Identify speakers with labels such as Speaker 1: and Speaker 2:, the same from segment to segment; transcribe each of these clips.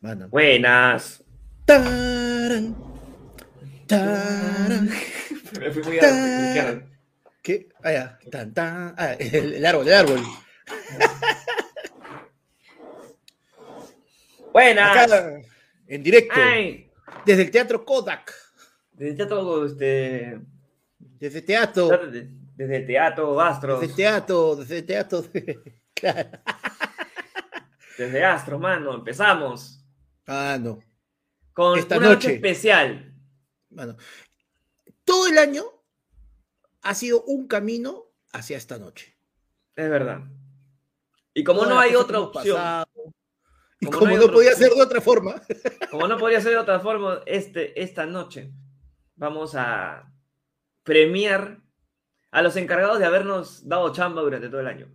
Speaker 1: Bueno.
Speaker 2: Buenas.
Speaker 1: Tarán, tarán,
Speaker 2: Me fui muy a la izquierda.
Speaker 1: ¿Qué? Ah, ya. Tan, tan. Ah, el, el árbol, el árbol.
Speaker 2: Buenas.
Speaker 1: Acá, en directo.
Speaker 2: Ay.
Speaker 1: Desde el Teatro Kodak.
Speaker 2: Desde teatro, este,
Speaker 1: Desde el teatro.
Speaker 2: desde el teatro Astros,
Speaker 1: Desde el teatro. Desde el teatro. Claro.
Speaker 2: desde Astros, mano, empezamos
Speaker 1: Ah, no.
Speaker 2: con
Speaker 1: Esta
Speaker 2: una
Speaker 1: noche.
Speaker 2: especial.
Speaker 1: Bueno, todo el año ha sido un camino hacia esta noche.
Speaker 2: Es verdad. Y como
Speaker 1: Todas
Speaker 2: no
Speaker 1: las
Speaker 2: hay
Speaker 1: cosas
Speaker 2: otra
Speaker 1: que hemos
Speaker 2: opción,
Speaker 1: pasado, y
Speaker 2: Como
Speaker 1: como,
Speaker 2: no hay
Speaker 1: no,
Speaker 2: otra
Speaker 1: podía
Speaker 2: opción.
Speaker 1: ser de otra forma.
Speaker 2: como no podía ser de otra forma, este, esta noche vamos a premiar a los encargados de habernos dado chamba durante todo el año.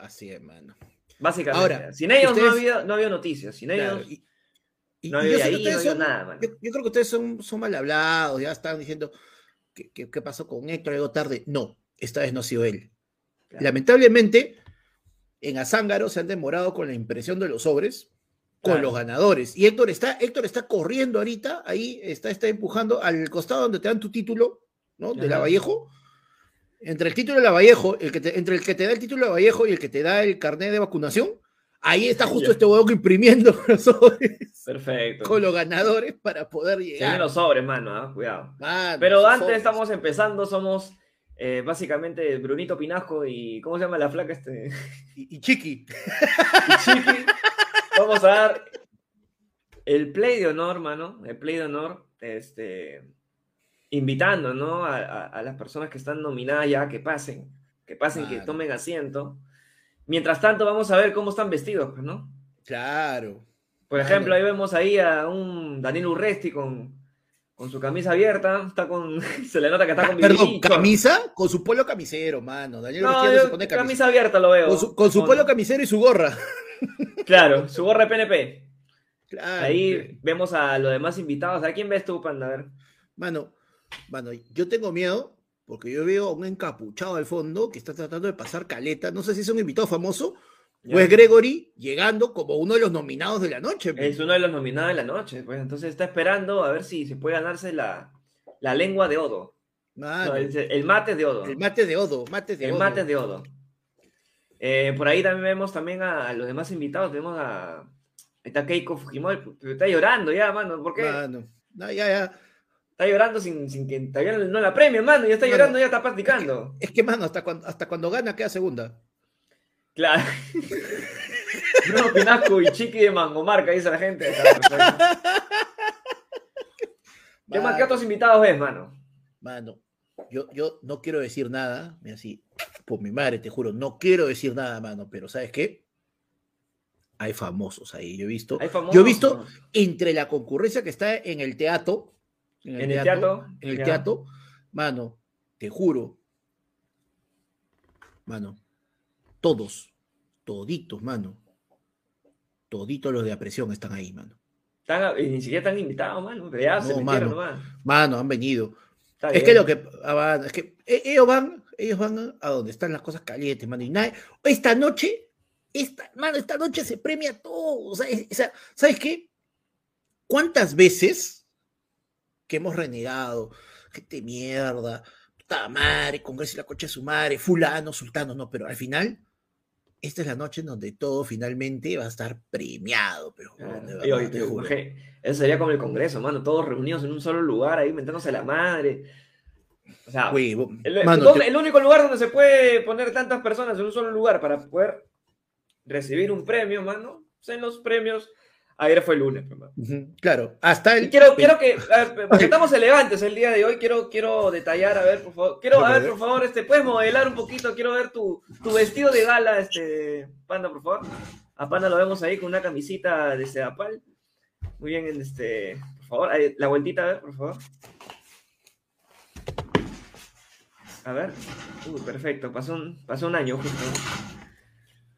Speaker 1: Así es, mano.
Speaker 2: Básicamente.
Speaker 1: Ahora,
Speaker 2: sin ellos no,
Speaker 1: ustedes-
Speaker 2: había, no había noticias. Sin
Speaker 1: Claro,
Speaker 2: ellos
Speaker 1: y- y-
Speaker 2: no
Speaker 1: y yo
Speaker 2: había
Speaker 1: sé que
Speaker 2: ahí,
Speaker 1: ustedes
Speaker 2: no había
Speaker 1: son-
Speaker 2: nada, mano.
Speaker 1: Yo, yo creo que ustedes son, son mal hablados, ya están diciendo ¿qué, qué, qué pasó con Héctor? Llegó tarde. No, esta vez no ha sido él.
Speaker 2: Claro.
Speaker 1: Lamentablemente, en Azángaro se han demorado con la impresión de los sobres, con
Speaker 2: Claro.
Speaker 1: los ganadores. Y Héctor está, Héctor está corriendo ahorita, ahí está, está empujando al costado donde te dan tu título, ¿no? De
Speaker 2: Ajá.
Speaker 1: Lavallejo. Entre el título de Lavallejo, el que te- entre el que te da el título de Lavallejo y el que te da el carnet de vacunación, ahí está justo
Speaker 2: Ya.
Speaker 1: este huevo imprimiendo los sobres
Speaker 2: Perfecto.
Speaker 1: con los ganadores para poder
Speaker 2: Se vienen
Speaker 1: llegar.
Speaker 2: los sobres, mano, ah, cuidado.
Speaker 1: Mano,
Speaker 2: Pero
Speaker 1: esos
Speaker 2: antes
Speaker 1: sobres.
Speaker 2: estamos empezando, somos eh, básicamente Brunito Pinasco y. ¿Cómo se llama la flaca este?
Speaker 1: Y, y Chiqui,
Speaker 2: Y Chiqui. Vamos a dar el play de honor, mano. El play de honor. Este. Invitando, ¿no? A, a- a las personas que están nominadas ya que pasen. Que pasen, que
Speaker 1: Mano.
Speaker 2: tomen asiento. Mientras tanto, vamos a ver cómo están vestidos, pues, ¿no?
Speaker 1: claro.
Speaker 2: Por
Speaker 1: Claro.
Speaker 2: ejemplo, ahí vemos ahí a un Daniel Urresti con, con su camisa abierta, está con, se le nota que está con
Speaker 1: Perdón,
Speaker 2: bigotito.
Speaker 1: camisa con su polo camisero, mano. Daniel
Speaker 2: No,
Speaker 1: Cristiano
Speaker 2: yo-
Speaker 1: se pone
Speaker 2: camisa.
Speaker 1: camisa.
Speaker 2: abierta lo veo.
Speaker 1: Con su, con su polo camisero y su gorra.
Speaker 2: Claro, su gorra de PNP.
Speaker 1: Claro.
Speaker 2: Ahí vemos a los demás invitados. ¿A quién ves tú, Panda? A ver.
Speaker 1: Mano, mano, yo tengo miedo porque yo veo a un encapuchado al fondo que está tratando de pasar caleta. No sé si es un invitado famoso
Speaker 2: Ya.
Speaker 1: o es Gregory llegando como uno de los nominados de la noche. pues. pe.
Speaker 2: Es uno de los nominados de la noche, pues entonces está esperando a ver si se puede ganarse la, la lengua de Odo.
Speaker 1: Mano,
Speaker 2: No,
Speaker 1: el,
Speaker 2: el, el mate de Odo.
Speaker 1: mate de Odo, mate de
Speaker 2: El
Speaker 1: Odo.
Speaker 2: mate de Odo. Eh, por ahí también vemos también a, a los demás invitados. Tenemos a. Está Keiko Fujimori, pues, pero está llorando ya, mano. ¿Por qué?
Speaker 1: Mano, no, ya, ya.
Speaker 2: Está llorando sin, sin que todavía no la premio, mano. Ya está
Speaker 1: Mano,
Speaker 2: llorando, ya está practicando.
Speaker 1: Es que, mano, hasta cuando, hasta cuando gana queda segunda.
Speaker 2: Claro. Bruno Pinasco y Chiqui de Mangomarca, dice la gente. Está perfecto. ¿Qué, más,
Speaker 1: Mano.
Speaker 2: ¿Qué otros invitados ves, mano?
Speaker 1: Mano, yo, yo no quiero decir nada, mira, así, por mi madre, te juro, no quiero decir nada, mano, pero ¿sabes qué? Hay famosos ahí, yo he visto,
Speaker 2: Hay famosos.
Speaker 1: yo he visto
Speaker 2: ¿no?
Speaker 1: entre la concurrencia que está en el teatro,
Speaker 2: en el teatro.
Speaker 1: en el
Speaker 2: ya.
Speaker 1: teatro, mano, te juro, mano, todos, toditos, mano, toditos los de apresión están ahí, mano.
Speaker 2: Están- y ni siquiera están invitados, mano. Pero ya se
Speaker 1: No,
Speaker 2: metieron
Speaker 1: mano.
Speaker 2: nomás.
Speaker 1: Mano, han venido,
Speaker 2: Está
Speaker 1: Es que
Speaker 2: bien.
Speaker 1: lo que ah, van- es que e- ellos van, ellos van a donde están las cosas calientes, mano. Y nadie- esta noche, esta, mano, esta noche se premia todo. O sea, es- o sea, ¿sabes qué? ¿Cuántas veces que hemos renegado? Gente mierda, puta madre, Congreso y la coche de su madre, fulano, sultano, no, pero al final, esta es la noche en donde todo finalmente va a estar premiado, pero
Speaker 2: Claro.
Speaker 1: de
Speaker 2: Ah, Y
Speaker 1: verdad,
Speaker 2: hoy,
Speaker 1: te
Speaker 2: te-
Speaker 1: juro.
Speaker 2: je, Eso sería como el Congreso, mano, todos reunidos en un solo lugar, ahí mentándose la madre. O sea,
Speaker 1: Huevo,
Speaker 2: el,
Speaker 1: mano,
Speaker 2: ¿dónde-
Speaker 1: te-
Speaker 2: el único lugar donde se puede poner tantas personas en un solo lugar para poder recibir un premio, mano, es en los premios. Ayer fue el lunes, pues, mano.
Speaker 1: Ujú, claro, hasta el
Speaker 2: Y quiero, quiero que, a ver, porque estamos elegantes el día de hoy, quiero, quiero detallar, a ver, por favor, quiero, a ver, por favor, este, puedes modelar un poquito, quiero ver tu, tu vestido de gala, este, Panda, por favor. A Panda lo vemos ahí con una camisita de Sedapal. Muy bien, este, por favor, ahí, la vueltita, a ver, por favor. A ver, uy, perfecto, pasó un, pasó un año justo.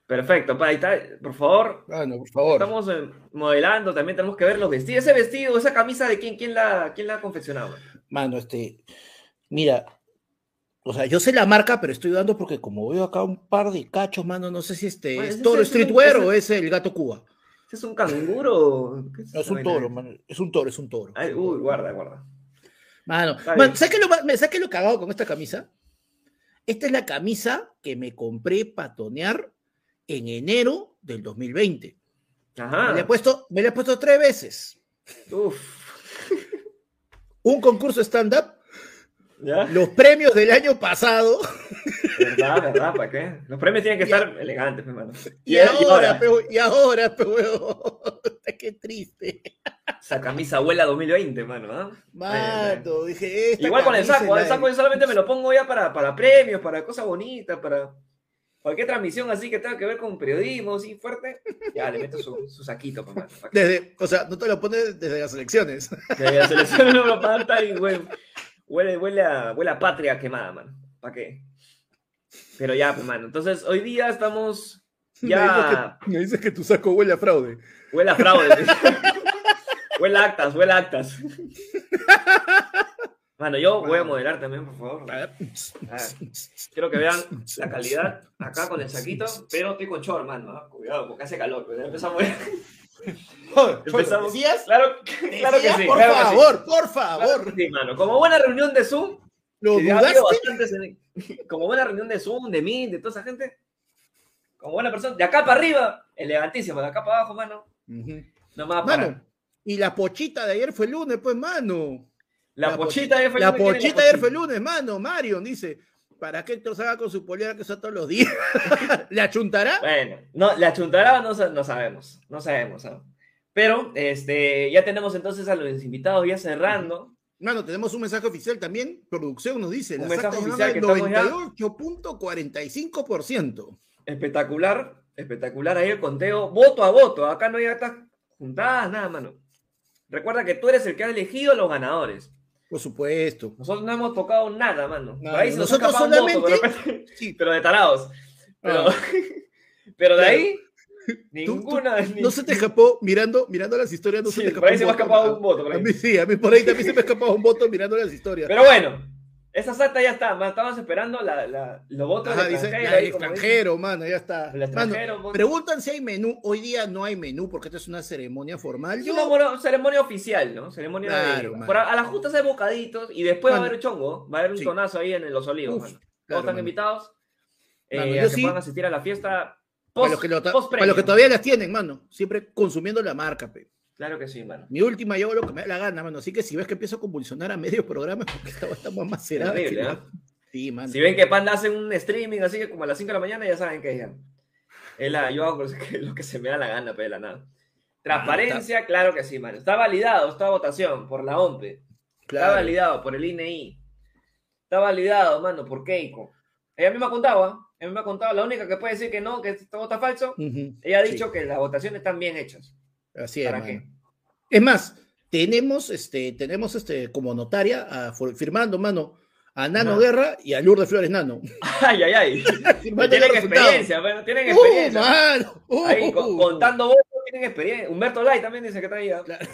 Speaker 2: Perfecto, pa, ahí está, por favor,
Speaker 1: Mano, Ah, por favor.
Speaker 2: Estamos eh, modelando, también tenemos que ver los vestidos. Ese vestido, esa camisa de quién, quién la, quién la ha confeccionado.
Speaker 1: Mano, este, mira, o sea, yo sé la marca, pero estoy dando porque como veo acá un par de cachos, mano, no sé si este
Speaker 2: Bueno,
Speaker 1: es
Speaker 2: ese-
Speaker 1: Toro
Speaker 2: ese es un-
Speaker 1: Streetwear
Speaker 2: ese-
Speaker 1: o es el Gato Cuba.
Speaker 2: ¿Este es un canguro? ¿Qué
Speaker 1: No, es un
Speaker 2: vaina?
Speaker 1: toro, mano. Es un toro, es un toro.
Speaker 2: Ay,
Speaker 1: Es un
Speaker 2: uy,
Speaker 1: toro.
Speaker 2: guarda, guarda.
Speaker 1: Mano,
Speaker 2: Está
Speaker 1: man,
Speaker 2: bien.
Speaker 1: ¿sabes qué lo, ma- me- ¿sabes qué lo cagado con esta camisa? Esta es la camisa que me compré para tonear en enero del 2020. Me la he
Speaker 2: Ajá.
Speaker 1: puesto, me la he puesto tres veces.
Speaker 2: Uf.
Speaker 1: Un concurso stand-up,
Speaker 2: ¿Ya?
Speaker 1: los premios del año pasado
Speaker 2: ¿Verdad, verdad? ¿Para qué? Los premios tienen que estar elegantes, pues, mi hermano.
Speaker 1: y, ahora, pe, hue- y ahora, pe, huevón. qué triste.
Speaker 2: Esa camisa abuela 2020, mano. ¿ah? Ay, ay, ay.
Speaker 1: Mato, dije, esta
Speaker 2: Igual con el
Speaker 1: camisa
Speaker 2: saco,
Speaker 1: es
Speaker 2: el
Speaker 1: la-
Speaker 2: saco yo solamente me lo pongo ya para, para premios, para cosas bonitas, para cualquier transmisión así que tenga que ver con periodismo, así fuerte. Ya le meto su, su saquito, pues, papá.
Speaker 1: Desde, o sea, no te lo pones desde las elecciones.
Speaker 2: Que la selección no lo falta y hue- huele, huele, a, huele a patria quemada, mano. ¿Para qué? Pero ya, pues, mano. Entonces, hoy día estamos. Ya.
Speaker 1: Me dices que, tu saco huele a fraude.
Speaker 2: Huele a fraude. huele a actas, huele a actas. Mano, yo voy a moderar también, por favor. Quiero que vean la calidad acá con el saquito, pero estoy con short, mano. ¿ah? Cuidado, porque hace calor. pero ya empezamos. empezamos.
Speaker 1: ¿Decías?
Speaker 2: Claro, claro que
Speaker 1: ¿Decías?
Speaker 2: sí.
Speaker 1: Por
Speaker 2: claro que sí.
Speaker 1: favor, por
Speaker 2: Claro
Speaker 1: favor.
Speaker 2: que sí, mano. Como buena reunión de Zoom,
Speaker 1: ¿Lo
Speaker 2: que ha habido
Speaker 1: dudaste?
Speaker 2: bastantes en- como buena reunión de Zoom, de mí, de toda esa gente, como buena persona, de acá para arriba, elegantísimo, de acá para abajo, mano.
Speaker 1: Ujú.
Speaker 2: No me va a parar.
Speaker 1: Mano, y la pochita de ayer fue el lunes, pues, mano.
Speaker 2: la, pochita de
Speaker 1: La pochita de ayer fue el lunes, mano. Marion dice, ¿para qué Héctor salga con su polera que usa todos los días? ¿Le achuntará?
Speaker 2: Bueno, no, la chuntará no, sa- no sabemos, no sabemos. ¿ah? Pero este, ya tenemos entonces a los invitados ya cerrando.
Speaker 1: Mano, tenemos un mensaje oficial también. Producción nos dice,
Speaker 2: Un
Speaker 1: la
Speaker 2: mensaje
Speaker 1: actas
Speaker 2: oficial
Speaker 1: llevan
Speaker 2: que
Speaker 1: el
Speaker 2: estamos ya-
Speaker 1: 98.45%.
Speaker 2: Espectacular, espectacular ahí el conteo, voto a voto. Acá no hay actas juntadas, nada, mano. Recuerda que tú eres el que ha elegido los ganadores.
Speaker 1: Por supuesto.
Speaker 2: Nosotros no hemos tocado nada, mano.
Speaker 1: No,
Speaker 2: Por ahí se nos
Speaker 1: nosotros
Speaker 2: escapa un voto,
Speaker 1: solamente-
Speaker 2: pero- pero,
Speaker 1: Sí.
Speaker 2: de tarados. Pero,
Speaker 1: Ah.
Speaker 2: pero de
Speaker 1: Claro.
Speaker 2: ahí, ninguna. ni-
Speaker 1: No se te escapó mirando, mirando las historias. No
Speaker 2: sí,
Speaker 1: se te
Speaker 2: por ahí se me ha
Speaker 1: voto,
Speaker 2: escapado
Speaker 1: ¿no?
Speaker 2: un voto. por
Speaker 1: Ah, A
Speaker 2: ahí.
Speaker 1: mí sí, a mí por ahí también se me escapaba un voto mirando las historias.
Speaker 2: Pero bueno, esa sata ya está. man, Estábamos esperando la, la, los votos
Speaker 1: Ajá,
Speaker 2: del
Speaker 1: dice,
Speaker 2: extranjero.
Speaker 1: "Ya, el
Speaker 2: ahí, como
Speaker 1: extranjero, mano, ya está.
Speaker 2: dicen, el
Speaker 1: Mano,
Speaker 2: extranjero, pues, voto.
Speaker 1: preguntan si hay menú. Hoy día no hay menú porque esto es una ceremonia formal.
Speaker 2: Es
Speaker 1: Yo-
Speaker 2: una moro- ceremonia oficial, ¿no? Ceremonia
Speaker 1: Claro,
Speaker 2: de.
Speaker 1: mano.
Speaker 2: por a, a las justas hay bocaditos y después va a
Speaker 1: Mano.
Speaker 2: haber chongo, va a haber un
Speaker 1: Sí.
Speaker 2: tonazo ahí en los olivos,
Speaker 1: Uf,
Speaker 2: mano. Todos
Speaker 1: claro,
Speaker 2: están
Speaker 1: mano.
Speaker 2: invitados eh,
Speaker 1: Mano,
Speaker 2: a
Speaker 1: yo
Speaker 2: que
Speaker 1: sí-
Speaker 2: puedan asistir a la fiesta post,
Speaker 1: para, los que lo- para
Speaker 2: post-premio.
Speaker 1: los que todavía las tienen, mano. Siempre consumiendo la marca, pe.
Speaker 2: Claro que sí, mano.
Speaker 1: Mi última, yo hago lo que me da la gana, mano. Así que si ves que empiezo a convulsionar a medio programa, es porque estaba tan más macerada. que
Speaker 2: Terrible,
Speaker 1: la-
Speaker 2: ¿ah?
Speaker 1: Sí, mano.
Speaker 2: Si ven que Panda hace un streaming así que como a las 5 de la mañana, ya saben que es ya. Es la, yo hago lo que, lo que se me da la gana, pero de la nada. Transparencia, claro que sí, mano. Está validado esta votación por la OMPE. Está
Speaker 1: claro.
Speaker 2: validado por el INEI. Está validado, mano, por Keiko. Ella misma contaba, ella misma contaba, la única que puede decir que no, que todo está falso,
Speaker 1: Ujú,
Speaker 2: ella ha
Speaker 1: sí,
Speaker 2: dicho que las votaciones están bien hechas.
Speaker 1: así es,
Speaker 2: ¿Para
Speaker 1: mano.
Speaker 2: qué?
Speaker 1: Es más, tenemos este, tenemos este como notaria a- for- firmando, mano, a Nano
Speaker 2: Ajá.
Speaker 1: Guerra y a Lourdes Flores Nano.
Speaker 2: Ay, ay, ay. No
Speaker 1: Firmando
Speaker 2: tienen
Speaker 1: los resultados.
Speaker 2: experiencia, bueno, tienen
Speaker 1: ¡Uh,
Speaker 2: experiencia.
Speaker 1: mano! ¡Uh!
Speaker 2: Ahí co- contando votos tienen experiencia. Humberto Lai también dice que está ahí. ¿ah?
Speaker 1: Claro.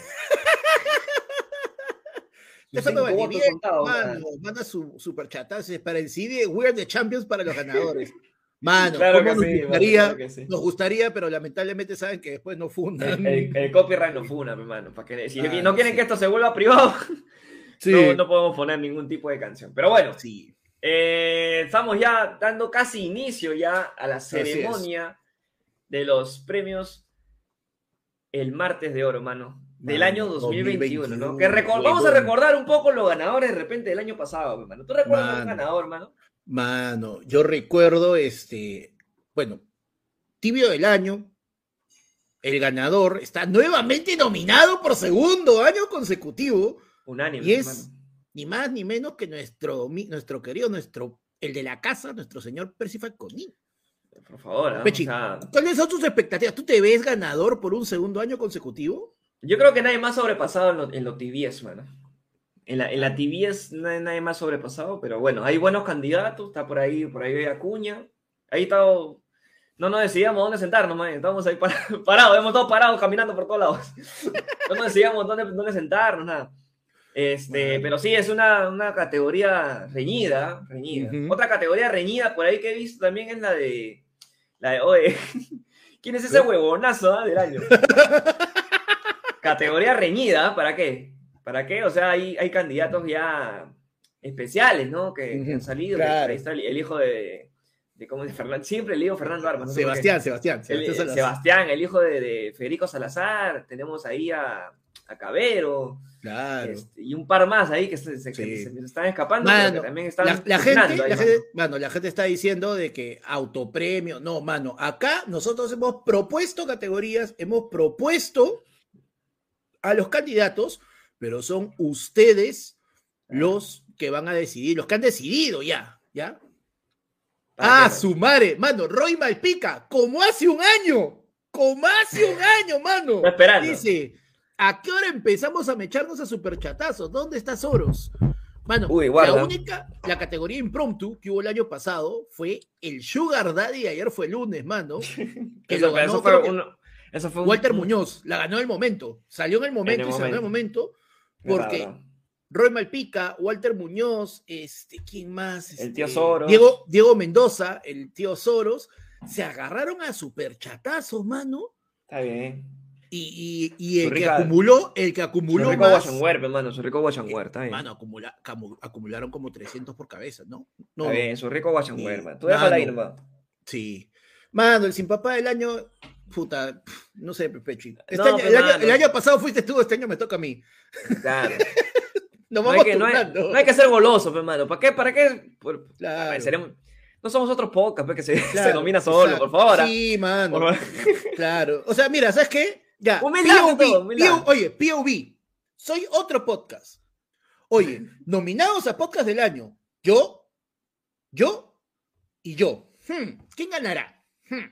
Speaker 2: Sus
Speaker 1: Eso me
Speaker 2: cinco
Speaker 1: vale
Speaker 2: votos
Speaker 1: bien,
Speaker 2: contados,
Speaker 1: mano.
Speaker 2: ¿ah?
Speaker 1: Manda su superchatazo para el CD We are the champions para los ganadores. Mano,
Speaker 2: Claro
Speaker 1: ¿cómo
Speaker 2: que
Speaker 1: nos
Speaker 2: sí, mano,
Speaker 1: gustaría?
Speaker 2: claro que sí.
Speaker 1: Nos gustaría, pero lamentablemente saben que después no fundan.
Speaker 2: El, el- el copyright no funa, mi hermano. pa' que- si
Speaker 1: Ah,
Speaker 2: no quieren
Speaker 1: sí.
Speaker 2: que esto se vuelva privado,
Speaker 1: Sí,
Speaker 2: no, no podemos poner ningún tipo de canción. Pero bueno,
Speaker 1: sí.
Speaker 2: eh, estamos ya dando casi inicio ya a la
Speaker 1: es.
Speaker 2: ceremonia de los premios el martes de oro, mano, del
Speaker 1: Mano,
Speaker 2: año 2021, ¿no?
Speaker 1: 2021,
Speaker 2: Que recor- vamos a
Speaker 1: huevón.
Speaker 2: recordar un poco los ganadores de repente del año pasado, mi hermano. ¿Tú recuerdas un
Speaker 1: Mano.
Speaker 2: ganador, mano?
Speaker 1: Mano, yo recuerdo este, bueno, tibio del año, el ganador está nuevamente nominado por segundo año consecutivo,
Speaker 2: Unánime.
Speaker 1: Y es-
Speaker 2: mano.
Speaker 1: ni más ni menos que nuestro, mi- nuestro querido, nuestro, el de la casa, nuestro señor Percival Conin.
Speaker 2: Por favor, ¿ah? O
Speaker 1: Pechi.
Speaker 2: sea,
Speaker 1: ¿Cuáles son tus expectativas? ¿Tú te ves ganador por un segundo año consecutivo?
Speaker 2: yo creo que nadie más sobrepasado en lo, en lo tibiez, mano. En la, en la tibiez no hay nadie más sobrepasado, pero bueno, hay buenos candidatos, está por ahí, por ahí Acuña. Ahí está. No nos decidíamos dónde sentarnos, man. Estábamos ahí para- parados, hemos estado parados caminando por todos lados. No nos decidíamos dónde, dónde sentarnos, nada. Este,
Speaker 1: Mano.
Speaker 2: pero sí, es una, una categoría reñida, reñida.
Speaker 1: Ujú.
Speaker 2: Otra categoría reñida por ahí que he visto también es la de la de OE. ¿Quién es ese huevonazo ah, del año? Categoría reñida, ¿para qué? ¿Para qué? O sea, hay, hay candidatos ya especiales, ¿no? Que, que han salido.
Speaker 1: Claro.
Speaker 2: Ahí está el, el hijo de, de ¿cómo es? Fernan- siempre le digo Fernando Armas. no sé por qué.
Speaker 1: Sebastián, Sebastián,
Speaker 2: El-
Speaker 1: Sebastián.
Speaker 2: el
Speaker 1: Salas.
Speaker 2: Sebastián, el hijo de, de Federico Salazar. Tenemos ahí a, a Cabero
Speaker 1: Claro.
Speaker 2: este, y un par más ahí que se, se- que
Speaker 1: Sí.
Speaker 2: se- se están escapando,
Speaker 1: Mano,
Speaker 2: pero que también están
Speaker 1: La, la
Speaker 2: pugnando
Speaker 1: gente,
Speaker 2: ahí,
Speaker 1: la
Speaker 2: mano.
Speaker 1: gente, mano, la gente está diciendo de que autopremio, no, mano, acá nosotros hemos propuesto categorías, hemos propuesto a los candidatos, pero son ustedes
Speaker 2: Ah.
Speaker 1: los que van a decidir, los que han decidido ya, ¿ya?
Speaker 2: Para
Speaker 1: Ah,
Speaker 2: que-
Speaker 1: su madre, mano, Roy Malpica, como hace un año, como hace un año, mano.
Speaker 2: Está esperando.
Speaker 1: Dice, ¿a qué hora empezamos a mecharnos a superchatazos? ¿Dónde está Soros? Mano,
Speaker 2: Uy, guarda.
Speaker 1: la única, la categoría impromptu que hubo el año pasado fue el Sugar Daddy, ayer fue el lunes, mano, que
Speaker 2: eso,
Speaker 1: lo ganó
Speaker 2: eso fue
Speaker 1: creo que
Speaker 2: un, eso fue un-
Speaker 1: Walter
Speaker 2: un-
Speaker 1: Muñoz, la ganó en el momento, salió en el momento y se ganó en el momento,
Speaker 2: Claro.
Speaker 1: porque Roy Malpica, Walter Muñoz, este, ¿quién más?
Speaker 2: El
Speaker 1: Este,
Speaker 2: tío Soros.
Speaker 1: Diego, Diego Mendoza, el tío Soros, se agarraron a superchatazos, mano.
Speaker 2: Está bien.
Speaker 1: Y, y- y el
Speaker 2: Su
Speaker 1: que
Speaker 2: rica-
Speaker 1: acumuló, el que
Speaker 2: Su
Speaker 1: acumuló
Speaker 2: rico
Speaker 1: más. Eh,
Speaker 2: Washington hermano. Su rico Washington está bien.
Speaker 1: Mano, acumula- camu- acumularon como 300 por cabeza, ¿no? No,
Speaker 2: Está bien, su rico Washington
Speaker 1: Sí.
Speaker 2: hermano. Tú déjala ahí
Speaker 1: Mano.
Speaker 2: nomás.
Speaker 1: sí. Mano, el sin papá del año, puta, pf, no sé, Pepechi. Este
Speaker 2: No,
Speaker 1: año-
Speaker 2: pues,
Speaker 1: el, año,
Speaker 2: mano.
Speaker 1: el año pasado fuiste tú, este año me toca a mí.
Speaker 2: Claro.
Speaker 1: Nos
Speaker 2: No hay,
Speaker 1: vamos
Speaker 2: que, no, hay,
Speaker 1: turnando.
Speaker 2: no hay que ser goloso, pues, hermano. ¿Para qué? ¿Para qué? Por-
Speaker 1: Claro,
Speaker 2: pareceremos- No somos otros pocas, pues, que se, se
Speaker 1: claro,
Speaker 2: domina solo,
Speaker 1: exacto.
Speaker 2: por favor. ah.
Speaker 1: Sí, mano.
Speaker 2: Por favor.
Speaker 1: Claro. O sea, mira, ¿sabes qué? Ya.
Speaker 2: Humildad ante todo, humildad.
Speaker 1: POV, oye, POV. Soy otro podcast. Oye, nominados a podcast del año. Yo, yo y yo. Hmm, ¿Quién ganará? Hmm.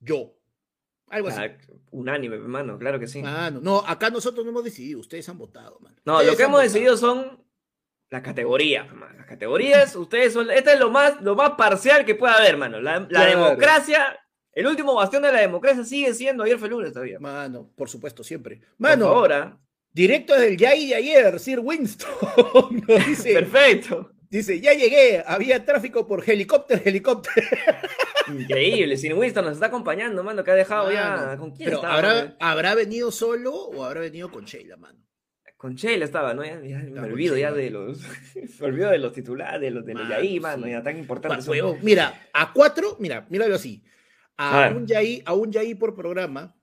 Speaker 1: Yo. Algo así.
Speaker 2: Ah, Unánime, hermano, claro que sí.
Speaker 1: Mano, no, acá nosotros no hemos decidido. Ustedes han votado, mano.
Speaker 2: No,
Speaker 1: Ustedes
Speaker 2: lo que
Speaker 1: han
Speaker 2: hemos
Speaker 1: votado.
Speaker 2: decidido son las categorías, pues, hermano. Las categorías, ustedes son. Este es lo más, lo más parcial que pueda haber, hermano. La, la
Speaker 1: Claro.
Speaker 2: democracia, el último bastión de la democracia sigue siendo ayer fue lunes todavía.
Speaker 1: Mano, por supuesto, siempre.
Speaker 2: Por
Speaker 1: Mano,
Speaker 2: favor, ah.
Speaker 1: directo desde el Yay de ayer, Sir Winston. nos dice,
Speaker 2: Perfecto.
Speaker 1: Dice, ya llegué, había tráfico por helicóptero, helicóptero.
Speaker 2: Increíble. Sin Winston nos está acompañando, mano, que ha dejado ya.
Speaker 1: Mano,
Speaker 2: ¿Con quién
Speaker 1: Pero
Speaker 2: estaba?
Speaker 1: ¿habrá,
Speaker 2: mano?
Speaker 1: ¿habrá venido solo o habrá venido con Sheila, mano?
Speaker 2: Con Sheila estaba, ¿no? Ya, ya me
Speaker 1: con
Speaker 2: olvido ya
Speaker 1: Sheila.
Speaker 2: de los. me olvido de los titulares, de los de los
Speaker 1: Mano,
Speaker 2: Yair, mano,
Speaker 1: sí.
Speaker 2: ya tan
Speaker 1: Pa-
Speaker 2: importantes. son.
Speaker 1: huevón, mira, a cuatro, mira, míralo así. A,
Speaker 2: A ver.
Speaker 1: un yaí, a un yaí por programa,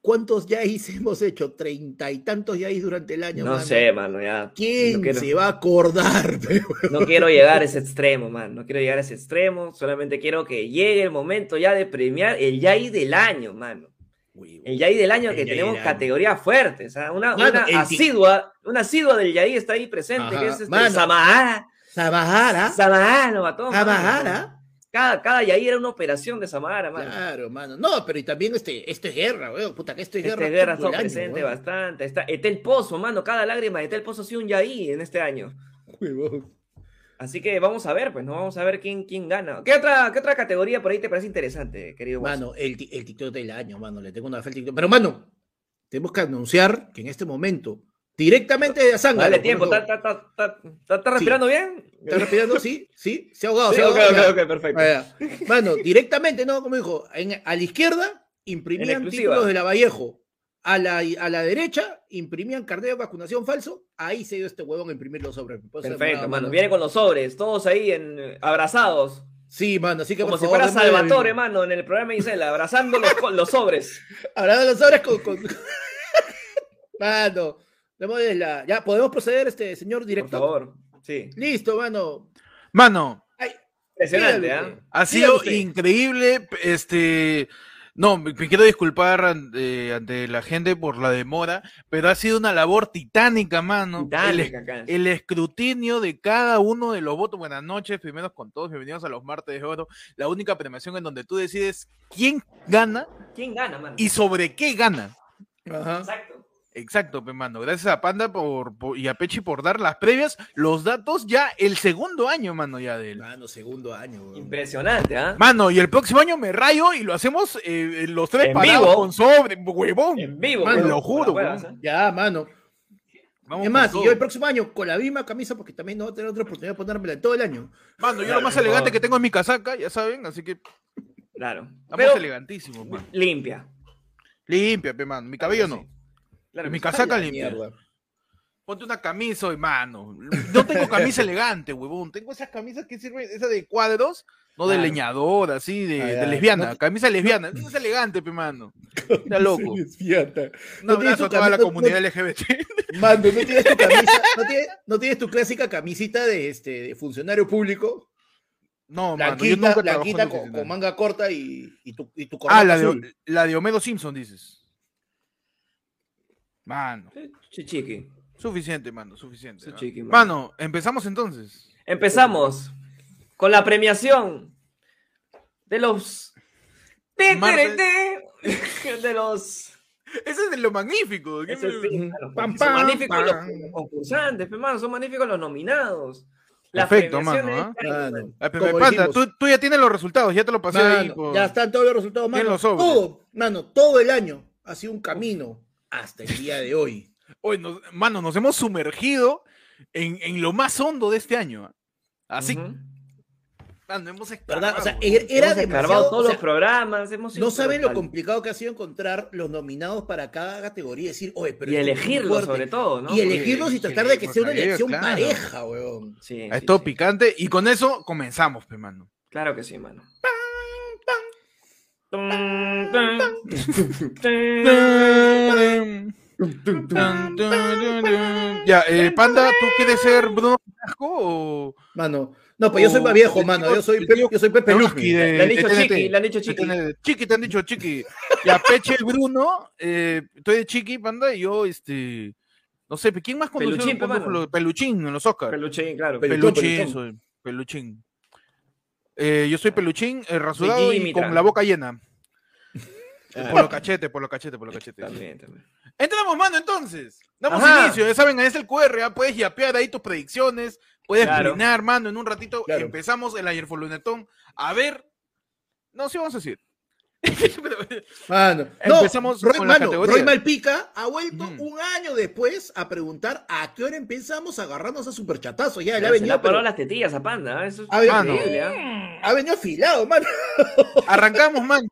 Speaker 1: ¿cuántos yaís hemos hecho? Treinta y tantos yaís durante el año.
Speaker 2: No
Speaker 1: mano.
Speaker 2: sé, mano, ya.
Speaker 1: ¿Quién
Speaker 2: no quiero-
Speaker 1: se va a acordar? pe, huevón?
Speaker 2: No quiero llegar a ese extremo, man. No quiero llegar a ese extremo. Solamente quiero que llegue el momento ya de premiar el Yai del año, mano. El Yai del año
Speaker 1: El
Speaker 2: que
Speaker 1: Yai
Speaker 2: tenemos
Speaker 1: del año.
Speaker 2: categorías fuertes. ¿ah? Una,
Speaker 1: Mano,
Speaker 2: una
Speaker 1: el ti-
Speaker 2: asidua, una asidua del Yai está ahí presente,
Speaker 1: Ajá,
Speaker 2: que es este
Speaker 1: mano.
Speaker 2: Samahara.
Speaker 1: Sabahara,
Speaker 2: Samahara, novatón, mano.
Speaker 1: Sabahara.
Speaker 2: Cada, cada Yai era una operación de Samahara, mano.
Speaker 1: Claro, mano. No, pero y también este, esto es guerra, weón. Puta, que esto es
Speaker 2: Este
Speaker 1: guerra.
Speaker 2: guerra,
Speaker 1: todo
Speaker 2: está
Speaker 1: el año,
Speaker 2: presente
Speaker 1: huevón.
Speaker 2: bastante. Está Etel Pozo, mano. Cada lágrima de Etel Pozo ha sido un Yai en este año.
Speaker 1: Huevón.
Speaker 2: Así que vamos a ver, pues, ¿no? Vamos a ver quién, quién gana. ¿Qué otra, ¿Qué otra categoría por ahí te parece interesante, querido Watson?
Speaker 1: Mano, el, ti- el TikTok del año, mano, le tengo una fe al TikTok. Pero, mano, tenemos que anunciar que en este momento, directamente de Azanga.
Speaker 2: Dale tiempo, ¿estás está, está- está- está- está respirando bien?
Speaker 1: ¿Estás respirando? Sí, sí, se ha ahogado.
Speaker 2: Sí,
Speaker 1: se ha
Speaker 2: ok,
Speaker 1: ahogado,
Speaker 2: ok,
Speaker 1: ya.
Speaker 2: ok, perfecto.
Speaker 1: Ah, ya. Mano, directamente, ¿no? Como dijo, en- a la izquierda
Speaker 2: En
Speaker 1: imprimían
Speaker 2: exclusiva.
Speaker 1: títulos de la Vallejo. A la, a la derecha imprimían carnet de vacunación falso. Ahí se dio este huevón a imprimir los sobres. Por eso
Speaker 2: Perfecto,
Speaker 1: demoraba,
Speaker 2: mano. Viene con los sobres, todos ahí en, eh, abrazados.
Speaker 1: Sí, mano, así que
Speaker 2: Como
Speaker 1: por
Speaker 2: si
Speaker 1: favor,
Speaker 2: fuera
Speaker 1: denme la
Speaker 2: Salvatore,
Speaker 1: bienvenida.
Speaker 2: mano, en el programa de Isela, abrazando los, co- los sobres.
Speaker 1: Hablando de las obras con. con... mano, démosle la- Ya, ¿podemos proceder, este señor
Speaker 2: Por
Speaker 1: director?
Speaker 2: favor. Sí.
Speaker 1: Listo, mano.
Speaker 3: Mano,
Speaker 2: Impresionante,
Speaker 1: Dígalo,
Speaker 2: ¿ah?
Speaker 1: pe.
Speaker 3: ha
Speaker 1: Dígalo
Speaker 3: sido
Speaker 1: usted.
Speaker 3: increíble. p- Este, no, me, me quiero disculpar ante, ante la gente por la demora, pero ha sido una labor titánica, mano. El,
Speaker 2: Dale,
Speaker 3: es-
Speaker 2: Cacán.
Speaker 3: el escrutinio de cada uno de los votos. Buenas noches, primeros con todos, bienvenidos a los martes de oro. La única premiación en donde tú decides quién gana
Speaker 2: ¿Quién gana, mano?
Speaker 3: y sobre qué gana.
Speaker 1: Ajá.
Speaker 2: Exacto.
Speaker 3: Exacto, pe, mano. Gracias a Panda por, por- y a Pechi por dar las previas, los datos ya el segundo año, mano, ya del.
Speaker 1: Mano, segundo año. weón.
Speaker 2: Impresionante, ¿ah?
Speaker 3: Mano, y el próximo año me rayo y lo hacemos eh, los tres
Speaker 2: En
Speaker 3: parados
Speaker 2: vivo.
Speaker 3: con sobre, huevón.
Speaker 2: En vivo,
Speaker 3: Mano,
Speaker 2: weón.
Speaker 3: lo juro,
Speaker 2: Con las
Speaker 3: weón.
Speaker 2: huevas, ¿ah?
Speaker 1: Ya, mano.
Speaker 3: Vamos
Speaker 1: es más,
Speaker 3: con
Speaker 1: y yo el
Speaker 3: todo.
Speaker 1: próximo año con la misma camisa, porque también no voy a tener otra oportunidad de ponérmela en todo el año.
Speaker 3: Mano, yo
Speaker 2: Claro,
Speaker 3: lo más
Speaker 2: por
Speaker 3: elegante
Speaker 2: favor.
Speaker 3: que tengo es mi casaca, ya saben, así que
Speaker 2: Claro.
Speaker 3: Estamos
Speaker 2: Pero
Speaker 3: elegantísimos, man.
Speaker 2: limpia.
Speaker 3: Limpia, pe, mano. Mi cabello
Speaker 2: sí.
Speaker 3: no.
Speaker 2: Claro,
Speaker 3: mi
Speaker 2: que sí.
Speaker 3: casaca
Speaker 1: Ay,
Speaker 3: limpia.
Speaker 1: mierda.
Speaker 3: Ponte una camisa hoy, mano. No tengo camisa elegante, huevón. Tengo esas camisas que sirven, esas de cuadros, no de
Speaker 2: Claro.
Speaker 3: leñador, así, de,
Speaker 1: Ah,
Speaker 3: de
Speaker 1: ya.
Speaker 3: lesbiana.
Speaker 1: No-
Speaker 3: Camisa lesbiana. No es elegante, pe, mano. Está loco.
Speaker 1: Es fiata.
Speaker 3: Un
Speaker 1: No tienes
Speaker 3: abrazo
Speaker 1: tu
Speaker 3: a toda la
Speaker 1: camisa-
Speaker 3: comunidad LGBT.
Speaker 1: Mando, ¿no tienes tu camisa? ¿No tienes, no tienes tu clásica camisita de, este, de funcionario público?
Speaker 3: No, mano,
Speaker 1: Blanquita,
Speaker 3: yo nunca trabajo en
Speaker 1: blanquita con,
Speaker 3: oficina.
Speaker 1: con manga corta y, y tu, y tu
Speaker 3: Ah,
Speaker 1: corbata
Speaker 3: la
Speaker 1: azul.
Speaker 3: de, la de Homero Simpson, dices. Mano,
Speaker 2: Chichiqui.
Speaker 3: suficiente, mano, suficiente.
Speaker 2: Su
Speaker 3: ¿no?
Speaker 2: chiqui, mano.
Speaker 3: mano. empezamos entonces.
Speaker 2: Empezamos con la premiación de los. Te,
Speaker 3: Martes.
Speaker 2: te, te, De los.
Speaker 3: Ese es de lo magnífico. ¿qué
Speaker 2: Eso
Speaker 3: me-
Speaker 2: sí, claro,
Speaker 1: Pam,
Speaker 2: porque son
Speaker 1: pam,
Speaker 2: magníficos
Speaker 3: Mm, pam.
Speaker 2: los concursantes, pe, mano, son magníficos los nominados.
Speaker 3: Perfecto,
Speaker 2: premiaciones
Speaker 3: mano, ¿ah?
Speaker 2: están-
Speaker 1: Mano,
Speaker 3: Ay, pe-
Speaker 1: como
Speaker 3: pata,
Speaker 1: dijimos,
Speaker 3: tú, tú ya tienes los resultados, ya te lo pasé ahí.
Speaker 1: mano,
Speaker 3: por-
Speaker 1: Ya están todos los resultados,
Speaker 3: Bien
Speaker 1: mano.
Speaker 3: los sobres.
Speaker 1: Todo, mano, todo el año ha sido un camino hasta el día de hoy.
Speaker 3: Hoy nos- mano, nos hemos sumergido en, en lo más hondo de este año. ¿ah? Así,
Speaker 2: Ujú.
Speaker 3: mano, hemos escarbado,
Speaker 1: ¿Verdad? O sea,
Speaker 3: güey.
Speaker 1: er- era
Speaker 2: Hemos escarbado
Speaker 1: demasiado...
Speaker 2: todos
Speaker 1: o sea,
Speaker 2: los programas. hemos
Speaker 1: no
Speaker 2: ido
Speaker 1: saben
Speaker 2: por
Speaker 1: lo
Speaker 2: tal-
Speaker 1: complicado que ha sido encontrar los nominados para cada categoría. Decir, oye, pero
Speaker 2: Y
Speaker 1: esto es muy
Speaker 2: elegirlos,
Speaker 1: fuerte".
Speaker 2: sobre todo, ¿no?
Speaker 1: Y elegirlos y tratar de que sea una
Speaker 3: Porque-
Speaker 1: elección
Speaker 3: claro.
Speaker 1: pareja, weón.
Speaker 2: Sí,
Speaker 3: Ah,
Speaker 2: sí,
Speaker 3: Es todo
Speaker 2: sí.
Speaker 3: picante. Y con eso comenzamos, pe, mano.
Speaker 2: Claro que sí, mano. Tum, tum, tum.
Speaker 3: eh, Ya, eh, Panda, ¿tú quieres ser Bruno Carrasco o
Speaker 1: Mano, no, pues yo soy
Speaker 3: O
Speaker 1: más viejo,
Speaker 3: Oh, el
Speaker 1: mano.
Speaker 3: tío-
Speaker 1: Yo soy,
Speaker 3: el
Speaker 1: Pe-
Speaker 3: tío
Speaker 1: yo soy Pepe
Speaker 3: Peluzki
Speaker 1: Luzki.
Speaker 3: de-
Speaker 2: Le han dicho
Speaker 3: de
Speaker 2: chiqui,
Speaker 3: TNT?
Speaker 2: le han dicho chiqui.
Speaker 3: TNT. Chiqui, te han dicho chiqui. Ya, Peche Bruno, eh, estoy de chiqui, Panda, y yo, este. No sé, ¿quién más condujo,
Speaker 2: Peluchín, pe,
Speaker 3: condujo
Speaker 2: mano.
Speaker 3: los- Peluchín en los Oscars?
Speaker 2: Peluche, claro.
Speaker 1: Pelu-
Speaker 3: Peluchín,
Speaker 1: Peluchón.
Speaker 3: soy, Peluchín. Eh, yo soy Peluchín, eh, rasurado
Speaker 2: Soy
Speaker 3: y
Speaker 2: Jimmy
Speaker 3: con
Speaker 2: Tran.
Speaker 3: la boca llena.
Speaker 1: Ah.
Speaker 3: Por los cachetes, por los cachetes, por los cachetes.
Speaker 2: También, también.
Speaker 3: Entramos, mano, entonces. Damos
Speaker 2: Ajá.
Speaker 3: inicio, ya saben, ahí es el QR, ¿ah? puedes yapear ahí tus predicciones, puedes
Speaker 2: Claro.
Speaker 3: opinar, mano, en un ratito
Speaker 1: Claro.
Speaker 3: empezamos el ayer Lunetón. A ver, no, sí vamos a decir.
Speaker 1: Mano, no,
Speaker 3: Empezamos
Speaker 1: Roy,
Speaker 3: con la
Speaker 1: mano,
Speaker 3: categoría.
Speaker 1: Roy Malpica ha vuelto
Speaker 3: Ujú.
Speaker 1: un año después a preguntar a qué hora empezamos a agarrarnos a superchatazos. Ya, le ha
Speaker 2: Se le
Speaker 1: venido,
Speaker 2: ha parado
Speaker 1: pero-
Speaker 2: las tetillas a Panda. ¿eh? Eso es
Speaker 1: A ver,
Speaker 3: mano.
Speaker 2: increíble, ¿ah?
Speaker 1: ha venido afilado, mano.
Speaker 3: Arrancamos, mano,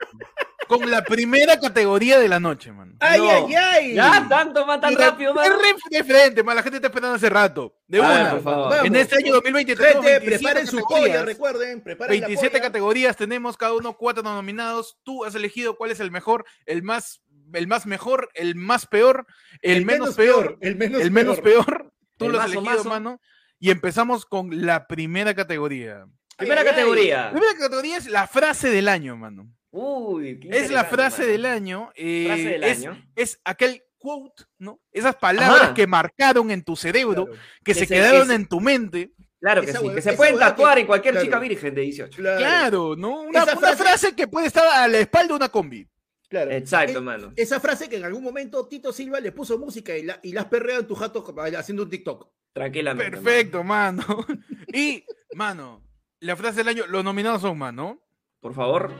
Speaker 3: con la primera categoría de la noche, mano.
Speaker 1: Ay,
Speaker 2: No.
Speaker 1: ay, ay.
Speaker 2: Ya, tanto, más tan
Speaker 3: Y la-
Speaker 2: rápido, mano.
Speaker 3: Es re diferente, man. La gente está esperando hace rato. De
Speaker 1: Ah,
Speaker 2: A ver,
Speaker 3: una.
Speaker 2: por favor.
Speaker 1: Vamos.
Speaker 3: En este año 2023.
Speaker 1: Gente,
Speaker 3: tenemos 27
Speaker 1: preparen su
Speaker 3: categorías.
Speaker 1: polla, recuerden, preparen la
Speaker 3: 27
Speaker 1: polla.
Speaker 3: categorías tenemos, cada uno cuatro nominados. Tú has elegido cuál es el mejor, el más, el más mejor, el más peor, el, menos, peor,
Speaker 1: el menos,
Speaker 3: el menos peor. Tú
Speaker 2: El
Speaker 3: lo has
Speaker 2: mazo,
Speaker 3: elegido,
Speaker 2: mazo.
Speaker 3: mano. Y empezamos con la primera categoría.
Speaker 2: Primera
Speaker 1: Ay, ay, ay.
Speaker 2: categoría.
Speaker 3: La primera categoría es la frase del año, mano.
Speaker 2: Uy, qué
Speaker 3: Es la
Speaker 2: interesante,
Speaker 3: frase
Speaker 2: mano.
Speaker 3: del año. eh,
Speaker 2: Frase del
Speaker 3: es,
Speaker 2: año.
Speaker 3: es aquel quote, ¿no? Esas palabras
Speaker 2: Ajá.
Speaker 3: que marcaron en tu cerebro,
Speaker 1: Claro,
Speaker 3: que
Speaker 2: Que
Speaker 3: se
Speaker 2: se-
Speaker 3: quedaron
Speaker 2: que se-
Speaker 3: en tu mente.
Speaker 2: Claro que
Speaker 1: Esa
Speaker 2: sí,
Speaker 1: hueá-
Speaker 2: que se
Speaker 1: esa
Speaker 2: pueden
Speaker 1: hueá que-
Speaker 2: tatuar en cualquier
Speaker 1: claro.
Speaker 2: chica virgen de 18.
Speaker 1: claro,
Speaker 3: Claro, ¿no? Una,
Speaker 1: Esa
Speaker 3: una frase...
Speaker 1: frase-
Speaker 3: que puede estar a la espalda de una combi.
Speaker 1: claro.
Speaker 2: Exacto,
Speaker 1: Es-
Speaker 2: mano.
Speaker 1: Esa frase que en algún momento Tito Silva le puso música y la, y la has perreado en tu jato como- haciendo un TikTok.
Speaker 2: Tranquilamente. mano.
Speaker 3: Perfecto, mano. Y, mano, la frase del año, los nominados son, mano.
Speaker 2: Por favor.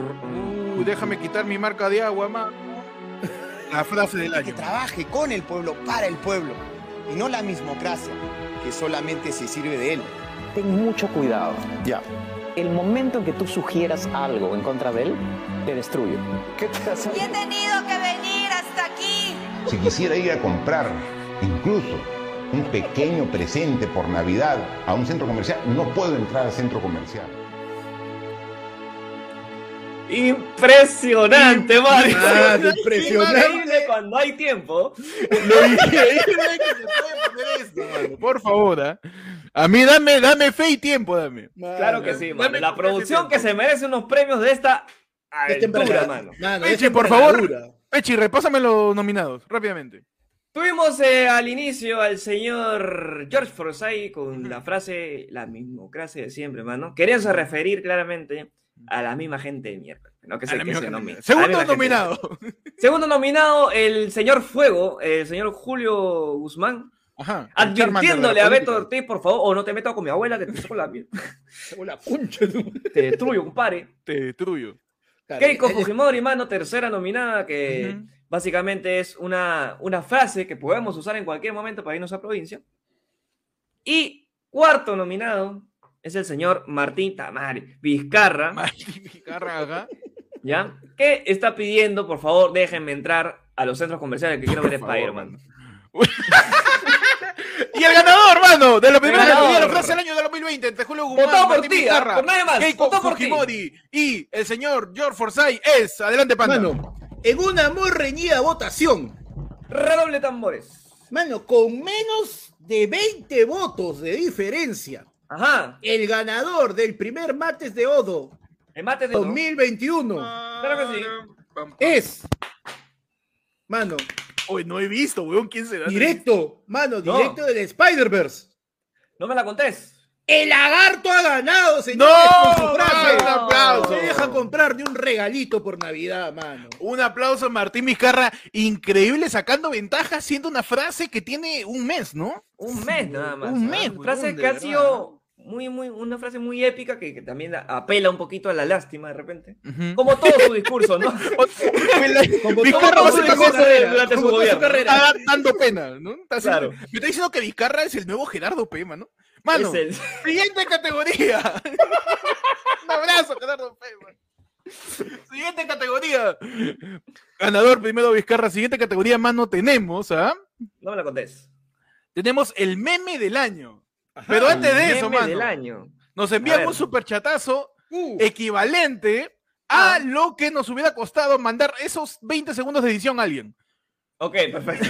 Speaker 3: Uh, déjame quitar mi marca de agua, mano. La frase del
Speaker 4: que
Speaker 3: año.
Speaker 4: trabaje con el pueblo, para el pueblo, y no la mismocracia, que solamente se sirve de él.
Speaker 5: Ten mucho cuidado. Ya. El momento en que tú sugieras algo en contra de él, te destruyo. ¿Qué te hace?
Speaker 6: Y he tenido que venir hasta aquí.
Speaker 7: Si quisiera ir a comprar incluso un pequeño presente por Navidad a un centro comercial, no puedo entrar al centro comercial.
Speaker 2: Impresionante, Mario.
Speaker 3: Ah,
Speaker 1: Mano, impresionante.
Speaker 2: Increíble cuando hay tiempo.
Speaker 3: Lo increíble que se puede poner esto, mano. Por favor, ¿ah? A mí dame, dame fe y tiempo, dame.
Speaker 2: Claro que sí, mano.
Speaker 3: Dame
Speaker 2: La
Speaker 3: con
Speaker 2: producción
Speaker 3: ese
Speaker 2: que se merece unos premios de esta
Speaker 1: Es
Speaker 2: aventura,
Speaker 1: temporada,
Speaker 2: mano.
Speaker 1: mano,
Speaker 3: Eche,
Speaker 1: es
Speaker 3: por favor.
Speaker 1: temporada.
Speaker 3: Pechi, repásame los nominados, rápidamente.
Speaker 2: Tuvimos eh, al inicio al señor George Forsyth con la frase, la mismocracia de siempre, mano. Queriéndose referir claramente a la misma gente de mierda. ¿no? Que
Speaker 3: A
Speaker 2: se-
Speaker 3: la
Speaker 2: que
Speaker 3: misma
Speaker 2: se
Speaker 3: cantidad.
Speaker 2: nomina. A la misma
Speaker 3: Segundo
Speaker 2: gente de mierda.
Speaker 3: nominado.
Speaker 2: Segundo nominado, el señor Fuego, el señor Julio Guzmán,
Speaker 3: Ajá. el Charmander de
Speaker 2: advirtiéndole
Speaker 3: la
Speaker 2: a Beto
Speaker 3: política.
Speaker 2: Ortiz, por favor, o no te metas con mi abuela, que te saco la mierda.
Speaker 1: Tengo la concha de un-
Speaker 2: Te destruyo, compadre.
Speaker 3: Te destruyo.
Speaker 1: Claro,
Speaker 2: Eh, Keiko
Speaker 1: él es-
Speaker 2: Fujimori, mano, tercera nominada, que
Speaker 3: Ujú.
Speaker 2: básicamente es una, una frase que podemos usar en cualquier momento para irnos a provincia. Y cuarto nominado, es el señor Martín Tamari Vizcarra,
Speaker 3: Martín Vizcarra, ajá.
Speaker 2: ¿ya? Que está pidiendo, por favor, déjenme entrar a los centros comerciales que quiero ver
Speaker 3: favor,
Speaker 2: Spider-Man.
Speaker 3: Y el ganador, hermano, de la primera
Speaker 2: El ganador.
Speaker 3: categoría de la frase del año 2020, entre Julio Guzmán,
Speaker 2: Votado por
Speaker 3: Martín
Speaker 2: ti,
Speaker 3: Vizcarra,
Speaker 2: por nadie más,
Speaker 3: Keiko
Speaker 2: votado por ti.
Speaker 3: Fujimori y el señor George Forsyth es, adelante, Panda.
Speaker 1: Mano, en una muy reñida votación,
Speaker 2: Redoble tambores.
Speaker 1: mano, con menos de 20 votos de diferencia,
Speaker 2: Ajá,
Speaker 1: el ganador del primer martes de Odo
Speaker 2: el mate de todo.
Speaker 1: 2021
Speaker 2: Claro que sí.
Speaker 1: es, mano,
Speaker 3: Uy, no he visto, weón, quién será.
Speaker 1: directo, mano,
Speaker 2: No.
Speaker 1: directo del Spider-Verse.
Speaker 2: No me la contés.
Speaker 1: El lagarto ha ganado,
Speaker 3: No,
Speaker 1: señores, con su frase.
Speaker 3: un aplauso.
Speaker 1: Se deja comprar de un regalito por Navidad, mano.
Speaker 3: Un aplauso a Martín Vizcarra, increíble sacando ventaja, siendo una frase que tiene un mes, ¿no?
Speaker 2: Un mes nada más.
Speaker 3: un
Speaker 2: ¿ah?
Speaker 3: mes,
Speaker 2: Frase
Speaker 3: huevón, de
Speaker 2: que ha
Speaker 3: verdad.
Speaker 2: sido muy, muy, una frase muy épica que, que también a- apela un poquito a la lástima de repente. Como todo su discurso, ¿no?
Speaker 1: Como
Speaker 3: Vizcarra
Speaker 1: todo su
Speaker 3: básicamente
Speaker 1: carrera,
Speaker 2: durante
Speaker 1: como
Speaker 2: su
Speaker 1: toda
Speaker 2: gobierno.
Speaker 1: carrera.
Speaker 3: Está dando pena, ¿no? Está haciendo-
Speaker 2: Claro.
Speaker 3: Me está diciendo que Vizcarra es el nuevo Gerardo P, mano. Mano,
Speaker 2: Es el-
Speaker 3: siguiente categoría. Un abrazo, Gerardo P, mano. Siguiente categoría. Ganador primero Vizcarra. Siguiente categoría, mano, tenemos, ¿ah?
Speaker 2: No me la contés.
Speaker 3: Tenemos el meme del año. Pero antes
Speaker 2: Ah, El
Speaker 3: de eso,
Speaker 2: meme del
Speaker 3: mano,
Speaker 2: año.
Speaker 3: nos
Speaker 2: A
Speaker 3: envían
Speaker 2: ver.
Speaker 3: un superchatazo
Speaker 1: Uh,
Speaker 3: equivalente a
Speaker 2: Ah.
Speaker 3: lo que nos hubiera costado mandar esos 20 segundos de edición a alguien.
Speaker 2: Ok, perfecto.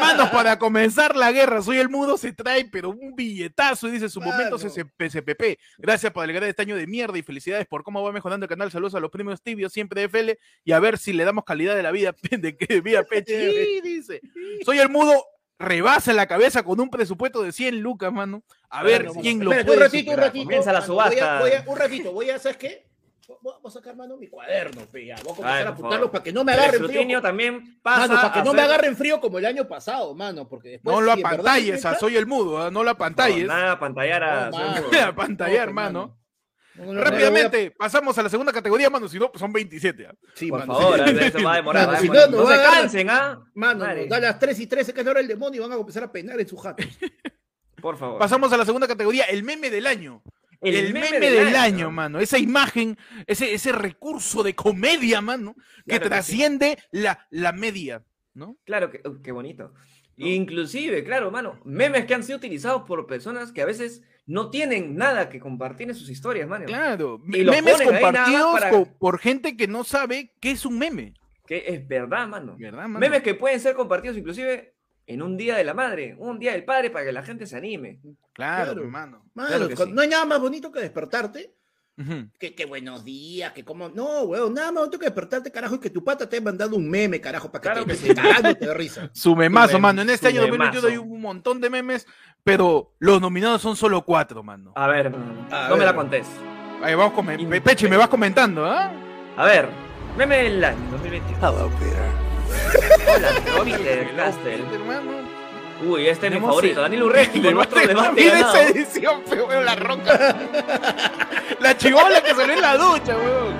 Speaker 3: Manos, para comenzar la guerra, soy el mudo, se trae, pero un billetazo, y dice, su momento
Speaker 1: Mano.
Speaker 3: SPP. Gracias por el gran este año de mierda y felicidades por cómo va mejorando el canal. Saludos a los premios tibios, siempre FL, y a ver si le damos calidad de la vida, de que vida peche. Y dice, soy el mudo, rebasa la cabeza con un presupuesto de 100 lucas, mano. A ver
Speaker 1: Mano,
Speaker 3: quién lo
Speaker 1: espérate,
Speaker 3: puede
Speaker 1: un ratito, un
Speaker 3: superar,
Speaker 1: ratito.
Speaker 2: Comienza la
Speaker 1: mano, voy a-
Speaker 2: subasta.
Speaker 1: voy a- un ratito, voy a, ¿sabes qué? Voy voy a sacar, mano, mi cuaderno, pe, ya. Voy a comenzar
Speaker 2: Ay,
Speaker 1: a
Speaker 2: por
Speaker 1: apuntarlo
Speaker 2: favor.
Speaker 1: para que no me
Speaker 2: El
Speaker 1: agarren frío.
Speaker 2: escrutinio también pasa.
Speaker 1: Mano, para que
Speaker 2: a
Speaker 1: no me
Speaker 2: ser-
Speaker 1: agarren frío como el año pasado, mano, porque después...
Speaker 3: No
Speaker 1: si
Speaker 3: lo
Speaker 1: Pues en verdad
Speaker 3: apantalles,
Speaker 1: comienza-
Speaker 3: ah, soy el mudo, ah, no lo apantalles.
Speaker 2: No, nada, pantallar a.
Speaker 1: No, mano.
Speaker 3: Voy a pantallar,
Speaker 1: pe,
Speaker 3: mano.
Speaker 1: No, no, no,
Speaker 3: Rápidamente, pasamos a la segunda categoría, mano, si no, son 27. ah.
Speaker 1: voy a- sí,
Speaker 2: Por
Speaker 1: mano,
Speaker 2: favor,
Speaker 1: sí.
Speaker 2: eso va a demorar.
Speaker 1: Mano,
Speaker 2: va a
Speaker 1: si no,
Speaker 2: demorar.
Speaker 1: nos
Speaker 2: no
Speaker 1: va a
Speaker 2: se
Speaker 1: agarrar-
Speaker 2: cansen, ¿ah?
Speaker 1: Mano,
Speaker 2: Madre,
Speaker 1: nos da las 3 y 13, que es la hora del demonio, y van a comenzar a peinar en su jato.
Speaker 2: Por favor.
Speaker 3: Pasamos a la segunda categoría, el meme del año. El, meme, del, año, mano. Esa imagen, ese, ese recurso de comedia, mano, que
Speaker 2: Claro que
Speaker 3: trasciende la, la media, ¿no?
Speaker 2: Claro, que, uh, qué bonito. Inclusive, claro, mano, memes que han sido utilizados por personas que a veces no tienen nada que compartir en sus historias, mano.
Speaker 3: Claro.
Speaker 2: Y lo
Speaker 3: memes
Speaker 2: ponen ahí nada más
Speaker 3: compartidos
Speaker 2: para-
Speaker 3: co- por gente que no sabe qué es un meme.
Speaker 2: Que es verdad, mano.
Speaker 3: ¿Verdad, mano?
Speaker 2: Memes que pueden ser compartidos inclusive en un día de la madre, un día del padre, para que la gente se anime.
Speaker 3: Claro,
Speaker 1: Claro.
Speaker 3: mano.
Speaker 1: Mano,
Speaker 3: claro que
Speaker 1: con-
Speaker 3: sí.
Speaker 1: no hay nada más bonito que despertarte
Speaker 3: Ujú.
Speaker 1: que, que buenos días, que como. No, weón, nada más tengo que despertarte, carajo, y que tu pata te haya mandado un meme, carajo, para que
Speaker 2: Claro
Speaker 1: te
Speaker 2: que
Speaker 1: estés
Speaker 2: sí.
Speaker 1: cagando de risa.
Speaker 3: Su memazo,
Speaker 2: meme-
Speaker 3: mano. En este
Speaker 2: su
Speaker 3: año 2021 hay
Speaker 2: memazo.
Speaker 3: un montón de memes, pero los nominados son solo cuatro, mano.
Speaker 2: A ver,
Speaker 1: A
Speaker 2: no me la
Speaker 1: ver.
Speaker 2: contés.
Speaker 3: Ahí vamos con
Speaker 2: Y-
Speaker 3: me- Peche, me vas comentando, ¿ah?
Speaker 2: A ver, meme del año 2021. Hello, Peter. Hola, Peter Castle.
Speaker 3: Hermano.
Speaker 2: Uy, este es mi
Speaker 3: Tenemos
Speaker 2: favorito.
Speaker 3: el-
Speaker 2: Daniel Urresti con otro debate
Speaker 3: Mira esa
Speaker 2: ganado.
Speaker 3: edición, pe, weón, la roca. la chivola que salió en la ducha, weón.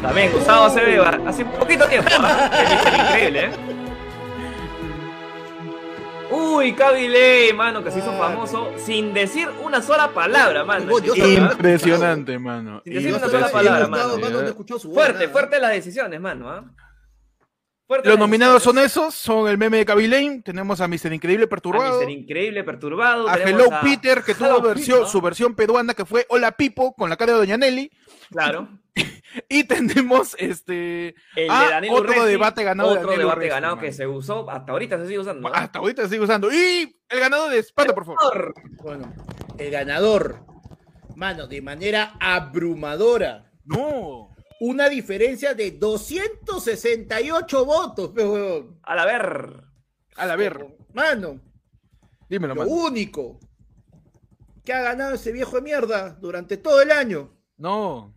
Speaker 2: También Gustavo Acebeba, hace un poquito tiempo. ¿ah? Es increíble, ¿eh? Uy, Cabiley, mano, que se hizo famoso sin decir una sola palabra, mano.
Speaker 1: Yo- yo
Speaker 2: Ese tipo, ¿ah?
Speaker 3: Impresionante, mano.
Speaker 2: Sin decir una
Speaker 1: Yo
Speaker 2: sola
Speaker 1: estoy-
Speaker 2: palabra,
Speaker 1: he gustado,
Speaker 2: mano. eh.
Speaker 1: mano, no he escuchado su voz,
Speaker 2: Fuerte,
Speaker 1: nada.
Speaker 2: fuerte las decisiones, mano. ¿ah? Fuerte
Speaker 3: Los
Speaker 2: las
Speaker 3: nominados son
Speaker 2: decisiones.
Speaker 3: esos, son el meme de Kabilane, tenemos a Mr. Increíble
Speaker 2: A
Speaker 3: Perturbado,
Speaker 2: Mr. Increíble, perturbado.
Speaker 3: a
Speaker 2: tenemos
Speaker 3: Hello
Speaker 2: a-
Speaker 3: Peter, que tuvo
Speaker 2: Hello
Speaker 3: versión,
Speaker 2: Peter,
Speaker 3: su versión peruana, que fue Hola Pipo, con la cara de Doña Nelly,
Speaker 2: Claro.
Speaker 3: y tenemos este...
Speaker 2: El
Speaker 3: Ah,
Speaker 2: de Daniel
Speaker 3: otro
Speaker 2: Urresti,
Speaker 3: debate ganado de
Speaker 2: Otro
Speaker 3: Daniel
Speaker 2: debate
Speaker 3: Urresti,
Speaker 2: ganado
Speaker 3: mano.
Speaker 2: que se usó, hasta ahorita se sigue usando. ¿ah?
Speaker 3: Hasta ahorita sigue usando. Y el ganador de Espanta, por favor.
Speaker 1: Bueno, el ganador, mano, de manera abrumadora.
Speaker 3: No.
Speaker 1: Una diferencia de 268 votos, pe, weón.
Speaker 2: A la ver.
Speaker 3: A la ver,
Speaker 1: Mano,
Speaker 3: dímelo,
Speaker 1: lo
Speaker 3: mano.
Speaker 1: único que ha ganado ese viejo de mierda durante todo el año.
Speaker 3: No.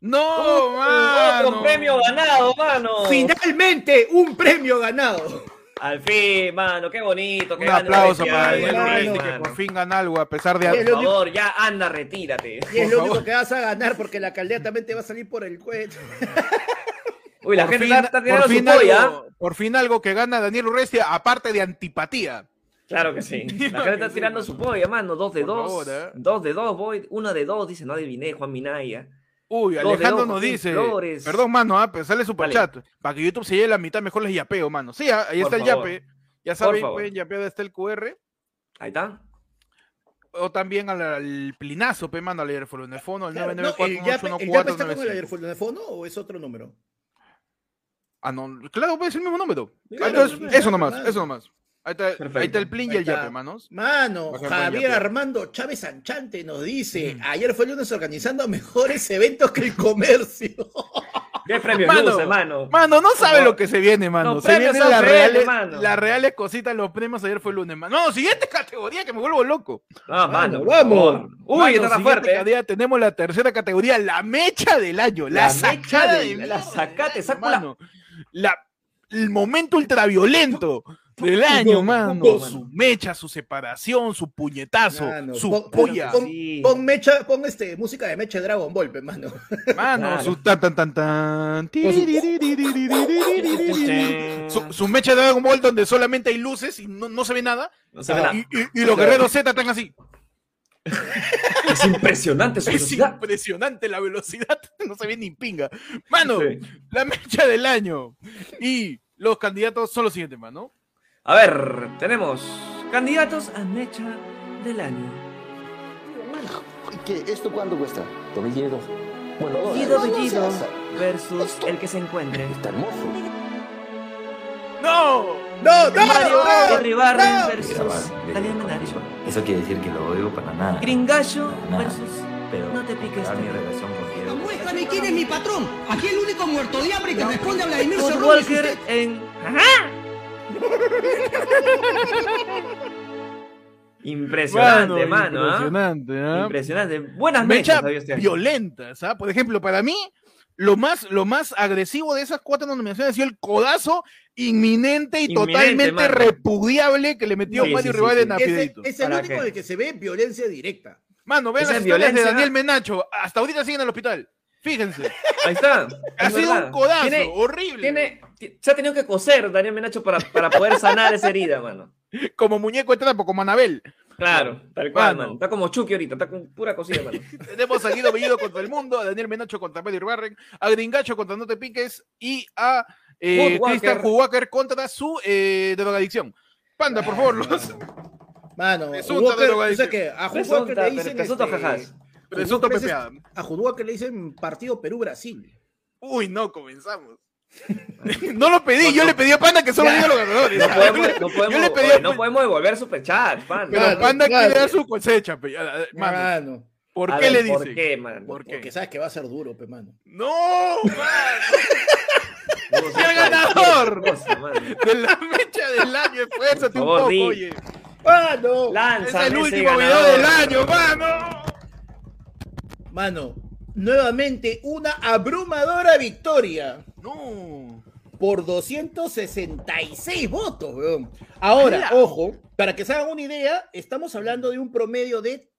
Speaker 3: No, Oh, mano.
Speaker 2: Otro premio ganado, mano.
Speaker 1: Finalmente, un premio ganado.
Speaker 2: Al fin, mano, qué bonito. Que
Speaker 3: Un
Speaker 2: gane
Speaker 3: aplauso
Speaker 2: la
Speaker 3: para
Speaker 2: bestia,
Speaker 3: Daniel
Speaker 1: mano.
Speaker 3: Urresti, que
Speaker 2: mano.
Speaker 3: por fin gana algo, a pesar de...
Speaker 1: Es
Speaker 2: Por
Speaker 1: lo único-
Speaker 2: favor, ya anda, retírate.
Speaker 1: Y es
Speaker 3: Por
Speaker 1: lo
Speaker 3: favor.
Speaker 1: único que vas a ganar porque la caldea también te va a salir por el cuello.
Speaker 2: Uy, la
Speaker 3: por
Speaker 2: gente
Speaker 3: fin-
Speaker 2: está, está
Speaker 3: por
Speaker 2: tirando su
Speaker 3: fin
Speaker 2: polla.
Speaker 3: algo, por fin algo que gana Daniel Urresti, aparte de antipatía.
Speaker 2: Claro que sí. La gente está tirando su polla, mano. Dos de
Speaker 3: Por
Speaker 2: dos.
Speaker 3: favor, ¿eh?
Speaker 2: Dos de dos, voy. Una de dos, dice, no adiviné, Juan Minaya.
Speaker 3: Uy,
Speaker 2: Dos de
Speaker 3: Alejandro
Speaker 2: dos,
Speaker 3: nos
Speaker 2: Joaquín
Speaker 3: dice.
Speaker 2: Flores.
Speaker 3: Perdón, mano, ah, pero sale superchat.
Speaker 2: Dale.
Speaker 3: Para que YouTube se lleve la mitad, mejor les yapeo, mano. Sí, ah, ahí
Speaker 2: Por
Speaker 3: está el
Speaker 2: favor.
Speaker 3: yape. Ya
Speaker 2: Por
Speaker 3: saben,
Speaker 2: favor.
Speaker 3: pueden yapear desde el QR.
Speaker 2: Ahí está.
Speaker 3: O también al, al plinazo, pe, mano, al aerofononefono, al
Speaker 1: Claro, no, ¿El yape el yape está con el
Speaker 3: 994
Speaker 1: aerofono de fondo o es otro número?
Speaker 3: Ah, no, claro, pues, es el mismo número.
Speaker 1: Claro,
Speaker 3: Entonces,
Speaker 1: pues,
Speaker 3: eso
Speaker 1: ya,
Speaker 3: nomás,
Speaker 1: mano.
Speaker 3: eso nomás. Ahí está,
Speaker 2: Perfecto.
Speaker 3: ahí está el plin y
Speaker 1: Ahí
Speaker 3: el yape,
Speaker 1: está.
Speaker 3: manos.
Speaker 1: Mano,
Speaker 3: Bajar
Speaker 1: Javier
Speaker 3: Peña, pe.
Speaker 1: Armando Chávez Sanchante nos dice, ayer fue el lunes organizando mejores eventos que el comercio.
Speaker 2: ¿Qué premios
Speaker 3: Mano,
Speaker 2: luz, hermano?
Speaker 3: Mano, no sabe
Speaker 2: favor.
Speaker 3: lo que se viene, mano.
Speaker 2: Los
Speaker 3: se
Speaker 2: premios
Speaker 3: vienen
Speaker 2: son
Speaker 3: las
Speaker 2: reales,
Speaker 3: reales,
Speaker 2: mano.
Speaker 3: las reales cositas, los premios ayer fue el lunes, mano. No, siguiente categoría que me vuelvo loco.
Speaker 2: Ah, mano,
Speaker 1: Mano,
Speaker 2: por
Speaker 1: vamos.
Speaker 2: favor. Uy, está tan
Speaker 3: Mano, siguiente
Speaker 2: fuerte. ¿eh?
Speaker 3: categoría, tenemos la tercera categoría, la mecha del año.
Speaker 2: La
Speaker 3: La,
Speaker 2: mecha
Speaker 3: sacada
Speaker 2: del-
Speaker 3: de
Speaker 2: la
Speaker 3: mierda
Speaker 2: sacate,
Speaker 3: del
Speaker 2: saco
Speaker 3: año,
Speaker 2: la-
Speaker 3: mano. La- el momento ultraviolento del año,
Speaker 1: No,
Speaker 3: mano.
Speaker 1: no,
Speaker 3: Su mecha, su separación, su puñetazo,
Speaker 1: Mano,
Speaker 3: su
Speaker 1: pon-
Speaker 3: puya,
Speaker 1: Pon,
Speaker 2: Sí.
Speaker 1: pon mecha, pon este, música de mecha de Dragon Ball, pe, mano.
Speaker 3: mano,
Speaker 2: Claro.
Speaker 3: su tan tan tan tan. Pues Su, su mecha de Dragon Ball donde solamente hay luces y no, no se ve nada.
Speaker 2: No se ve nada.
Speaker 3: Y, y- y los guerreros Z están así.
Speaker 2: Es impresionante su
Speaker 3: Es
Speaker 2: velocidad.
Speaker 3: impresionante la velocidad. No se ve ni pinga. Mano,
Speaker 2: Sí.
Speaker 3: la mecha del año. Y los candidatos son los siguientes, mano.
Speaker 2: A ver, tenemos candidatos a mecha del año.
Speaker 5: ¿Qué? ¿Esto cuánto cuesta? Tobilledo. Bueno,
Speaker 2: Guido
Speaker 5: dólares.
Speaker 2: Bellido versus el que se encuentre.
Speaker 5: Está hermoso.
Speaker 3: ¡No!
Speaker 1: No, no,
Speaker 2: Mario
Speaker 1: no,
Speaker 2: Berribarren
Speaker 1: no.
Speaker 2: versus
Speaker 8: Grabar, video,
Speaker 2: Daniel Menacho.
Speaker 8: Eso quiere decir que lo odio para nada.
Speaker 2: Gringallo
Speaker 8: Nada.
Speaker 2: versus
Speaker 8: Pero
Speaker 2: no te piques,
Speaker 8: mejorar mi
Speaker 2: tío.
Speaker 8: relación con Diego.
Speaker 9: Muéstrame Pues, quién es mi patrón. Aquí el único muerto de hambre que responde a Vladimir
Speaker 2: Kurt
Speaker 9: Cerrón es
Speaker 2: Walker
Speaker 9: usted.
Speaker 2: en. ¡Ajá! Impresionante, mano. ¿ah?
Speaker 3: Impresionante, ¿ah?
Speaker 2: Impresionante. Buenas
Speaker 3: Mecha
Speaker 2: mechas, había este año.
Speaker 3: violentas, ¿ah? Por ejemplo, para mí, lo más, lo más agresivo de esas cuatro nominaciones ha sido el codazo inminente y
Speaker 2: Inminente,
Speaker 3: totalmente
Speaker 2: mano.
Speaker 3: repudiable que le metió
Speaker 2: Sí,
Speaker 3: Mario
Speaker 2: sí, sí,
Speaker 3: Rival
Speaker 2: sí.
Speaker 3: en
Speaker 1: Es,
Speaker 3: Apidito.
Speaker 1: el- es el
Speaker 2: ¿Para
Speaker 1: único
Speaker 2: qué?
Speaker 1: en el que se ve violencia directa.
Speaker 3: Mano, vean
Speaker 2: Esa
Speaker 3: las historias de
Speaker 2: violencia-
Speaker 3: Daniel Menacho. Hasta ahorita siguen en el hospital. Fíjense.
Speaker 2: Ahí está.
Speaker 3: Ha
Speaker 2: es
Speaker 3: sido
Speaker 2: verdad.
Speaker 3: un codazo
Speaker 2: Tiene-
Speaker 3: horrible.
Speaker 2: tiene- ti- se ha tenido que coser Daniel Menacho para, para poder sanar esa herida, mano.
Speaker 3: Como muñeco de trapo, como Anabel.
Speaker 2: Claro, tal cual,
Speaker 3: Mano.
Speaker 2: mano. Está como Chucky ahorita, está con pura cosilla, mano.
Speaker 3: Tenemos a Guido Bellido contra el mundo, a Daniel Menacho contra Pedro Barren, a Gringacho contra No Te Piques y a eh,
Speaker 2: Hood Walker.
Speaker 3: Christian Hood Walker contra su eh, drogadicción. Panda, por favor, los
Speaker 1: Mano,
Speaker 3: Presunta
Speaker 1: Walker,
Speaker 3: drogadicción.
Speaker 1: o sea que a Hood Walker
Speaker 2: Presunta,
Speaker 1: le dicen
Speaker 2: presunto
Speaker 1: este,
Speaker 2: jajás.
Speaker 3: presunto
Speaker 1: Walker es-
Speaker 3: pepeado.
Speaker 1: a Hood Walker le dicen partido Perú Brasil.
Speaker 3: Uy, no, comenzamos. No lo pedí, yo le pedí a Panda que solo diga los ganadores.
Speaker 2: No podemos, no
Speaker 3: yo le
Speaker 2: podemos,
Speaker 3: pedí
Speaker 2: oye,
Speaker 3: a
Speaker 2: no podemos devolver superchat, mano.
Speaker 3: Pero
Speaker 1: Claro,
Speaker 3: Panda
Speaker 1: claro.
Speaker 3: quiere dar su cosecha, pe- a- a-
Speaker 1: Mano,
Speaker 3: mano. ¿Por
Speaker 2: Ah, A
Speaker 3: qué
Speaker 2: ver,
Speaker 3: le dice?
Speaker 2: ¿Por qué, mano?
Speaker 3: ¿Por qué?
Speaker 1: porque sabes que va a ser duro, pe, mano.
Speaker 3: ¡No! mano!
Speaker 2: No sé,
Speaker 3: ¡El ganador!
Speaker 2: cualquier cosa, mano.
Speaker 3: De la mecha del año, esfuérzate un
Speaker 2: Por
Speaker 3: poco,
Speaker 2: favor, di.
Speaker 3: oye.
Speaker 1: Mano,
Speaker 3: Es
Speaker 2: Lánzame
Speaker 3: el
Speaker 2: ese
Speaker 3: último video
Speaker 2: ganador.
Speaker 3: del año, mano.
Speaker 1: mano, nuevamente una abrumadora victoria.
Speaker 3: No.
Speaker 1: por 266 votos, weón. Ahora,
Speaker 3: ¡Hala!
Speaker 1: ojo, para que se hagan una idea, estamos hablando de un promedio de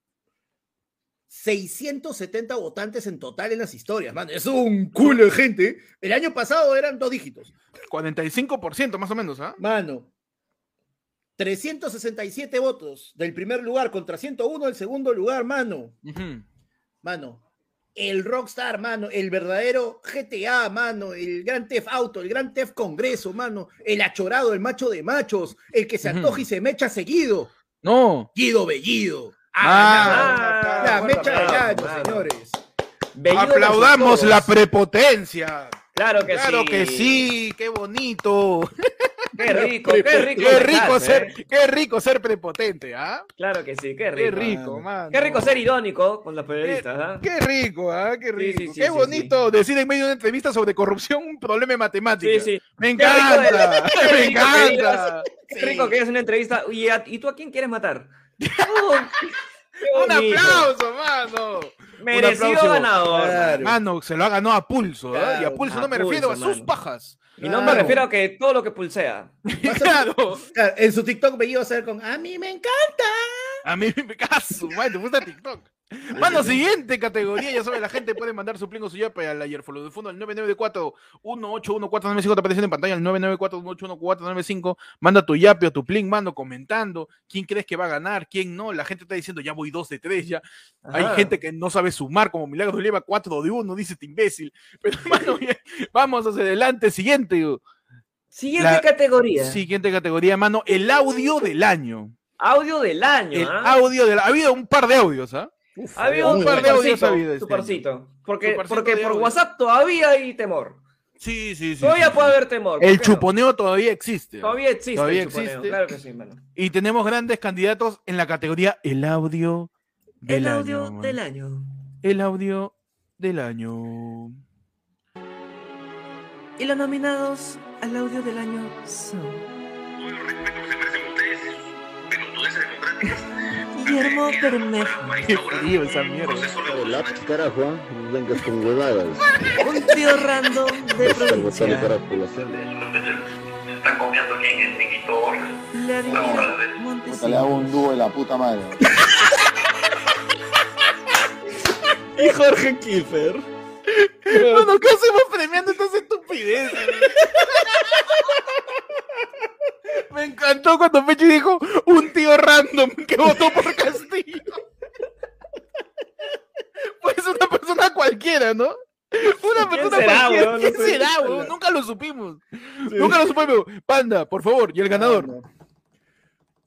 Speaker 1: 670 votantes en total en las historias, man. Es un culo de gente. El año pasado eran dos dígitos.
Speaker 3: 45% más o menos, ¿ah?
Speaker 1: Mano, 367 votos del primer lugar contra 101 del segundo lugar, mano.
Speaker 3: Ujú.
Speaker 1: Mano, el Rockstar, mano, el verdadero GTA, mano, el Gran Theft Auto, el Gran Theft Congreso, mano, el achorado, el macho de machos, el que se
Speaker 3: Ujú.
Speaker 1: antoja y se mecha seguido,
Speaker 3: No.
Speaker 1: Guido Bellido.
Speaker 3: Ah,
Speaker 1: Ah,
Speaker 2: ah,
Speaker 1: la
Speaker 2: fuerte
Speaker 1: mecha del
Speaker 2: aplauso,
Speaker 1: año,
Speaker 2: mano.
Speaker 1: señores.
Speaker 2: Bellido
Speaker 3: Aplaudamos
Speaker 2: versus
Speaker 3: la
Speaker 2: todos.
Speaker 3: prepotencia.
Speaker 2: Claro que
Speaker 3: Claro
Speaker 2: sí.
Speaker 3: que sí, qué bonito.
Speaker 2: Qué rico, qué rico.
Speaker 3: Qué rico
Speaker 2: mechazo,
Speaker 3: ser,
Speaker 2: eh.
Speaker 3: qué rico ser prepotente, ¿ah?
Speaker 2: Claro que sí, qué rico.
Speaker 3: Qué rico, mano.
Speaker 2: Qué rico ser irónico con los periodistas, ¿ah?
Speaker 3: Qué rico, ¿ah? Qué rico.
Speaker 2: sí, sí,
Speaker 3: qué
Speaker 2: sí,
Speaker 3: bonito decir en medio de una entrevista sobre corrupción un problema de
Speaker 2: Sí,
Speaker 3: matemáticas.
Speaker 2: sí.
Speaker 3: Me
Speaker 2: Qué rico
Speaker 3: encanta.
Speaker 2: de- qué
Speaker 3: Me
Speaker 2: rico que
Speaker 3: encanta.
Speaker 2: Qué rico que es una entrevista. ¿Y, a- y tú a quién quieres matar? Oh, qué
Speaker 3: Un
Speaker 2: bonito.
Speaker 3: aplauso, mano.
Speaker 2: Merecido
Speaker 3: aplauso.
Speaker 2: ganador.
Speaker 1: Claro.
Speaker 3: Mano, se lo ha ganado a pulso, ¿ah? Y a
Speaker 1: Claro,
Speaker 3: pulso
Speaker 2: a
Speaker 3: no me
Speaker 2: pulso,
Speaker 3: refiero a sus
Speaker 2: mano.
Speaker 3: pajas.
Speaker 2: Y no me
Speaker 1: Claro.
Speaker 2: refiero a que todo lo que pulsea.
Speaker 1: Vas a-
Speaker 3: Claro.
Speaker 1: Claro, En su TikTok Bellido va a ser con A mí me encanta.
Speaker 3: A mí me caso, man, te gusta TikTok. Mano, siguiente categoría. Ya sabe, la gente puede mandar su plingo su yape al ayer de fondo al 994-181495. Te apareciendo en pantalla al 994-181495. Manda tu yape o tu pling, mano, comentando quién crees que va a ganar, quién no. La gente está diciendo ya voy 2 de 3 ya. Hay
Speaker 2: Ajá.
Speaker 3: gente que no sabe sumar, como Milagros lleva 4 de 1, dice este imbécil. Pero, mano, bien, vamos hacia adelante. Siguiente.
Speaker 2: Siguiente
Speaker 3: La-
Speaker 2: categoría.
Speaker 3: Siguiente categoría, mano. El audio del año.
Speaker 2: Audio del año.
Speaker 3: El
Speaker 2: ¿ah?
Speaker 3: audio del Ha habido un par de audios, ¿ah?
Speaker 2: Ha habido
Speaker 3: Un
Speaker 2: un
Speaker 3: par de audios
Speaker 2: parcito,
Speaker 3: ha habido este
Speaker 2: tu parcito. Porque,
Speaker 3: parcito
Speaker 2: porque
Speaker 3: de
Speaker 2: por
Speaker 3: audio.
Speaker 2: WhatsApp todavía hay temor.
Speaker 3: Sí, sí, sí.
Speaker 2: Todavía
Speaker 3: sí.
Speaker 2: puede haber temor. ¿por
Speaker 3: El
Speaker 2: qué no?
Speaker 3: chuponeo todavía existe.
Speaker 2: Todavía existe.
Speaker 3: Todavía
Speaker 2: el chuponeo,
Speaker 3: existe.
Speaker 2: Claro que sí, mano.
Speaker 3: Y tenemos grandes candidatos en la categoría el audio del
Speaker 2: El
Speaker 3: año.
Speaker 2: audio
Speaker 3: man.
Speaker 2: del año.
Speaker 3: El audio del año.
Speaker 2: Y los nominados al audio del año son Guillermo Bermejo,
Speaker 3: Qué frío esa mierda.
Speaker 10: carajo, ¿ah? no vengas con huevadas.
Speaker 2: un tío random de
Speaker 10: Estás agotando
Speaker 2: provincia,
Speaker 10: para la población.
Speaker 2: Vladimir
Speaker 11: Puta, le hago
Speaker 2: Montesinos,
Speaker 11: un dúo de la puta madre.
Speaker 12: Y Jorge Kiefer.
Speaker 3: Bueno, ¿qué hacemos premiando estas estupideces? Me encantó cuando Pechi dijo un tío random que votó por Castillo. Pues una persona cualquiera, ¿no? Una
Speaker 12: ¿Quién
Speaker 3: persona
Speaker 12: será,
Speaker 3: cualquiera.
Speaker 12: weón? No
Speaker 3: ¿Quién
Speaker 12: sé.
Speaker 3: será, weón? Nunca lo supimos. Nunca lo supimos. Panda, por favor, y el ganador.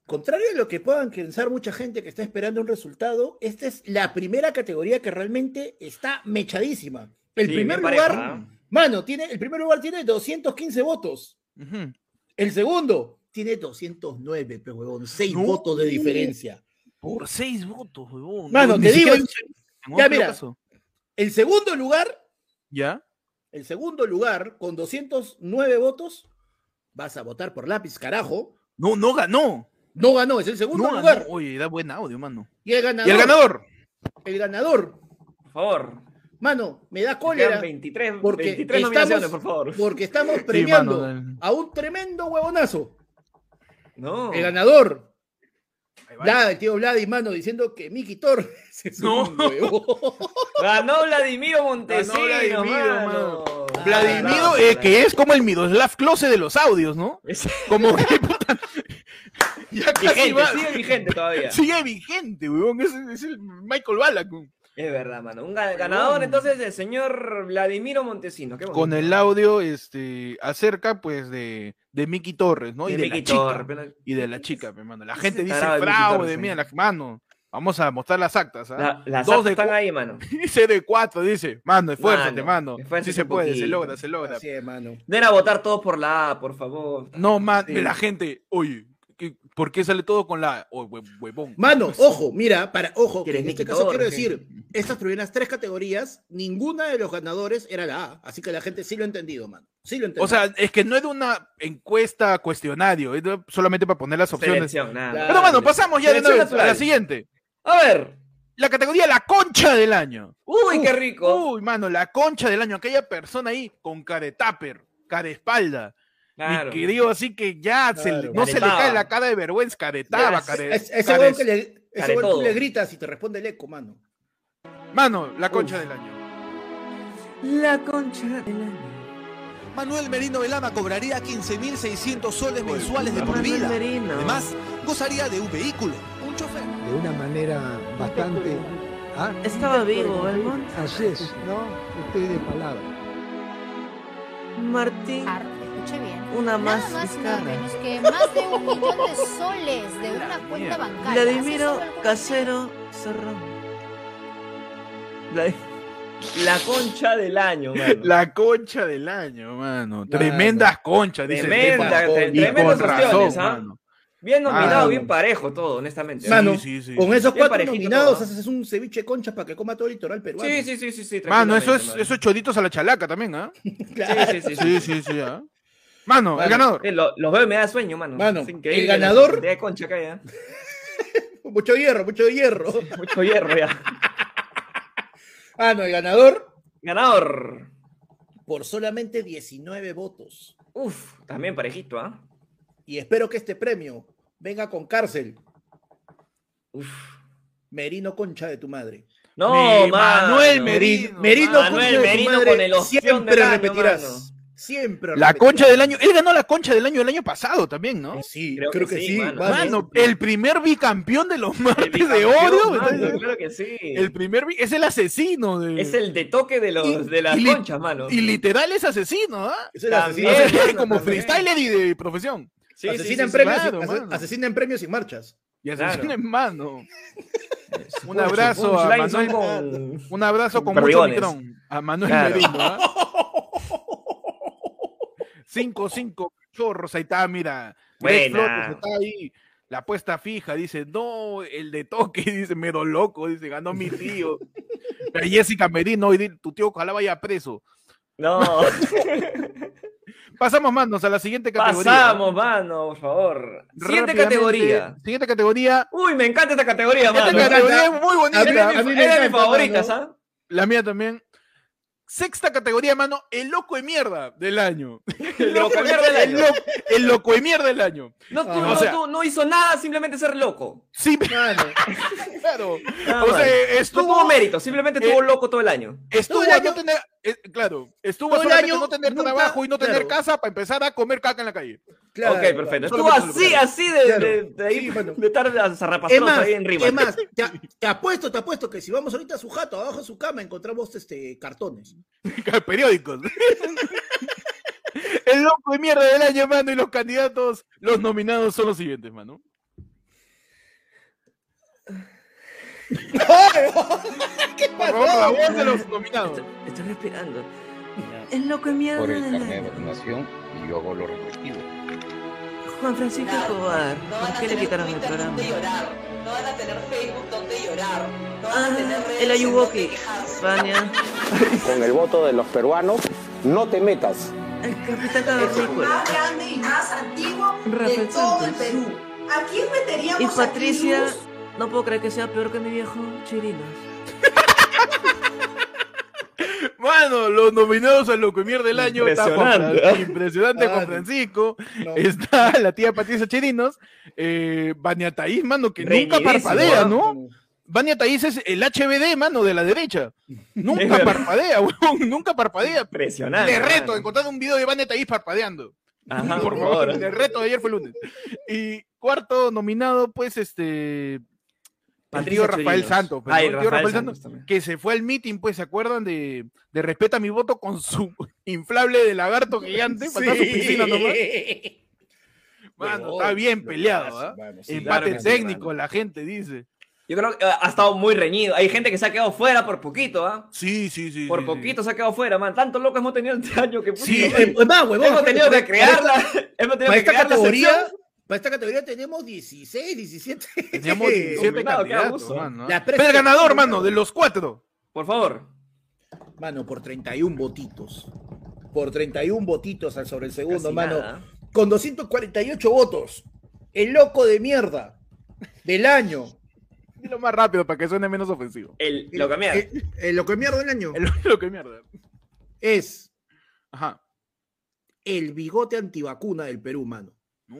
Speaker 1: Contrario a lo que puedan pensar mucha gente que está esperando un resultado, esta es la primera categoría que realmente está mechadísima. El
Speaker 2: Sí,
Speaker 1: primer
Speaker 2: bien pareja,
Speaker 1: lugar, mano, tiene, el primer lugar tiene 215 votos.
Speaker 3: Ujú.
Speaker 1: El segundo tiene 209, pero huevón, 6
Speaker 3: No.
Speaker 1: votos de diferencia.
Speaker 3: Por seis votos, weón.
Speaker 1: Mano,
Speaker 3: Ni
Speaker 1: te digo,
Speaker 3: siquiera-
Speaker 1: ya,
Speaker 3: otro
Speaker 1: mira.
Speaker 3: caso.
Speaker 1: El segundo lugar,
Speaker 3: ¿Ya?
Speaker 1: el segundo lugar con 209 votos, vas a votar por lápiz, carajo.
Speaker 3: No, no ganó.
Speaker 1: No ganó, es el segundo
Speaker 3: No
Speaker 1: lugar.
Speaker 3: ganó. Oye, da buen audio, mano.
Speaker 1: Y el
Speaker 3: Y
Speaker 1: ganador.
Speaker 3: el ganador.
Speaker 1: El ganador.
Speaker 2: por favor.
Speaker 1: Mano, me da
Speaker 2: Quedan
Speaker 1: cólera.
Speaker 2: 23,
Speaker 1: Porque
Speaker 2: 23 nominaciones,
Speaker 1: estamos,
Speaker 2: por favor.
Speaker 1: porque estamos premiando
Speaker 3: mano, dale.
Speaker 1: a un tremendo huevonazo.
Speaker 2: No.
Speaker 1: El ganador.
Speaker 3: va.
Speaker 1: Vlad, el tío Vladi, mano, diciendo que Miki Torres es
Speaker 3: No.
Speaker 1: un huevón.
Speaker 2: Ganó Vladimir Montesinos,
Speaker 3: Ganó Vladimiro,
Speaker 2: mano.
Speaker 3: Vladimiro,
Speaker 2: Ah,
Speaker 3: eh,
Speaker 2: no,
Speaker 3: que es como el Miroslav Klose de los audios, ¿no?
Speaker 2: Es-
Speaker 3: Como que puta, ya casi
Speaker 2: Vigente,
Speaker 3: va-
Speaker 2: sigue vigente todavía.
Speaker 3: sigue vigente, weón. Es, es el Michael Ballack. weón.
Speaker 2: Es verdad, mano. Un ga- ganador entonces el señor Vladimiro Montesinos. Qué bonito.
Speaker 3: Con el audio, este, acerca, pues, de, de Mickey Torres, ¿no? y de
Speaker 2: Mickey
Speaker 3: la chica.
Speaker 2: Torres, pero-
Speaker 3: Y de la chica, pe, mano. La
Speaker 2: Ese
Speaker 3: gente dice
Speaker 2: tarado de Mickey Torres,
Speaker 3: fraude,
Speaker 2: sí.
Speaker 3: mira, la, mano. Vamos a mostrar las actas, ¿ah?
Speaker 2: La- las
Speaker 3: Dos
Speaker 2: apps
Speaker 3: de
Speaker 2: están
Speaker 3: cu-
Speaker 2: ahí, mano.
Speaker 3: Dice de cuatro, dice. Mano, esfuérzate,
Speaker 2: Mano,
Speaker 3: mano.
Speaker 2: esfuérzate
Speaker 3: Sí se
Speaker 2: un
Speaker 3: puede, se
Speaker 2: poquito.
Speaker 3: logra, se logra.
Speaker 1: Así es, mano.
Speaker 2: Den a votar todos por la A, por favor.
Speaker 3: No, man,
Speaker 1: Sí.
Speaker 3: la gente, oye, ¿qué- ¿por qué sale todo con la A? Oh, hue- huevón.
Speaker 1: Mano, ojo, mira, para, ojo, que
Speaker 2: ¿Quieres
Speaker 1: en este
Speaker 2: Miki
Speaker 1: caso quiero
Speaker 2: Torres,
Speaker 1: decir, estas primeras tres categorías, ninguna de los ganadores era la A, así que la gente sí lo ha entendido, mano. Sí lo entendió.
Speaker 3: O sea, es que no es de una encuesta cuestionario, es de- solamente para poner las opciones.
Speaker 2: Selección, nada.
Speaker 1: Claro.
Speaker 3: Pero bueno, pasamos ya de
Speaker 2: Selección
Speaker 3: una vez a la
Speaker 2: natural.
Speaker 3: siguiente.
Speaker 2: A ver.
Speaker 3: La categoría La Concha del Año.
Speaker 2: Uy, qué rico.
Speaker 3: Uy, mano, la concha del año. Aquella persona ahí con cara de tupper, cara de espalda.
Speaker 2: Claro.
Speaker 3: Mi querido, así que ya se le-
Speaker 1: Claro.
Speaker 3: no se le
Speaker 2: Caretaba.
Speaker 3: cae la cara de vergüenza, caretaba,
Speaker 2: Ya,
Speaker 3: care-
Speaker 1: Es- ese
Speaker 3: care-
Speaker 1: huevón que le, ese
Speaker 2: care
Speaker 1: huevón tú
Speaker 2: todo.
Speaker 1: le gritas y te responde el eco, mano.
Speaker 3: Mano, la concha del año.
Speaker 2: La concha del año.
Speaker 12: Manuel Merino Velama cobraría 15.600 soles mensuales de por
Speaker 2: Manuel
Speaker 12: vida.
Speaker 2: Merino.
Speaker 12: Además, gozaría de un vehículo, un chofer.
Speaker 13: de una manera bastante... ¿Ah?
Speaker 2: Estaba vivo, Belmont.
Speaker 9: Ah.
Speaker 13: Así es, ¿no? Estoy de palabra.
Speaker 2: Martín.
Speaker 14: Escuche bien.
Speaker 2: Una
Speaker 14: Nada
Speaker 2: más
Speaker 14: más y
Speaker 2: fiscal.
Speaker 14: nada menos que más de un millón de soles de una cuenta bancaria.
Speaker 2: Vladimiro
Speaker 14: Así son algunas-
Speaker 2: Casero Serrano. La, la concha del año, mano.
Speaker 3: La concha del año, mano. Tremendas conchas, dice el
Speaker 2: Tremenda,
Speaker 3: tipo.
Speaker 2: tre-
Speaker 3: Y con
Speaker 2: tremendas opciones,
Speaker 3: razón,
Speaker 2: ¿ah?
Speaker 3: mano. Ah,
Speaker 2: Bien nominado,
Speaker 3: Mano.
Speaker 2: bien parejo todo, honestamente.
Speaker 1: Mano,
Speaker 3: sí, sí,
Speaker 1: con
Speaker 3: sí.
Speaker 1: esos
Speaker 2: Bien
Speaker 1: cuatro
Speaker 2: parejito
Speaker 1: nominados
Speaker 2: todo, ¿ah?
Speaker 1: haces un ceviche de conchas para que coma todo el litoral peruano.
Speaker 2: Sí, sí, sí, sí, sí.
Speaker 3: Mano, eso es,
Speaker 2: tranquilamente,
Speaker 3: eso es choditos a la chalaca también, ¿ah?
Speaker 1: Claro.
Speaker 2: Sí, sí, sí.
Speaker 3: Sí, sí, sí, ¿ah? Mano, el ganador.
Speaker 2: Eh, lo- los veo y me da sueño, mano.
Speaker 1: Mano,
Speaker 2: Es increíble
Speaker 1: el
Speaker 2: la
Speaker 1: ganador-
Speaker 2: cantidad de concha que hay, ¿eh?
Speaker 1: Mucho hierro, mucho hierro.
Speaker 2: Mucho hierro ya.
Speaker 1: Ah, no, el ganador
Speaker 2: Ganador.
Speaker 1: por solamente 19 votos.
Speaker 2: Uf, también parejito, ¿ah?
Speaker 1: Y espero que este premio venga con cárcel.
Speaker 2: Uf.
Speaker 1: Merino Concha de tu madre.
Speaker 2: No,
Speaker 1: Mi
Speaker 2: mano.
Speaker 1: Manuel Merino. Merino,
Speaker 2: Manuel
Speaker 1: concha de tu
Speaker 2: Merino
Speaker 1: madre,
Speaker 2: con el ostión
Speaker 1: siempre
Speaker 2: del año,
Speaker 1: repetirás.
Speaker 2: mano.
Speaker 1: Siempre.
Speaker 3: La
Speaker 1: repetirás.
Speaker 3: concha del año. eh. Él ganó la concha del año del año pasado también, ¿no?
Speaker 1: Sí, creo, que, sí.
Speaker 3: Mano,
Speaker 1: mano.
Speaker 3: el primer bicampeón de los martes de
Speaker 2: bicampeón,
Speaker 3: odio.
Speaker 2: mano, claro que sí.
Speaker 3: El primer bi- es el asesino. De...
Speaker 2: Es el de toque de los de las
Speaker 3: y li-
Speaker 2: conchas, mano.
Speaker 3: Y literal es asesino, ¿ah?
Speaker 1: Es el
Speaker 2: También,
Speaker 1: asesino.
Speaker 3: Es como
Speaker 1: También.
Speaker 3: freestyler y de profesión.
Speaker 1: asesina, en premios, y, ase- asesina en premios y marchas.
Speaker 3: Y
Speaker 1: Claro.
Speaker 3: asesina en mano. Un
Speaker 1: Punch,
Speaker 3: abrazo a
Speaker 1: punchline son
Speaker 3: Manuel. Un abrazo con mucho
Speaker 2: perdigones.
Speaker 3: micrón. A Manuel
Speaker 2: Claro.
Speaker 3: Merino, ¿ah? 5-5, chorros, ahí está, mira. Greg
Speaker 2: Buena.
Speaker 3: Flores está ahí. La apuesta fija, dice, no, el de toque, dice, mero loco, dice, ganó mi tío. La Jessica Merino, y di- tu tío ojalá vaya preso.
Speaker 2: No.
Speaker 3: Pasamos, manos, a la siguiente categoría.
Speaker 2: Pasamos, mano, por favor. Siguiente
Speaker 3: Rápidamente,
Speaker 2: categoría.
Speaker 3: Siguiente categoría.
Speaker 2: Uy, Ah, me encanta esta categoría,
Speaker 3: Esta
Speaker 2: mano.
Speaker 3: categoría es muy bonita.
Speaker 2: Era mi-
Speaker 3: A mí me
Speaker 2: era mi
Speaker 3: encanta,
Speaker 2: favorita,
Speaker 3: mano.
Speaker 2: ¿sabes?
Speaker 3: La mía también. Sexta categoría, mano, el loco de mierda del año. El
Speaker 2: loco de mierda del año.
Speaker 3: El loco, el loco de mierda del año.
Speaker 2: No, tú-
Speaker 3: Ah.
Speaker 2: no,
Speaker 3: O sea,
Speaker 2: tú- no hizo nada, simplemente ser loco.
Speaker 3: Sí, claro. o sea, estuvo,
Speaker 2: no tuvo mérito, simplemente estuvo
Speaker 3: eh,
Speaker 2: loco todo el año.
Speaker 3: Estuvo
Speaker 1: Todo el
Speaker 3: a
Speaker 1: año-
Speaker 3: no tener, eh, claro, estuvo
Speaker 1: Todo
Speaker 3: a
Speaker 1: el
Speaker 3: solamente
Speaker 1: año
Speaker 3: no tener
Speaker 1: nunca-
Speaker 3: trabajo y no tener
Speaker 1: claro.
Speaker 3: casa para empezar a comer caca en la calle.
Speaker 1: Claro,
Speaker 2: ok, perfecto.
Speaker 3: claro.
Speaker 2: Estuvo así,
Speaker 1: Claro.
Speaker 2: así de,
Speaker 1: Claro.
Speaker 2: de- de ahí,
Speaker 1: Sí, mano.
Speaker 2: de estar
Speaker 1: Es
Speaker 2: zarrapastroso
Speaker 1: más,
Speaker 2: ahí en rima.
Speaker 1: es más, te, te apuesto, te apuesto que si vamos ahorita a su jato, abajo de su cama, encontramos este cartones.
Speaker 3: periódicos. El loco de mierda del año, mano, y los candidatos, los nominados son los siguientes, mano.
Speaker 1: ¿Qué
Speaker 3: Por favor, la voz de los nominados.
Speaker 2: Estoy respirando. Es loco en mierda
Speaker 11: Por el
Speaker 2: del
Speaker 11: carnet de
Speaker 2: año.
Speaker 11: vacunación y yo hago lo respectivo.
Speaker 2: Juan Francisco Escobar. ¿Por qué le quitaron el programa?
Speaker 6: No van a tener Facebook donde llorar. No van a
Speaker 2: Ah,
Speaker 6: tener redes
Speaker 2: el
Speaker 6: en donde
Speaker 2: Ayuwoki. España.
Speaker 5: Con el voto de los peruanos, no te metas.
Speaker 2: El capitán
Speaker 6: Es el
Speaker 2: Cavernícola.
Speaker 6: más grande y más antiguo de
Speaker 2: Rafael
Speaker 6: todo el
Speaker 2: Santos.
Speaker 6: Perú. ¿A quién meteríamos
Speaker 2: Y
Speaker 6: a
Speaker 2: Patricia,
Speaker 6: Quirus?
Speaker 2: no puedo creer que sea peor que mi viejo Chirinos.
Speaker 3: Mano, los nominados al Loco de Mierda del Año está Juan Fran-
Speaker 2: Impresionante, ¿eh?
Speaker 3: impresionante Juan
Speaker 2: Ah,
Speaker 3: Francisco,
Speaker 2: no.
Speaker 3: está la tía Patricia Chirinos, eh, Vania Taiz, mano, que nunca
Speaker 2: Reñidísimo,
Speaker 3: parpadea,
Speaker 2: ¿ah?
Speaker 3: ¿no? Vania Taiz es el HBD, mano, de la derecha.
Speaker 2: Es
Speaker 3: Nunca
Speaker 2: verdad.
Speaker 3: parpadea, weón, nunca parpadea.
Speaker 2: Impresionante,
Speaker 3: Le reto,
Speaker 2: mano.
Speaker 3: encontrar un video de Vania Taiz parpadeando.
Speaker 2: Ajá,
Speaker 3: por favor, el reto de ayer fue lunes. Y cuarto nominado, pues, este... El
Speaker 2: Patricia
Speaker 3: tío Rafael
Speaker 2: Chirinos.
Speaker 3: Santos, pues,
Speaker 2: Ay,
Speaker 3: ¿no? El tío
Speaker 2: Rafael
Speaker 3: Rafael
Speaker 2: Santos
Speaker 3: Santos,
Speaker 2: también.
Speaker 3: que se fue al meeting, pues, ¿se acuerdan de, de Respeta mi voto con su inflable de lagarto gigante? Para estar en su piscina nomás. Mano, está bien peleado, ¿ah?
Speaker 2: sí,
Speaker 3: Empate
Speaker 2: claro que sí,
Speaker 3: técnico, la gente dice.
Speaker 2: Yo creo que eh, ha estado muy reñido. Hay gente que se ha quedado fuera por poquito, ¿ah?
Speaker 3: Sí, sí, sí.
Speaker 2: Por
Speaker 3: sí,
Speaker 2: poquito se ha quedado fuera, man. Tantos locos hemos tenido este año que.
Speaker 1: Sí,
Speaker 2: puta madre.
Speaker 1: eh, es más, huevón,
Speaker 2: Hemos tenido
Speaker 1: para
Speaker 2: que
Speaker 1: esta-
Speaker 2: crearla. Hemos tenido
Speaker 1: Para
Speaker 2: que
Speaker 1: esta
Speaker 2: crear la
Speaker 1: categoría,
Speaker 2: sección.
Speaker 1: para esta categoría tenemos 16, 17.
Speaker 3: Teníamos 17
Speaker 1: Nominados, qué
Speaker 3: candidatos,
Speaker 1: abuso.
Speaker 3: mano, ¿ah?
Speaker 1: La
Speaker 3: Pero el
Speaker 1: presa-
Speaker 3: ganador, mano, de los cuatro.
Speaker 2: Por favor.
Speaker 1: Mano, por 31 votitos. Por 31 votitos al sobre el segundo,
Speaker 2: Casi
Speaker 1: mano.
Speaker 2: nada.
Speaker 1: Con 248 votos. El loco de mierda del año.
Speaker 3: Dilo más rápido para que suene menos ofensivo.
Speaker 2: El loco de mierda.
Speaker 1: El, el loco de mierda del año.
Speaker 3: El lo que mierda.
Speaker 1: Es
Speaker 3: Ajá.
Speaker 1: el bigote antivacuna del Perú, mano.
Speaker 3: No.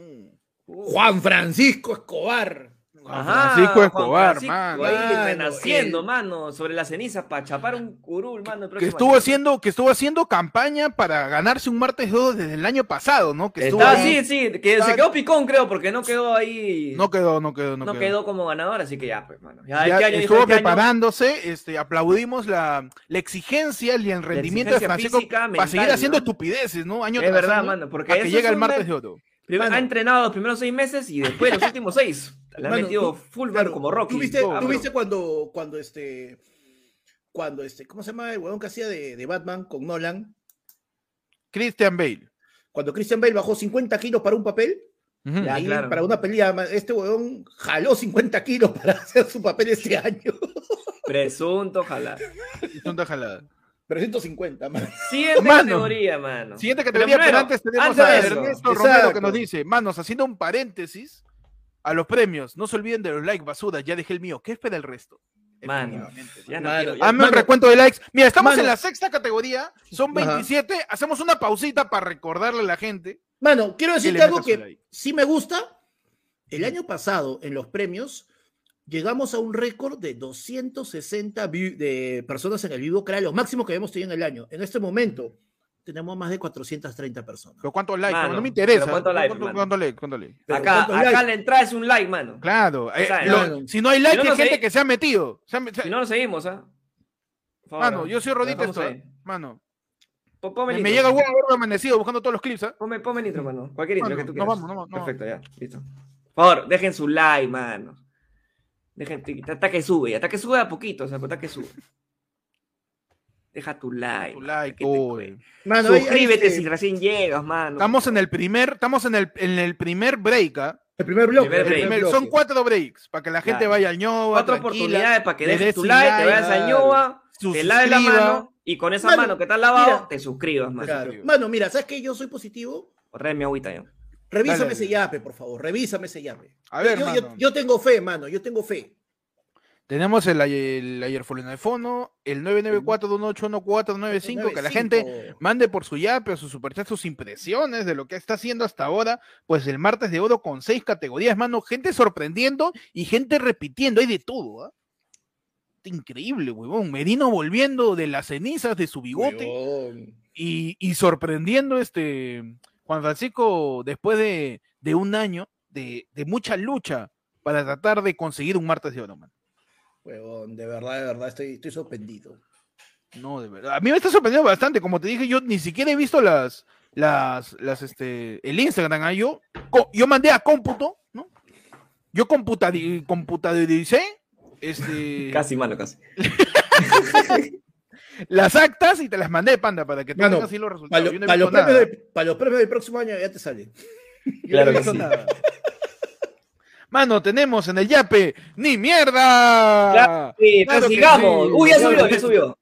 Speaker 1: Juan Francisco Escobar.
Speaker 2: Ajá,
Speaker 3: Francisco
Speaker 2: Juan eh.
Speaker 3: Escobar,
Speaker 2: Francisco
Speaker 3: mano.
Speaker 2: Ahí
Speaker 1: Mano,
Speaker 2: renaciendo,
Speaker 1: el-
Speaker 2: mano, sobre las cenizas para chapar un curul, mano. el
Speaker 3: Que
Speaker 2: próximo
Speaker 3: estuvo
Speaker 2: año.
Speaker 3: haciendo, que estuvo haciendo campaña para ganarse un martes 2 desde el año pasado, ¿no? Que estuvo
Speaker 2: Está,
Speaker 3: ahí.
Speaker 2: Ah, sí, sí, que se quedó picón, creo, porque no quedó ahí.
Speaker 3: No quedó, no quedó, no,
Speaker 2: no
Speaker 3: quedó.
Speaker 2: quedó como ganador, así que ya, pues, mano. Ya,
Speaker 3: Ya
Speaker 2: este año dijo,
Speaker 3: estuvo
Speaker 2: este año,
Speaker 3: preparándose, este, aplaudimos la, la exigencia y el rendimiento de
Speaker 2: exigencia
Speaker 3: Francisco
Speaker 2: física, mental,
Speaker 3: para seguir haciendo
Speaker 2: ¿no?
Speaker 3: estupideces, ¿no? Año
Speaker 2: Es
Speaker 3: tras
Speaker 2: verdad,
Speaker 3: año,
Speaker 2: mano, porque
Speaker 3: a que
Speaker 2: eso
Speaker 3: llega
Speaker 2: es
Speaker 3: el
Speaker 2: un
Speaker 3: martes
Speaker 2: gran-
Speaker 3: de oro.
Speaker 2: primero ha entrenado los primeros seis meses y después los últimos seis. Le ha
Speaker 1: Mano,
Speaker 2: metido
Speaker 1: tú-
Speaker 2: full
Speaker 1: claro,
Speaker 2: como Rocky.
Speaker 1: ¿Tú viste,
Speaker 2: Ah,
Speaker 1: tú
Speaker 2: pero-
Speaker 1: viste cuando, cuando este, cuando este, ¿cómo se llama el huevón que hacía de, de Batman con Nolan?
Speaker 3: Christian Bale.
Speaker 1: Cuando Christian Bale bajó 50 kilos para un papel,
Speaker 3: Ujú.
Speaker 1: ahí
Speaker 2: Mm, claro.
Speaker 1: para una pelea, ma- este huevón jaló 50 kilos para hacer su papel este año.
Speaker 2: Presunto, ojalá.
Speaker 3: Tonta jalada.
Speaker 1: 350, man.
Speaker 2: Siguiente
Speaker 3: Mano.
Speaker 2: categoría, mano.
Speaker 3: Siguiente
Speaker 2: Pero
Speaker 3: categoría, pero
Speaker 2: primero,
Speaker 3: antes tenemos
Speaker 2: antes
Speaker 3: a
Speaker 2: de eso,
Speaker 3: Ernesto Romero
Speaker 1: exacto.
Speaker 3: que nos dice, manos, haciendo un paréntesis a los premios, no se olviden de los likes, basura, ya dejé el mío, ¿qué espera el resto?
Speaker 2: Mano, ya no
Speaker 1: Mano,
Speaker 2: quiero, ya-
Speaker 3: Hazme un
Speaker 1: Mano.
Speaker 3: recuento de likes. Mira, estamos
Speaker 1: Mano.
Speaker 3: en la sexta categoría, son
Speaker 1: Ajá.
Speaker 3: 27, hacemos una pausita para recordarle a la gente.
Speaker 1: Mano, quiero
Speaker 3: Que le
Speaker 1: decirte algo
Speaker 3: metas un
Speaker 1: que
Speaker 3: like.
Speaker 1: sí me gusta. El año pasado, en los premios, llegamos a un récord de 260 vi- de personas en el vivo, que era lo máximo que habíamos tenido en el año. En este momento tenemos más de 430 personas.
Speaker 3: ¿Pero cuántos likes?
Speaker 1: Mano,
Speaker 3: no me interesa.
Speaker 1: pero ¿cuántos likes,
Speaker 3: ¿Cuánto,
Speaker 1: mano?
Speaker 3: cuánto like? ¿Cuánto like?
Speaker 1: Pero Acá- ¿cuántos acá likes?
Speaker 2: la entrada es un like, mano.
Speaker 3: Claro. eh,
Speaker 2: sea,
Speaker 3: lo-
Speaker 2: mano.
Speaker 3: si no hay
Speaker 2: Si
Speaker 3: like,
Speaker 2: no
Speaker 3: hay
Speaker 2: nos
Speaker 3: gente
Speaker 2: segui-
Speaker 3: que se ha metido. Se ha met-
Speaker 2: Si no lo seguimos, ¿ah? Por favor,
Speaker 3: Mano,
Speaker 2: ¿ah?
Speaker 3: yo soy rodito
Speaker 2: Dejamos
Speaker 3: esto.
Speaker 2: ahí.
Speaker 3: ¿eh? Mano.
Speaker 2: Po-
Speaker 3: Me,
Speaker 2: ponme
Speaker 3: me
Speaker 2: nitro.
Speaker 3: llega huevo haberlo amanecido buscando todos los clips, ¿ah?
Speaker 2: Ponme, ponme nitro, mano. Cualquier intro
Speaker 3: Mano,
Speaker 2: que tú
Speaker 3: nos
Speaker 2: quieras.
Speaker 3: vamos, nos vamos, nos
Speaker 2: Perfecto, ya. Listo. Por favor, dejen su like, mano. Dejen, ti- hasta que sube, hasta que sube a poquito, o sea, hasta que sube. Deja tu like.
Speaker 3: Tu
Speaker 2: mano,
Speaker 3: like,
Speaker 2: que te
Speaker 3: uy.
Speaker 2: cuide.
Speaker 3: Mano, ahí- ahí
Speaker 2: Suscríbete
Speaker 3: se-
Speaker 2: si recién llegas, mano.
Speaker 3: Estamos en el primer, estamos en el, en el primer break, ¿ah?
Speaker 1: El primer
Speaker 2: bloque, Primer el break. primer
Speaker 3: son
Speaker 2: bloque.
Speaker 3: cuatro breaks para que la gente
Speaker 2: Claro.
Speaker 3: vaya al ñoba.
Speaker 2: Cuatro
Speaker 3: tranquila,
Speaker 2: oportunidades para que
Speaker 3: le
Speaker 2: dejes
Speaker 3: des
Speaker 2: tu
Speaker 3: su
Speaker 2: like, te vayas al
Speaker 3: claro.
Speaker 2: ñoba, te laves la
Speaker 3: Suscriba.
Speaker 2: mano y con esa
Speaker 1: Mano,
Speaker 2: mano que está lavado
Speaker 1: mira.
Speaker 2: te suscribas, mano.
Speaker 1: Claro. Mano, mira, ¿sabes qué? Yo soy positivo.
Speaker 2: Otra vez mi agüita yo.
Speaker 1: Revísame
Speaker 2: Dale,
Speaker 1: ese yape, por favor. Revísame ese yape. Eh,
Speaker 3: A ver,
Speaker 1: yo, yo-
Speaker 3: mano.
Speaker 1: yo tengo fe, mano. Yo tengo fe.
Speaker 3: Tenemos el, el ayer de fono, el 994-181-495, que la gente
Speaker 1: 95.
Speaker 3: mande por su yape o su superchat sus impresiones de lo que está haciendo hasta ahora, pues el martes de oro con seis categorías, mano, gente sorprendiendo y gente repitiendo, hay de todo, ¿ah? Increíble, huevón. Merino volviendo de las cenizas de su bigote y, y sorprendiendo este Juan Francisco después de, de un año de, de mucha lucha para tratar de conseguir un martes de oro, mano.
Speaker 1: Huevón, de verdad, de verdad, estoy, estoy sorprendido.
Speaker 3: No, de verdad. A mí me está sorprendiendo bastante. Como te dije, yo ni siquiera he visto las, las, las, este, el Instagram. ah, Yo, co- yo mandé a cómputo, ¿no? Yo computadi- computadoricé, este,
Speaker 2: Casi, mano, casi.
Speaker 3: las actas y te las mandé, panda, para que tú
Speaker 1: Mano,
Speaker 3: tengas así los
Speaker 1: Para
Speaker 3: resultados.
Speaker 1: lo-
Speaker 3: Yo no he
Speaker 1: para los
Speaker 3: visto
Speaker 1: premios
Speaker 3: nada.
Speaker 1: del- para los premios del próximo año ya te sale.
Speaker 3: Yo
Speaker 1: Claro
Speaker 3: no he
Speaker 1: que
Speaker 3: visto
Speaker 1: sí.
Speaker 3: nada. Mano, tenemos en el yape, ni mierda.
Speaker 2: Ya, sí,
Speaker 3: Claro
Speaker 2: pues
Speaker 3: que
Speaker 2: sigamos.
Speaker 3: sí.
Speaker 2: Uy, ya
Speaker 3: Claro
Speaker 2: subió,
Speaker 3: que
Speaker 2: ya
Speaker 3: sí.
Speaker 2: subió.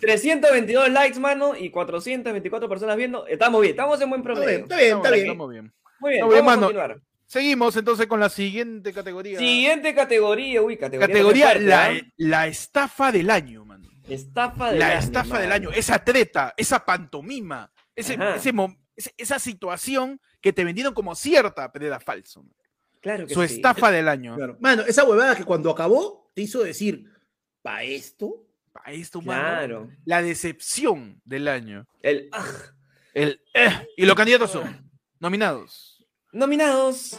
Speaker 2: 322 likes, mano, y 424 personas viendo. Estamos bien, estamos en buen promedio.
Speaker 3: Está bien, está bien,
Speaker 2: Estamos
Speaker 3: está bien.
Speaker 2: Muy bien,
Speaker 3: Está
Speaker 2: vamos
Speaker 3: bien,
Speaker 2: a
Speaker 3: mano.
Speaker 2: continuar.
Speaker 3: Seguimos entonces con la siguiente categoría.
Speaker 2: Siguiente categoría, uy, categoría.
Speaker 3: Categoría,
Speaker 2: también
Speaker 3: la,
Speaker 2: fuerte,
Speaker 3: la estafa del año, mano.
Speaker 2: ¿ah? Estafa del
Speaker 3: la
Speaker 2: año,
Speaker 3: estafa
Speaker 2: mano.
Speaker 3: del año, esa treta, esa pantomima, ese,
Speaker 2: Ajá.
Speaker 3: ese mom- ese- esa situación que te vendieron como cierta, pero era falso.
Speaker 2: Claro
Speaker 3: Su estafa del año.
Speaker 1: Claro. Mano, esa huevada que cuando acabó te hizo decir, ¿pa esto?
Speaker 3: Pa esto,
Speaker 1: Claro.
Speaker 3: mano. La decepción del año.
Speaker 2: El
Speaker 3: El "ah". Y los candidatos son nominados.
Speaker 2: Nominados.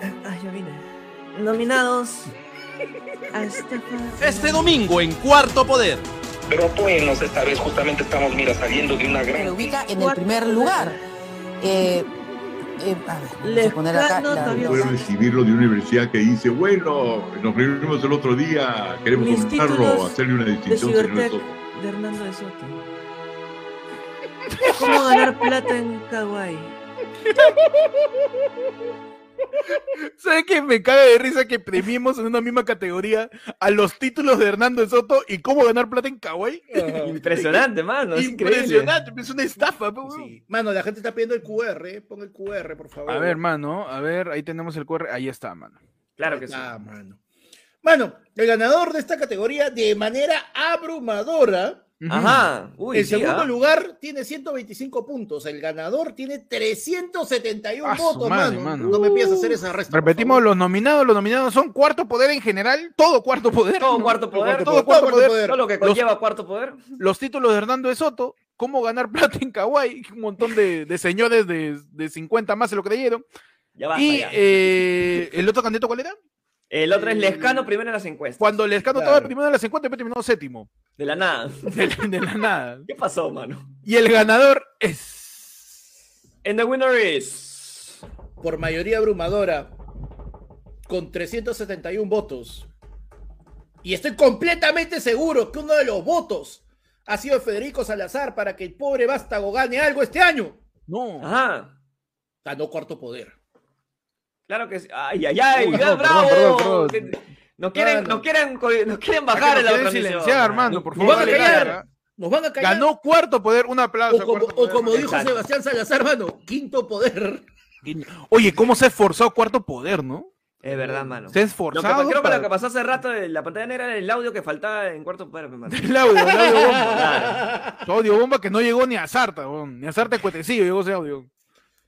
Speaker 2: Ay, Ah, ya vine. Nominados. a estafa.
Speaker 12: Este domingo en Cuarto Poder.
Speaker 15: Pero apóyennos esta vez, justamente estamos, mira, saliendo de una
Speaker 16: Se
Speaker 15: gran...
Speaker 16: ubica en el primer lugar. Eh, eh, a ver, vamos a poner acá la-
Speaker 17: Voy a recibirlo de una universidad que dice, bueno, nos reunimos el otro día, queremos
Speaker 2: Mis
Speaker 17: comentarlo,
Speaker 2: títulos
Speaker 17: hacerle una distinción.
Speaker 2: de
Speaker 17: señor
Speaker 2: Cibertec.
Speaker 17: Soto".
Speaker 2: De Hernando de Soto. ¿Cómo ganar plata en Kawaii?
Speaker 3: ¿Sabes qué? Me caga de risa que premiemos en una misma categoría a los títulos de Hernando de Soto y cómo ganar plata en Kawaii?
Speaker 2: Impresionante, mano. Es increíble.
Speaker 3: Impresionante, pues, es una estafa. pe, huevón.
Speaker 1: Mano, la gente está pidiendo el QR, pon el QR, por favor.
Speaker 3: A ver, mano, a ver, ahí tenemos el QR. Ahí está, mano.
Speaker 2: Claro que
Speaker 1: sí.
Speaker 3: Ah.
Speaker 1: mano. Mano, el ganador de esta categoría de manera abrumadora.
Speaker 2: Ajá. Uy,
Speaker 1: el
Speaker 2: sí,
Speaker 1: segundo
Speaker 2: ¿ah?
Speaker 1: lugar tiene 125 puntos. El ganador tiene 371
Speaker 3: Ah, su
Speaker 1: votos,
Speaker 3: madre,
Speaker 1: mano.
Speaker 3: mano.
Speaker 1: No me pidas hacer esa resta.
Speaker 3: Repetimos los nominados, los nominados son cuarto poder en general, todo cuarto poder.
Speaker 2: Todo
Speaker 3: ¿no?
Speaker 2: cuarto poder.
Speaker 3: todo cuarto poder.
Speaker 2: Todo lo que
Speaker 3: Los-
Speaker 2: conlleva cuarto poder.
Speaker 3: Los, títulos de Hernando de Soto, cómo ganar plata en Kawaii, un montón de, de señores de, de 50 más se lo creyeron.
Speaker 2: Ya basta,
Speaker 3: y
Speaker 2: ya.
Speaker 3: eh, el otro candidato, ¿cuál era?
Speaker 2: El otro es Lescano, primero en las encuestas.
Speaker 3: Cuando Lescano
Speaker 2: Claro.
Speaker 3: estaba primero en las 50, pero terminó séptimo.
Speaker 2: De la nada.
Speaker 3: De la, de la nada.
Speaker 2: ¿Qué pasó, mano?
Speaker 3: Y el ganador es.
Speaker 2: And the winner is.
Speaker 1: Por mayoría abrumadora, con 371 votos. Y estoy completamente seguro que uno de los votos ha sido Federico Salazar para que el pobre vástago gane algo este año.
Speaker 3: No.
Speaker 2: Ajá.
Speaker 1: Ganó cuarto poder.
Speaker 2: Claro que sí. Ay, ay, ay.
Speaker 1: Uy,
Speaker 2: ya,
Speaker 1: no,
Speaker 2: bravo.
Speaker 1: perdón, perdón,
Speaker 2: Nos quieren,
Speaker 1: Claro.
Speaker 2: nos quieren, co- nos quieren
Speaker 1: Ah,
Speaker 2: bajar
Speaker 1: que
Speaker 2: en
Speaker 1: nos
Speaker 2: la
Speaker 1: quieren
Speaker 2: transmisión.
Speaker 1: silenciar,
Speaker 3: mano, por
Speaker 1: Nos
Speaker 3: favor,
Speaker 1: van a
Speaker 3: dale,
Speaker 1: callar.
Speaker 3: dale,
Speaker 1: Nos van a callar.
Speaker 3: Ganó cuarto poder, un aplauso.
Speaker 1: o como,
Speaker 3: Cuarto
Speaker 1: o
Speaker 3: Poder,
Speaker 1: como
Speaker 3: mano.
Speaker 1: dijo Sebastián Salazar, mano, quinto poder.
Speaker 3: Oye, ¿cómo se ha esforzado cuarto poder, no?
Speaker 2: Es verdad, mano.
Speaker 3: Se ha
Speaker 2: Lo
Speaker 3: esforzado.
Speaker 2: que, creo que
Speaker 3: para-
Speaker 2: lo que pasó hace rato en la pantalla negra era el audio que faltaba en cuarto poder, pues, mi hermano.
Speaker 3: El audio, el audio bomba. Su audio bomba que no llegó ni a Sarta, weón. ni a Sarta Cuetecillo llegó ese audio.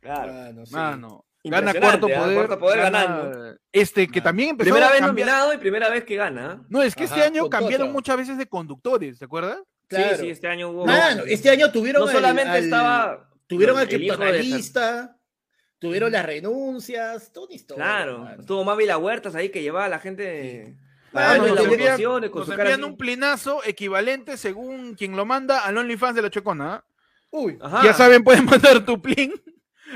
Speaker 2: Claro.
Speaker 1: Mano, sí.
Speaker 3: Mano. Gana
Speaker 2: Impresionante,
Speaker 3: cuarto
Speaker 2: ¿ah?
Speaker 3: poder.
Speaker 2: Cuarto poder
Speaker 3: gana-
Speaker 2: ganando.
Speaker 3: Este, que también empezó
Speaker 2: Primera
Speaker 3: a
Speaker 2: vez
Speaker 3: cambiar-
Speaker 2: nominado y primera vez que gana. ¿ah?
Speaker 3: No, es que
Speaker 2: Ajá,
Speaker 3: este año
Speaker 2: con
Speaker 3: cambiaron
Speaker 2: Cotto.
Speaker 3: muchas veces de conductores, ¿te acuerdas?
Speaker 2: Sí, sí, este año hubo.
Speaker 1: Mano, este año tuvieron
Speaker 2: No
Speaker 1: al-
Speaker 2: solamente
Speaker 1: al-
Speaker 2: estaba.
Speaker 1: Tuvieron
Speaker 2: no,
Speaker 1: al
Speaker 2: el hijo de-
Speaker 1: criptoanalista, tuvieron las renuncias, toda una historia.
Speaker 2: Claro, estuvo Mavi La Huertas ahí que llevaba a la gente.
Speaker 3: Claro,
Speaker 2: pagando
Speaker 3: nos
Speaker 2: las
Speaker 3: envían,
Speaker 2: votaciones con
Speaker 3: nos
Speaker 2: su cara
Speaker 3: envían
Speaker 2: así.
Speaker 3: un plinazo equivalente, según quien lo manda, al OnlyFans de la Chocona. ¿ah?
Speaker 1: Uy,
Speaker 2: Ah.
Speaker 3: Ya saben, pueden mandar tu plin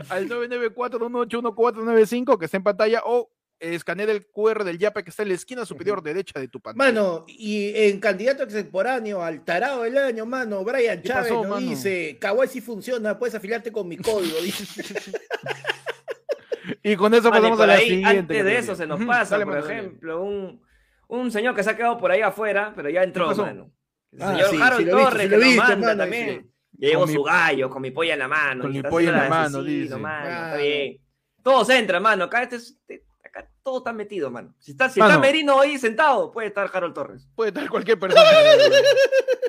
Speaker 3: al 994-181-495 que está en pantalla o eh, escanear el QR del YAPA que está en la esquina superior derecha de tu pantalla.
Speaker 1: Mano, y en candidato extemporáneo al tarado del año, mano, Brian
Speaker 3: ¿Qué
Speaker 1: Chávez
Speaker 3: pasó,
Speaker 1: nos
Speaker 3: mano?
Speaker 1: dice, Kawai si funciona, puedes afiliarte con mi código. dice.
Speaker 3: Y con eso
Speaker 2: Vale,
Speaker 3: pasamos
Speaker 2: por
Speaker 3: a la
Speaker 2: ahí,
Speaker 3: siguiente.
Speaker 2: Antes de
Speaker 3: categoría.
Speaker 2: eso se nos
Speaker 3: Ujú,
Speaker 2: pasa,
Speaker 3: dale,
Speaker 2: por
Speaker 3: mano, dale.
Speaker 2: ejemplo, un, un señor que se ha quedado por ahí afuera, pero ya entró,
Speaker 3: ¿Qué pasó?
Speaker 2: mano. El
Speaker 3: Ah,
Speaker 2: señor
Speaker 3: sí,
Speaker 2: Harold
Speaker 3: sí lo he visto,
Speaker 2: Torres,
Speaker 3: sí
Speaker 2: que
Speaker 3: lo he
Speaker 2: nos
Speaker 3: visto,
Speaker 2: manda
Speaker 3: mano,
Speaker 2: también.
Speaker 3: sí.
Speaker 2: Llegó
Speaker 3: Con
Speaker 2: su
Speaker 3: mi-
Speaker 2: gallo, con mi polla en la mano.
Speaker 3: Con mi
Speaker 2: y está
Speaker 3: polla en la
Speaker 2: haciendo
Speaker 3: mano,
Speaker 2: asesino,
Speaker 3: dice.
Speaker 2: mano, está
Speaker 3: Claro.
Speaker 2: bien. Todos entran, mano. Acá, este es- este- acá todo está metido, mano. Si está, si
Speaker 3: Mano.
Speaker 2: está Merino ahí sentado, puede estar Harold Torres.
Speaker 3: Puede estar cualquier persona.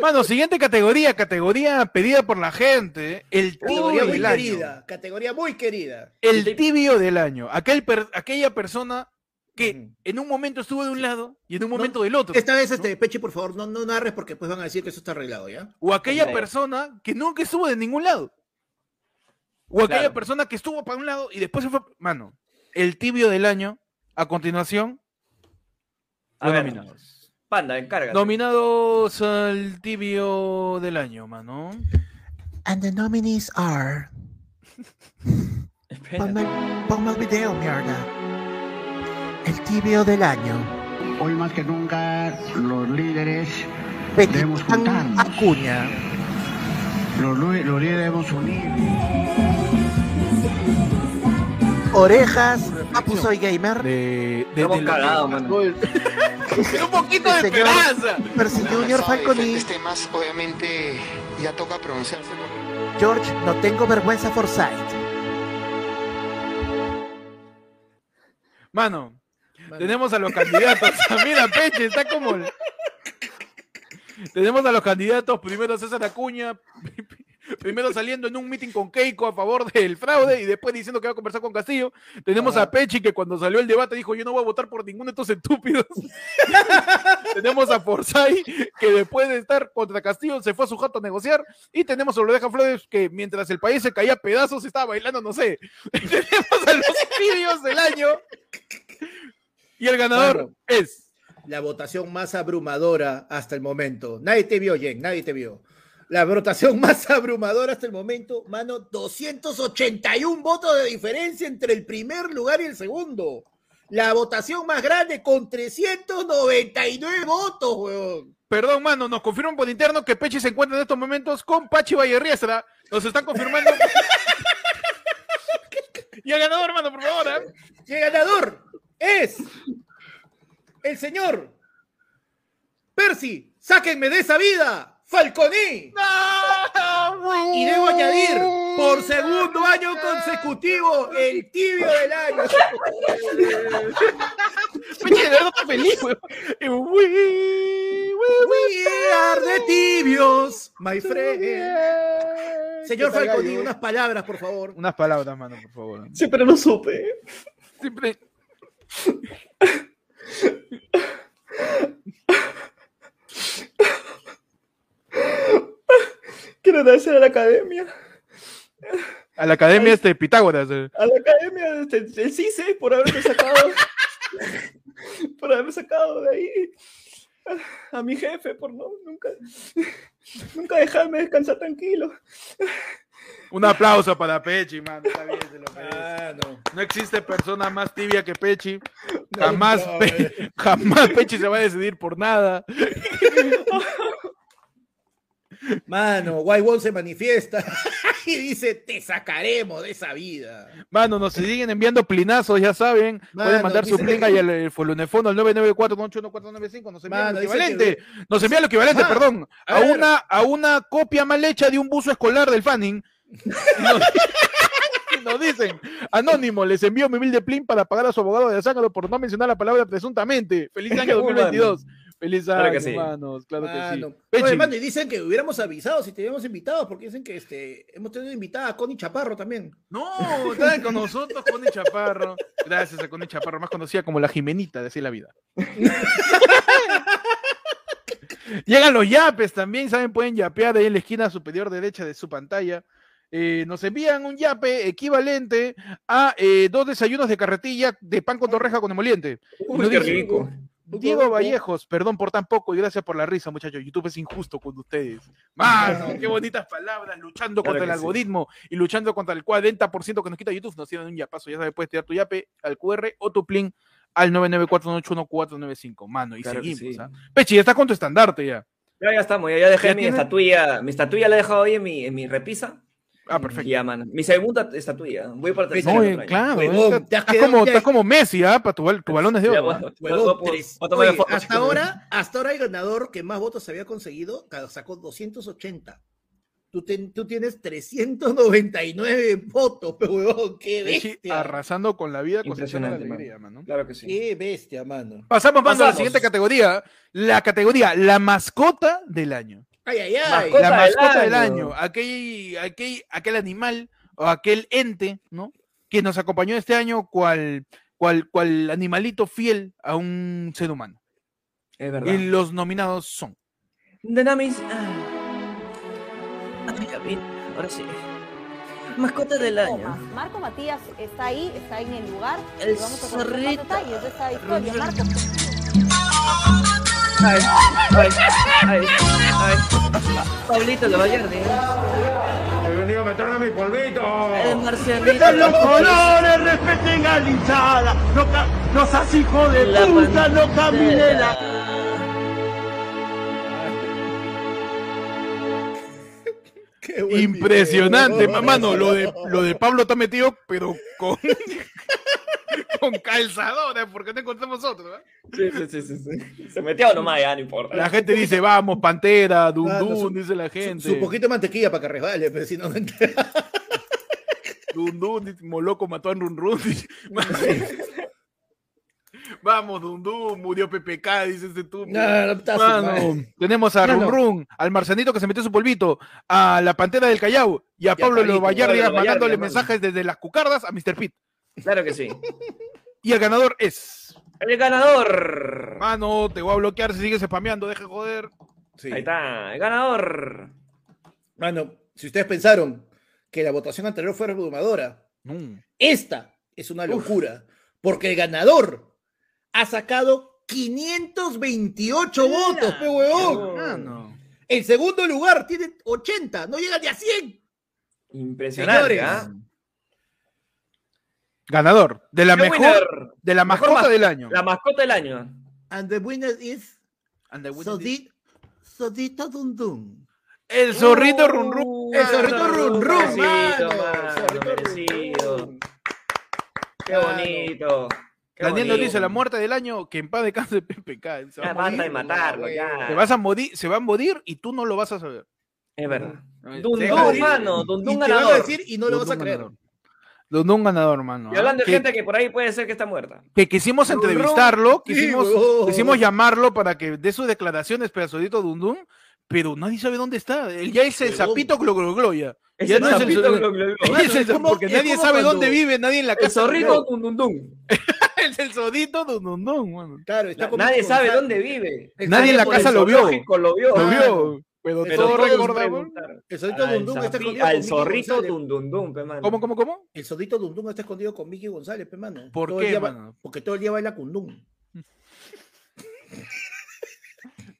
Speaker 3: Mano, siguiente categoría, categoría pedida por la gente, el
Speaker 1: categoría
Speaker 3: tibio
Speaker 1: muy
Speaker 3: del año.
Speaker 1: querida, categoría muy querida.
Speaker 3: El tibio del año, aquel per- aquella persona que en un momento estuvo de un lado y en un momento del otro.
Speaker 1: Esta vez, este, Peche, por favor, no, no narres porque después van a decir que eso está arreglado, ¿ya?
Speaker 3: O aquella
Speaker 1: Ok.
Speaker 3: persona que nunca estuvo de ningún lado. O aquella
Speaker 1: Claro.
Speaker 3: persona que estuvo para un lado y después se fue. Mano, el tibio del año, a continuación,
Speaker 2: A
Speaker 3: lo
Speaker 2: ver,
Speaker 3: nominamos.
Speaker 2: Panda, encárgate.
Speaker 3: Nominados al tibio del año, mano.
Speaker 12: And the nominees are. ponme, ponme el video, mierda. El tibio del año. Hoy más que nunca, los líderes debemos juntarnos. Acuña. Los, lu- los líderes debemos unir.
Speaker 18: Orejas, Papu soy gamer.
Speaker 3: De, de,
Speaker 18: Estamos
Speaker 3: de lo que
Speaker 18: cagados,
Speaker 3: pasó
Speaker 18: mano.
Speaker 3: el- un poquito de esperanza.
Speaker 18: Percy Junior Falconi.
Speaker 4: temas, obviamente, ya toca pronunciarse.
Speaker 18: George, no tengo vergüenza Forsyth.
Speaker 3: Mano, tenemos a los candidatos. Mira, Peche, está como. el- Tenemos a los candidatos. Primero César Acuña. Primero saliendo en un meeting con Keiko a favor del fraude y después diciendo que va a conversar con Castillo. Tenemos a Pechi que cuando salió el debate dijo yo no voy a votar por ninguno de estos estúpidos. tenemos a Forsyth que después de estar contra Castillo se fue a su jato a negociar. Y tenemos a Loreja Flores que mientras el país se caía a pedazos estaba bailando, no sé. tenemos a los tibios del año. Y el ganador es.
Speaker 1: La votación más abrumadora hasta el momento. Nadie te vio, Jen, nadie te vio. La votación más abrumadora hasta el momento, mano, 281 votos de diferencia entre el primer lugar y el segundo. La votación más grande con 399 votos, weón.
Speaker 3: Perdón, mano, nos confirman por interno que Pechi se encuentra en estos momentos con Pachi Vallerriestra. Nos están confirmando. y el ganador, mano, por favor. ¿eh?
Speaker 1: Y el ganador es el señor Percy, sáquenme de esa vida, Falconi. Y debo añadir, por segundo año consecutivo, el tibio del año.
Speaker 3: Pechi, de verdad está feliz, weón.
Speaker 1: We are the tibios, my friend. Señor
Speaker 3: ¿Qué tal,
Speaker 1: Falconi,
Speaker 3: gallo? eh.
Speaker 1: unas palabras, por favor.
Speaker 3: Unas palabras, mano, por favor.
Speaker 2: Siempre lo supe.
Speaker 3: Siempre.
Speaker 2: Quiero agradecer a la academia.
Speaker 3: A la academia este Pitágoras. eh.
Speaker 2: a la academia del CICE por haberme sacado por haberme sacado de ahí a, a mi jefe por no nunca nunca dejarme descansar tranquilo
Speaker 3: Un aplauso para Pechi, mano. Está bien, se lo merece. No existe persona más tibia que Pechi. Jamás,
Speaker 1: no,
Speaker 3: Pe- jamás Pechi se va a decidir por nada.
Speaker 1: Mano, White Wall se manifiesta y dice, te sacaremos de esa vida.
Speaker 3: Mano, nos siguen enviando plinazos, ya saben. Pueden
Speaker 1: Mano,
Speaker 3: mandar su
Speaker 1: dice-
Speaker 3: plinga y al eh, folunefono al 994-81495. Nos envían
Speaker 1: Mano,
Speaker 3: lo
Speaker 1: dice
Speaker 3: equivalente.
Speaker 1: que-
Speaker 3: Nos envían lo equivalente,
Speaker 1: Ah,
Speaker 3: perdón.
Speaker 1: a
Speaker 3: A,
Speaker 1: ver.
Speaker 3: una, a una copia mal hecha de un buzo escolar del Fanning. Y nos, y nos dicen, anónimo, les envío mi bill de plin para pagar a su abogado de Zángaro por no mencionar la palabra presuntamente. Feliz año
Speaker 2: Uy, mano.
Speaker 3: 2022. Feliz
Speaker 2: Claro
Speaker 3: año,
Speaker 2: que sí.
Speaker 3: hermanos. Claro que sí.
Speaker 1: Mano.
Speaker 3: Pechi,
Speaker 1: Oye, mano, y dicen que hubiéramos avisado si teníamos invitados, porque dicen que este, hemos tenido invitada a Connie Chaparro también.
Speaker 3: No, está con nosotros Connie Chaparro. Gracias a Connie Chaparro, más conocida como la Jimenita de Así la Vida. Llegan los yapes también, ¿saben? Pueden yapear ahí en la esquina superior derecha de su pantalla. Eh, nos envían un yape equivalente a eh, dos desayunos de carretilla de pan con torreja con emoliente. Y nos
Speaker 1: qué
Speaker 3: dice,
Speaker 1: rico.
Speaker 3: Diego Vallejos, perdón por tan poco y gracias por la risa, muchachos. YouTube es injusto con ustedes. Mano, qué bonitas palabras, luchando
Speaker 2: Claro
Speaker 3: contra el
Speaker 2: que sí.
Speaker 3: algoritmo y luchando contra el 40% que nos quita YouTube. Nos tiran un yapazo, ya sabes, puedes tirar tu yape al QR o tu plin al 994181495. Mano, y
Speaker 2: Claro que
Speaker 3: seguimos.
Speaker 2: sí.
Speaker 3: ¿ah? Pechi, ya estás con tu estandarte ya.
Speaker 2: Ya, ya estamos, ya, ya dejé
Speaker 3: ¿Ya
Speaker 2: mi
Speaker 3: tiene?
Speaker 2: estatuilla. Mi estatuilla la he dejado ahí en mi, en mi repisa.
Speaker 3: Ah, perfecto.
Speaker 2: Ya, mano. Mi segunda estatuilla. Voy por tercera.
Speaker 3: No,
Speaker 2: el
Speaker 3: eh,
Speaker 2: otro año.
Speaker 3: claro,
Speaker 2: Voy-
Speaker 3: eh,
Speaker 2: voy-
Speaker 3: estás- estás como, estás como Messi, ¿ah? Para tu, bal- tu balones de
Speaker 2: Ya,
Speaker 3: oro.
Speaker 2: voy-
Speaker 3: ¿ah?
Speaker 2: voy- voy- voy- voy a tomar
Speaker 1: pues, Oye,
Speaker 2: fotos,
Speaker 1: hasta
Speaker 2: chicos.
Speaker 1: ahora, hasta ahora el ganador que más votos había conseguido ca- sacó 280. Tú, ten- tú tienes 399 votos, pe, huevón, qué
Speaker 3: Pechi
Speaker 1: bestia.
Speaker 3: arrasando con la vida, cosechando la
Speaker 2: Impresionante,
Speaker 3: alegría,
Speaker 2: mano.
Speaker 3: mano.
Speaker 2: Claro que sí.
Speaker 1: Qué bestia, mano.
Speaker 3: Pasamos, mano, a la
Speaker 2: Pasamos.
Speaker 3: siguiente categoría. La categoría, la mascota del año.
Speaker 1: Ay, ay, ay.
Speaker 3: la mascota del año, aquel, aquel, aquel animal o aquel ente, ¿no? Que nos acompañó este año cual, cual, cual animalito fiel a un ser humano.
Speaker 2: Es
Speaker 3: Y los nominados son.
Speaker 2: The Dummies. Ah. Ay, ya vi. Ahora sí. Mascota del
Speaker 14: Comas.
Speaker 2: año.
Speaker 14: Marco Matías está ahí, está en el lugar.
Speaker 2: El
Speaker 14: y vamos a conocer más
Speaker 2: zorrito.
Speaker 14: detalles de esta historia. Marco,
Speaker 2: Ay, ay, ay, ay. Pablito de Vallardi. He venido a meterme mi polvito. El Marcelito.
Speaker 9: los colores, respeten a la hinchada. No, ca- no seas hijo de
Speaker 2: La
Speaker 9: puta, no camine
Speaker 2: pantera.
Speaker 9: la...
Speaker 1: Qué buen
Speaker 3: Impresionante,
Speaker 1: video.
Speaker 3: mano. Lo de, lo de Pablo está metido, pero con, con calzadores, porque no encontramos otro. ¿eh?
Speaker 2: Sí, sí, sí, sí, sí. Se metió nomás, ya no importa.
Speaker 3: La gente dice, vamos, pantera, dundun,
Speaker 1: Mano, Ah, su-
Speaker 3: dice la gente.
Speaker 1: Su poquito de mantequilla para que resbale, pero si no, no entra.
Speaker 3: Dundun, dice, Moloco mató a Runrun. dice. Vamos, Dundun, murió PPK, dice este tú.
Speaker 1: No, no, está Ah, su
Speaker 3: Mano,
Speaker 1: madre.
Speaker 3: tenemos a
Speaker 1: No, no.
Speaker 3: Runrun, al Marcenito que se metió su polvito, a la Pantera del Callao y a
Speaker 2: Y a
Speaker 3: Pablo
Speaker 2: Pablito,
Speaker 3: Lovallardi
Speaker 2: Pablo Lovallardi,
Speaker 3: mandándole
Speaker 2: hermano.
Speaker 3: mensajes desde las cucardas a Mr. Pete.
Speaker 2: Claro que sí.
Speaker 3: Y el ganador es.
Speaker 2: El ganador.
Speaker 3: Mano, te voy a bloquear si sigues spameando, deja de joder.
Speaker 1: Sí.
Speaker 2: Ahí está, el ganador.
Speaker 1: Mano, si ustedes pensaron que la votación anterior fue abrumadora, esta es una locura, porque el ganador ha sacado 528 votos, pe huevón.
Speaker 3: Mano.
Speaker 1: El segundo lugar tiene 80, no llega ni a 100.
Speaker 2: Impresionante.
Speaker 1: Señores.
Speaker 2: ¿ah?
Speaker 3: Ganador de la
Speaker 2: The winner.
Speaker 3: mejor, de la
Speaker 2: Mejor
Speaker 3: mascota
Speaker 2: mas-
Speaker 3: del año.
Speaker 2: La mascota del año.
Speaker 1: And the winner is Sodi- Sodito Dundun.
Speaker 3: El zorrito Run Run.
Speaker 1: El zorrito Run Run,
Speaker 2: Merecido,
Speaker 1: mano.
Speaker 2: mano, merecido. Qué
Speaker 1: Mano.
Speaker 2: bonito. qué
Speaker 3: Daniel nos
Speaker 2: bonito.
Speaker 3: dice la muerte del año, que en paz descanse PPK. Se va
Speaker 2: Ya
Speaker 3: a morir.
Speaker 2: basta de matarlo, ya.
Speaker 3: Te vas a morir, se va a morir y tú no lo vas a saber.
Speaker 2: Es verdad.
Speaker 3: Ay, deja de-
Speaker 2: Dundun, mano. Dundun
Speaker 1: Y te van a
Speaker 2: ganador.
Speaker 1: decir y no lo vas a
Speaker 3: Dundun
Speaker 1: creer.
Speaker 3: ganador. Dundun ganador, hermano. ¿ah?
Speaker 2: Y hablando de
Speaker 3: que,
Speaker 2: gente que por ahí puede ser que está muerta.
Speaker 3: que quisimos
Speaker 2: Dundun.
Speaker 3: entrevistarlo,
Speaker 1: Sí,
Speaker 3: quisimos,
Speaker 1: huevón.
Speaker 3: quisimos llamarlo para que dé sus declaraciones, pedazodito Dundun, pero nadie sabe dónde está. Él ya es el
Speaker 1: Huevón.
Speaker 3: sapito glo, glo, glo, ya.
Speaker 2: Es
Speaker 3: Ya
Speaker 2: el
Speaker 3: no es el
Speaker 2: sapito
Speaker 3: zorrito.
Speaker 2: glo, glo, glo.
Speaker 3: Ya es el-
Speaker 1: Es como-
Speaker 3: porque
Speaker 1: es
Speaker 3: nadie
Speaker 1: como
Speaker 3: sabe
Speaker 1: cuando-
Speaker 3: dónde vive, nadie en la
Speaker 2: El
Speaker 3: casa.
Speaker 2: zorrito Dundundun.
Speaker 3: Es el sodito Dundundun, mano.
Speaker 1: Claro, está como
Speaker 2: Nadie sabe
Speaker 1: Gonzalo.
Speaker 2: dónde vive.
Speaker 3: Nadie en la
Speaker 2: Por el
Speaker 3: casa lo vio.
Speaker 2: zoológico Lo vio.
Speaker 3: Lo
Speaker 1: Claro.
Speaker 3: vio, pero,
Speaker 1: Pero
Speaker 3: todos
Speaker 1: todos
Speaker 3: recordamos.
Speaker 2: preguntaron.
Speaker 1: El Sodito
Speaker 2: Al
Speaker 1: Dundun está
Speaker 2: zapi-
Speaker 1: escondido con
Speaker 2: Al
Speaker 1: Mickey
Speaker 2: zorrito
Speaker 1: González.
Speaker 2: Dundundun, pe, mano.
Speaker 3: ¿Cómo, cómo, cómo?
Speaker 1: El Sodito Dundun está escondido con Mickey González, pe, mano.
Speaker 3: ¿Por
Speaker 1: el
Speaker 3: qué,
Speaker 1: día ba-
Speaker 3: mano?
Speaker 1: Porque todo el día baila Kundun.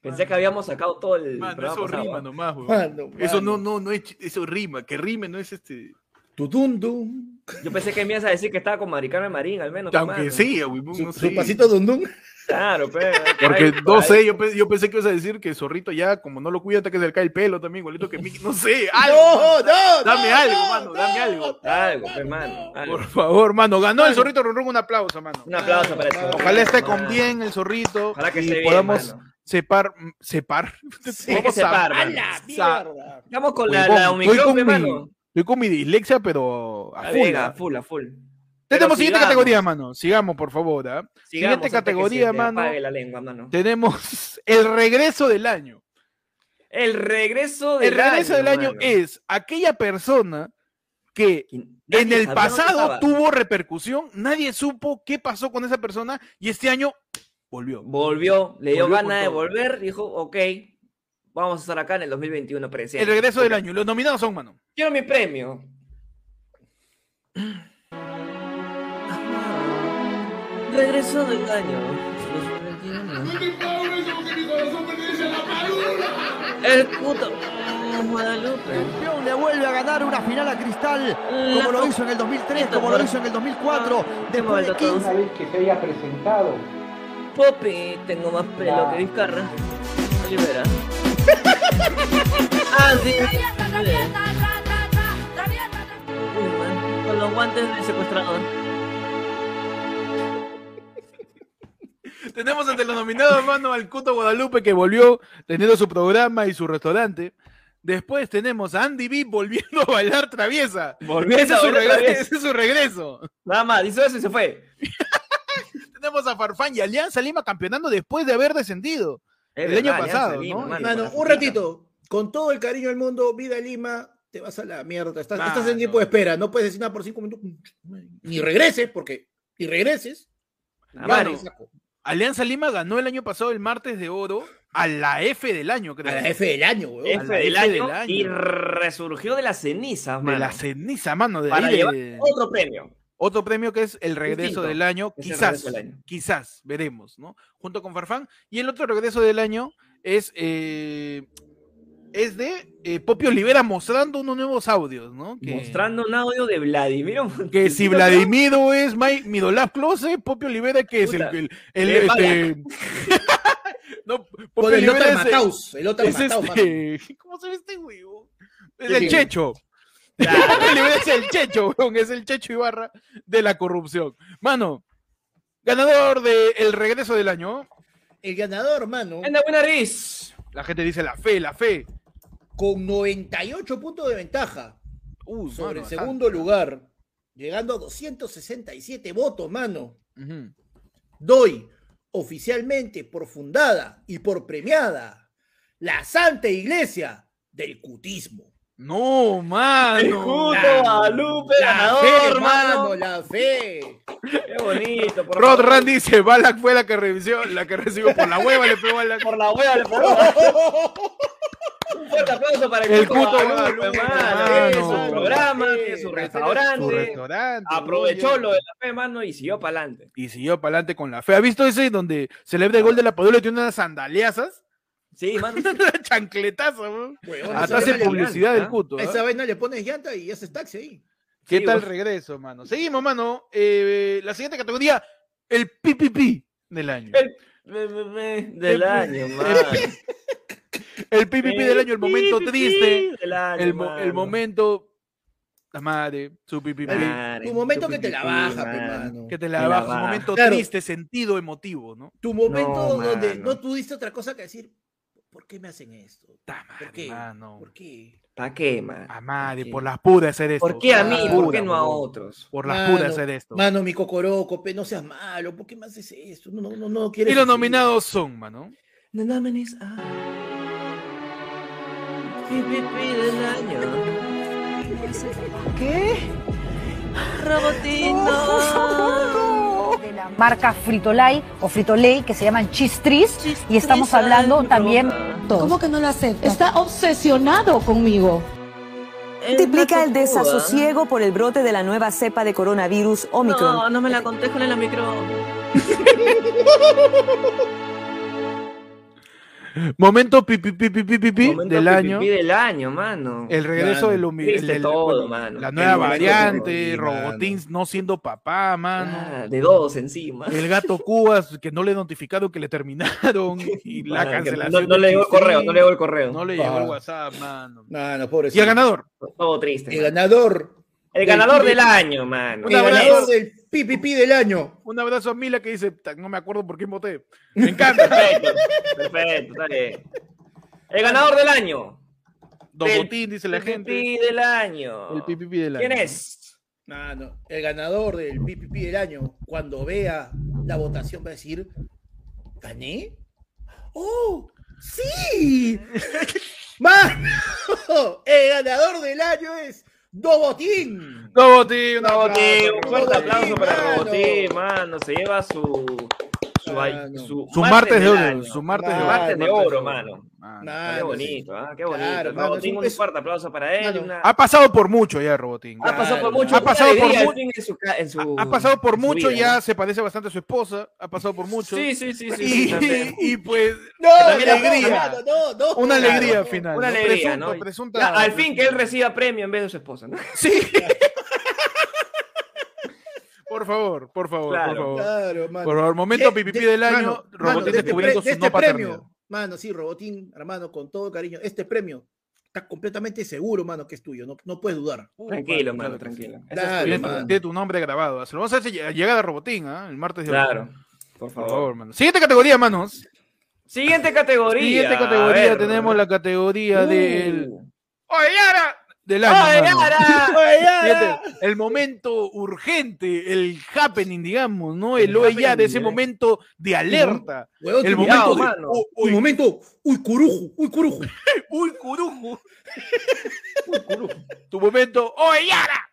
Speaker 2: Pensé que habíamos sacado todo el.
Speaker 3: Mano,
Speaker 2: programa
Speaker 3: eso
Speaker 2: pasado,
Speaker 3: rima
Speaker 2: ¿ah?
Speaker 3: nomás, weón.
Speaker 1: Mano,
Speaker 3: Eso no,
Speaker 1: mano.
Speaker 3: no, no es, ch- eso rima, que rime no es este.
Speaker 1: Tu Dundun.
Speaker 2: Yo pensé que me ibas a decir que estaba con Maricarmen Marín, al menos. pe,
Speaker 3: Aunque
Speaker 2: mano.
Speaker 3: sí, weón,
Speaker 1: Su,
Speaker 3: no
Speaker 1: su
Speaker 3: sé.
Speaker 1: pasito Dundun.
Speaker 2: Claro, pues. pero.
Speaker 3: Porque no sé, yo, pe- yo pensé que ibas a decir que Zorrito ya, como no lo cuida, hasta que se le cae el pelo también, igualito que Mickey. No sé, algo.
Speaker 1: No, no,
Speaker 3: dame
Speaker 1: no,
Speaker 3: algo,
Speaker 1: no,
Speaker 3: mano,
Speaker 1: no,
Speaker 3: dame algo.
Speaker 2: Algo, pues, hermano.
Speaker 3: Por favor, mano, ganó el Zorrito Ronron, un aplauso, mano.
Speaker 2: Un aplauso para eso.
Speaker 3: Ojalá esté con
Speaker 2: Mano.
Speaker 3: bien el Zorrito
Speaker 2: Ojalá que
Speaker 3: y
Speaker 2: esté bien,
Speaker 3: podamos
Speaker 2: mano.
Speaker 3: separ, separ.
Speaker 2: Hay que
Speaker 3: Vamos a-
Speaker 2: separar,
Speaker 1: ¡A
Speaker 2: mano.
Speaker 1: la
Speaker 3: Sa-
Speaker 1: mierda!
Speaker 2: Estamos con la,
Speaker 3: Huevón,
Speaker 2: la
Speaker 3: estoy
Speaker 2: Omicron,
Speaker 3: con
Speaker 2: pe,
Speaker 3: mi-
Speaker 2: mano.
Speaker 3: Estoy con mi dislexia, pero a
Speaker 2: A
Speaker 3: full.
Speaker 2: ver,
Speaker 3: ¿ah?
Speaker 2: a full, a full.
Speaker 3: Tenemos siguiente
Speaker 2: sigamos.
Speaker 3: categoría, mano. Sigamos, por favor. ¿ah?
Speaker 2: Sigamos
Speaker 3: siguiente
Speaker 2: hasta que
Speaker 3: categoría,
Speaker 2: se me
Speaker 3: mano.
Speaker 2: apague la lengua, mano.
Speaker 3: Tenemos el regreso del año.
Speaker 2: El regreso del
Speaker 3: El regreso del año
Speaker 2: mano.
Speaker 3: es aquella persona que en
Speaker 2: nadie
Speaker 3: el
Speaker 2: sabía dónde
Speaker 3: pasado
Speaker 2: estaba.
Speaker 3: tuvo repercusión, nadie supo qué pasó con esa persona y este año volvió.
Speaker 2: Volvió, le dio
Speaker 3: Volvió con
Speaker 2: ganas de
Speaker 3: todo.
Speaker 2: volver, dijo, ok, vamos a estar acá en el 2021 presente.
Speaker 3: El regreso del año. Los nominados son, mano.
Speaker 2: Quiero mi premio. Regreso del año. El puto
Speaker 19: Campeón le vuelve a ganar una final a Cristal, como lo hizo en el 2003, como lo hizo en el
Speaker 2: Ah,
Speaker 19: 2004, después de 15.
Speaker 2: vez que se haya presentado. Popi, tengo más pelo que Vizcarra. Libera. Así. Uy, man, Con los guantes de secuestrador.
Speaker 3: Tenemos entre los nominados, mano, al Cuto Guadalupe que volvió teniendo su programa y su restaurante. Después tenemos a Andy B volviendo a bailar traviesa.
Speaker 2: Volviendo
Speaker 3: ese,
Speaker 2: a
Speaker 3: es su
Speaker 2: bailar
Speaker 3: regreso,
Speaker 2: traviesa.
Speaker 3: ese es su regreso.
Speaker 2: Nada más, hizo eso y se fue.
Speaker 3: tenemos a Farfán y Alianza Lima campeonando después de haber descendido.
Speaker 2: Es
Speaker 3: el
Speaker 2: verdad,
Speaker 3: año
Speaker 2: Alianza
Speaker 3: pasado,
Speaker 2: Lima,
Speaker 3: ¿no?
Speaker 2: mano,
Speaker 1: Mano, un ratito. Con todo el cariño del mundo, vida Lima, te vas a la mierda. Estás, estás en tiempo de espera. No puedes decir nada por cinco minutos. Ni regreses, porque ni regreses.
Speaker 3: Ah,
Speaker 1: ganas,
Speaker 3: mano,
Speaker 1: saco.
Speaker 3: Alianza Lima ganó el año pasado el martes de oro a la F del año, creo.
Speaker 1: A la F del año, weón.
Speaker 3: A
Speaker 2: F
Speaker 3: la
Speaker 2: del año, y
Speaker 3: año.
Speaker 2: resurgió de las cenizas,
Speaker 3: De
Speaker 2: mano.
Speaker 3: la ceniza, mano. De
Speaker 2: para
Speaker 3: ahí de-
Speaker 2: llevar otro premio.
Speaker 3: Otro premio que es el regreso
Speaker 2: Distinto.
Speaker 3: del año,
Speaker 2: Es el
Speaker 3: quizás,
Speaker 2: regreso del año.
Speaker 3: quizás, veremos, ¿no? Junto con Farfán. Y el otro regreso del año es, eh, es de eh, Popio Olivera mostrando unos nuevos audios, ¿no? Que,
Speaker 2: Mostrando un audio de Vladimir.
Speaker 3: que si Vladimir es My Midolab Close, Popio Olivera que es el...
Speaker 2: Puta.
Speaker 3: el- el-
Speaker 2: Eh,
Speaker 3: este, no, Popio
Speaker 1: el
Speaker 3: Olivera
Speaker 1: Lothar
Speaker 3: es, eh,
Speaker 1: Matthaus, el Lothar
Speaker 3: es
Speaker 1: Matthaus,
Speaker 3: este- ¿Cómo se ve este huevo? Es
Speaker 1: ¿Qué
Speaker 3: el
Speaker 1: tiene?
Speaker 3: Checho. Popio Olivera es el Checho, weón, es el Checho Ibarra de la corrupción. Mano, ganador del regreso del año,
Speaker 1: El ganador, mano,
Speaker 2: Anda, buena Riz.
Speaker 3: la gente dice la fe, la fe.
Speaker 1: con 98 puntos de ventaja
Speaker 3: Uh,
Speaker 1: sobre
Speaker 3: mano,
Speaker 1: el segundo lugar, llegando a 267 votos, mano.
Speaker 3: Ujú.
Speaker 1: Doy oficialmente por fundada y por premiada la Santa Iglesia del Cutismo.
Speaker 3: No, mano.
Speaker 2: El Cuto Guadalupe, ganador, mano.
Speaker 1: La fe.
Speaker 2: Qué bonito. por
Speaker 3: Rod
Speaker 2: favor.
Speaker 3: Rand dice, Balak fue la que revisó, la que recibió por la hueva, le pegó a la...
Speaker 2: Por la hueva le pegó. Un fuerte aplauso para el,
Speaker 3: El
Speaker 2: Cuto
Speaker 3: Cuto
Speaker 2: Guadalupe, mano.
Speaker 3: Guadalupe, mano.
Speaker 2: Tiene su programa, tiene su
Speaker 3: Su
Speaker 2: restaurante.
Speaker 3: restaurante.
Speaker 2: Aprovechó lo de la fe, mano, y siguió para adelante.
Speaker 3: Y siguió para adelante con la fe. ¿Ha visto ese donde celebra
Speaker 1: Ah.
Speaker 3: el gol de la Padula y tiene unas sandaliazas?
Speaker 2: Sí, mano.
Speaker 3: Chancletazo, weón.
Speaker 1: Huevón, esa
Speaker 3: Hasta hace
Speaker 1: vaina le-
Speaker 3: publicidad del
Speaker 1: ¿ah?
Speaker 3: cuto. ¿ah?
Speaker 1: A Esa vaina le pones llanta y haces taxi ahí.
Speaker 3: ¿Qué
Speaker 1: Sí,
Speaker 3: tal
Speaker 1: vos-
Speaker 3: regreso, mano? Seguimos, mano. Eh, la siguiente categoría, el PPP del año. El,
Speaker 2: Me, me, me, del año, mano.
Speaker 3: PPP del año, el momento
Speaker 2: PPP
Speaker 3: triste,
Speaker 2: del año,
Speaker 3: el, mo-
Speaker 2: mano.
Speaker 3: el momento... La madre, su PPP.
Speaker 2: Madre,
Speaker 1: Tu momento que te
Speaker 3: PPP,
Speaker 1: la baja, pe,
Speaker 3: mano.
Speaker 1: mano.
Speaker 3: Que te la
Speaker 2: Te Ah, la
Speaker 3: baja,
Speaker 2: baja.
Speaker 3: un momento
Speaker 1: Claro.
Speaker 3: triste, sentido, emotivo, ¿no?
Speaker 1: Tu momento
Speaker 2: No,
Speaker 1: donde
Speaker 2: mano.
Speaker 1: no tuviste otra cosa que decir, ¿por qué me hacen esto?
Speaker 3: Ta
Speaker 1: ¿Por qué?
Speaker 3: mano.
Speaker 1: ¿Por qué?
Speaker 2: ¿Para qué, mano?
Speaker 3: A madre,
Speaker 1: Sí.
Speaker 3: por las puras hacer esto.
Speaker 2: ¿Por qué a mí?
Speaker 3: las
Speaker 2: ¿Por
Speaker 3: puras,
Speaker 2: qué no a
Speaker 3: huevón.
Speaker 2: otros?
Speaker 3: Por las
Speaker 1: Mano,
Speaker 3: puras hacer esto.
Speaker 1: Mano, mi cocoroco, pe, no seas malo, ¿por qué me haces esto? No, no, no, no
Speaker 3: Y
Speaker 1: quieres.
Speaker 3: los
Speaker 1: así.
Speaker 3: nominados son, mano.
Speaker 2: The nominees are PPP del año.
Speaker 16: ¿Qué?
Speaker 14: Robotito. De la marca Fritolay o Fritolay que se llaman Chistris y estamos
Speaker 16: Chistris,
Speaker 14: hablando
Speaker 16: ay,
Speaker 14: también
Speaker 16: ¿Cómo que no lo acepta? Está obsesionado conmigo.
Speaker 20: Multiplica el
Speaker 2: Nato Cuba.
Speaker 20: desasosiego por el brote de la nueva cepa de coronavirus Omicron.
Speaker 2: No, no me la conté con el micro.
Speaker 3: Momento pi, pi, pi, pi, pi, pi, pi
Speaker 2: Momento
Speaker 3: del
Speaker 2: PPP
Speaker 3: año.
Speaker 2: del año, mano.
Speaker 3: El regreso del
Speaker 2: Mano,
Speaker 3: humi-
Speaker 2: triste
Speaker 3: el- el-
Speaker 2: todo,
Speaker 3: bueno,
Speaker 2: mano.
Speaker 3: La
Speaker 2: Qué
Speaker 3: nueva
Speaker 2: momento
Speaker 3: variante,
Speaker 2: triste, mano.
Speaker 3: Robotín no siendo papá, mano.
Speaker 2: Ah, de dos encima.
Speaker 3: El gato Cubas que no le notificaron que le terminaron. Y la
Speaker 2: Mano, que
Speaker 3: cancelación.
Speaker 2: No, no
Speaker 3: de
Speaker 2: le llegó el
Speaker 3: Cristina.
Speaker 2: correo, no le llegó el correo.
Speaker 3: No le llegó el
Speaker 1: Ah.
Speaker 3: WhatsApp, mano.
Speaker 1: Mano, pobrecito.
Speaker 3: Y el ganador.
Speaker 2: Todo triste.
Speaker 1: El
Speaker 2: mano.
Speaker 1: ganador.
Speaker 2: El ganador del año, mano.
Speaker 1: El ganador del PPP del año.
Speaker 3: Un abrazo a Mila que dice, "Ta, no me acuerdo por quién voté. Me encanta.
Speaker 2: Perfecto, perfecto, está bien. El ganador del año.
Speaker 3: Don
Speaker 2: Del
Speaker 3: Botín, dice la
Speaker 2: PPP
Speaker 3: gente.
Speaker 2: del año.
Speaker 3: El PPP del año.
Speaker 2: ¿Quién es?
Speaker 1: Mano, el ganador del PPP del año, cuando vea la votación, va a decir: ¿Gané? ¡Oh! ¡Sí! ¡Mano! El ganador del año es Dobotín.
Speaker 2: Dobotín, Dobotín. Un fuerte aplauso para Dobotín, mano. Se lleva su. Su, su,
Speaker 3: Su martes de
Speaker 2: del
Speaker 3: oro,
Speaker 2: año.
Speaker 3: su martes de
Speaker 2: Su
Speaker 3: oro.
Speaker 2: martes de
Speaker 3: Martes de
Speaker 2: oro,
Speaker 3: oro,
Speaker 2: mano.
Speaker 1: Mano,
Speaker 2: Qué
Speaker 1: sí.
Speaker 2: bonito, ¿ah? Qué bonito.
Speaker 1: Claro, mano,
Speaker 2: Robotín,
Speaker 1: es un-
Speaker 2: un fuerte aplauso para él. una-
Speaker 3: Ha pasado por mucho ya, Robotín.
Speaker 2: Ha pasado por mucho.
Speaker 3: Ha pasado por mucho.
Speaker 2: mucho.
Speaker 3: Ha pasado por mucho, ya se parece bastante a su esposa. Ha pasado por mucho.
Speaker 2: Sí, sí, sí, sí,
Speaker 3: Y,
Speaker 2: sí, también.
Speaker 3: y, pues.
Speaker 1: No,
Speaker 3: también
Speaker 1: no,
Speaker 3: alegría.
Speaker 1: mano, no, no.
Speaker 3: una
Speaker 1: Claro,
Speaker 3: alegría
Speaker 1: no.
Speaker 3: final.
Speaker 2: Una
Speaker 3: ¿no?
Speaker 2: alegría,
Speaker 3: Presunta-
Speaker 2: ¿no?
Speaker 3: presunta-
Speaker 2: Ya, al fin que él reciba premio en vez de su esposa, ¿no?
Speaker 3: Sí. Por favor, por favor,
Speaker 2: Claro.
Speaker 3: por favor.
Speaker 1: Claro, mano.
Speaker 3: Por favor, momento
Speaker 1: De-
Speaker 3: pipipi
Speaker 1: de-
Speaker 3: del año,
Speaker 1: mano,
Speaker 3: Robotín
Speaker 1: mano, de este pre-
Speaker 3: descubriendo su
Speaker 1: de
Speaker 3: no
Speaker 1: este
Speaker 3: paternidad.
Speaker 1: premio, mano, sí, Robotín, hermano, con todo cariño, este premio está completamente seguro, mano, que es tuyo, no, no puedes dudar.
Speaker 2: Tranquilo, mano, tranquilo. Eso es
Speaker 1: Dale,
Speaker 3: Tiene,
Speaker 1: mano.
Speaker 3: tiene tu nombre grabado. Se lo vamos a hacer lle- llegar a Robotín, ¿ah? El martes de
Speaker 2: Claro.
Speaker 3: hoy.
Speaker 2: Por
Speaker 3: favor. mano. Siguiente categoría, manos.
Speaker 2: Siguiente categoría.
Speaker 3: Siguiente
Speaker 2: A
Speaker 3: categoría
Speaker 2: ver.
Speaker 3: tenemos la categoría
Speaker 2: Uh.
Speaker 3: del,
Speaker 2: ¡Oye, Yara!
Speaker 3: del año.
Speaker 2: ¡Oye,
Speaker 3: mano.
Speaker 2: Yara! ¡Oye, Yara!
Speaker 3: Siguiente, el momento urgente, el happening, digamos, ¿no? El,
Speaker 1: El
Speaker 3: oye ya de
Speaker 1: happening,
Speaker 3: ese
Speaker 1: ¿eh?
Speaker 3: momento de alerta.
Speaker 1: Huevón,
Speaker 3: el
Speaker 1: tu mirado,
Speaker 3: momento de-
Speaker 1: mano. Tu momento, uy, curujo, uy, curujo.
Speaker 3: ¡Uy, curujo! tu momento, E ¡Oye, Yara!
Speaker 1: Ah,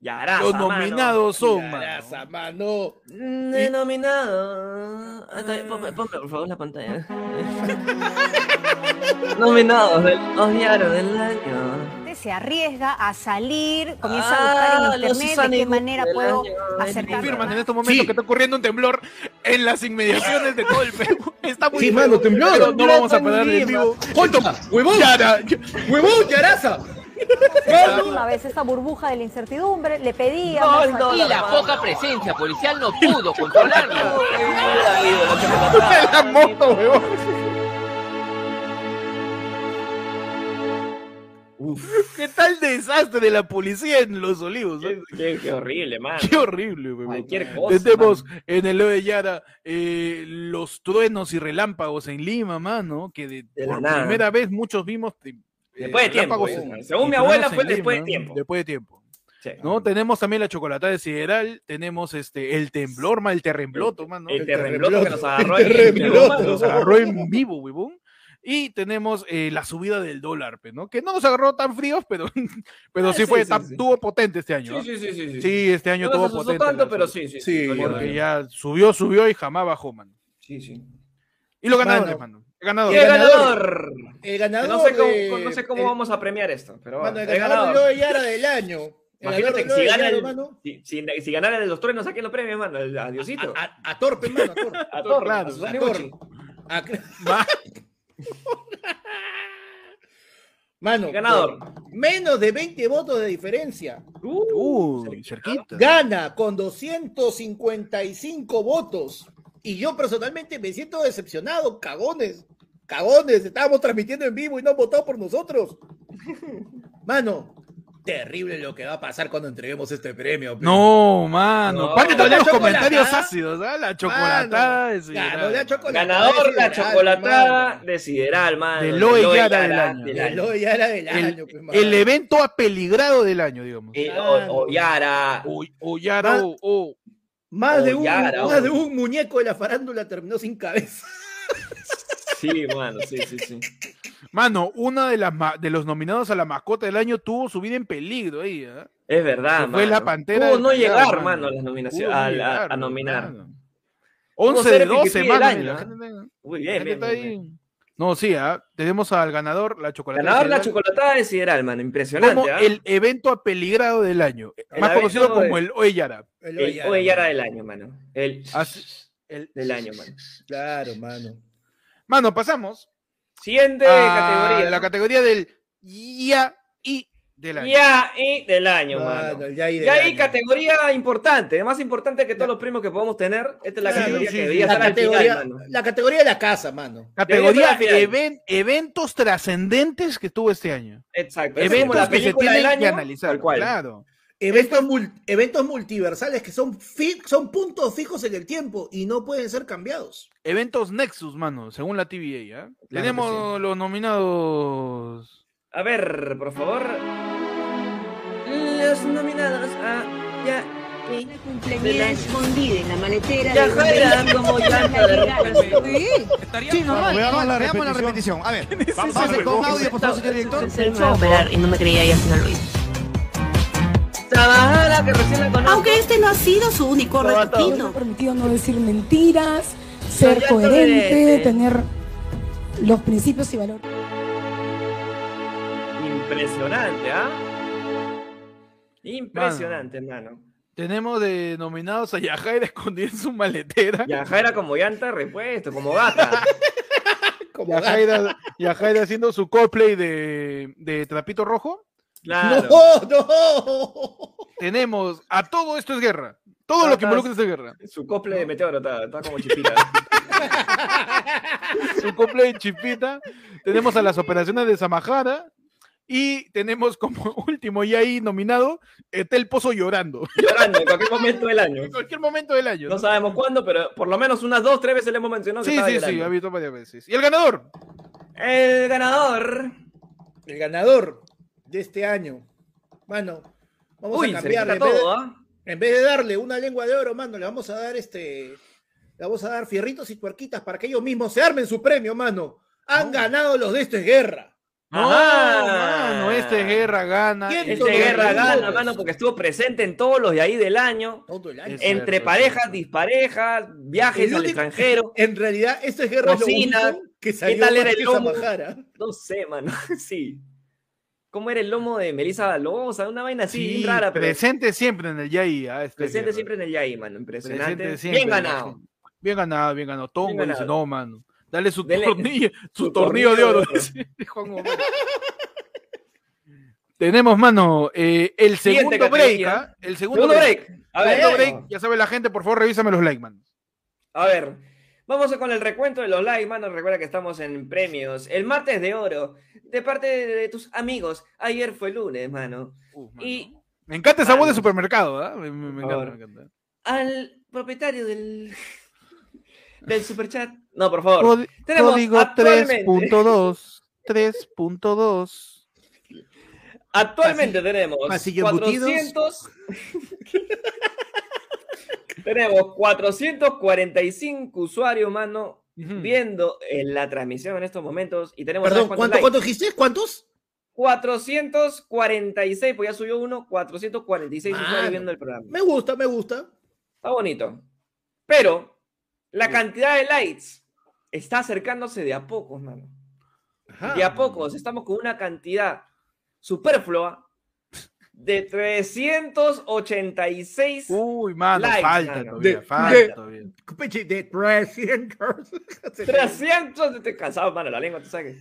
Speaker 2: Yaraza,
Speaker 3: Los
Speaker 2: mano.
Speaker 3: nominados son,
Speaker 1: Yaraza, mano.
Speaker 2: Denominado. Ah, está bien, Ponme, ponme, por favor la pantalla. Nominados del Ojiaro del año.
Speaker 14: Usted se arriesga a salir, comienza
Speaker 2: Ah,
Speaker 14: a buscar
Speaker 2: los
Speaker 14: en internet de
Speaker 2: Susana y
Speaker 14: qué
Speaker 2: Google,
Speaker 14: manera
Speaker 2: del
Speaker 14: puedo
Speaker 2: año.
Speaker 14: acercarme.
Speaker 3: Confirman en este estos momentos que está ocurriendo un temblor en las inmediaciones de todo el Perú. Está muy
Speaker 1: Sí,
Speaker 3: feo,
Speaker 1: mano, temblor.
Speaker 3: pero no vamos a parar
Speaker 1: de
Speaker 3: en vivo.
Speaker 1: ¡Huevón!
Speaker 3: Yara.
Speaker 1: ¡Huevón, Yaraza!
Speaker 14: La última vez esa burbuja de la incertidumbre, le pedía.
Speaker 21: No,
Speaker 14: más
Speaker 21: no,
Speaker 14: aquí,
Speaker 21: y la
Speaker 14: mano.
Speaker 21: poca presencia policial no pudo controlarlo.
Speaker 3: la moto, huevón. ¿Qué tal desastre de la policía en Los Olivos? eh?
Speaker 2: Qué, qué horrible, mano.
Speaker 3: Qué horrible, huevón.
Speaker 2: Cualquier cosa.
Speaker 3: Tenemos en el Loe Yara eh, los truenos y relámpagos en Lima, mano, que de-
Speaker 2: De la
Speaker 3: por
Speaker 2: nada.
Speaker 3: primera vez muchos vimos eh,
Speaker 2: Después de tiempo,
Speaker 3: relámpagos
Speaker 2: eh.
Speaker 3: en-
Speaker 2: Según mi
Speaker 3: y
Speaker 2: abuela,
Speaker 3: truenos
Speaker 2: fue
Speaker 3: en
Speaker 2: después de
Speaker 3: Lima,
Speaker 2: tiempo.
Speaker 3: Después de tiempo.
Speaker 2: Sí.
Speaker 3: ¿no? Tenemos también la chocolatada de Sideral, tenemos este el temblor, ma, el terrembloto, mano.
Speaker 2: El terrembloto que nos agarró
Speaker 3: El
Speaker 2: en vivo,
Speaker 3: terrembloto
Speaker 2: mano.
Speaker 3: nos agarró en vivo, huevón. Y tenemos eh, la subida del dólar, pe, ¿no? Que no nos agarró tan fríos, pero, pero
Speaker 2: Ah,
Speaker 3: sí,
Speaker 2: sí,
Speaker 3: fue,
Speaker 2: sí,
Speaker 3: tan-
Speaker 2: sí.
Speaker 3: tuvo potente este año.
Speaker 2: Sí,
Speaker 3: ¿ah?
Speaker 2: sí, sí, sí, sí.
Speaker 3: Sí, este año
Speaker 2: No nos
Speaker 3: tuvo
Speaker 2: asustó
Speaker 3: potente.
Speaker 2: tanto,
Speaker 3: la
Speaker 2: pero
Speaker 3: subida.
Speaker 2: sí, sí, sí, dolió,
Speaker 3: porque
Speaker 2: dolió.
Speaker 3: ya subió, subió y jamás bajó, mano.
Speaker 2: Sí, sí.
Speaker 3: Y los ganadores,
Speaker 1: Mano.
Speaker 3: mano. El ganador.
Speaker 2: ¡Qué ganador!
Speaker 1: El
Speaker 2: Que
Speaker 1: ganador.
Speaker 2: No sé cómo,
Speaker 1: de-
Speaker 2: no sé cómo
Speaker 1: el-
Speaker 2: vamos a premiar esto, pero
Speaker 1: Mano,
Speaker 2: bueno,
Speaker 1: el
Speaker 2: he
Speaker 1: ganador
Speaker 2: ganado.
Speaker 1: de Yara del año. El ganador
Speaker 2: Imagínate
Speaker 1: de
Speaker 2: que si
Speaker 1: Loe
Speaker 2: gana
Speaker 1: Yara,
Speaker 2: el,
Speaker 1: mano.
Speaker 2: si, si, si ganara el de los truenos, saquen los premios, mano. el- Adiosito.
Speaker 1: A, a- a Torpe, mano, a Torpe.
Speaker 2: A Torre,
Speaker 1: claro,
Speaker 2: a Susana
Speaker 1: a Torre.
Speaker 2: Iguchi.
Speaker 1: A- Mano,
Speaker 2: Ganador.
Speaker 1: por menos de 20 votos de diferencia.
Speaker 3: Uh, Uy, cerquita.
Speaker 1: Gana con 255 votos. Y yo personalmente me siento decepcionado, cagones. Cagones, estábamos transmitiendo en vivo y no han votado por nosotros. Mano, terrible lo que va a pasar cuando entreguemos este premio. pe.
Speaker 3: No, mano.
Speaker 1: No.
Speaker 3: ¿Cuándo están
Speaker 1: La
Speaker 3: los
Speaker 1: chocolatada.
Speaker 3: comentarios ácidos? ah? La chocolatada de Sideral.
Speaker 1: Ganó la chocolatada
Speaker 2: Ganador
Speaker 1: de
Speaker 2: la
Speaker 1: Sideral,
Speaker 2: chocolatada de Sideral, mano.
Speaker 3: De
Speaker 2: de
Speaker 3: Loe
Speaker 2: Loe
Speaker 3: Yara del año.
Speaker 1: mano. La Loe Yara del
Speaker 3: El-
Speaker 1: año, pe, mano.
Speaker 3: El evento apeligrado del año, digamos.
Speaker 2: Eh, o, o Yara.
Speaker 3: O, o Yara,
Speaker 1: Ma-
Speaker 3: o- o-
Speaker 1: Más, de
Speaker 2: Oh,
Speaker 1: un,
Speaker 2: Yara,
Speaker 1: más
Speaker 2: oh.
Speaker 1: de un muñeco de la farándula terminó sin cabeza.
Speaker 2: Sí, mano, sí, sí, sí.
Speaker 3: Mano, una de las ma- de los nominados a la mascota del año tuvo su vida en peligro ahí, ¿ah?
Speaker 2: Es verdad,
Speaker 3: Que
Speaker 2: mano.
Speaker 3: fue la pantera
Speaker 2: Pudo
Speaker 3: del
Speaker 2: no
Speaker 3: Callao,
Speaker 2: llegar,
Speaker 3: mano.
Speaker 2: mano, a las nominaciones.
Speaker 3: Pudo no
Speaker 2: a, la-
Speaker 3: llegar,
Speaker 2: a nominar.
Speaker 3: mano.
Speaker 2: Pudo
Speaker 3: 11
Speaker 2: ser
Speaker 3: de
Speaker 2: el PPP
Speaker 3: 12,
Speaker 2: del
Speaker 3: mano.
Speaker 2: año,
Speaker 3: la
Speaker 2: ¿ah?
Speaker 3: gente-
Speaker 2: Muy
Speaker 3: la
Speaker 2: bien,
Speaker 3: gente
Speaker 2: bien,
Speaker 3: está
Speaker 2: bien,
Speaker 3: ahí.
Speaker 2: bien.
Speaker 3: No, sí, ¿ah? tenemos al ganador, la chocolatada.
Speaker 2: Ganador la
Speaker 3: Sideral,
Speaker 2: chocolatada de Sideral, mano. Impresionante.
Speaker 3: Como
Speaker 2: ¿ah?
Speaker 3: el evento apeligrado del año,
Speaker 2: El
Speaker 3: más conocido
Speaker 2: evento de-
Speaker 3: como el Oye Yara. Ah,
Speaker 1: El
Speaker 2: El
Speaker 1: Yara,
Speaker 2: Oe Yara
Speaker 1: mano.
Speaker 2: del año, mano. El
Speaker 3: Así- el-
Speaker 2: del año, mano.
Speaker 1: Claro, mano.
Speaker 3: Mano, pasamos
Speaker 2: Siguiente
Speaker 3: a
Speaker 2: categoría.
Speaker 3: Ah, la categoría del Ya y del año.
Speaker 2: Ya y del año, mano.
Speaker 1: Mano, ya ahí
Speaker 2: Y ahí
Speaker 1: del año.
Speaker 2: categoría importante, más importante que todos los primos que podamos tener. Esta es la
Speaker 1: Claro,
Speaker 2: categoría
Speaker 3: sí,
Speaker 2: que
Speaker 3: sí.
Speaker 2: debería
Speaker 1: la,
Speaker 2: estar al
Speaker 1: categoría,
Speaker 2: final, mano.
Speaker 1: la categoría de la casa, mano.
Speaker 3: Categoría
Speaker 2: Debería ser al
Speaker 3: even- eventos trascendentes que tuvo este año.
Speaker 2: Exacto. Es como
Speaker 3: Eventos
Speaker 2: la
Speaker 3: que se
Speaker 2: película del
Speaker 3: tienen que
Speaker 2: año.
Speaker 3: analizar.
Speaker 2: tal cual.
Speaker 3: Claro.
Speaker 1: Eventos, mul- eventos multiversales que son, fi- son puntos fijos en el tiempo y no pueden ser cambiados.
Speaker 3: Eventos Nexus, mano, según la TVA. ¿ah? Tenemos los nominados.
Speaker 2: A ver, por favor. Los nominados a
Speaker 7: Halloween, cumpleañera escondida en la maletera.
Speaker 2: Ya fuera, como ya para
Speaker 19: Sí, normal. Veamos la repetición. A ver, vamos a hacer con audio, por favor, señor director.
Speaker 7: Se me va a operar y no me creía y al final lo hice.
Speaker 2: Trabajada, que recién la conozco.
Speaker 7: Aunque este no ha sido su único repetido.
Speaker 22: permitido no decir mentiras,
Speaker 2: ser
Speaker 22: ser
Speaker 2: ya coherente,
Speaker 22: coherente,
Speaker 2: toleré.
Speaker 22: tener los principios y valores.
Speaker 2: Impresionante, ¿ah? Impresionante, hermano.
Speaker 3: Tenemos de nominados a Yajaira escondida en su maletera.
Speaker 2: Yajaira como llanta repuesto, como gata.
Speaker 3: Yajaira, Yajaira haciendo su cosplay de, de Trapito Rojo.
Speaker 2: Claro.
Speaker 1: no!
Speaker 3: Tenemos a todo esto es guerra. Todo lo que involucra esta guerra.
Speaker 2: Su cosplay de meteoro, está, está como chispita.
Speaker 3: Su cosplay de Chipita. Tenemos a las operaciones de Samajara. Y tenemos como último y ahí nominado está el pozo llorando.
Speaker 2: Llorando en cualquier momento del año.
Speaker 3: En cualquier momento del año.
Speaker 2: No sabemos cuándo, pero por lo menos unas dos, tres veces le hemos mencionado. que
Speaker 3: Sí,
Speaker 2: estaba
Speaker 3: sí, sí,
Speaker 2: llorando.
Speaker 3: ha visto varias veces. ¿Y el ganador?
Speaker 2: El ganador.
Speaker 1: El ganador de este año. Mano, vamos
Speaker 2: Uy,
Speaker 1: a
Speaker 2: se le
Speaker 1: cambiar.
Speaker 2: quita
Speaker 1: En, vez de-
Speaker 2: todo, ¿ah?
Speaker 1: en vez de darle una lengua de oro, mano, le vamos a dar este. Le vamos a dar fierritos y tuerquitas para que ellos mismos se armen su premio, mano. Han ganado los de esto es guerra.
Speaker 3: No,
Speaker 2: Ajá.
Speaker 3: mano, este guerra gana.
Speaker 1: ¿Quién
Speaker 2: Este guerra gana, mano, porque estuvo presente en todos los de ahí del año.
Speaker 1: Todo el año.
Speaker 3: Es
Speaker 2: entre
Speaker 3: cierto, es
Speaker 2: parejas,
Speaker 3: cierto.
Speaker 2: disparejas, viajes
Speaker 1: El
Speaker 2: al
Speaker 1: único-
Speaker 2: extranjero.
Speaker 1: En realidad, esto es guerra. es lo
Speaker 2: Cocina,
Speaker 1: único que
Speaker 2: ¿qué
Speaker 1: salió
Speaker 2: tal era
Speaker 1: más
Speaker 2: el
Speaker 1: que
Speaker 2: lomo?
Speaker 1: Samajara.
Speaker 2: No sé, mano. Sí. ¿Cómo era el lomo de Melissa Galosa? Una vaina así
Speaker 3: Sí,
Speaker 2: bien rara, pero presente,
Speaker 3: presente siempre en el Yai. ah, este guerra.
Speaker 2: siempre en el Yai, mano. Impresionante.
Speaker 3: Presente siempre
Speaker 2: bien
Speaker 3: en el
Speaker 2: ganado.
Speaker 3: Yai. Bien ganado, bien ganado. Tongo
Speaker 2: Bien
Speaker 3: dice,
Speaker 2: ganado.
Speaker 3: no, mano. Dale su
Speaker 2: Dele-
Speaker 3: tornillo, su,
Speaker 2: su
Speaker 3: tornillo,
Speaker 2: tornillo
Speaker 3: de
Speaker 2: de
Speaker 3: oro.
Speaker 2: oro.
Speaker 3: dice Juan Gomero. Tenemos, mano, eh, el
Speaker 2: Siguiente
Speaker 3: segundo break.
Speaker 2: categoría.
Speaker 3: ¿ah? El segundo,
Speaker 2: Segundo
Speaker 3: break.
Speaker 2: break. A ver,
Speaker 3: Segundo break. Ya sabe la gente, por favor, revísame los like, man.
Speaker 2: A ver, vamos con el recuento de los likes, mano. Recuerda que estamos en premios. El martes de oro, de parte de tus amigos. Ayer fue lunes, mano. Y
Speaker 3: Me encanta esa voz de
Speaker 2: Mano.
Speaker 3: supermercado, ¿ah? Me, me- me
Speaker 2: Por
Speaker 3: encanta,
Speaker 2: favor.
Speaker 3: me encanta.
Speaker 2: al propietario del, del superchat. No, por favor.
Speaker 3: Cód-
Speaker 2: Tenemos
Speaker 3: Código
Speaker 2: actualmente-
Speaker 3: 3.2. 3.2.
Speaker 2: Actualmente tenemos
Speaker 1: pasillos
Speaker 2: 400. tenemos 445 usuarios, mano, viendo en la transmisión en estos momentos. Y tenemos.
Speaker 1: Perdón,
Speaker 2: ¿sabes
Speaker 1: ¿cuánto,
Speaker 2: likes?
Speaker 1: ¿cuántos dijiste? ¿Cuántos?
Speaker 2: 446, pues ya subió uno, 446 usuarios
Speaker 1: Mano.
Speaker 2: viendo el programa.
Speaker 1: Me gusta, me gusta.
Speaker 2: Está bonito. Pero la cantidad de likes está acercándose de a pocos, mano. De a pocos. Estamos con una cantidad superflua de 386.
Speaker 1: Uh,
Speaker 3: Uy, mano,
Speaker 2: Likes,
Speaker 3: falta
Speaker 2: mano.
Speaker 3: todavía,
Speaker 1: De-
Speaker 3: falta
Speaker 1: de-
Speaker 3: todavía.
Speaker 1: Peche, de 300.
Speaker 2: 300. Estoy cansado, mano, la lengua, tú sabes.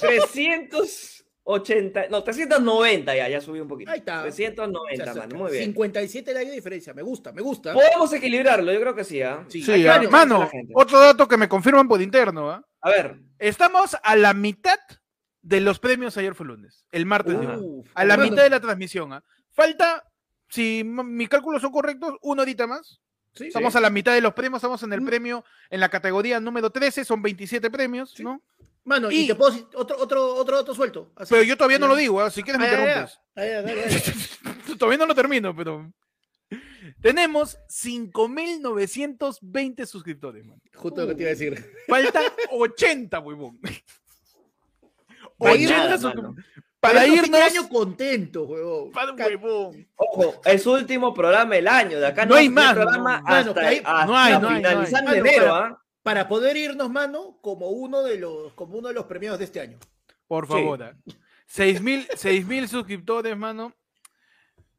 Speaker 2: que- 380. No, 390 ya, ya subí un poquito.
Speaker 1: Ahí está. Se
Speaker 2: 390,
Speaker 1: acerca.
Speaker 2: mano. Muy bien.
Speaker 1: 57 likes de diferencia. Me gusta, me gusta.
Speaker 2: Podemos equilibrarlo, yo creo que sí, ¿ah?
Speaker 1: Sí,
Speaker 3: Sí,
Speaker 1: hay que
Speaker 3: ah,
Speaker 1: darle
Speaker 3: mano,
Speaker 1: chance a la gente.
Speaker 3: otro dato que me confirman por interno, ¿ah?
Speaker 2: A ver,
Speaker 3: Estamos a la mitad de los premios ayer fue lunes, el martes. de
Speaker 1: Uf,
Speaker 3: lunes. a la
Speaker 1: hermano.
Speaker 3: mitad de la transmisión. ¿ah? Falta, si m- mis cálculos son correctos, una horita más.
Speaker 1: Sí, Mm.
Speaker 3: Estamos
Speaker 1: sí.
Speaker 3: a la mitad de los premios, estamos en el premio, en la categoría número 13, son 27 premios, ¿no?
Speaker 1: Mano, y,
Speaker 3: y-
Speaker 1: te puedo decir otro, otro, otro dato suelto. Así.
Speaker 3: Pero yo todavía no lo digo, ¿ah? si quieres me
Speaker 1: Ah, ya, ya.
Speaker 3: interrumpes.
Speaker 1: Ah, ya, dale, dale.
Speaker 3: todavía no lo termino, pero... Tenemos 5.920 suscriptores, man.
Speaker 1: Justo lo que te iba a decir.
Speaker 3: Falta 80, huevón.
Speaker 1: Para ir-
Speaker 3: 80
Speaker 2: nada,
Speaker 3: son-
Speaker 2: mano.
Speaker 3: Para
Speaker 1: Pero esto
Speaker 3: irnos.
Speaker 1: fin de año contento, huevón.
Speaker 3: para-
Speaker 1: Ca-
Speaker 3: huevón.
Speaker 2: Ojo, es su último programa del año. De acá
Speaker 3: No hay más,
Speaker 2: programa
Speaker 1: no, no,
Speaker 2: hasta,
Speaker 1: que hay-
Speaker 2: hasta
Speaker 3: no hay, no hay,
Speaker 2: finalizando
Speaker 1: no hay.
Speaker 2: enero,
Speaker 1: Mano,
Speaker 2: ¿ah?
Speaker 1: Para poder irnos, mano, como uno de los, como uno de los premiados de este año.
Speaker 3: Por
Speaker 2: Sí.
Speaker 3: favor. ah. 6.000 6.000 suscriptores, mano.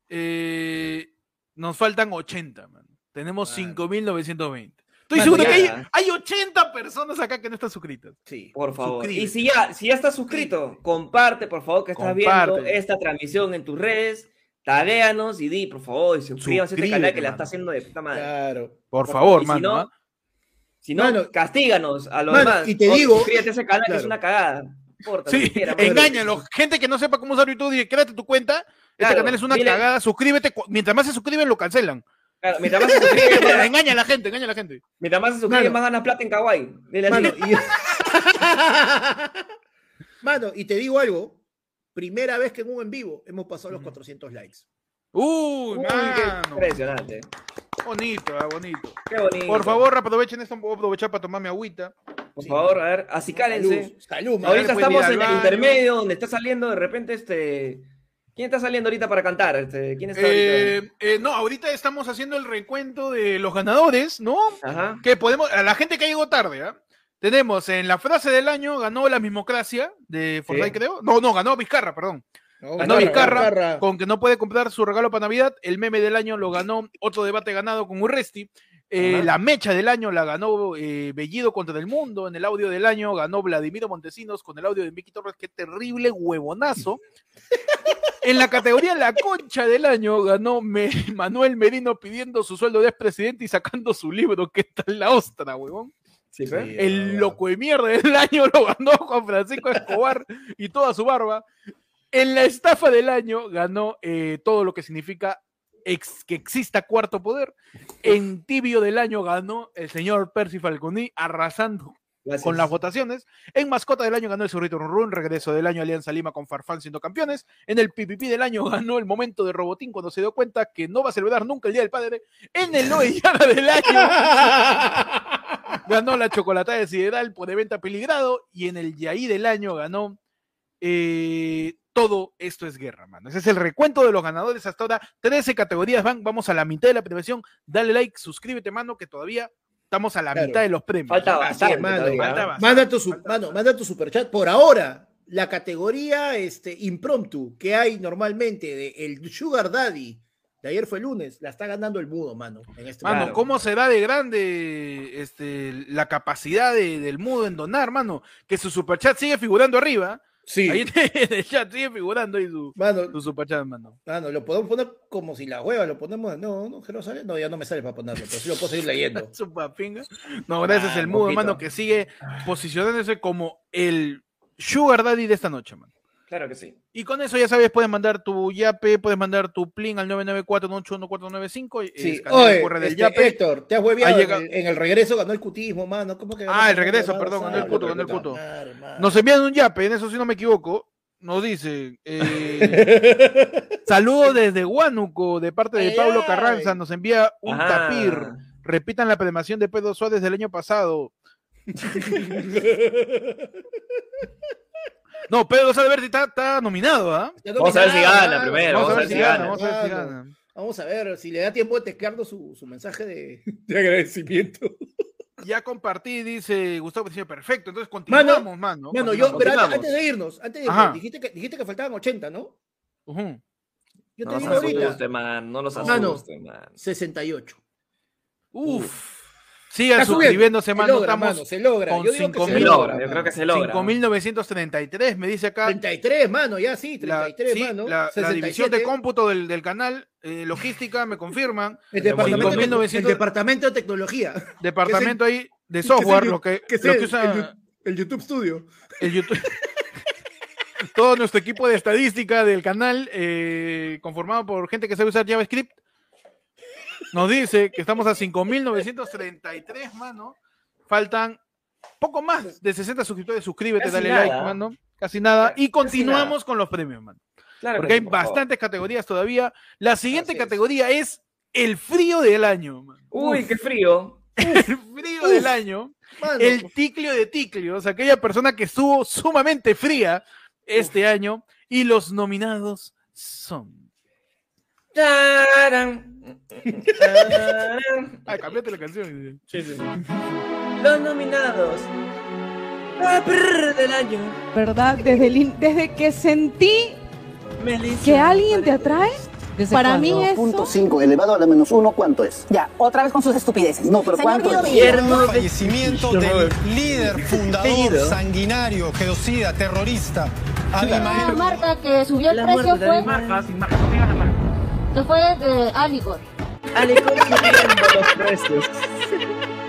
Speaker 3: Eh, nos faltan 80, mano. Tenemos 5.920. Estoy
Speaker 1: Mano,
Speaker 3: seguro
Speaker 1: ya.
Speaker 3: que hay, hay 80 personas acá que no están suscritas.
Speaker 1: Sí.
Speaker 2: Por favor.
Speaker 3: Suscríbete.
Speaker 2: Y si ya, si ya estás suscrito, comparte, por favor, que estás viendo
Speaker 3: Comparte.
Speaker 2: esta transmisión en tus redes. Taguéanos y di, por favor, y suscríbanse a este canal
Speaker 3: Suscríbete,
Speaker 2: que la
Speaker 3: mano.
Speaker 2: está haciendo de puta madre.
Speaker 1: Claro.
Speaker 3: Por favor,
Speaker 2: Y si
Speaker 3: mano.
Speaker 2: no,
Speaker 3: ¿ah?
Speaker 2: Si no,
Speaker 1: Mano,
Speaker 2: castíganos a los
Speaker 1: mano,
Speaker 2: demás.
Speaker 1: y te
Speaker 2: O
Speaker 1: digo-
Speaker 2: Suscríbete a ese canal que es
Speaker 1: claro.
Speaker 2: una cagada. No importa, lo
Speaker 3: Sí,
Speaker 2: que quieras, mano.
Speaker 3: engáñalos. Gente que no sepa cómo usar YouTube, dile, créate tu cuenta. Este
Speaker 2: Claro,
Speaker 3: canal es una
Speaker 2: dile-
Speaker 3: cagada. Suscríbete. Cu- Mientras más se suscriben, lo cancelan.
Speaker 2: Claro, mientras más se suscriben, más-
Speaker 3: engaña a la gente, engaña a la gente.
Speaker 2: mientras más se suscriben,
Speaker 1: Mano.
Speaker 2: más ganas plata en Kawaii. Dile así.
Speaker 1: Mano, y... Mano, y te digo algo. Primera vez que en un en vivo hemos pasado los 400 likes.
Speaker 3: Uy,
Speaker 2: Uy, qué
Speaker 3: mano.
Speaker 2: impresionante.
Speaker 3: Bonito, ah, bonito.
Speaker 2: Qué bonito.
Speaker 3: Por favor, aprovechen esto, voy a aprovechar para tomar mi agüita.
Speaker 2: Por favor, a ver, así cálense.
Speaker 3: Salud, salud,
Speaker 2: ahorita
Speaker 3: madre,
Speaker 2: estamos
Speaker 3: pues,
Speaker 2: en
Speaker 3: ir al
Speaker 2: el
Speaker 3: baño.
Speaker 2: intermedio donde está saliendo de repente este. ¿Quién está saliendo ahorita para cantar? Este, ¿Quién está ahorita?
Speaker 3: Eh, eh, no, ahorita estamos haciendo el recuento de los ganadores, ¿no? Que podemos, a la gente que llegó tarde, ¿ah? Tenemos en la frase del año, ganó la mismocracia de Fortnite, creo. No, no, ganó Vizcarra, perdón. ganó Vizcarra, con que no puede comprar su regalo para Navidad. El meme del año lo ganó otro debate ganado con Urresti. Eh,
Speaker 2: Ajá.
Speaker 3: la mecha del año la ganó eh, Bellido contra el mundo. En el audio del año ganó Vladimiro Montesinos con el audio de Vicky Torres. Qué terrible huevonazo. En la categoría La Concha del Año ganó Me- Manuel Merino pidiendo su sueldo de expresidente y sacando su libro, que está en la ostra, huevón.
Speaker 2: Sí,
Speaker 1: ¿Eh?
Speaker 3: el loco de mierda del año lo ganó Juan Francisco Escobar y toda su barba. En la estafa del año ganó eh, todo lo que significa ex- que exista cuarto poder. En tibio del año ganó el señor Percy Falconi arrasando
Speaker 2: Gracias.
Speaker 3: con las votaciones. En mascota del año ganó el Zorrito Run Run, regreso del año Alianza Lima con Farfán siendo campeones. En el PPP del año ganó el momento de Robotín cuando se dio cuenta que no va a celebrar nunca el Día del Padre. En el Noellana del año ganó la chocolatada de Sideral por evento peligrado. Y en el Yaí del año ganó eh, todo esto es guerra, mano. Ese es el recuento de los ganadores hasta ahora. 13 categorías van, vamos a la mitad de la premiación. Dale like, suscríbete, mano, que todavía estamos a la
Speaker 1: Claro.
Speaker 3: mitad de los premios.
Speaker 2: Falta
Speaker 1: Así
Speaker 2: bastante
Speaker 1: es, mano.
Speaker 2: todavía, ¿eh?
Speaker 3: Falta bastante.
Speaker 1: Manda tu, su- mano, manda tu superchat. Por ahora, la categoría este, impromptu que hay normalmente de el Sugar Daddy, de ayer fue lunes, la está ganando el mudo, mano. En este
Speaker 3: Mano,
Speaker 1: momento.
Speaker 3: ¿cómo será de grande este, la capacidad de- del mudo en donar, mano? Que su superchat sigue figurando arriba.
Speaker 1: Sí.
Speaker 3: Ahí en el chat sigue figurando y su,
Speaker 1: Mano.
Speaker 3: su superchat, mano.
Speaker 1: Mano, Ah, lo podemos poner como si la hueva lo ponemos. No, no, que no sale. No, ya no me sale para ponerlo, pero sí lo puedo seguir leyendo.
Speaker 3: Su papinga. No, gracias
Speaker 1: Ah,
Speaker 3: el mudo,
Speaker 1: poquito.
Speaker 3: mano, que sigue posicionándose como el sugar daddy de esta noche, mano.
Speaker 2: Claro que sí.
Speaker 3: Y con eso ya sabes, puedes mandar tu yape, puedes mandar tu plin al 994-981-495.
Speaker 1: Sí,
Speaker 3: escanea el
Speaker 1: oye,
Speaker 3: QR del
Speaker 1: este,
Speaker 3: yape.
Speaker 1: Héctor, te has hueveado.
Speaker 3: Ha llegado-
Speaker 1: En, el, en el regreso ganó el cutismo, mano. ¿Cómo que ganó
Speaker 3: Ah, el
Speaker 1: cutismo,
Speaker 3: regreso,
Speaker 1: mano?
Speaker 3: perdón, ganó el
Speaker 1: Sale,
Speaker 3: cuto, ganó el
Speaker 1: puta
Speaker 3: cuto.
Speaker 1: madre, mano.
Speaker 3: Nos envían un yape, en eso si no me equivoco. Nos dice, eh, saludos desde Huánuco, de parte de
Speaker 1: Ay,
Speaker 3: Pablo
Speaker 1: ay.
Speaker 3: Carranza, nos envía un
Speaker 2: Ajá.
Speaker 3: tapir. Repitan la premación de Pedro Suárez del año pasado. No, Pedro Suárez Berti está, está nominado, ¿ah?
Speaker 1: Ya no
Speaker 2: Vamos
Speaker 1: me
Speaker 2: a ver si
Speaker 1: nada,
Speaker 2: gana
Speaker 1: mano.
Speaker 2: primero. Vamos a ver si gana.
Speaker 3: vamos a ver si
Speaker 1: Mano,
Speaker 3: gana.
Speaker 1: Vamos a ver si le da tiempo de teclearnos su, su mensaje de, de agradecimiento.
Speaker 3: Ya compartí, dice Gustavo Castillo, perfecto. Entonces continuamos, mano.
Speaker 1: Mano, yo,
Speaker 3: continuamos,
Speaker 1: pero antes,
Speaker 3: continuamos.
Speaker 1: antes de irnos, antes de
Speaker 3: Ajá.
Speaker 1: irnos, dijiste que, dijiste que faltaban 80, ¿no?
Speaker 3: Ujú.
Speaker 1: Yo
Speaker 2: No
Speaker 1: te
Speaker 2: nos
Speaker 1: digo ahorita,
Speaker 2: asuste, man. No nos
Speaker 1: Mano.
Speaker 2: asuste, man.
Speaker 1: 68.
Speaker 3: Uf. Sigan
Speaker 1: Está subiendo.
Speaker 3: suscribiéndose,
Speaker 1: Se
Speaker 3: mano.
Speaker 1: logra,
Speaker 3: estamos
Speaker 1: mano, se logra.
Speaker 3: con
Speaker 1: Yo digo que se
Speaker 3: 5.000.
Speaker 1: logra,
Speaker 2: yo creo que se logra.
Speaker 3: 5.933, me dice acá.
Speaker 1: 33, mano, ya sí,
Speaker 3: La,
Speaker 1: 33,
Speaker 3: sí,
Speaker 1: mano.
Speaker 3: la- la
Speaker 1: 67.
Speaker 3: división de cómputo del, del canal, eh, logística, me confirman.
Speaker 1: el departamento, de-
Speaker 3: 5.900
Speaker 1: el departamento de tecnología.
Speaker 3: departamento ahí
Speaker 1: que
Speaker 3: de
Speaker 1: es el
Speaker 3: software,
Speaker 1: Yu-
Speaker 3: lo que,
Speaker 1: que es
Speaker 3: lo que
Speaker 1: el-
Speaker 3: usa-
Speaker 1: el Yu- el YouTube Studio.
Speaker 3: el YouTube. Todo nuestro equipo de estadística del canal, eh, conformado por gente que sabe usar JavaScript, nos dice que estamos a 5.933, mano. Faltan poco más de 60 suscriptores. Suscríbete,
Speaker 2: Casi
Speaker 3: dale
Speaker 2: nada.
Speaker 3: like, mano. Casi nada. Y continuamos con los premios, mano.
Speaker 2: Claro
Speaker 3: Porque hay
Speaker 2: que sí, por favor.
Speaker 3: bastantes categorías todavía. La siguiente categoría es. el frío del año. mano.
Speaker 2: Uy, qué frío.
Speaker 3: frío del año, el ticlio de ticlios, aquella persona que estuvo sumamente fría este año, y los nominados son.
Speaker 2: Tarán. Tarán.
Speaker 3: Ah, cambiate la canción.
Speaker 2: Los nominados. Ah, prr, del año.
Speaker 22: ¿Verdad? Desde, el in- desde que sentí que alguien te atrae, para mí es...
Speaker 8: 1.5 elevado a la menos 1, ¿cuánto es?
Speaker 16: Ya, otra vez con sus estupideces.
Speaker 8: No, pero
Speaker 16: Señor
Speaker 8: ¿cuánto
Speaker 16: Guido
Speaker 8: es?
Speaker 16: Villar.
Speaker 4: Fallecimiento del líder, fundador, sanguinario, genocida, terrorista, Abimael
Speaker 10: marca que subió el precio fue, que fue de Alicor.
Speaker 2: Alicor subiendo los precios.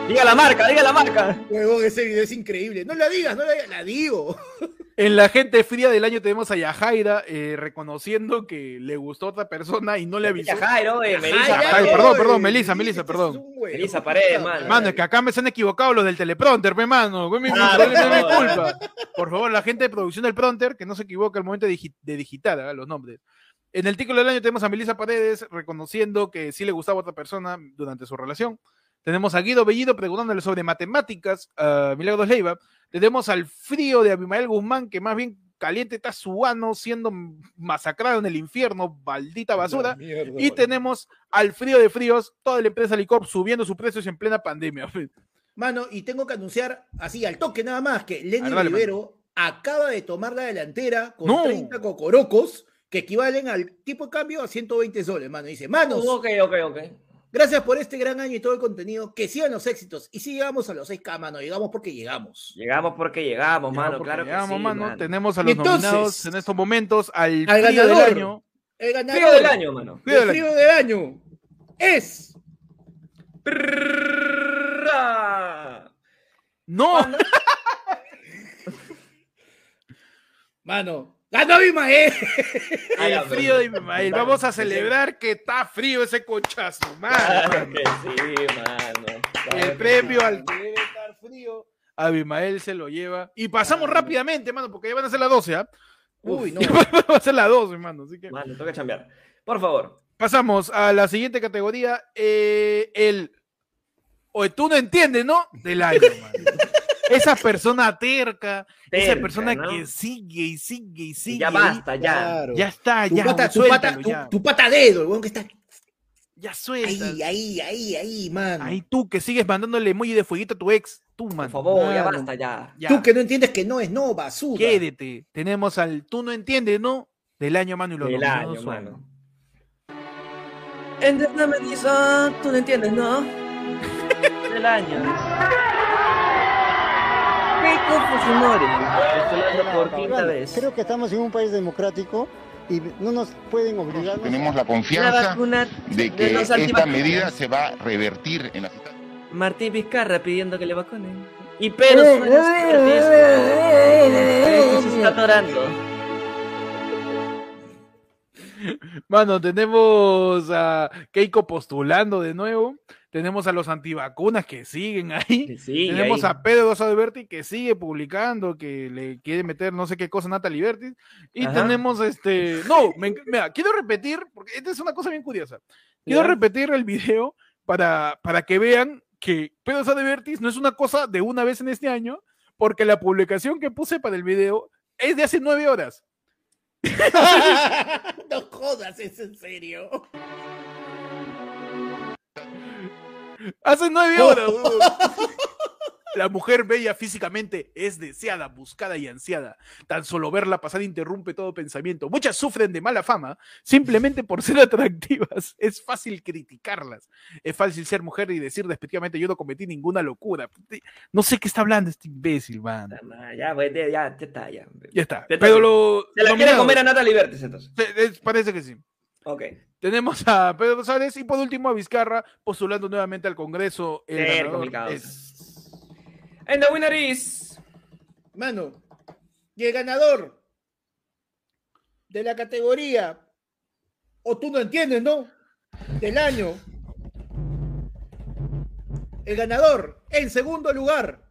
Speaker 2: Diga la marca, diga la marca.
Speaker 1: Huevón, ese video es increíble. No la digas, no la digas, la digo.
Speaker 3: En la gente fría del año tenemos a Yajaira eh, reconociendo que le gustó a otra persona y no le avisó.
Speaker 2: Yajaira, oye, Melissa.
Speaker 3: Yajaira, perdón, perdón, Melissa, Melissa, perdón.
Speaker 2: Elisa Paredes, mano.
Speaker 1: eh.
Speaker 3: Mano, es que acá me se han equivocado los del teleprompter, pe, mano. Fue mi-
Speaker 2: Ah,
Speaker 3: fue mi-
Speaker 2: no.
Speaker 3: mi culpa. Por favor, la gente de producción del prompter, que no se equivoca al momento de, digi- de digitar ah, los nombres. En el título del año tenemos a Melissa Paredes reconociendo que sí le gustaba a otra persona durante su relación. Tenemos a Guido Bellido preguntándole sobre matemáticas a Milagros Leiva. Tenemos al frío de Abimael Guzmán, que más bien caliente está su ano siendo masacrado en el infierno, maldita
Speaker 1: Ah,
Speaker 3: basura.
Speaker 11: mierda,
Speaker 3: y
Speaker 11: bueno.
Speaker 3: tenemos al frío de fríos, toda la empresa Licor subiendo sus precios en plena pandemia.
Speaker 1: Mano, y tengo que anunciar así al toque nada más que Lenny
Speaker 3: dale,
Speaker 1: Rivero acaba de tomar la delantera con
Speaker 3: No.
Speaker 1: 30 cocorocos que equivalen al tipo de cambio a 120 soles, mano. Dice, manos,
Speaker 2: Ok, ok, ok.
Speaker 1: gracias por este gran año y todo el contenido. Que sigan los éxitos. Y si llegamos a los 6K, mano, llegamos porque llegamos.
Speaker 2: Llegamos porque llegamos, mano.
Speaker 3: porque
Speaker 2: Claro que
Speaker 3: llegamos,
Speaker 2: sí,
Speaker 3: mano.
Speaker 2: mano.
Speaker 3: Tenemos a los
Speaker 1: Entonces,
Speaker 3: nominados en estos momentos al,
Speaker 1: Al
Speaker 3: frío
Speaker 1: ganador.
Speaker 3: del año.
Speaker 1: El ganador.
Speaker 2: Frío del año, mano.
Speaker 1: El frío del año es.
Speaker 3: ¡No!
Speaker 1: Mano, ganó Abimael.
Speaker 3: El frío de Abimael. Vamos a celebrar que está frío ese cochazo, mano.
Speaker 2: Claro que sí, mano. Claro que
Speaker 3: El premio
Speaker 2: sí.
Speaker 3: al que debe estar frío, Abimael se lo lleva. Y pasamos rápidamente, mano, porque ya van a ser las 12, ¿ah?
Speaker 2: Uy, no.
Speaker 3: Va a ser las 12, mano. Así que...
Speaker 2: Mano, toca cambiar. Por favor.
Speaker 3: Pasamos a la siguiente categoría. eh, el. O tú no entiendes, ¿no? Del año, mano. Esa persona terca, esa
Speaker 2: Terca,
Speaker 3: persona
Speaker 2: ¿no?
Speaker 3: que sigue y sigue y sigue.
Speaker 2: ya
Speaker 3: ahí.
Speaker 2: basta, ya.
Speaker 3: Ya está,
Speaker 1: Tu
Speaker 3: ya.
Speaker 1: pata- tu
Speaker 3: suéltalo,
Speaker 1: pata- tu-
Speaker 3: ya.
Speaker 1: tu pata dedo, el weón que está.
Speaker 3: Ya suelta.
Speaker 1: Ahí, ahí, ahí, ahí, mano.
Speaker 3: Ahí tú que sigues mandándole emoji de fueguito a tu ex. Tú, mano. Por
Speaker 2: favor, ya basta, ya.
Speaker 1: Tú que no entiendes que no es no, basura.
Speaker 3: Quédate. Tenemos al tú no entiendes, ¿no? Del año, mano. Y los
Speaker 2: Del
Speaker 3: nominados
Speaker 2: año,
Speaker 3: son-
Speaker 2: mano.
Speaker 16: Entiéndeme, Lisa, tú no entiendes, ¿no?
Speaker 2: Del año.
Speaker 16: Keiko Fujimori.
Speaker 2: Estoy hablando por quinta
Speaker 13: Bueno,
Speaker 2: vez.
Speaker 13: Creo que estamos en un país democrático y no nos pueden obligar.
Speaker 23: Tenemos la
Speaker 2: La
Speaker 23: confianza
Speaker 2: vacuna
Speaker 23: de
Speaker 2: de
Speaker 23: que
Speaker 2: los
Speaker 23: esta
Speaker 2: antivacunas.
Speaker 23: medida se va a revertir en la
Speaker 2: Martín Vizcarra pidiendo que le vacunen. Y Pedro
Speaker 22: Eh,
Speaker 2: Suárez Ortiz. Pedro se está atorando.
Speaker 3: Mano, tenemos a Keiko postulando de nuevo. Tenemos a los antivacunas que siguen ahí. tenemos
Speaker 2: ahí.
Speaker 3: a Pedro Dosa de Berti que sigue publicando, que le quiere meter no sé qué cosa a Natalie Berti. Y
Speaker 2: Ajá.
Speaker 3: tenemos este. No, me enc- mira, quiero repetir, porque esta es una cosa bien curiosa. Quiero
Speaker 2: Ya.
Speaker 3: repetir el video para, para que vean que Pedro Dosa de Berti no es una cosa de una vez en este año, porque la publicación que puse para el video es de hace nueve horas.
Speaker 1: No jodas, es en serio.
Speaker 3: Hace nueve
Speaker 1: Oh.
Speaker 3: horas. weón. La mujer bella físicamente es deseada, buscada y ansiada. Tan solo verla pasar interrumpe todo pensamiento. Muchas sufren de mala fama simplemente por ser atractivas. Es fácil criticarlas. Es fácil ser mujer y decir despectivamente yo no cometí ninguna locura. No sé qué está hablando este imbécil, man.
Speaker 2: Ah, Ya, pues, ya, ya, ya está, ya.
Speaker 3: Ya está.
Speaker 2: Ya está.
Speaker 3: Pedro lo-
Speaker 2: Se la quiere
Speaker 3: nominado.
Speaker 2: comer a Natalie Bertes, entonces.
Speaker 3: Eh, eh, Parece que sí.
Speaker 2: Ok.
Speaker 3: Tenemos a Pedro González y por último a Vizcarra postulando nuevamente al Congreso. El
Speaker 2: Cerco,
Speaker 3: ganador
Speaker 2: mi causa.
Speaker 3: es-
Speaker 2: And eh, the winner is.
Speaker 1: Mano, y el ganador de la categoría, o tú no entiendes, ¿no? Del año. El ganador, en segundo lugar.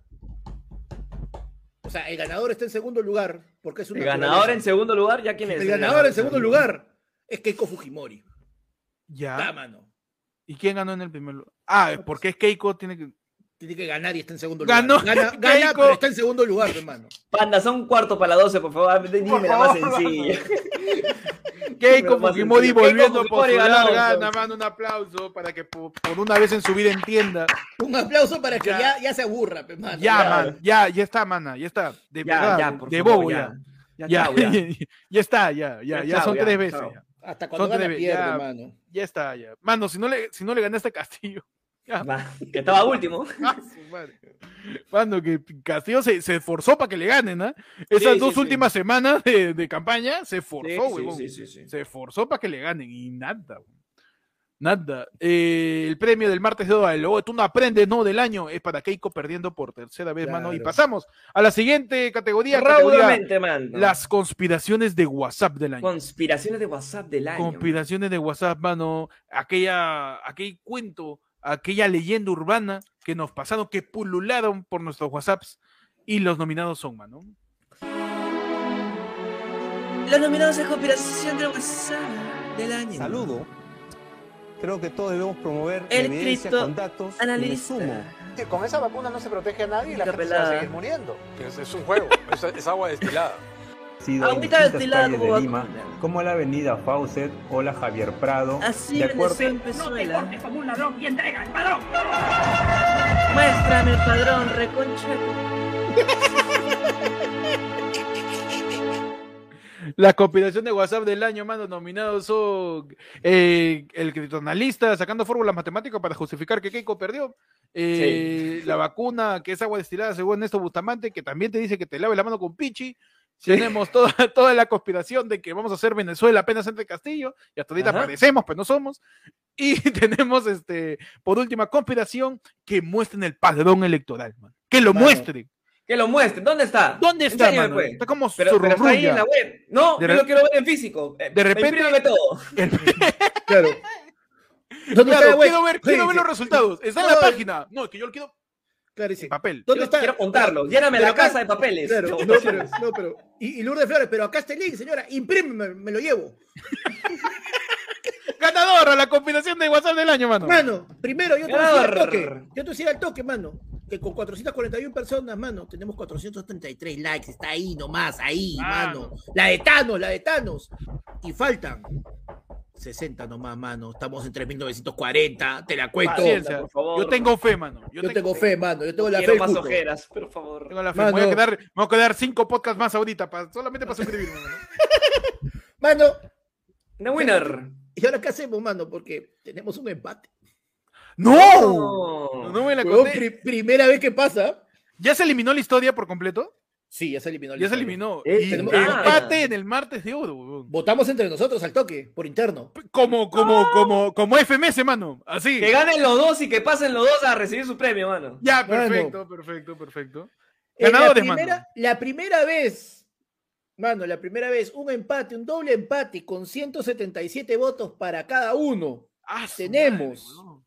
Speaker 1: O sea, el ganador está en segundo lugar, porque es un
Speaker 2: El ganador en segundo lugar, ¿ya quién es?
Speaker 1: El ganador en segundo lugar es Keiko Fujimori.
Speaker 3: Ya.
Speaker 1: Da, mano.
Speaker 3: ¿Y quién ganó en el primer lugar? Ah,
Speaker 2: Pues,
Speaker 3: porque es Keiko, tiene que.
Speaker 1: Tiene que ganar y está en segundo lugar.
Speaker 3: Ganó
Speaker 1: Gana, gana,
Speaker 3: Keiko.
Speaker 1: pero está en segundo lugar, hermano.
Speaker 2: Panda, son cuarto para la 12, por favor. Dime la más
Speaker 3: favor, mano.
Speaker 2: sencilla.
Speaker 3: Keiko
Speaker 2: Pero más
Speaker 3: Fujimori
Speaker 2: sencillo.
Speaker 3: volviendo a
Speaker 2: Keiko Fujimori
Speaker 3: postular,
Speaker 2: ganó,
Speaker 3: gana,
Speaker 2: entonces.
Speaker 3: mano, un aplauso para que po- por, una vez en su vida entienda.
Speaker 1: Un aplauso para que
Speaker 3: Ya.
Speaker 1: ya, ya se aburra, hermano.
Speaker 3: Ya, man, ya, ya está, mana, ya está. De
Speaker 2: Ah, Ya,
Speaker 3: verdad,
Speaker 2: ya, por
Speaker 3: de
Speaker 2: favor,
Speaker 3: bobo, ya.
Speaker 2: ya.
Speaker 3: Ya,
Speaker 2: Ya,
Speaker 3: ya,
Speaker 2: chao, ya.
Speaker 3: ya está, ya, ya, ya,
Speaker 2: Ya, chao,
Speaker 3: son
Speaker 2: ya,
Speaker 3: tres veces.
Speaker 2: chao.
Speaker 3: ya.
Speaker 1: Hasta cuando
Speaker 3: Son
Speaker 1: gana,
Speaker 3: tres-
Speaker 1: pierde,
Speaker 3: ya.
Speaker 1: hermano.
Speaker 3: Ya está, ya. Mano, si no le, si no le ganaste a Castillo. ya.
Speaker 2: Va, que estaba último.
Speaker 3: Ah, su madre. Mano, que Castillo se, se esforzó para que le ganen, ¿ah? Esas
Speaker 2: Sí,
Speaker 3: dos
Speaker 2: sí, sí.
Speaker 3: últimas semanas de, de campaña se
Speaker 2: Sí,
Speaker 3: esforzó,
Speaker 2: sí,
Speaker 3: huevón.
Speaker 2: sí, sí, sí.
Speaker 3: Se esforzó para que le ganen y nada. huevón. Nada. Eh, el premio del martes de Oda, el oh, tú no aprendes, no, del año, es para Keiko perdiendo por tercera vez, mano. Y
Speaker 2: Claro.
Speaker 3: pasamos a la siguiente categoría.
Speaker 2: Raudamente,
Speaker 3: categoría,
Speaker 2: mano.
Speaker 3: Las conspiraciones de WhatsApp del año.
Speaker 2: Conspiraciones de WhatsApp del año.
Speaker 3: Conspiraciones de WhatsApp, mano. Aquella, aquel cuento, aquella leyenda urbana que nos pasaron, que pulularon por nuestros WhatsApps. Y los nominados son, mano.
Speaker 16: Los nominados a conspiración de WhatsApp.
Speaker 5: del año.
Speaker 4: Saludo. Creo que todos debemos promover
Speaker 5: El
Speaker 4: evidencia,
Speaker 5: cripto
Speaker 4: contactos y me
Speaker 5: analista.
Speaker 4: sumo.
Speaker 6: Con esa vacuna no se protege a nadie y la
Speaker 5: Está
Speaker 6: gente se va a
Speaker 5: pelada.
Speaker 6: seguir muriendo. Es, un juego, es, agua destilada.
Speaker 11: sido en
Speaker 6: Agüita
Speaker 11: distintas
Speaker 6: destilada
Speaker 11: calles
Speaker 6: como
Speaker 11: de Lima, como la avenida Faucet o la Javier Prado, de acuerdo
Speaker 5: No te cortes como un ladrón y entrega el padrón. Muéstrame el padrón, reconcha.
Speaker 3: La compilación de WhatsApp del año, mano, nominados son eh, el criptoanalista sacando fórmulas matemáticas para justificar que Keiko perdió. eh, La vacuna, que es agua destilada, según Néstor Bustamante, que también te dice que te lave la mano con Pichi. Tenemos toda, toda la conspiración de que vamos a hacer Venezuela apenas entre Castillo, y hasta ahorita
Speaker 5: Ajá.
Speaker 3: parecemos, pero no somos. Y tenemos, este, por última, conspiración que muestren el padrón electoral, man. que lo
Speaker 2: Mano.
Speaker 3: muestren.
Speaker 2: Que lo muestren. ¿Dónde está?
Speaker 3: ¿Dónde está,
Speaker 2: Enséñame,
Speaker 3: mano?
Speaker 2: pues.
Speaker 3: Está como
Speaker 2: pero, pero está ahí
Speaker 3: zurrumrulla.
Speaker 2: en la web. No,
Speaker 3: De
Speaker 2: yo
Speaker 3: re-
Speaker 2: lo quiero ver en físico. Eh,
Speaker 3: de repente-
Speaker 2: imprímeme todo.
Speaker 1: Claro. ¿Dónde
Speaker 3: Claro,
Speaker 1: está la web?
Speaker 3: quiero ver,
Speaker 1: Sí,
Speaker 3: quiero ver
Speaker 1: sí.
Speaker 3: los resultados. Está en
Speaker 1: No,
Speaker 3: la
Speaker 1: no,
Speaker 3: página. No, es que yo lo quiero
Speaker 1: Claro, sí.
Speaker 3: papel.
Speaker 1: ¿Dónde está?
Speaker 2: Quiero contarlo. Lléname
Speaker 1: Pero
Speaker 2: la
Speaker 1: acá-
Speaker 2: casa de papeles.
Speaker 1: Claro,
Speaker 2: Yo-
Speaker 1: no, pero, no, pero- Y, y Lourdes Flores, pero acá está el link, señora. Imprímeme, me lo llevo.
Speaker 3: Ganador a la combinación de WhatsApp del año, mano.
Speaker 1: Mano, primero yo te voy a decir al
Speaker 3: Ganador.
Speaker 1: toque. Yo te voy a decir al toque, mano. Que con 441 personas, mano, tenemos 433 likes. Está ahí nomás, ahí, mano. La de Thanos, la de Thanos. Y faltan 60 nomás, mano. Estamos en 3940. Te la cuento.
Speaker 3: Paciencia. Yo tengo fe, mano.
Speaker 1: Yo, tengo fe, mano. Yo tengo la
Speaker 2: Quiero
Speaker 1: fe.
Speaker 2: más
Speaker 1: Cuco.
Speaker 2: ojeras, por favor.
Speaker 3: Tengo la fe.
Speaker 1: Mano.
Speaker 3: Me voy, a quedar, me voy a quedar cinco podcasts más ahorita, pa- solamente para suscribirme. mano.
Speaker 1: Mano.
Speaker 2: The winner.
Speaker 1: ¿Y ahora qué hacemos, mano? Porque tenemos un empate.
Speaker 3: ¡No! No me la
Speaker 1: Huevón,
Speaker 3: conté.
Speaker 1: pri- primera vez que pasa.
Speaker 3: ¿Ya se eliminó la historia por completo?
Speaker 1: Sí, ya se eliminó. la
Speaker 3: Ya se
Speaker 1: historia.
Speaker 3: eliminó.
Speaker 1: Eh,
Speaker 3: Y
Speaker 1: tenemos-
Speaker 3: empate en el martes de oro, huevón.
Speaker 1: Votamos entre nosotros al toque, por interno.
Speaker 3: Como, como, como, como FMS, mano. Así.
Speaker 2: Que ganen los dos y que pasen los dos a recibir su premio, mano.
Speaker 3: Ya, perfecto, perfecto, perfecto.
Speaker 1: Eh, la,
Speaker 3: Ganadores, mano.
Speaker 1: primera, la primera vez, mano, la primera vez, un empate, un doble empate con 177 votos para cada uno.
Speaker 3: Ah,
Speaker 1: Tenemos.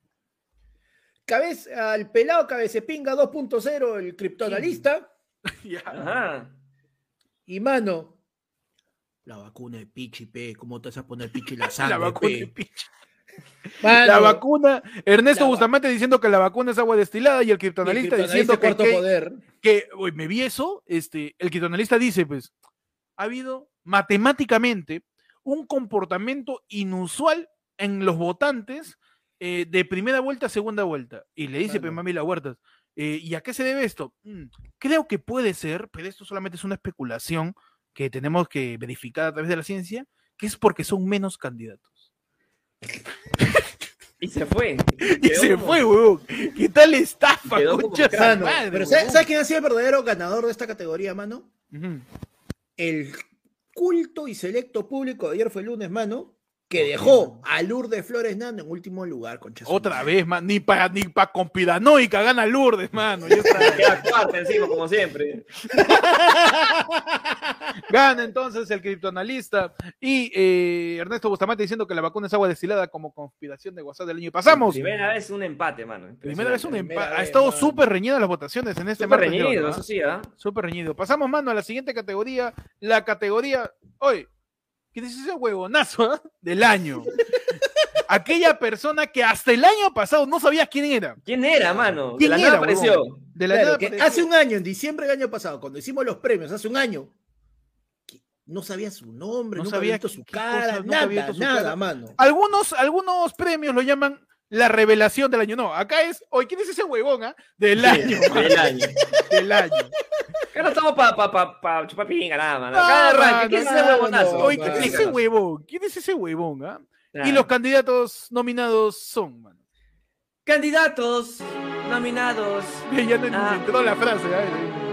Speaker 1: Cabeza, al pelado Cabecepinga 2.0, el criptoanalista.
Speaker 2: Ajá.
Speaker 1: Y mano, la vacuna de Pichi, pe. ¿Cómo te vas a poner Pichi la sangre,
Speaker 3: vacuna
Speaker 1: pe?
Speaker 3: de
Speaker 1: Mano.
Speaker 3: La vacuna. Ernesto
Speaker 1: La va-
Speaker 3: Bustamante diciendo que la vacuna es agua destilada y el criptoanalista
Speaker 1: Y el criptoanalista
Speaker 3: diciendo que.
Speaker 1: cuarto
Speaker 3: que-
Speaker 1: poder.
Speaker 3: que, uy, me vi eso. Este, el criptoanalista dice: Pues, ha habido matemáticamente un comportamiento inusual en los votantes eh, de primera vuelta a segunda vuelta. Y le dice,
Speaker 1: Claro.
Speaker 3: pues, mami, la huertas. eh, ¿Y a qué se debe esto? Mm, creo que puede ser, pero esto solamente es una especulación que tenemos que verificar a través de la ciencia, que es porque son menos candidatos.
Speaker 2: Y se fue.
Speaker 3: Y se fue, huevón. ¿Qué tal estafa,
Speaker 2: Quedó como
Speaker 3: concha? de su
Speaker 1: Mano,
Speaker 3: madre,
Speaker 1: pero ¿sabes,
Speaker 3: huevón?
Speaker 1: sabes quién ha sido el verdadero ganador de esta categoría, mano?
Speaker 3: Ujú.
Speaker 1: El culto y selecto público de ayer fue el lunes, mano, que dejó a Lourdes Flores Nando en último lugar, concha. su
Speaker 3: Otra vez, man. Ni para ni pa compiranoica gana Lourdes, mano. Ya está.
Speaker 2: Queda cuarta encima, como siempre.
Speaker 3: Gana entonces el criptoanalista y eh, Ernesto Bustamante diciendo que la vacuna es agua destilada como conspiración de WhatsApp del año. Y pasamos.
Speaker 2: Primera vez un empate, mano.
Speaker 3: Primera vez un
Speaker 2: Primera
Speaker 3: empate.
Speaker 2: vez,
Speaker 3: Ha estado
Speaker 2: mano.
Speaker 3: súper reñidas las votaciones en este
Speaker 2: Súper
Speaker 3: martes de oro,
Speaker 2: reñido,
Speaker 3: ¿ah?
Speaker 2: eso sí, ¿ah?
Speaker 3: Súper reñido. Pasamos, mano, a la siguiente categoría. La categoría. Oye, ¿qué dice ese huevonazo ah? del año? Aquella persona que hasta el año pasado no sabías quién era.
Speaker 2: ¿Quién era, mano? De
Speaker 3: ¿Quién
Speaker 2: la
Speaker 3: era,
Speaker 2: nada apareció.
Speaker 3: huevón? De la
Speaker 1: Claro,
Speaker 3: nada
Speaker 1: que
Speaker 3: apareció.
Speaker 1: hace un año, en diciembre del año pasado, cuando hicimos los premios, hace un año, que no sabía su nombre,
Speaker 3: No
Speaker 1: no nunca había
Speaker 3: sabía
Speaker 1: visto su
Speaker 3: qué
Speaker 1: cara,
Speaker 3: cosa, nunca
Speaker 1: nada,
Speaker 3: había visto su
Speaker 1: nada,
Speaker 3: cara.
Speaker 1: mano.
Speaker 3: Algunos, algunos premios lo llaman la revelación del año. No, acá es, hoy, ¿quién es ese huevón? ah? Del año.
Speaker 2: Del año.
Speaker 3: Del año.
Speaker 2: Acá no estamos para pa, pa, pa chupar pinga, nada, mano. Acá
Speaker 3: Ah,
Speaker 2: arranque. ¿Quién es
Speaker 3: mano,
Speaker 2: ese huevonazo?
Speaker 3: Oye, ¿quién es ese huevón? ¿Quién es ese huevón? ah? Y los candidatos nominados son, mano.
Speaker 2: Candidatos nominados.
Speaker 3: Ya no
Speaker 2: Ah.
Speaker 3: entró la frase. ¿eh?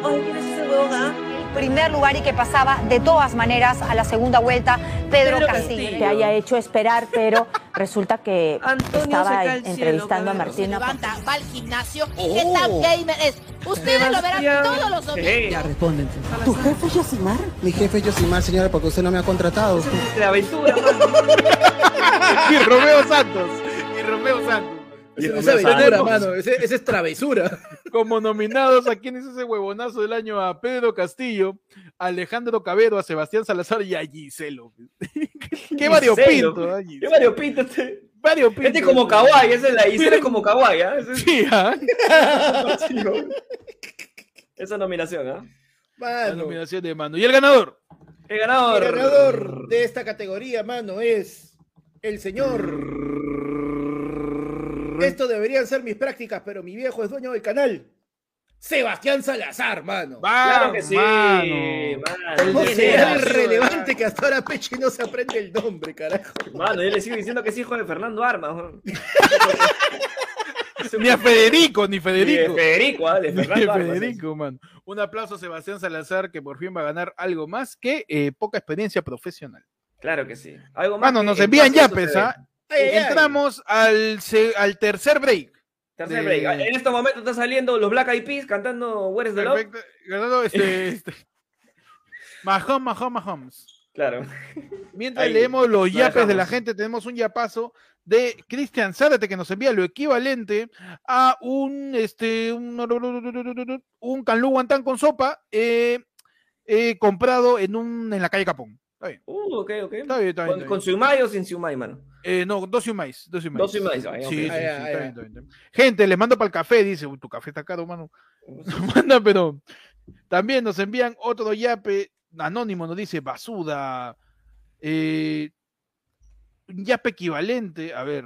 Speaker 3: a ver, ahí.
Speaker 14: En primer lugar y que pasaba de todas maneras a la segunda vuelta Pedro,
Speaker 24: Pedro
Speaker 14: Castillo.
Speaker 24: Castillo. Te haya hecho esperar, pero resulta que
Speaker 14: se
Speaker 24: estaba
Speaker 14: cae al
Speaker 24: entrevistando
Speaker 14: cielo,
Speaker 24: a Martina.
Speaker 25: levanta, va al gimnasio.
Speaker 24: Oh.
Speaker 25: ¿Qué tan gamer es? Ustedes lo verán
Speaker 24: Sebastián.
Speaker 25: todos los domingos.
Speaker 26: Ya, respóndense. ¿Tu jefe es Yosimar? Mi jefe es Yosimar, señora, porque usted no me ha contratado.
Speaker 2: De aventura, mano.
Speaker 3: Y Romeo Santos. Y Romeo Santos.
Speaker 1: Ese
Speaker 3: Y
Speaker 1: no es
Speaker 3: Romeo
Speaker 1: aventura,
Speaker 3: Santos.
Speaker 1: mano, ese, ese es travesura.
Speaker 3: Como nominados a quién es ese huevonazo del año a Pedro Castillo, a Alejandro Cabero, a Sebastián Salazar y a Giselo. Qué variopinto, ¿eh?
Speaker 2: Qué variopinto este.
Speaker 3: Variopinto.
Speaker 2: Este es como kawaii, ese es la Gisela es como kawaii, ¿ah? Ese es-
Speaker 3: Sí, ¿ah?
Speaker 2: Esa nominación, ¿ah?
Speaker 3: La nominación de mano. Y el ganador.
Speaker 2: El ganador.
Speaker 1: El ganador de esta categoría, mano, es el señor. Esto deberían ser mis prácticas, pero mi viejo es dueño del canal. Sebastián Salazar, mano.
Speaker 2: Claro que sí,
Speaker 1: No
Speaker 2: mano.
Speaker 1: será relevante que hasta ahora Peche no se aprende el nombre, carajo.
Speaker 2: Mano, yo le sigo diciendo que es hijo de Fernando Armas. weón.
Speaker 3: Ni a Federico, ni Federico.
Speaker 2: Ni de Federico, ah, de
Speaker 3: Ni
Speaker 2: Fernando Armas,
Speaker 3: Federico, mano. Un aplauso a Sebastián Salazar, que por fin va a ganar algo más que eh, poca experiencia profesional.
Speaker 2: Claro que sí. Algo más.
Speaker 3: Mano,
Speaker 2: que-
Speaker 3: nos
Speaker 2: que
Speaker 3: envían ¿ah?
Speaker 2: pase
Speaker 3: ya,
Speaker 2: eso se
Speaker 3: pesa.
Speaker 2: ve.
Speaker 3: Entramos Al, se- al tercer break.
Speaker 2: Tercer
Speaker 3: de-
Speaker 2: break. Ah, En estos momentos están saliendo los Black Eyed Peas cantando Where is the Love.
Speaker 3: Perfecto. Ganado este, este. Mahomes, Mahomes, Mahomes.
Speaker 2: Claro.
Speaker 3: Mientras
Speaker 2: Ahí,
Speaker 3: leemos los
Speaker 2: lo
Speaker 3: yapes de la
Speaker 2: dejamos.
Speaker 3: gente, tenemos un yapazo de Cristian Zárate que nos envía lo equivalente a un este un, un canlú guantán con sopa eh, eh, comprado en un en la calle Capón. Está bien.
Speaker 2: Uh, ok, ok.
Speaker 3: Está bien, está bien,
Speaker 2: ¿Con,
Speaker 3: está
Speaker 2: con
Speaker 3: bien.
Speaker 2: siumai o sin siumai, mano?
Speaker 3: Eh, no, dos y más. Dos y más.
Speaker 2: Dos y más, ah, ya, ok.
Speaker 3: Sí, sí, sí,
Speaker 2: Ah, ya,
Speaker 3: está
Speaker 2: ah,
Speaker 3: bien,
Speaker 2: ya.
Speaker 3: está bien, está bien. Gente, les mando para el café, dice. Uy, tu café está caro, mano. Nos manda, pero también nos envían otro yape anónimo, nos dice basuda. eh, un yape equivalente, a ver.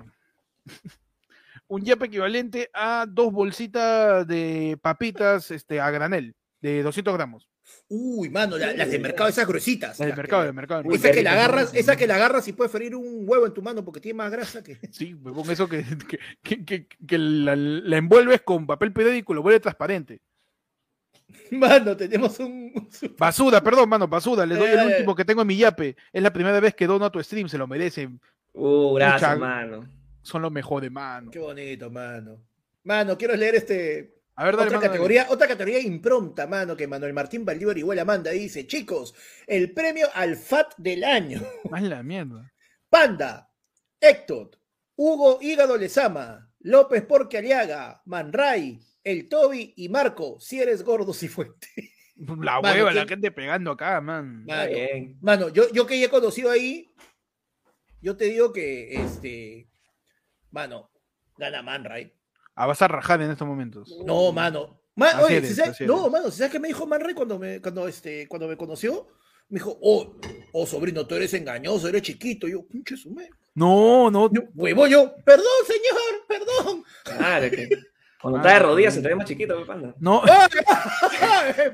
Speaker 3: un yape equivalente a dos bolsitas de papitas este, a granel, de 200 gramos.
Speaker 1: Uy, mano, la- las de mercado, esas gruesitas.
Speaker 3: Del
Speaker 1: Las
Speaker 3: mercado,
Speaker 1: que-
Speaker 3: del mercado. del
Speaker 1: Esa
Speaker 3: mercado.
Speaker 1: que la agarras, esa que la agarras y puedes ferir un huevo en tu mano porque tiene más grasa que.
Speaker 3: Sí, huevón, eso que, que, que- que- que la, la envuelves con papel periódico y lo vuelve transparente.
Speaker 1: Mano, tenemos un.
Speaker 3: Basuda, perdón, mano, basuda. Les doy el
Speaker 1: Eh.
Speaker 3: último que tengo en mi yape. Es la primera vez que dono a tu stream, se lo merecen.
Speaker 2: Uh, gracias,
Speaker 3: Mucha-
Speaker 2: mano.
Speaker 3: Son los mejores, mano.
Speaker 1: Qué bonito, mano. Mano, quiero leer este.
Speaker 3: A ver, dale,
Speaker 1: otra,
Speaker 3: mano, dale.
Speaker 1: categoría, otra categoría impronta, mano, que Manuel Martín Valdívar Iguala manda. y Dice, chicos, el premio al FAT del año.
Speaker 3: Más la mierda.
Speaker 1: Panda, Héctor, Hugo Hígado Lezama, López Porque Aliaga, Manray, El Toby y Marco, si eres gordo, si fuente.
Speaker 3: La
Speaker 1: Mano,
Speaker 3: hueva, la
Speaker 1: ¿quién-
Speaker 3: gente pegando acá, man.
Speaker 1: Mano,
Speaker 2: bien.
Speaker 1: mano, yo, yo que ya he conocido ahí, yo te digo que, este, mano, gana Manray.
Speaker 3: Ah, vas a rajar en estos momentos.
Speaker 1: No, mano. Ma-
Speaker 3: Así
Speaker 1: oye,
Speaker 3: eres,
Speaker 1: si sabes-
Speaker 3: así
Speaker 1: no,
Speaker 3: eres.
Speaker 1: mano, si ¿sabes qué me dijo Manray cuando me, cuando, este, cuando me conoció? Me dijo, oh, oh, sobrino, tú eres engañoso, eres chiquito. Y yo, pinche su madre.
Speaker 3: No, no.
Speaker 1: Huevo yo, perdón, señor, perdón.
Speaker 2: Claro, es que
Speaker 3: Ah,
Speaker 2: cuando está de rodillas se te ve más chiquito, pe, panda.
Speaker 3: No.
Speaker 1: Ah.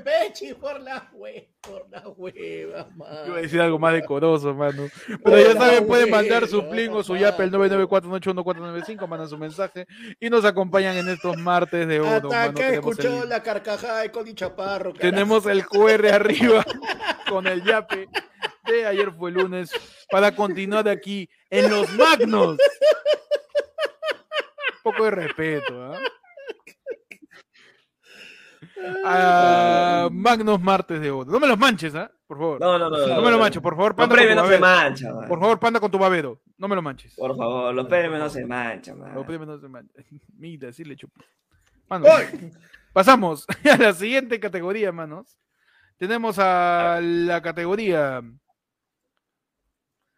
Speaker 1: Pechi, por la hueva, por la hueva,
Speaker 3: Yo iba a
Speaker 1: mano.
Speaker 3: decir algo más decoroso, mano. Pero
Speaker 1: Hola,
Speaker 3: ya saben, pueden mandar su
Speaker 1: güey,
Speaker 3: pling o su
Speaker 1: papá.
Speaker 3: yape al 994181495, mandan su mensaje y nos acompañan en estos martes de oro,
Speaker 1: Hasta
Speaker 3: "Oh,
Speaker 1: acá
Speaker 3: mano.
Speaker 1: he
Speaker 3: Tenemos
Speaker 1: escuchado
Speaker 3: el,
Speaker 1: la carcajada de Cody Chaparro. carajo.
Speaker 3: tenemos el QR arriba con el yape de ayer fue lunes para continuar aquí en los magnos. Un poco de respeto, ¿ah? Ah, Magnos Martes de Oro. No me los manches, ¿ah? Por favor.
Speaker 2: No, no, no, no, no,
Speaker 3: No me
Speaker 2: no.
Speaker 3: los manches, por favor.
Speaker 2: Los
Speaker 3: Panda con
Speaker 2: premios
Speaker 3: tu
Speaker 2: no se
Speaker 3: babero.
Speaker 2: manchan, man.
Speaker 3: Por favor, panda con tu babero. No me lo manches.
Speaker 2: Por favor, los premios no se manchan, mano.
Speaker 3: Los premios no se manchan. Mira, sí le chupo. Mano, pasamos a la siguiente categoría, manos. Tenemos a la categoría.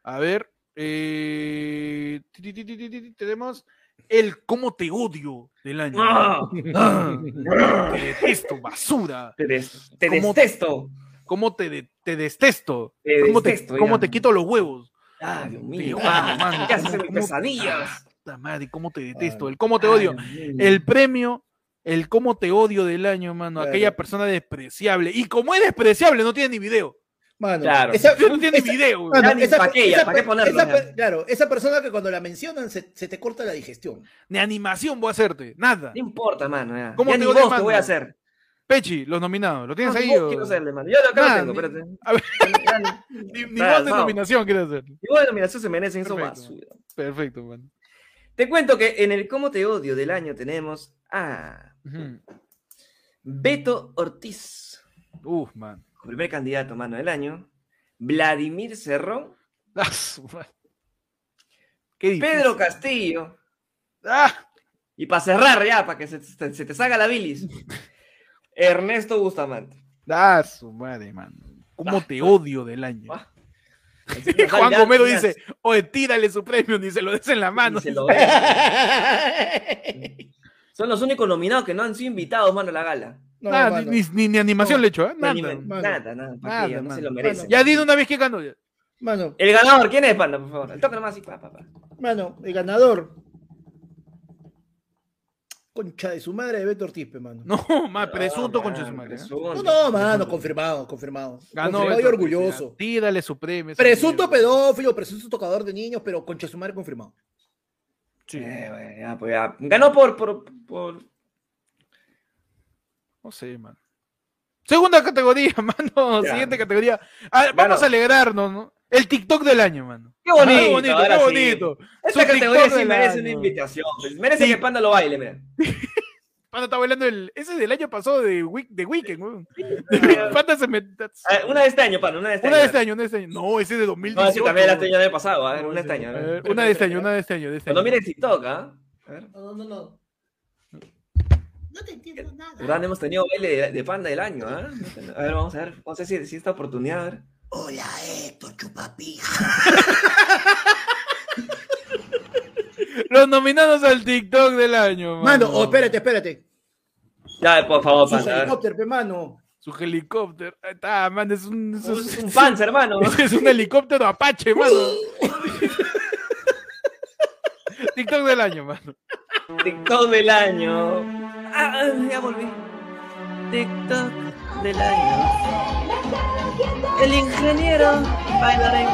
Speaker 3: A ver. eh, ti, ti, ti, ti, ti, ti, ti, tenemos el cómo te odio del año.
Speaker 2: Ah.
Speaker 3: Ah, te detesto, basura.
Speaker 2: Te, des- te
Speaker 3: ¿Cómo-
Speaker 2: detesto.
Speaker 3: ¿Cómo te, de- te destesto?
Speaker 2: Te
Speaker 3: ¿Cómo te-
Speaker 2: destesto,
Speaker 3: cómo
Speaker 2: ya.
Speaker 3: te quito los huevos?
Speaker 2: Ah, Dios
Speaker 3: Te
Speaker 2: mío.
Speaker 3: odio,
Speaker 2: Ah,
Speaker 3: mano,
Speaker 2: ¿Qué haces
Speaker 3: ¿cómo-
Speaker 2: en mis
Speaker 3: cómo-
Speaker 2: pesadillas?
Speaker 3: puta madre, cómo te detesto, el cómo te odio. Eh, El premio, el cómo te odio del año, mano.
Speaker 1: Claro.
Speaker 3: Aquella persona despreciable. Y como es despreciable, no tiene ni video.
Speaker 1: Mano,
Speaker 2: Claro.
Speaker 1: esa,
Speaker 3: No tiene
Speaker 1: esa-
Speaker 3: ni video.
Speaker 1: mano,
Speaker 2: Ya ni
Speaker 1: esa-
Speaker 2: pa' qué, ya,
Speaker 1: esa
Speaker 2: ¿pa' qué
Speaker 1: per-
Speaker 2: ponerlo,
Speaker 1: esa per-
Speaker 2: ya?
Speaker 1: Claro, esa persona que cuando la mencionan se, se te corta la digestión.
Speaker 3: Ni animación voy a hacerte. Nada.
Speaker 2: No importa, mano. Ya,
Speaker 3: ¿Cómo
Speaker 2: Ya
Speaker 3: te
Speaker 2: ni
Speaker 3: odio,
Speaker 2: vos te
Speaker 3: mano?
Speaker 2: voy a hacer.
Speaker 3: Pechi, los nominados. ¿Lo tienes
Speaker 2: No, ni
Speaker 3: ahí?
Speaker 2: vos
Speaker 3: o-
Speaker 2: quiero hacerle, mano. Yo acá lo
Speaker 3: Nada, ni-
Speaker 2: tengo, espérate.
Speaker 3: A ver,
Speaker 2: Ya ni-
Speaker 3: ni, ni
Speaker 2: Nada,
Speaker 3: voz de
Speaker 2: vamos.
Speaker 3: nominación quieres hacer.
Speaker 2: Igual la nominación se merecen eso
Speaker 3: Perfecto.
Speaker 2: basura.
Speaker 3: Perfecto, mano.
Speaker 2: Te cuento que en el Cómo te odio del año tenemos a
Speaker 3: Ujú.
Speaker 2: Beto Ortiz,
Speaker 3: Uf, man.
Speaker 2: como primer candidato, mano, del año. Vladimir Cerrón,
Speaker 3: Ah, su madre. Qué difícil.
Speaker 2: Pedro Castillo,
Speaker 3: Ah,
Speaker 2: Y para cerrar ya, para que se, se- se te salga la bilis. Ernesto Bustamante.
Speaker 3: Ah, su madre, mano. ¿Cómo te odio del año?
Speaker 2: Así,
Speaker 3: Juan
Speaker 2: Ah. ya,
Speaker 3: Gomero
Speaker 2: ya.
Speaker 3: dice, oye, tírale su premio, ni se lo des en la mano.
Speaker 2: Son los únicos nominados que no han sido invitados, mano, a la gala. Pues
Speaker 3: Nada, Ah, ni, ni- ni animación le he hecho, ¿eh?
Speaker 2: Ni
Speaker 3: Nada.
Speaker 2: animen- nada, nada, pa' que ya, no se lo merece.
Speaker 3: Ya di de una vez que ganó. ya.
Speaker 2: El ganador, ¿quién es, Panda, por favor? El toque nomás así, pa, pa, pa.
Speaker 1: Mano, el ganador. Concha de su madre de Beto Ortiz, pe, mano.
Speaker 3: No, más presunto con su madre. ¿eh?
Speaker 1: No, no, mano, confirmado, confirmado.
Speaker 3: Ganó.
Speaker 1: confirmado y
Speaker 3: Beto
Speaker 1: orgulloso.
Speaker 3: Ortiz, Tírale su premio. ese
Speaker 1: Presunto pedófilo, presunto tocador de niños, pero concha de su madre confirmado.
Speaker 2: Sí, güey, ya, pues ya. Ganó por, por, por...
Speaker 3: No sé, mano. Segunda categoría, mano.
Speaker 2: Ya.
Speaker 3: Siguiente categoría. Ah, vamos a alegrarnos, ¿no? El TikTok del año, mano. Ah,
Speaker 2: Qué bonito,
Speaker 3: qué bonito,
Speaker 2: ahora
Speaker 3: qué
Speaker 2: sí.
Speaker 3: bonito.
Speaker 2: Esta
Speaker 3: Su
Speaker 2: categoría
Speaker 3: TikTok
Speaker 2: sí
Speaker 3: del
Speaker 2: merece
Speaker 3: año.
Speaker 2: una invitación. pues. Merece que Panda lo baile, mira.
Speaker 3: Panda está bailando el. Ese es del año pasado de, Week- de Weekend, weón. Panda se me.
Speaker 2: A ver, Una de este año, Panda, una de este
Speaker 3: Una
Speaker 2: año.
Speaker 3: de este año, una de este año. No, ese es de
Speaker 2: No,
Speaker 3: 2018.
Speaker 2: así también la
Speaker 3: weón.
Speaker 2: tenía del pasado, a ver, una de este año. a
Speaker 3: A
Speaker 2: ver.
Speaker 3: ver, Una de este año, una de este año. de este
Speaker 2: Cuando
Speaker 3: año.
Speaker 2: mires TikTok, ¿ah?
Speaker 1: No, no, no. No te entiendo nada.
Speaker 2: Durán, hemos tenido baile de, de Panda del año, ¿ah? A ver, vamos a ver, vamos a ver si, si esta oportunidad, a ver.
Speaker 1: Hola, Héctor Chupapija.
Speaker 3: Los nominados al TikTok del año,
Speaker 1: Mano, oh, espérate, espérate.
Speaker 2: Ya, por favor,
Speaker 1: Sus
Speaker 2: Panda. a ver.
Speaker 1: helicóptero, pe, mano.
Speaker 3: Su helicóptero. Ahí Está, man, es un. Es,
Speaker 2: Es un panzer, hermano.
Speaker 3: Es un helicóptero Apache, mano. TikTok del año, mano.
Speaker 2: TikTok del año. Ah, ya volví. TikTok del año. El ingeniero bailarín.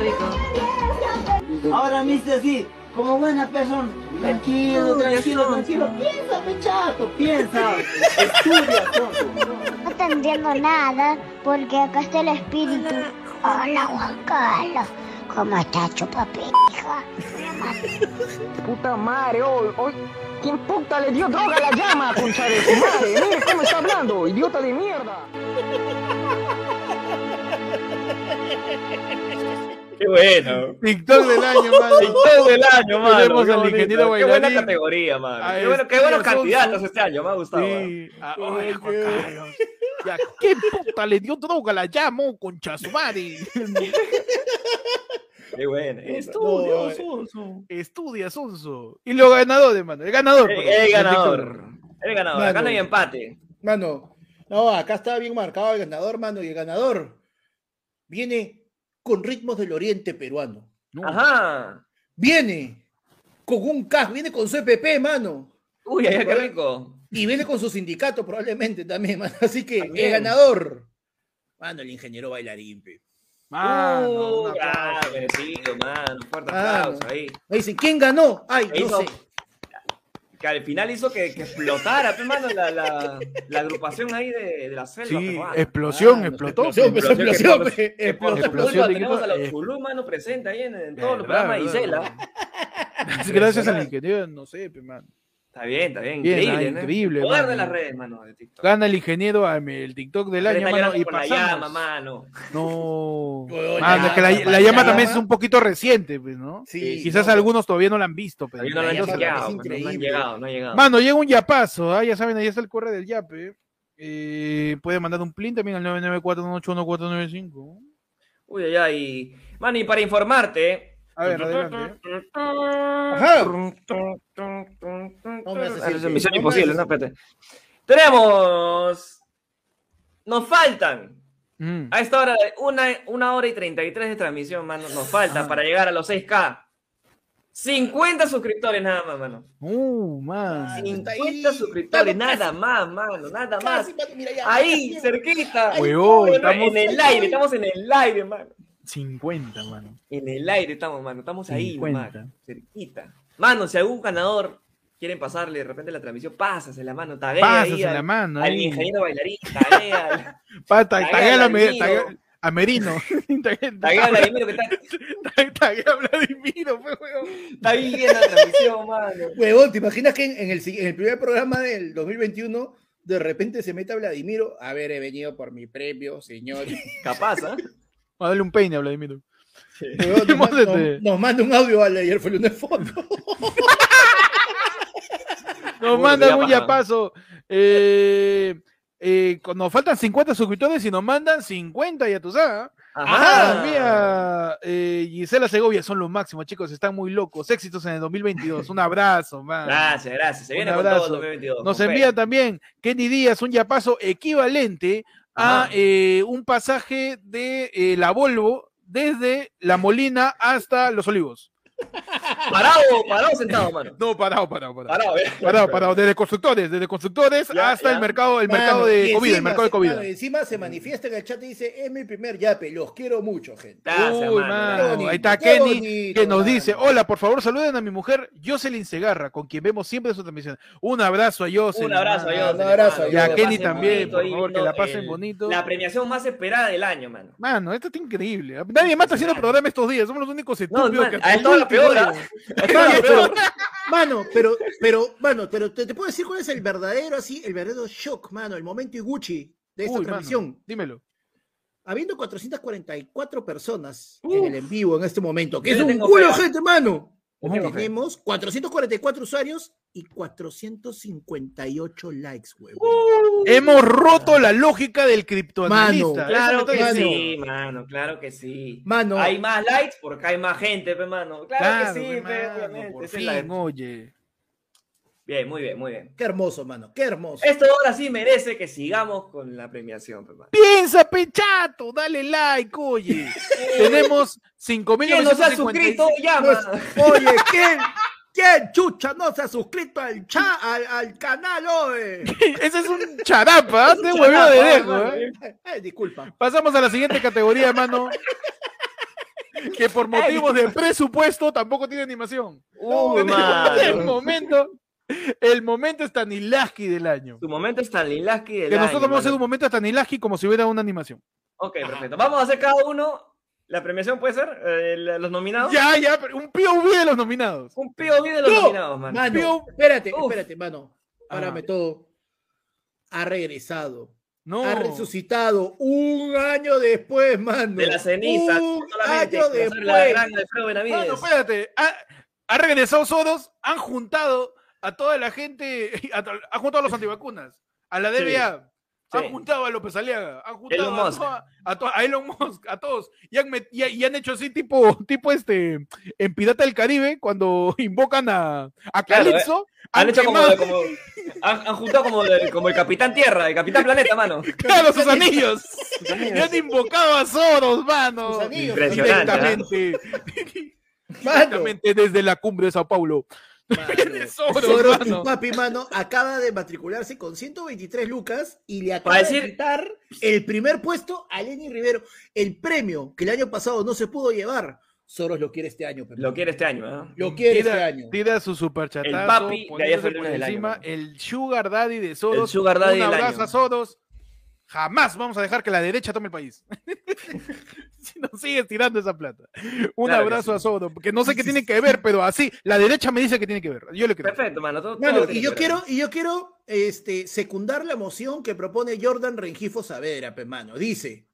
Speaker 5: rico. Ahora me hice así, como buena persona. Tranquilo, tranquilo, tranquilo. Piensa, pechato, piensa. Estudia,
Speaker 10: No te entiendo nada porque acá está el espíritu. Hola Juan Carlos, ¿cómo estás chupapija?
Speaker 5: Puta madre, hoy, hoy. ¿Quién puta le dio droga a la llama, concha de su madre? Mire cómo está hablando, idiota de mierda.
Speaker 2: Qué bueno.
Speaker 3: TikTok del año, mano.
Speaker 2: TikTok del año, mano.
Speaker 3: Tenemos
Speaker 2: qué
Speaker 3: al
Speaker 2: bonito.
Speaker 3: ingeniero Ah,
Speaker 2: Qué buena
Speaker 3: bailarín.
Speaker 2: categoría, mano.
Speaker 3: A
Speaker 2: Qué, bueno, qué
Speaker 3: Steve
Speaker 2: buenos
Speaker 3: Asunción.
Speaker 2: candidatos este año, me ha gustado.
Speaker 3: Sí. Ah, ay, Juan Carlos. Ya, ¿Qué puta le dio droga a la llamo, concha su madre?
Speaker 2: Qué bueno.
Speaker 3: Estudia,
Speaker 1: eh,
Speaker 3: Sonso. Estudia, Sonso. Y los ganadores, mano. El ganador.
Speaker 2: El-
Speaker 3: perdón,
Speaker 2: el
Speaker 3: del
Speaker 2: ganador.
Speaker 3: TikTok.
Speaker 2: El ganador.
Speaker 1: Mano.
Speaker 2: Acá no hay empate.
Speaker 1: Mano, no, acá está bien marcado el ganador, mano, y el ganador viene con ritmos del oriente peruano.
Speaker 2: Ajá.
Speaker 1: Viene con un CAS, viene con su EPP, mano.
Speaker 2: Uy, ay, qué rico.
Speaker 1: Y viene con su sindicato probablemente también, mano. Así que
Speaker 2: También.
Speaker 1: el ganador. Mano, el ingeniero bailarín, pe.
Speaker 3: Mano, un
Speaker 2: Uy,
Speaker 3: aplauso. Ah,
Speaker 2: ah, merecido, mano. Un fuerte
Speaker 1: Mano.
Speaker 2: aplauso ahí.
Speaker 1: Me dicen, ¿quién ganó? Ay,
Speaker 2: Que
Speaker 1: no
Speaker 2: hizo-
Speaker 1: sé.
Speaker 2: que al final hizo que, que explotara, pe, mano, la, la, la agrupación ahí de, de la selva.
Speaker 3: Sí,
Speaker 2: pe, mano.
Speaker 3: Ah, explosión, explotó.
Speaker 1: explosión, pues,
Speaker 3: que
Speaker 1: explosión,
Speaker 3: por-
Speaker 1: pues,
Speaker 3: que por
Speaker 1: explotó.
Speaker 3: explosión
Speaker 2: Culpa,
Speaker 3: de
Speaker 2: tenemos a
Speaker 3: equipo,
Speaker 2: los
Speaker 3: eh,
Speaker 2: Zulú, mano, presente ahí en, en todos los
Speaker 3: Verdad,
Speaker 2: programas de
Speaker 3: verdad,
Speaker 2: Isela.
Speaker 3: Gracias al ingeniero, no sé, pe, mano.
Speaker 2: Está bien, está bien,
Speaker 3: Bien,
Speaker 2: increíble,
Speaker 3: ah,
Speaker 2: ¿no?
Speaker 3: increíble,
Speaker 2: Poder
Speaker 3: mano.
Speaker 2: de las redes, mano, de TikTok.
Speaker 3: Gana el ingeniero am, el TikTok del
Speaker 2: La
Speaker 3: año,
Speaker 2: gente
Speaker 3: mano,
Speaker 2: llorando
Speaker 3: y
Speaker 2: por la
Speaker 3: pasamos.
Speaker 2: llama, mano.
Speaker 3: No.
Speaker 2: Huevón,
Speaker 3: Mano,
Speaker 2: la
Speaker 3: es que la,
Speaker 2: llama,
Speaker 3: la llama
Speaker 2: la
Speaker 3: también
Speaker 2: llama.
Speaker 3: es un poquito reciente, pues, ¿no?
Speaker 1: Sí,
Speaker 3: Quizás
Speaker 1: no.
Speaker 3: algunos todavía no la han visto, pero
Speaker 2: Todavía no lo han
Speaker 1: La llama es
Speaker 2: chequeado, mano, no han
Speaker 1: increíble.
Speaker 2: llegado, no han llegado.
Speaker 3: Mano, llega un yapazo, ¿ah? ya saben, ahí está el correo del yape. Eh, puede mandar un plin también al 994181495.
Speaker 2: Uy, ay, ay. Mano, y para informarte.
Speaker 3: A ver, adelante.
Speaker 1: Ajá.
Speaker 2: No
Speaker 1: me haces
Speaker 2: es
Speaker 1: sentir,
Speaker 2: misión
Speaker 1: no me
Speaker 2: imposible,
Speaker 1: haces-
Speaker 2: no, espérate. Tenemos. Nos faltan.
Speaker 3: Mm.
Speaker 2: A esta hora, de una, una hora y 33 de transmisión, mano. Nos
Speaker 3: Ah.
Speaker 2: falta para llegar a los 6K. 50 suscriptores nada más, mano.
Speaker 3: Uh, man.
Speaker 2: 50 suscriptores,
Speaker 1: Ah, Estamos
Speaker 2: nada más, mano, nada más.
Speaker 1: Casi, Ah, mano, mira ya,
Speaker 2: Ahí,
Speaker 1: casi.
Speaker 2: cerquita.
Speaker 1: Ahí,
Speaker 3: Huevón,
Speaker 2: Bueno,
Speaker 3: estamos-
Speaker 2: En el aire, estamos en el aire, mano.
Speaker 3: 50, mano.
Speaker 2: En el aire estamos, mano. Estamos ahí,
Speaker 3: 50.
Speaker 2: mano. Cerquita. Mano, si algún ganador quieren pasarle de repente la transmisión, pásase la mano, taguea ahí
Speaker 3: Pásasela,
Speaker 2: al-
Speaker 3: mano,
Speaker 2: al
Speaker 3: ahí.
Speaker 2: ingeniero bailarín, taguea al-
Speaker 3: Pata,
Speaker 2: Taguea
Speaker 3: taguea
Speaker 2: al
Speaker 3: la me-
Speaker 2: amigo.
Speaker 3: taguea- a Merino. Taguea-
Speaker 2: taguea a Vladimiro que está,
Speaker 3: Taguea a Vladimiro, pues, weón.
Speaker 2: está bien la transmisión, mano.
Speaker 1: Huevón, ¿te imaginas que en, en el, si- en el primer programa del 2021 de repente se meta Vladimiro? A ver, he venido por mi premio, señor.
Speaker 2: Capaz, ¿ah?
Speaker 3: Va a darle un peine a Vladimiro.
Speaker 1: Huevón, nos, manda- nos- nos manda un audio, vale, ayer fue una foto.
Speaker 3: Nos
Speaker 2: Muy
Speaker 3: mandan
Speaker 2: bien,
Speaker 3: un yapazo. Eh, eh, con- nos faltan 50 suscriptores y nos mandan 50, ya tú sabes.
Speaker 2: Ajá.
Speaker 3: Ah, mira, eh, Gisela Segovia son los máximos, chicos, están muy locos. Éxitos en el 2022. Un abrazo, man.
Speaker 2: Gracias, gracias. Se
Speaker 3: Un
Speaker 2: viene con todo el 2022,
Speaker 3: Nos
Speaker 2: con fe.
Speaker 3: envía también Kenny Díaz un yapazo equivalente a
Speaker 2: Ajá.
Speaker 3: eh, un pasaje de eh, la Volvo desde La Molina hasta Los Olivos.
Speaker 2: Parado, parado, sentado, mano.
Speaker 3: No, parado, parado, parado.
Speaker 2: Parado, eh.
Speaker 3: Parado, parado, desde constructores, desde constructores hasta el mercado, el
Speaker 1: Mano, y
Speaker 3: mercado de COVID, el
Speaker 1: encima
Speaker 3: mercado de
Speaker 1: se-
Speaker 3: COVID.
Speaker 1: claro, encima se manifiesta en el chat y dice, es mi primer yape, los quiero mucho, gente.
Speaker 3: Uy, mano,
Speaker 1: Qué bonito,
Speaker 3: ahí está
Speaker 1: qué
Speaker 3: Kenny
Speaker 1: bonito,
Speaker 3: que nos
Speaker 1: mano.
Speaker 3: dice, hola, por favor, saluden a mi mujer Jocelyn Segarra, con quien vemos siempre sus transmisiones. Un abrazo a Jocelyn.
Speaker 2: Un abrazo a
Speaker 3: mano.
Speaker 2: Jocelyn, mano,
Speaker 3: Y a
Speaker 2: que
Speaker 3: Kenny
Speaker 2: pasen
Speaker 3: también,
Speaker 2: bonito
Speaker 3: por
Speaker 2: ahí
Speaker 3: favor, que
Speaker 2: viendo
Speaker 3: la pasen
Speaker 2: el-
Speaker 3: bonito.
Speaker 2: La premiación más esperada del año, mano.
Speaker 3: Mano, esto está increíble. Nadie más está haciendo programa estos días. Somos los únicos estúpidos
Speaker 2: man,
Speaker 3: que
Speaker 2: a esto la peor, ¿ah?
Speaker 1: Mano, pero, pero, mano, pero te, te puedo decir cuál es el verdadero, así, el verdadero shock, mano, el momento Iguchi de esta
Speaker 3: Uy, mano,
Speaker 1: transmisión.
Speaker 3: dímelo.
Speaker 1: Habiendo 444 personas en el en vivo en este momento, que
Speaker 3: Yo
Speaker 1: es
Speaker 3: le
Speaker 1: un
Speaker 3: tengo
Speaker 1: culo,
Speaker 3: fe.
Speaker 1: gente, mano.
Speaker 3: Yo tengo fe.
Speaker 1: Tenemos 444 usuarios y 458 likes, huevón.
Speaker 3: Hemos roto la lógica del criptoanalista.
Speaker 1: Mano,
Speaker 2: Claro
Speaker 3: Eso me
Speaker 2: que
Speaker 3: está
Speaker 2: sí,
Speaker 3: diciendo.
Speaker 2: mano, claro que sí.
Speaker 1: Mano.
Speaker 2: Hay más likes porque hay más gente, pe, mano. Claro,
Speaker 3: Claro,
Speaker 2: que sí,
Speaker 3: pe,
Speaker 2: pe,
Speaker 3: mano,
Speaker 2: obviamente.
Speaker 3: por
Speaker 2: esa es la-
Speaker 3: fin, oye.
Speaker 2: Bien, muy bien, muy bien.
Speaker 1: Qué hermoso, mano, qué hermoso.
Speaker 2: Esto ahora sí merece que sigamos con la premiación, pe, mano.
Speaker 3: Piensa, pechato, dale like, oye. Tenemos 5.000
Speaker 2: ¿Quién no se ha suscrito? Llama.
Speaker 1: Oye, ¿quién, quién chucha no se ha suscrito al, cha- al, al canal, oe?
Speaker 3: Ese es un charapa, te hueveo de dejo, ¿eh?
Speaker 1: Ay, disculpa.
Speaker 3: Pasamos a la siguiente categoría, mano. Que por motivos de presupuesto tampoco tiene animación.
Speaker 2: Uy,
Speaker 3: el
Speaker 2: mano.
Speaker 3: momento, el momento Stanilaski del año.
Speaker 2: Tu momento está en Lilaski del
Speaker 3: Que nosotros
Speaker 2: año,
Speaker 3: vamos a hacer
Speaker 2: mano.
Speaker 3: un momento Stanilaski como si hubiera una animación.
Speaker 2: Ok, perfecto. Vamos a hacer cada uno. ¿La premiación puede ser? Eh, la- ¿Los nominados?
Speaker 3: Ya, ya, pero un POV de los nominados.
Speaker 2: Un POV de los
Speaker 1: No,
Speaker 2: nominados, mano.
Speaker 1: mano,
Speaker 3: Piu.
Speaker 1: espérate,
Speaker 2: Uf.
Speaker 1: espérate, mano.
Speaker 3: Ah,
Speaker 1: Párame todo. Ha regresado.
Speaker 3: No.
Speaker 1: Ha resucitado un año después, mano.
Speaker 2: De las cenizas,
Speaker 1: Un
Speaker 2: solamente,
Speaker 1: año
Speaker 2: que hacer la
Speaker 1: después.
Speaker 2: gran Alfredo Benavides.
Speaker 3: Mano, espérate. Ha, ha regresado Soros, han juntado a toda la gente, a to- han juntado a los antivacunas, a la DBA. Han
Speaker 2: Sí.
Speaker 3: juntado a López Aliaga, han juntado
Speaker 2: Elon
Speaker 3: a,
Speaker 2: Musk.
Speaker 3: toda- a toda- a Elon Musk, a todos, y han, met- y, y han hecho así tipo, tipo este, en Pirata del Caribe, cuando invocan a, a
Speaker 2: Claro, eh.
Speaker 3: Calypso,
Speaker 2: Han hecho como,
Speaker 3: quemado-
Speaker 2: como- han, han juntado como, el- como el Capitán Tierra, el Capitán Planeta, mano.
Speaker 3: Claro, sus anillos. Y han invocado a Soros, mano.
Speaker 1: Sus anillos.
Speaker 2: Impresionante, ¿eh? ¿ah?
Speaker 3: Directamente. Directamente desde la cumbre de Sao Paulo. Viene Soros,
Speaker 1: Soros,
Speaker 3: mano.
Speaker 1: tu papi, mano, acaba de matricularse con 123 lucas y le acaba
Speaker 2: Para
Speaker 1: de
Speaker 2: decir-
Speaker 1: quitar el primer puesto a Lenny Rivero. El premio que el año pasado no se pudo llevar. Soros lo quiere este año, Pepe.
Speaker 2: Lo quiere este año, ¿no?
Speaker 1: Lo quiere
Speaker 3: Tira-
Speaker 1: este año.
Speaker 3: Tira su superchatazo.
Speaker 2: El papi de
Speaker 3: poniéndose
Speaker 2: ayer fue el
Speaker 3: por
Speaker 2: lunes del año,
Speaker 3: encima,
Speaker 2: mano.
Speaker 3: El sugar daddy de Soros.
Speaker 2: El sugar daddy
Speaker 3: Un
Speaker 2: del
Speaker 3: abrazo
Speaker 2: año.
Speaker 3: a Soros. Jamás vamos a dejar que la derecha tome el país. si nos sigues tirando esa plata. Un
Speaker 2: Claro que
Speaker 3: abrazo
Speaker 2: sí.
Speaker 3: a Soros. Que no sé qué tiene que ver, pero así. La derecha me dice que tiene que ver. Yo le creo.
Speaker 2: Perfecto, mano. todo-
Speaker 1: Mano,
Speaker 2: todo
Speaker 1: y
Speaker 2: tiene
Speaker 1: yo
Speaker 2: que ver.
Speaker 1: quiero, y yo quiero este, secundar la moción que propone Jordan Rengifo Saavedra, pe, mano. Dice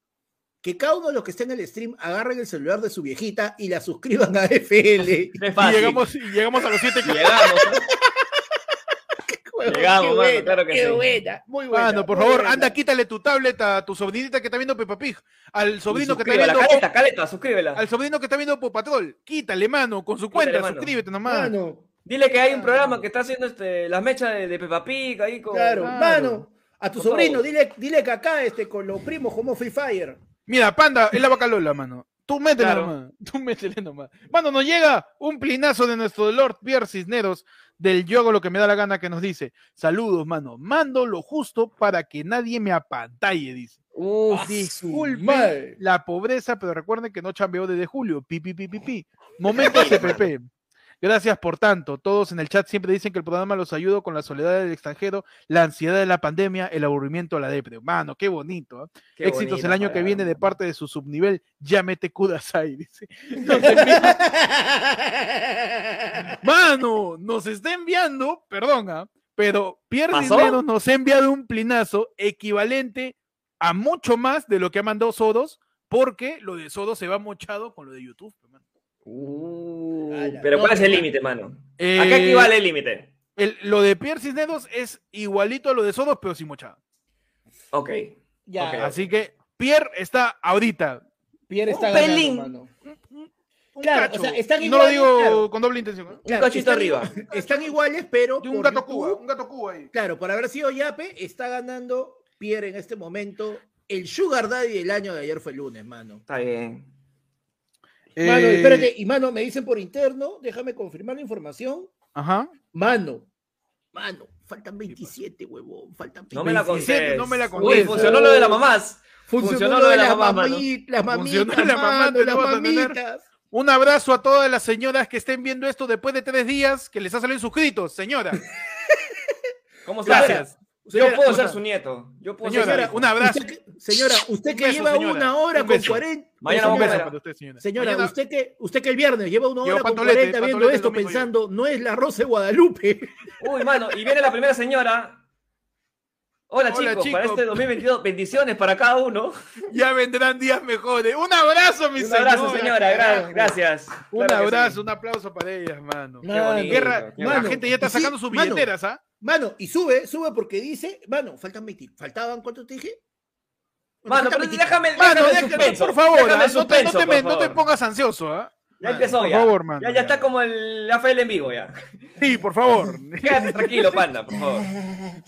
Speaker 1: que cada uno de los que estén en el stream agarren el celular de su viejita y la suscriban a FL.
Speaker 2: Es
Speaker 3: Y
Speaker 2: fácil.
Speaker 3: llegamos, y llegamos a los siete.
Speaker 2: Y Llegamos. ¿no? Llegamos,
Speaker 1: Qué
Speaker 2: mano,
Speaker 1: buena,
Speaker 2: claro que
Speaker 1: qué
Speaker 2: sí.
Speaker 1: buena, muy buena.
Speaker 3: Mano, por
Speaker 1: muy
Speaker 3: favor,
Speaker 1: buena.
Speaker 3: anda, quítale tu tablet a tu sobrinita que está viendo Peppa Pig. Al
Speaker 2: Y
Speaker 3: sobrino que está
Speaker 2: suscríbela,
Speaker 3: viendo.
Speaker 2: Caleta, caleta, suscríbela.
Speaker 3: Al sobrino que está viendo Popatrol. Quítale, mano, con su
Speaker 2: Quítale,
Speaker 3: cuenta.
Speaker 2: mano.
Speaker 3: Suscríbete nomás.
Speaker 1: Mano,
Speaker 2: Dile que hay
Speaker 1: Ah.
Speaker 2: un programa que está haciendo este, las mechas de, de Peppa Pig ahí con.
Speaker 1: claro,
Speaker 3: claro.
Speaker 1: mano. A tu
Speaker 2: Por favor.
Speaker 1: sobrino, dile, dile que acá este, con los primos como Free Fire.
Speaker 3: Mira, Panda, es la bacalola, mano. Tú métele
Speaker 2: Claro.
Speaker 3: nomás. Tú métele nomás. Mano, nos llega un plinazo de nuestro Lord Pierre Cisneros del Yogo Lo que me da la gana que nos dice. Saludos, mano. Mando lo justo para que nadie me apantalle, dice.
Speaker 2: Uf,
Speaker 3: Disculpe
Speaker 1: Ah, madre.
Speaker 3: la pobreza, pero recuerden que no chambeó desde julio. Pi, pi, pi, pi, pi. Momento CPP. Gracias por tanto. Todos en el chat siempre dicen que el programa los ayuda con la soledad del extranjero, la ansiedad de la pandemia, el aburrimiento, la depre. Mano, qué bonito. ¿ah?
Speaker 2: Qué
Speaker 3: Éxitos
Speaker 2: bonita
Speaker 3: el año que
Speaker 2: palabra.
Speaker 3: viene de parte de su subnivel. Llámete Kudasai, dice. Nos envía- Mano, nos está enviando, perdón, ah, pero Pierre
Speaker 2: ¿Pasó?
Speaker 3: Cisneros nos ha enviado un plinazo equivalente a mucho más de lo que ha mandado Sodos, porque lo de Sodos se va mochado con lo de YouTube. hermano.
Speaker 2: Uh,
Speaker 1: Ala,
Speaker 2: pero
Speaker 1: Ah, no,
Speaker 2: ¿cuál es el
Speaker 1: pero-
Speaker 2: límite, mano?
Speaker 3: Eh,
Speaker 2: ¿A qué equivale el límite?
Speaker 3: El- lo de Pierre Cisneros es igualito a lo de Sodos, pero sin mochada.
Speaker 2: Ok.
Speaker 3: Ya. Así que Pierre está ahorita.
Speaker 9: Pierre
Speaker 3: Un
Speaker 9: está ganando,
Speaker 3: pelín.
Speaker 9: mano.
Speaker 1: Un
Speaker 3: Claro,
Speaker 1: cacho.
Speaker 3: o sea,
Speaker 1: están
Speaker 3: y no lo
Speaker 1: iguales,
Speaker 3: digo
Speaker 1: claro.
Speaker 3: con doble intención. ¿eh? ¿no?
Speaker 1: Claro, están- Están iguales, pero.
Speaker 3: De un
Speaker 1: por
Speaker 3: gato
Speaker 1: YouTube,
Speaker 3: Cuba, un gato Cuba ahí.
Speaker 1: Claro, por haber sido Yape, está ganando Pierre en este momento. El Sugar Daddy del año de ayer fue el lunes, mano.
Speaker 2: Está bien.
Speaker 1: Mano,
Speaker 3: Eh,
Speaker 1: espérate, y mano, me dicen por interno, déjame confirmar la información.
Speaker 3: Ajá.
Speaker 1: Mano, mano, faltan 27, huevón, faltan 27.
Speaker 2: No me la contés.
Speaker 1: No me la
Speaker 2: Uy,
Speaker 1: contés.
Speaker 2: funcionó lo de las mamás.
Speaker 1: Funcionó,
Speaker 2: Funcionó lo de las mamás, mano.
Speaker 1: mami- las mamitas,
Speaker 3: Funcionó la mamá,
Speaker 1: mano,
Speaker 3: te
Speaker 1: las
Speaker 3: lo vas a tener.
Speaker 1: mamitas.
Speaker 3: Un abrazo a todas las señoras que estén viendo esto después de tres días, que les ha salido suscritos, señora.
Speaker 2: Pues, ¿Cómo se
Speaker 3: Gracias.
Speaker 2: Yo puedo
Speaker 3: ¿cómo
Speaker 2: ser
Speaker 3: está?
Speaker 2: su nieto. Yo puedo
Speaker 3: Señora,
Speaker 2: ser su hijo.
Speaker 3: un abrazo.
Speaker 1: Usted que- señora, usted
Speaker 3: Un
Speaker 1: que
Speaker 3: beso,
Speaker 1: lleva
Speaker 3: señora.
Speaker 1: una hora
Speaker 3: Un
Speaker 1: con
Speaker 3: beso.
Speaker 1: 40.
Speaker 3: Mañana vamos a
Speaker 1: señora,
Speaker 3: comer para usted, señora.
Speaker 1: señora,
Speaker 3: Mañana-
Speaker 1: usted, que, usted que el viernes lleva una
Speaker 3: Llevo
Speaker 1: hora con
Speaker 3: patolete,
Speaker 1: 40 viendo
Speaker 3: patolete el
Speaker 1: esto
Speaker 3: domingo
Speaker 1: pensando, no es la Rosa de Guadalupe.
Speaker 2: Uy, mano, y viene la primera señora. Hola,
Speaker 3: Hola,
Speaker 2: chicos, para
Speaker 3: chicos.
Speaker 2: este 2022, bendiciones para cada uno.
Speaker 3: Ya vendrán días mejores. Un abrazo, mi
Speaker 2: Un abrazo, señora, gra-
Speaker 3: carajo.
Speaker 2: gracias.
Speaker 3: Un
Speaker 2: Claro que
Speaker 3: abrazo,
Speaker 2: sí.
Speaker 3: un aplauso para ellas, mano.
Speaker 1: Qué bonito,
Speaker 3: Guerra-
Speaker 1: qué
Speaker 3: la
Speaker 1: bonito.
Speaker 3: gente ya está
Speaker 1: Y sí,
Speaker 3: sacando sus
Speaker 1: mano.
Speaker 3: billeteras, ¿ah?
Speaker 1: Mano, y sube, sube porque dice, mano, faltan 20, faltaban, ¿cuánto te dije?
Speaker 2: Mano, pero déjame, déjame
Speaker 3: Mano,
Speaker 2: el
Speaker 3: déjame,
Speaker 2: suspenso.
Speaker 3: por favor,
Speaker 2: déjame
Speaker 3: ah,
Speaker 2: el
Speaker 3: no, te, no
Speaker 2: suspenso,
Speaker 3: te me-
Speaker 2: por
Speaker 3: no te
Speaker 2: favor.
Speaker 3: pongas ansioso, ¿ah?
Speaker 2: Ya empezó
Speaker 3: Por
Speaker 2: ya.
Speaker 3: favor, mano,
Speaker 2: Ya, ya
Speaker 3: ya.
Speaker 2: está como el AFL en vivo ya.
Speaker 3: Sí, por favor.
Speaker 2: Quédate tranquilo, panda, por favor.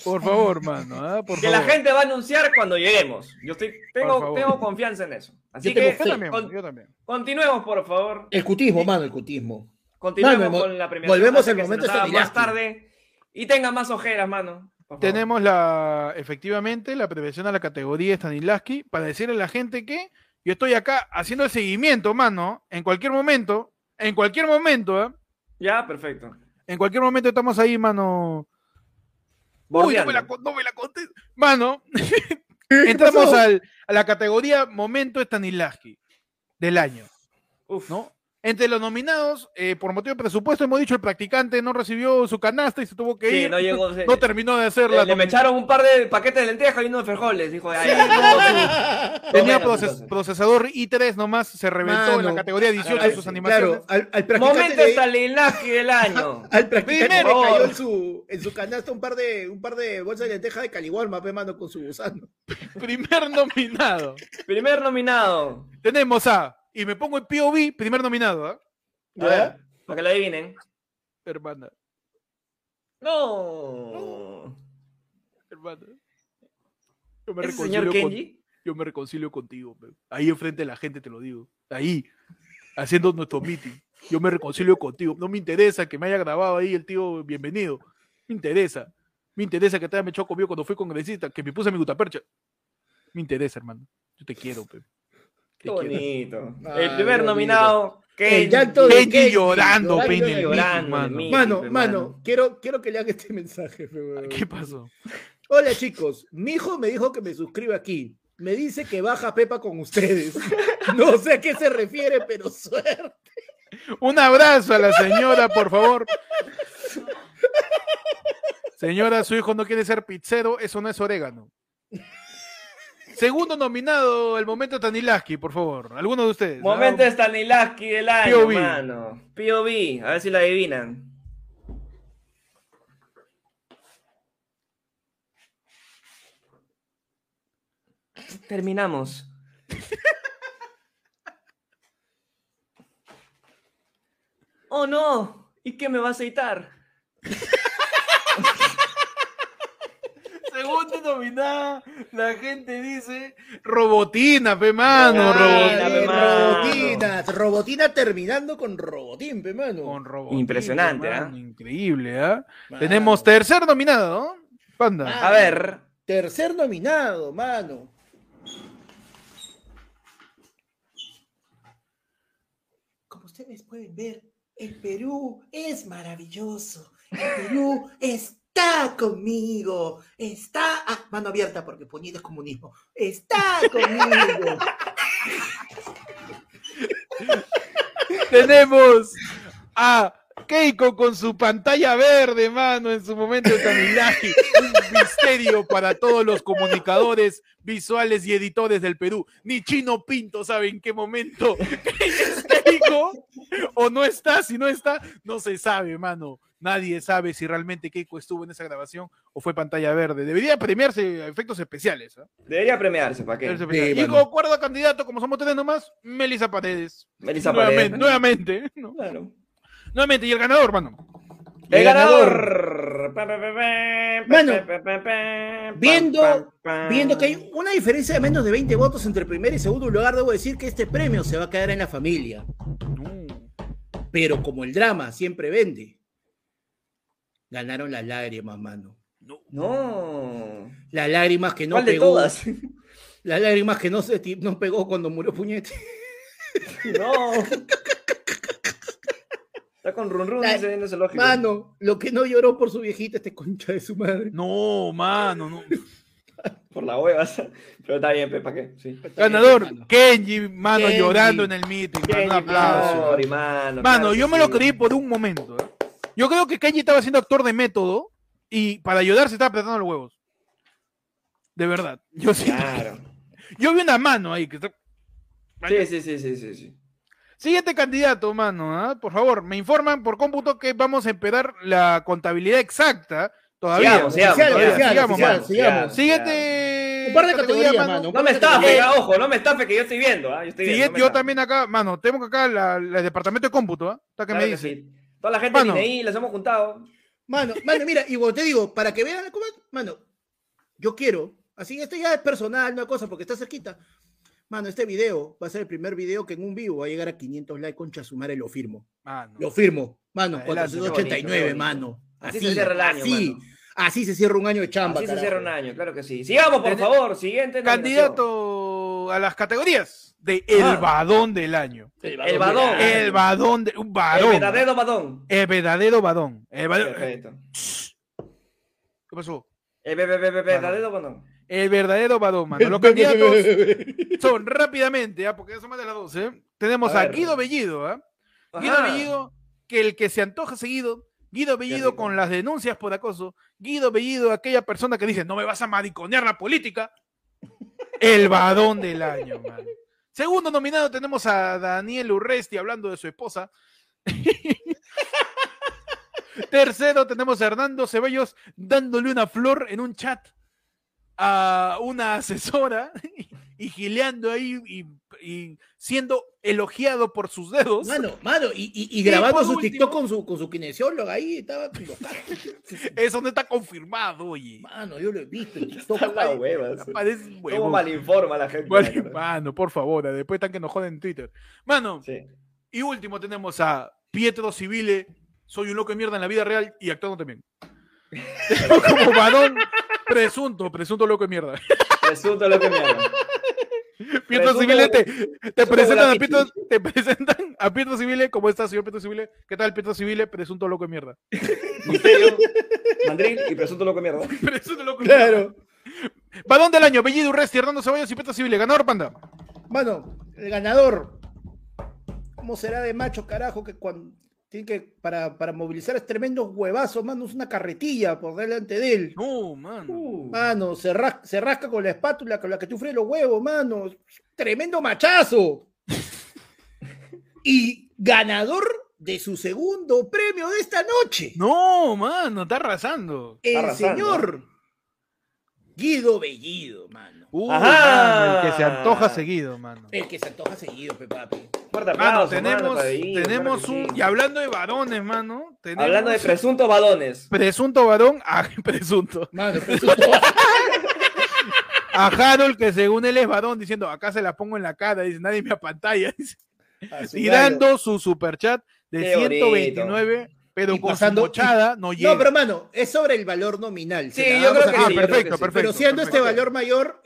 Speaker 3: Por favor, mano. ah, Por
Speaker 2: Que
Speaker 3: favor.
Speaker 2: la gente va a anunciar cuando lleguemos. Yo estoy,
Speaker 3: Por
Speaker 2: tengo,
Speaker 3: favor.
Speaker 2: tengo confianza en eso. Así
Speaker 1: Yo tengo
Speaker 2: que
Speaker 1: fe. Yo también,
Speaker 2: con-
Speaker 3: Yo también.
Speaker 2: continuemos, por favor.
Speaker 1: El cutismo, mano, el cutismo.
Speaker 2: Continuemos
Speaker 1: Mano,
Speaker 2: con la premiación.
Speaker 1: volvemos
Speaker 2: hasta
Speaker 1: al
Speaker 2: que se
Speaker 1: momento
Speaker 2: nos haga más
Speaker 1: Stanislavski.
Speaker 2: tarde. Y tengan más ojeras, mano. por favor.
Speaker 3: Tenemos la, efectivamente, la prevención a la categoría Stanislavski para decirle a la gente que yo estoy acá haciendo el seguimiento, mano. En cualquier momento, en cualquier momento, ¿ah?
Speaker 2: Ya, perfecto.
Speaker 3: En cualquier momento estamos ahí, mano. Uy, no me la,
Speaker 2: Bordeando.
Speaker 3: con- no me la conté. Mano, entramos
Speaker 1: pasó?
Speaker 3: al- a la categoría Momento Stanislavski del año. ¿no? Entre los nominados, eh, por motivo de presupuesto, hemos dicho, el practicante no recibió su canasta y se tuvo que
Speaker 2: Sí,
Speaker 3: ir.
Speaker 2: no llegó, sí.
Speaker 3: no terminó de hacer
Speaker 2: Le,
Speaker 3: la
Speaker 2: le me
Speaker 3: nomina-
Speaker 2: echaron un par de paquetes de lentejas y uno de frijoles. Dijo, ay, ay,
Speaker 3: Tenía
Speaker 2: Bueno,
Speaker 3: proces-
Speaker 2: entonces.
Speaker 3: procesador i3 nomás, se reventó en la
Speaker 1: Mano,
Speaker 3: categoría 18
Speaker 1: al-
Speaker 3: sus
Speaker 1: claro,
Speaker 3: animaciones.
Speaker 1: al, al practicante
Speaker 2: Momento
Speaker 1: le-
Speaker 2: Stalinaki del año.
Speaker 1: al practicante le
Speaker 2: Primero, por
Speaker 1: cayó
Speaker 2: favor.
Speaker 1: en su, en su canasta un par de, un par de bolsas de lenteja de caligualma, pe, mano, con su gusano.
Speaker 3: Primer nominado.
Speaker 2: Primer nominado.
Speaker 3: Tenemos a, y me pongo en POV, primer nominado, ¿ah?
Speaker 2: A ver, para que lo adivinen.
Speaker 3: hermana,
Speaker 2: No.
Speaker 3: hermana. Yo me,
Speaker 2: ¿Es el
Speaker 3: reconcilio
Speaker 2: señor
Speaker 3: con-
Speaker 2: Kenji?
Speaker 3: yo me reconcilio contigo, pe. ahí enfrente de la gente te lo digo, ahí, haciendo nuestro meeting. Yo me reconcilio contigo. No me interesa que me haya grabado ahí el tío bienvenido. Me interesa. Me interesa que te haya mechado conmigo cuando fui congresista, que me puse mi gutapercha. Me interesa, hermano. Yo te quiero, pe.
Speaker 2: Qué bonito.
Speaker 1: Ah,
Speaker 2: El primer
Speaker 1: Dios
Speaker 2: nominado.
Speaker 1: El
Speaker 2: Kenji.
Speaker 1: llanto de
Speaker 3: Kenji
Speaker 1: Kenji,
Speaker 3: llorando,
Speaker 1: llorando,
Speaker 3: pe, en el
Speaker 2: llorando,
Speaker 3: meeting, mano.
Speaker 2: en el
Speaker 1: Mano,
Speaker 2: pe, mano.
Speaker 1: mano, quiero, quiero que lean este mensaje. pe, weón.
Speaker 3: ¿Qué pasó?
Speaker 1: Hola chicos, mi hijo me dijo que me suscriba aquí. Me dice que baja Pepa con ustedes. No sé a qué se refiere, pero suerte.
Speaker 3: Un abrazo a la señora, por favor. Señora, su hijo no quiere ser pizzero, eso no es orégano. Segundo nominado, el momento Stanilaski, por favor. ¿Alguno de ustedes?
Speaker 2: Momento
Speaker 3: Ah,
Speaker 2: Stanislavski del año,
Speaker 3: POV.
Speaker 2: mano. POV. A ver si la adivinan. Terminamos. Oh no, ¿y qué me va a aceitar?
Speaker 3: Segundo nominado, la gente dice robotina, pe mano,
Speaker 2: Robotina,
Speaker 3: robotina.
Speaker 2: pe, mano.
Speaker 1: Robotina, robotina terminando con robotín, pe, mano.
Speaker 3: Con robotina,
Speaker 2: Impresionante,
Speaker 3: mano,
Speaker 2: ¿ah?
Speaker 3: Increíble, ¿ah? Tenemos tercer nominado, ¿no? Panda.
Speaker 2: A ver,
Speaker 1: Tercer nominado, mano.
Speaker 5: Como ustedes pueden ver, el Perú es maravilloso. El Perú está conmigo. Está. ah, mano abierta porque puñito es comunismo. Está conmigo.
Speaker 3: Tenemos a Keiko con su pantalla verde, mano, en su momento de Tamilaje. Un misterio para todos los comunicadores visuales y editores del Perú. Ni Chino Pinto sabe en qué momento es Keiko o no está. Si no está, no se sabe, mano. Nadie sabe si realmente Keiko estuvo en esa grabación o fue pantalla verde. Debería premiarse a efectos especiales. ¿ah?
Speaker 2: Debería premiarse, ¿para qué?
Speaker 3: Debería ser especial. y como cuarto candidato, como somos tres nomás, Melissa Paredes.
Speaker 2: Melissa
Speaker 3: nuevamente,
Speaker 2: Paredes.
Speaker 3: Nuevamente. ¿no? Nuevamente, y el ganador, mano.
Speaker 2: El
Speaker 1: ganador. Mano, viendo, viendo que hay una diferencia de menos de 20 votos entre el primer y segundo lugar, debo decir que este premio se va a quedar en la familia. Pero como el drama siempre vende, ganaron las lágrimas, mano.
Speaker 2: No.
Speaker 1: Las lágrimas que no
Speaker 2: ¿Cuál de
Speaker 1: pegó.
Speaker 2: todas?
Speaker 1: Las lágrimas que no, se, ti- no pegó cuando murió Puñete.
Speaker 2: No. Está con Run Run, dice en el zoológico.
Speaker 1: Mano, lo que no lloró por su viejita, este concha de su madre.
Speaker 3: No, mano, no.
Speaker 2: Por la hueva. Pero está bien, ¿para qué? Sí.
Speaker 3: Ganador, Kenji, mano,
Speaker 2: Kenji.
Speaker 3: llorando en el meeting. mano,
Speaker 2: Kenji,
Speaker 3: un aplauso.
Speaker 2: Mauri, mano,
Speaker 3: Mano,
Speaker 2: claro
Speaker 3: yo
Speaker 2: que
Speaker 3: me lo
Speaker 2: sí.
Speaker 3: creí pues. por un momento. ¿eh? Yo creo que Kenji estaba siendo actor de método y para ayudar se estaba apretando los huevos. De verdad. Yo siento que- Yo vi una mano ahí. Que... está-
Speaker 2: Sí, sí, sí, sí, sí, sí.
Speaker 3: Siguiente candidato, mano. ¿ah? Por favor, me informan por cómputo que vamos a esperar la contabilidad exacta. Todavía.
Speaker 2: Sigamos, sigamos,
Speaker 3: Oficial,
Speaker 2: todavía,
Speaker 3: oficial,
Speaker 2: sigamos,
Speaker 3: oficial,
Speaker 2: sigamos, sigamos.
Speaker 3: sigamos. Siguiente.
Speaker 1: Un par de categorías,
Speaker 3: categoría,
Speaker 1: mano, un
Speaker 2: No me estafe, ah, ojo, no me estafe que yo estoy viendo. ah, Yo estoy viendo,
Speaker 3: Siguiente,
Speaker 2: no me
Speaker 3: yo
Speaker 2: estafe.
Speaker 3: también acá, mano, tengo que acá la, la- el departamento de cómputo, ¿ah? Está que
Speaker 2: Claro
Speaker 3: me
Speaker 2: que
Speaker 3: dice.
Speaker 2: sí. Toda la gente de
Speaker 3: Mano.
Speaker 2: INEI, las hemos juntado.
Speaker 1: Mano, mano, mira, y vos te digo, para que vean cómo, mano, yo quiero, así, esto ya es personal, una cosa, porque está cerquita. Mano, este video va a ser el primer video que en un vivo va a llegar a 500 likes, concha su madre, lo firmo.
Speaker 3: Mano.
Speaker 1: Lo firmo, mano,
Speaker 2: Adelante, qué bonito,
Speaker 1: 489,
Speaker 2: qué bonito.
Speaker 1: mano.
Speaker 2: Así se cierra el año,
Speaker 1: así,
Speaker 2: mano.
Speaker 1: así se cierra un año de chamba,
Speaker 2: Así se
Speaker 1: carajo.
Speaker 2: cierra un año, claro que sí. Sigamos, por favor, siguiente nominación.
Speaker 3: pues. Candidato a las categorías de El
Speaker 2: Ah.
Speaker 3: Badón del Año.
Speaker 2: El badón.
Speaker 3: El Badón, de, un varón.
Speaker 2: El verdadero badón.
Speaker 3: El verdadero Badón. El badón-
Speaker 2: Perfecto.
Speaker 3: ¿Qué pasó?
Speaker 2: El be- be- be- be- verdadero badón.
Speaker 3: El verdadero Badón, mano. Los
Speaker 2: El be- be-
Speaker 3: candidatos
Speaker 2: be-
Speaker 3: son rápidamente, ¿ah? porque ya son más de las 12. ¿eh? Tenemos
Speaker 2: A
Speaker 3: a,
Speaker 2: ver.
Speaker 3: Guido Bellido, ¿ah?
Speaker 2: Ajá.
Speaker 3: Guido Bellido, que el que se antoja seguido. Guido Bellido con las denuncias por acoso. Guido Bellido, aquella persona que dice, no me vas a mariconear la política. El Badón del Año, mano. Segundo nominado tenemos a Daniel Urresti hablando de su esposa. Tercero tenemos a Hernando Ceballos dándole una flor en un chat a una asesora y gileando ahí y, y siendo elogiado por sus dedos.
Speaker 1: Mano, mano, y, y, y
Speaker 3: Y
Speaker 1: grabando
Speaker 3: por
Speaker 1: su
Speaker 3: último-
Speaker 1: TikTok con su, con su kinesiólogo ahí, estaba con los carros.
Speaker 3: Eso no está confirmado, oye.
Speaker 1: Mano, yo lo he visto en TikTok.
Speaker 2: Está la hueva. sí.
Speaker 3: Parece un
Speaker 2: ¿Cómo
Speaker 3: huevón.
Speaker 2: malinforma la gente?
Speaker 3: Mal- mano, por favor, ah, después están que nos joden en Twitter. Mano,
Speaker 2: Sí.
Speaker 3: y último tenemos a Pietro Civile, soy un loco de mierda en la vida real y actuando también. Como varón presunto, presunto loco de mierda.
Speaker 2: Presunto lo que me hagan.
Speaker 3: Pietro
Speaker 2: Presunto-
Speaker 3: Civile te, te
Speaker 2: presunto
Speaker 3: presentan a
Speaker 2: graffiti.
Speaker 3: Pietro, te presentan a Pietro Civile, ¿cómo estás, señor Pietro Civile? ¿Qué tal, Pietro Civile? Presunto loco de mierda.
Speaker 2: Misterio, mandril y presunto loco mierda.
Speaker 3: Presunto loco de mierda. Balón del año, Bellido Urresti, Hernando Ceballos y Pietro Civile. Ganador, panda.
Speaker 1: Mano, el ganador. ¿Cómo será de macho, carajo? Que cuando tiene que, para, para movilizar es tremendos huevazos, mano, es una carretilla por delante de él.
Speaker 3: No, mano.
Speaker 2: Uh,
Speaker 1: Mano, se, ras- se rasca con la espátula con la que tú fríes los huevos, mano. Tremendo machazo. y ganador de su segundo premio de esta noche.
Speaker 3: No, mano, está arrasando.
Speaker 1: El
Speaker 3: Está arrasando. ¿eh?
Speaker 1: señor Guido Bellido, mano.
Speaker 3: Uh,
Speaker 1: Ajá.
Speaker 3: mano, el que se antoja seguido, mano.
Speaker 1: El que se antoja seguido, pe papi.
Speaker 2: Fuerte
Speaker 3: Mano,
Speaker 2: aplauso, mano,
Speaker 3: tenemos,
Speaker 2: para Bellido,
Speaker 3: tenemos
Speaker 2: claro que
Speaker 3: un.
Speaker 2: sí.
Speaker 3: Y hablando de varones, mano. tenemos-
Speaker 2: Hablando de presuntos badones.
Speaker 3: Presunto varón, a presunto.
Speaker 1: Mano, pues, presunto
Speaker 3: A Harold, que según él es varón, diciendo acá se la pongo en la cara, dice nadie me apantalla, dice, tirando su superchat de
Speaker 1: Qué bonito.
Speaker 3: 129, pero
Speaker 1: Y
Speaker 3: con
Speaker 1: pasando-
Speaker 3: su mochada no llega.
Speaker 1: No, pero mano, es sobre el valor nominal. se
Speaker 3: Sí,
Speaker 1: la
Speaker 3: yo
Speaker 1: vamos
Speaker 3: creo que
Speaker 1: a-
Speaker 3: sí, yo creo que sí.
Speaker 1: Pero siendo
Speaker 3: Ah, perfecto.
Speaker 1: este valor mayor,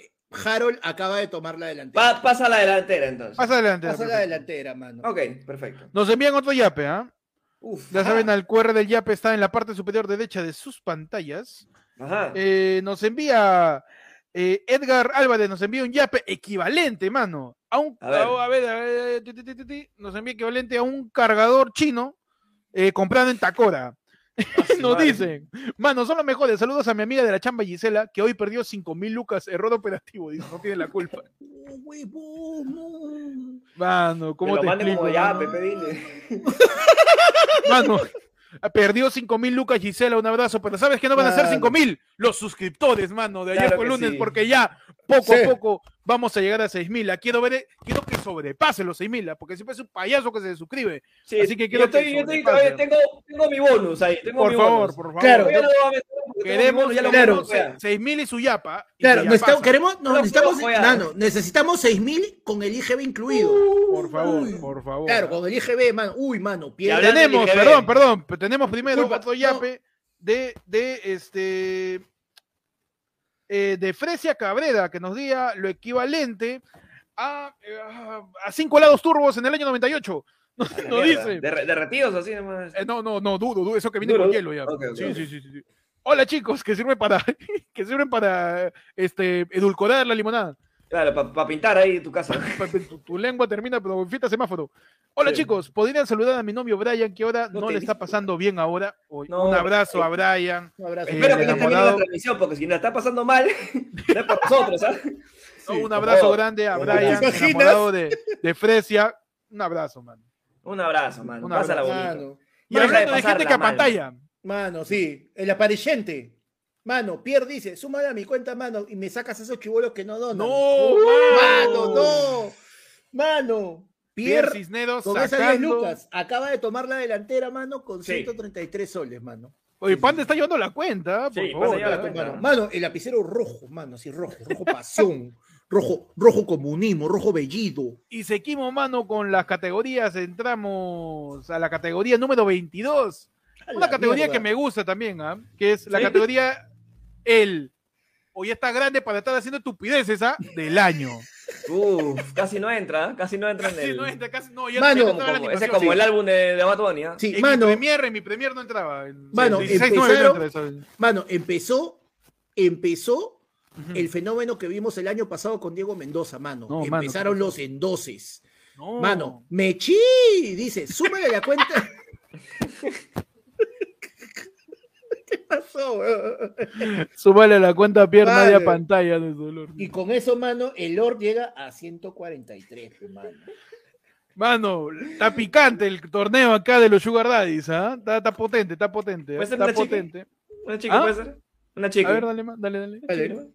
Speaker 1: Harold acaba de tomar la delantera.
Speaker 2: Pa- pasa la delantera entonces.
Speaker 3: Pasa adelante.
Speaker 1: Pasa la
Speaker 3: perfecto.
Speaker 1: delantera, mano.
Speaker 2: Ok, perfecto.
Speaker 3: Nos envían otro yape, ¿ah?
Speaker 1: Uf,
Speaker 3: Ya
Speaker 1: ajá.
Speaker 3: saben, al QR del Yape está en la parte superior derecha de sus pantallas.
Speaker 2: Ajá.
Speaker 3: Eh, nos envía eh, Edgar Álvarez, nos envía un Yape equivalente, mano. A un,
Speaker 2: A ver.
Speaker 3: a- a ver, a ver, ti, ti, ti, ti, ti. nos envía equivalente a un cargador chino eh, comprando en Tacora. Nos dicen, mano, son los mejores. Saludos a mi amiga de la chamba Gisela, que hoy perdió 5 mil lucas, error operativo. Dice, no tiene la culpa. Mano, ¿cómo
Speaker 2: Que lo
Speaker 3: te
Speaker 2: manden
Speaker 3: explico?
Speaker 2: como ya,
Speaker 3: mano?
Speaker 2: Pepe, dile.
Speaker 3: Mano, perdió 5 mil lucas Gisela, un abrazo, pero ¿sabes que no van a ser
Speaker 2: Claro.
Speaker 3: 5 mil? Los suscriptores, mano, de ayer
Speaker 2: Claro
Speaker 3: por
Speaker 2: que
Speaker 3: lunes,
Speaker 2: sí.
Speaker 3: porque ya poco
Speaker 2: Sí.
Speaker 3: a poco vamos a llegar a 6 mil. Quiero ver, eh, quiero que sobrepase los 6 mil, ah, porque siempre es un payaso que se suscribe.
Speaker 2: Sí,
Speaker 3: Así que
Speaker 2: yo
Speaker 3: quiero
Speaker 2: estoy-
Speaker 3: que
Speaker 2: yo estoy-
Speaker 3: sobrepase.
Speaker 2: oye, tengo, tengo mi bonus ahí. Tengo
Speaker 3: por
Speaker 2: mi
Speaker 3: favor,
Speaker 2: bonus.
Speaker 3: por favor.
Speaker 2: Claro,
Speaker 3: Yo-
Speaker 2: yo no lo voy a meter porque tengo mi
Speaker 3: queremos,
Speaker 2: bonus, ya lo
Speaker 1: claro.
Speaker 2: conozco, o sea.
Speaker 3: 6 mil y su yapa. y
Speaker 1: Claro,
Speaker 3: su
Speaker 1: necesitamos,
Speaker 3: yapaza.
Speaker 1: queremos, no,
Speaker 3: No,
Speaker 1: necesitamos,
Speaker 3: pero, oiga.
Speaker 1: nano, necesitamos 6.000 con el IGB incluido.
Speaker 3: Por favor, por favor.
Speaker 1: Claro, con el IGB, mano. Uy, mano,
Speaker 3: Ya
Speaker 1: pierde.
Speaker 3: tenemos, perdón, perdón, pero tenemos primero
Speaker 1: Disculpa,
Speaker 3: otro yape de, de este eh, de Fresia Cabrera que nos diga lo equivalente a, eh, a- a cinco helados turbos en el año 98. No,
Speaker 2: La
Speaker 3: no
Speaker 2: mierda.
Speaker 3: dice.
Speaker 2: Derre- derretidos así nomás.
Speaker 3: Eh, no, no, no, dudo, dudo, eso que viene
Speaker 2: Duro,
Speaker 3: con
Speaker 2: duro.
Speaker 3: hielo ya.
Speaker 2: Ok, ok,
Speaker 3: Sí,
Speaker 2: ok.
Speaker 3: sí, sí, sí, sí. Hola chicos, que sirve para que sirven para este edulcorar la limonada.
Speaker 2: Claro, para pintar ahí tu casa.
Speaker 3: tu, tu lengua termina pero en fiesta semáforo. Hola chicos, podrían saludar a mi novio Brian que ahora no,
Speaker 2: te
Speaker 3: le está pasando bien ahora. Hoy, un abrazo
Speaker 2: eh.
Speaker 3: a Brian. Un abrazo.
Speaker 2: Espero que no termine la transmisión, porque si la está pasando mal, no es para nosotros, ¿ah? ¿sabes?
Speaker 3: un abrazo grande a Brian, enamorado de, de Fresia. Un abrazo, mano.
Speaker 2: Un abrazo, mano.
Speaker 3: Un
Speaker 2: Pásala
Speaker 3: abrazo.
Speaker 2: bonito.
Speaker 1: Mano.
Speaker 3: Y hablando de gente que
Speaker 1: pantalla.
Speaker 3: apantalla.
Speaker 1: Mano, sí, el apareciente. Mano, Pierre dice, súmale a mi cuenta, mano, y me sacas esos chivolos que no donan. No,
Speaker 3: Uh,
Speaker 1: mano, no. Mano,
Speaker 3: Pierre
Speaker 1: Pierre,
Speaker 3: Cisneros
Speaker 1: con esas 10
Speaker 3: sacando-
Speaker 1: lucas, acaba de tomar la delantera, mano, con
Speaker 3: Sí.
Speaker 1: 133 soles, mano.
Speaker 3: Oye, Panda está llevando la cuenta, por
Speaker 1: Sí,
Speaker 3: favor. ¿eh?
Speaker 1: pasa ya la cuenta, mano. Mano, el lapicero rojo, mano, así rojo, rojo pasión, rojo, rojo comunismo, rojo bellido.
Speaker 3: Y seguimos, mano, con las categorías. Entramos a la categoría número 22. Una
Speaker 1: la
Speaker 3: categoría
Speaker 1: mierda.
Speaker 3: que me gusta también, ¿ah? Que es la
Speaker 1: Sí.
Speaker 3: categoría el. O ya está grande para estar haciendo estupideces, ¿ah? Del año.
Speaker 2: Uf, casi no entra, ¿eh? casi no entra en el.
Speaker 3: no entra, casi no, ya
Speaker 2: Mano,
Speaker 3: no
Speaker 2: como-
Speaker 3: entraba la
Speaker 2: como- ese es
Speaker 3: animación.
Speaker 2: como el
Speaker 3: Sí.
Speaker 2: álbum de, de Bad Bunny, ¿ah?
Speaker 1: Sí,
Speaker 3: En
Speaker 1: mano.
Speaker 3: mi premier, en mi premier no entraba. En-
Speaker 1: Mano,
Speaker 3: en 16-9 no entra
Speaker 1: empezaron-
Speaker 3: esa-
Speaker 1: mano, empezó, empezó el fenómeno que vimos el año pasado con Diego Mendoza, mano.
Speaker 3: Mm. No, mano,
Speaker 1: Empezaron los endoses.
Speaker 3: No.
Speaker 1: Mano, Mechi dice, súmale la cuenta. ¿Qué pasó? weón?
Speaker 3: Súbale la cuenta pierna de
Speaker 1: Vale.
Speaker 3: a pantalla de dolor.
Speaker 1: Y con eso, mano, el Lord llega a 143, pues, mano.
Speaker 3: Mano, está picante el torneo acá de los Sugar Daddies, ¿ah? Está, está potente, está potente. ¿eh?
Speaker 1: Pues
Speaker 2: ¿Puede ser
Speaker 3: está
Speaker 2: una chica?
Speaker 3: potente.
Speaker 2: ¿Una chica
Speaker 3: ¿Ah?
Speaker 2: puede ser? Una chica.
Speaker 3: A ver, dale, ma- dale, dale.
Speaker 1: Pues
Speaker 2: Dale.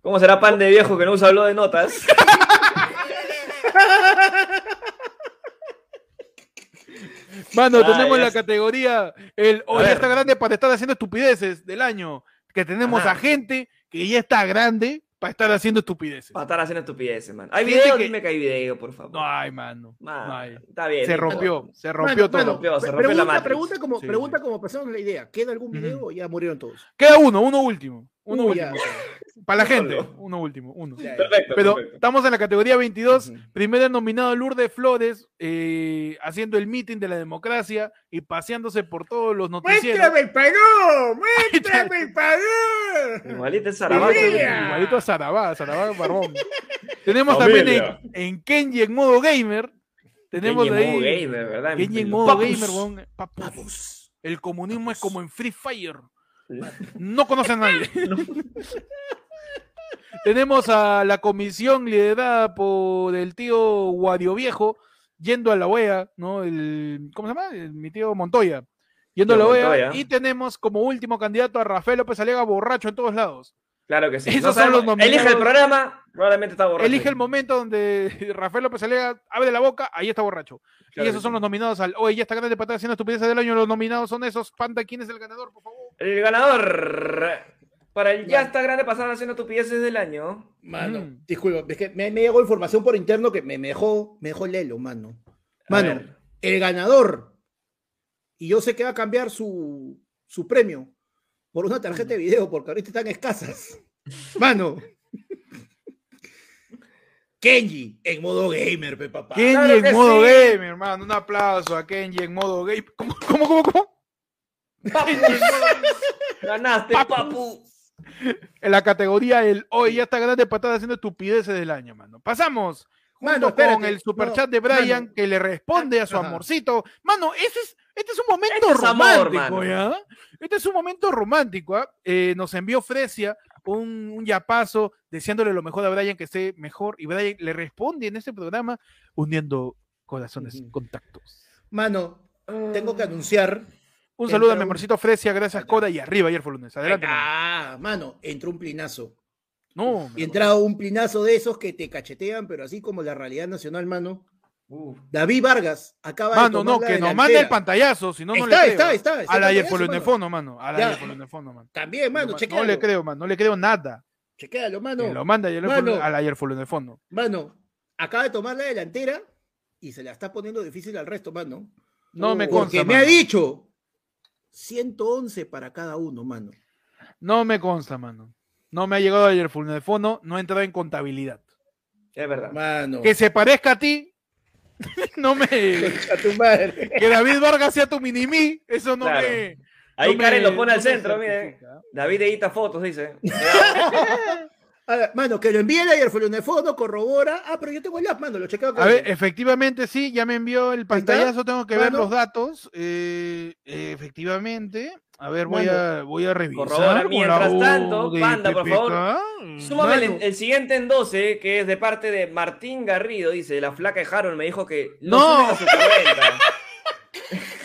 Speaker 2: ¿Cómo será pan de viejo que no usa habló de notas?
Speaker 3: Mano,
Speaker 2: Ah,
Speaker 3: tenemos
Speaker 2: ya
Speaker 3: la
Speaker 2: sé.
Speaker 3: categoría el hoy
Speaker 2: ver.
Speaker 3: está grande para estar haciendo estupideces del año. Que tenemos
Speaker 2: Ajá.
Speaker 3: a gente que ya está grande para estar haciendo estupideces.
Speaker 2: Para estar haciendo estupideces, man. ¿Hay
Speaker 3: Gente
Speaker 2: video?
Speaker 3: que-
Speaker 2: Dime que hay video, por favor.
Speaker 3: No hay, mano.
Speaker 2: Man,
Speaker 3: no hay.
Speaker 2: Está bien.
Speaker 3: Se
Speaker 2: no importa.
Speaker 3: rompió, se rompió todo.
Speaker 2: Se rompió, se
Speaker 1: Pre-
Speaker 2: rompió la
Speaker 1: pregunta,
Speaker 2: matriz.
Speaker 1: pregunta como,
Speaker 3: Sí,
Speaker 1: pregunta como pasamos la idea. ¿Queda algún video o ya murieron todos?
Speaker 3: Queda uno, uno último. Uno
Speaker 1: Uy, ya.
Speaker 3: último. Para la gente, uno último, uno. Pero estamos en la categoría 22, primera nominada Lourdes Flores, eh, haciendo el meeting de la democracia y paseándose por todos los noticieros.
Speaker 1: ¡Muéstrame el Perú! ¡Muéstrame el Perú!
Speaker 2: Igualito es Sarabá.
Speaker 1: Familia.
Speaker 3: Igualito a Sarabá, Sarabá Barbón. Tenemos
Speaker 2: Familia.
Speaker 3: también en, en Kenji en modo gamer. Tenemos
Speaker 2: Kenji en modo
Speaker 3: ahí.
Speaker 2: gamer, ¿verdad?
Speaker 3: Kenji
Speaker 2: Los
Speaker 3: en modo
Speaker 2: papus.
Speaker 3: gamer, weón. Papus. El comunismo es como en Free Fire. No conocen a nadie. Tenemos a la comisión liderada por el tío Guadio Viejo yendo a la OEA, ¿no? El, ¿Cómo se llama? El- mi tío Montoya. Yendo
Speaker 2: Tío
Speaker 3: a la OEA.
Speaker 2: Montoya.
Speaker 3: Y tenemos como último candidato a Rafael López Alega borracho en todos lados.
Speaker 2: Claro que sí.
Speaker 3: Esos
Speaker 2: No
Speaker 3: son los
Speaker 2: sabemos-
Speaker 3: nominados.
Speaker 2: Elige el programa, probablemente está borracho.
Speaker 3: Elige el momento donde Rafael López Alega abre la boca, ahí está borracho.
Speaker 2: Claro
Speaker 3: y
Speaker 2: que
Speaker 3: esos son los nominados al Oye, ya está grande patada haciendo estupideces del año. Los nominados son esos. Panda, ¿quién es el ganador? Por favor.
Speaker 2: El ganador para el ya está grande pasar haciendo estupideces del año.
Speaker 1: Mano, disculpa, es que me, me llegó información por interno que me, me dejó, me dejó lelo, mano. Mano,
Speaker 2: ver.
Speaker 1: el ganador, y yo sé que va a cambiar su, su premio por una tarjeta de video, porque ahorita están escasas. Mano. Kenji en modo gamer, pe papá.
Speaker 3: Kenji
Speaker 1: Claro que
Speaker 3: en modo
Speaker 1: sí.
Speaker 3: game, hermano. Un aplauso a Kenji en modo game. ¿Cómo, cómo, cómo? cómo?
Speaker 2: Ganaste, papu.
Speaker 3: En la categoría el hoy ya está grande patada haciendo estupideces del año, mano. Pasamos. Junto
Speaker 1: Mano, espérate,
Speaker 3: con el
Speaker 1: no,
Speaker 3: superchat de Brian
Speaker 1: mano.
Speaker 3: que le responde a su
Speaker 1: Ajá.
Speaker 3: amorcito. Mano, ese es Este es un momento
Speaker 2: Este es amor,
Speaker 3: romántico,
Speaker 2: mano.
Speaker 3: ¿ya? Este es un momento romántico, ¿ah? Eh, nos envió Fresia un, un yapazo deseándole lo mejor a Brian que esté mejor y Brian le responde en este programa uniendo corazones, contactos.
Speaker 1: Mano, tengo que anunciar.
Speaker 3: Un saludo a
Speaker 1: Entra
Speaker 3: mi
Speaker 1: un-
Speaker 3: amorcito Fresia, gracias Coda y arriba ayer fue lunes. Adelante. mano.
Speaker 1: Ah, mano, entró un plinazo.
Speaker 3: No.
Speaker 1: Y entraba un plinazo de esos que te cachetean, pero así como la realidad nacional, mano. David Vargas acaba
Speaker 3: Mano,
Speaker 1: de.
Speaker 3: no,
Speaker 1: tomar la
Speaker 3: que nos
Speaker 1: delantera.
Speaker 3: mande el pantallazo, si no, no le
Speaker 1: Está,
Speaker 3: creo.
Speaker 1: está, está, está
Speaker 3: a la
Speaker 1: el
Speaker 3: ayer
Speaker 1: pantallazo,
Speaker 3: por
Speaker 1: mano.
Speaker 3: lunefono, mano. A la
Speaker 1: Ya.
Speaker 3: ayer por lunefono, mano.
Speaker 1: También, mano,
Speaker 3: No
Speaker 1: chequéalo.
Speaker 3: le creo, mano. No le creo nada.
Speaker 1: Chequéalo, mano.
Speaker 3: Que lo manda ayer por-
Speaker 1: Mano.
Speaker 3: al ayer por lunefono.
Speaker 1: Mano, acaba de tomar la delantera y se la está poniendo difícil al resto, mano.
Speaker 3: No me
Speaker 1: Porque
Speaker 3: consta,
Speaker 1: me ha
Speaker 3: mano.
Speaker 1: dicho 111 para cada uno, mano.
Speaker 3: No me consta, mano. No me ha llegado ayer por lunefono, no he entrado en contabilidad.
Speaker 2: Es verdad.
Speaker 1: Mano.
Speaker 3: Que se parezca a ti. no me.
Speaker 1: A tu madre.
Speaker 3: Que David Vargas sea tu minimí. Eso no
Speaker 2: Claro.
Speaker 3: me.
Speaker 2: Ahí
Speaker 3: no me-
Speaker 2: Karen lo pone al
Speaker 3: no me
Speaker 2: centro, miren.
Speaker 3: certifica.
Speaker 2: David edita fotos, dice.
Speaker 1: A ver, mano, que lo envíe el ayer por fondo, corrobora. Ah, pero yo tengo el app, mano, lo chequeo.
Speaker 3: A ver, efectivamente sí, ya me envió el pantallazo, tengo que ver
Speaker 1: Mano.
Speaker 3: los datos. eh, eh, efectivamente, a ver, voy
Speaker 2: Mano.
Speaker 3: a voy a revisar.
Speaker 2: Corrobora.
Speaker 3: con
Speaker 2: Mientras
Speaker 3: la
Speaker 2: tanto,
Speaker 3: UDPPK.
Speaker 2: Panda, por favor. Súmame el,
Speaker 3: Mano.
Speaker 2: el siguiente en 12, que es de parte de Martín Garrido, dice, la flaca de Harold me dijo que lo
Speaker 3: No.
Speaker 2: sumen a su cuenta.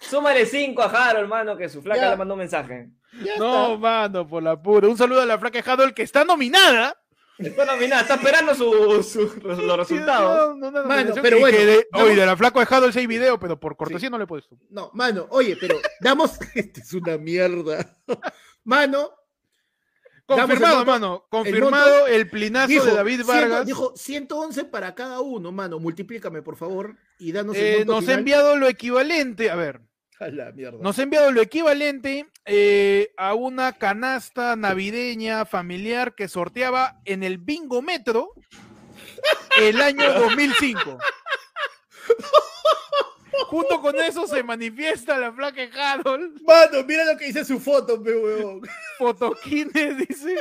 Speaker 2: Súmale 5 a Harold, mano, que su flaca
Speaker 3: Ya.
Speaker 2: le mandó un mensaje.
Speaker 3: No, mano, por la pura. Un saludo a la flaca Haddle que está nominada.
Speaker 2: Bueno, mira, está esperando su- su- los resultados.
Speaker 3: No, no, no,
Speaker 1: Mano,
Speaker 3: no,
Speaker 1: pero
Speaker 3: y
Speaker 1: bueno,
Speaker 3: que de-
Speaker 1: vamos-
Speaker 3: Oye, de la flaca de Haddle sí hay video, pero por cortesía no le he puesto.
Speaker 1: No, mano, oye, pero damos. Este es una mierda. Mano. damos el
Speaker 3: Confirmado,
Speaker 1: monto-
Speaker 3: mano.
Speaker 1: el monto.
Speaker 3: Confirmado el, plinazo
Speaker 1: Dijo,
Speaker 3: de David
Speaker 1: ciento-
Speaker 3: Vargas.
Speaker 1: dijo 111 para cada uno, mano. Multiplícame, por favor, y danos el
Speaker 3: Eh,
Speaker 1: monto
Speaker 3: nos ha
Speaker 1: final.
Speaker 3: enviado lo equivalente. A ver.
Speaker 1: A la mierda.
Speaker 3: Nos ha enviado lo equivalente eh, a una canasta navideña familiar que sorteaba en el Bingo Metro el año 2005. Junto con eso se manifiesta la flaca Harold.
Speaker 1: Mano, mira lo que dice su foto, pe huevón.
Speaker 3: Fotoquines, dice.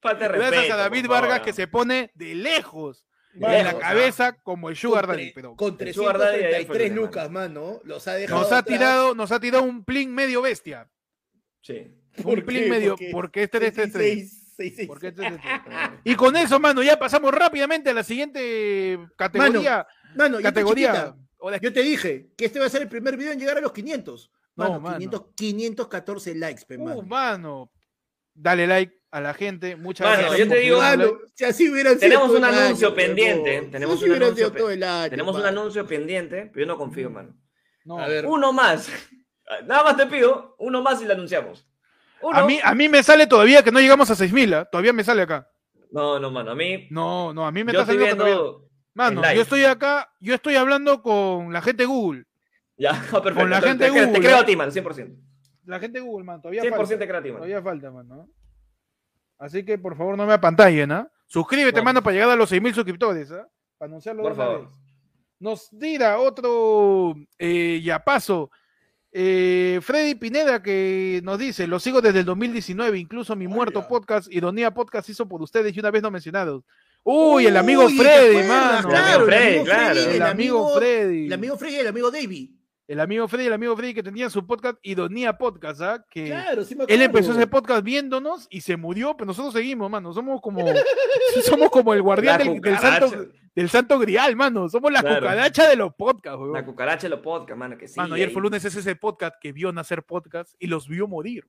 Speaker 2: Falta de
Speaker 3: Gracias
Speaker 2: respeto,
Speaker 3: a David
Speaker 2: por favor, ¿ah?
Speaker 3: Vargas
Speaker 2: ¿no?
Speaker 3: que se pone de lejos.
Speaker 1: De
Speaker 3: en la
Speaker 1: lejos,
Speaker 3: cabeza como el Sugar Daddy.
Speaker 1: tre-
Speaker 3: pero-
Speaker 1: con
Speaker 3: el Sugar Daddy ahí fue
Speaker 1: 333
Speaker 3: el tema.
Speaker 1: lucas, mano. Los ha dejado.
Speaker 3: Nos ha,
Speaker 1: atrás.
Speaker 3: tirado, nos ha tirado un plin medio bestia.
Speaker 2: Sí.
Speaker 3: Un plin medio. Porque este de este
Speaker 1: seis, seis, seis,
Speaker 3: Porque este es Y con eso, mano, ya pasamos rápidamente a la siguiente categoría.
Speaker 1: Mano, yo te
Speaker 3: categoría.
Speaker 1: chiquita, Yo te dije que este va a ser el primer video en llegar a los 500.
Speaker 3: No,
Speaker 1: Mano,
Speaker 3: mano.
Speaker 1: 500 514 likes, pe,
Speaker 3: Uh,
Speaker 1: mano.
Speaker 3: mano. Dale like a la gente. Muchas
Speaker 2: Mano,
Speaker 3: gracias.
Speaker 2: yo te
Speaker 3: por
Speaker 2: digo-
Speaker 3: darle
Speaker 1: Mano,
Speaker 3: like.
Speaker 1: si así hubieran sido
Speaker 2: Tenemos
Speaker 1: todo
Speaker 2: un
Speaker 1: el año,
Speaker 2: anuncio
Speaker 1: huevón.
Speaker 2: pendiente.
Speaker 1: Si
Speaker 2: Tenemos
Speaker 1: así
Speaker 2: un
Speaker 1: hubieran
Speaker 2: anuncio,
Speaker 1: sido todo el
Speaker 2: pe-
Speaker 1: año,
Speaker 2: tenemos un
Speaker 1: mano.
Speaker 2: anuncio pendiente, pero yo no confío, mano.
Speaker 3: No.
Speaker 1: A ver.
Speaker 2: Uno más. Nada más te pido, uno más y lo anunciamos. Uno.
Speaker 3: A mí, a mí me sale todavía que no llegamos a 6000. ¿ah? Todavía me sale acá.
Speaker 2: No, no, mano, a mí.
Speaker 3: No, no, a mí me
Speaker 2: yo
Speaker 3: está
Speaker 2: estoy
Speaker 3: saliendo que todavía-
Speaker 2: viendo.
Speaker 3: Mano,
Speaker 2: en live.
Speaker 3: yo estoy acá, yo estoy hablando con la gente de Google.
Speaker 2: Ya, perfecto.
Speaker 3: Con la
Speaker 2: Entonces,
Speaker 3: gente
Speaker 2: te, creo- te
Speaker 3: Google. ¿eh?
Speaker 2: creo a ti, mano, 100%.
Speaker 3: La gente de Google, man, todavía
Speaker 2: 100%
Speaker 3: falta.
Speaker 2: creativa.
Speaker 3: Todavía falta, mano. Así que por favor no me apantallen, ¿ah? Suscríbete, mano, para llegar a los 6000 suscriptores, ¿ah? Para anunciarlo de
Speaker 2: Por
Speaker 3: una
Speaker 2: favor.
Speaker 3: vez. Nos tira otro eh, yapazo. Eh, Freddy Pineda que nos dice, lo sigo desde el 2019, incluso mi muerto podcast, Ironía Podcast hizo por ustedes y una vez no mencionados. Uy, el amigo
Speaker 1: Uy, ¿te
Speaker 3: Freddy,
Speaker 1: acuerdas?
Speaker 3: mano.
Speaker 1: Claro, el
Speaker 2: Freddy,
Speaker 1: amigo
Speaker 2: claro.
Speaker 1: Freddy,
Speaker 3: El amigo Freddy.
Speaker 1: El amigo Freddy y el amigo Davey.
Speaker 3: El amigo Freddy, el amigo Freddy que tenía su podcast, Idonía Podcast, ¿ah? Que
Speaker 1: Claro, sí me
Speaker 3: él
Speaker 1: acuerdo.
Speaker 3: empezó ese podcast viéndonos y se murió, pero nosotros seguimos, mano. Somos como, somos como el guardián
Speaker 2: La
Speaker 3: del, del santo,
Speaker 2: cucaracha.
Speaker 3: del santo grial, mano. Somos la
Speaker 2: Claro.
Speaker 3: cucaracha de los podcasts, weón.
Speaker 2: La cucaracha de los podcasts, mano, que sí.
Speaker 3: mano, ayer
Speaker 2: ahí.
Speaker 3: fue lunes es ese podcast que vio nacer podcast y los vio morir.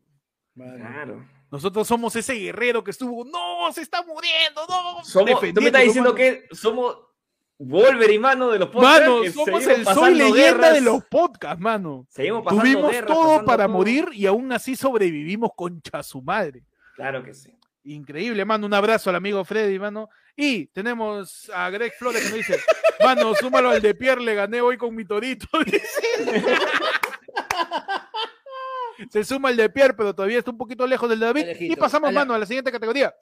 Speaker 2: Claro.
Speaker 3: Nosotros somos ese guerrero que estuvo, no, se está muriendo, no.
Speaker 2: Somos, tú me
Speaker 3: defendiendo,
Speaker 2: estás diciendo
Speaker 3: mano.
Speaker 2: que somos Wolverine, mano, de los podcasts.
Speaker 3: Mano,
Speaker 2: que
Speaker 3: somos
Speaker 2: seguimos
Speaker 3: el soy
Speaker 2: pasando
Speaker 3: leyenda
Speaker 2: guerras.
Speaker 3: de los podcasts, mano.
Speaker 2: Seguimos pasando
Speaker 3: Tuvimos
Speaker 2: guerras,
Speaker 3: todo
Speaker 2: pasando
Speaker 3: para
Speaker 2: todo.
Speaker 3: morir y aún así sobrevivimos concha su madre.
Speaker 2: Claro que sí.
Speaker 3: Increíble, mano. Un abrazo al amigo Freddy, mano. Y tenemos a Greg Flores que nos dice, mano, súmalo al de Pierre, le gané hoy con mi torito. dice. Se suma el de Pierre, pero todavía está un poquito lejos del de David.
Speaker 1: Está lejito.
Speaker 3: Y pasamos,
Speaker 1: A la-
Speaker 3: mano, a la siguiente categoría.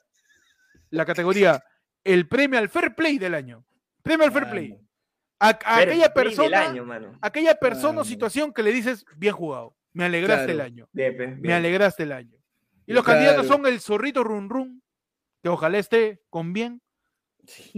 Speaker 3: La categoría, el premio al Fair Play del año. Premio al Fair Play. A, a
Speaker 2: Ah, Fair
Speaker 3: aquella
Speaker 2: Play del
Speaker 3: persona,
Speaker 2: año, mano.
Speaker 3: aquella persona o situación que le dices, bien jugado, me alegraste el
Speaker 2: Claro.
Speaker 3: año.
Speaker 2: Bien, bien.
Speaker 3: Me alegraste el año. Y los
Speaker 1: Claro.
Speaker 3: candidatos son el zorrito Run Run, que ojalá esté con bien.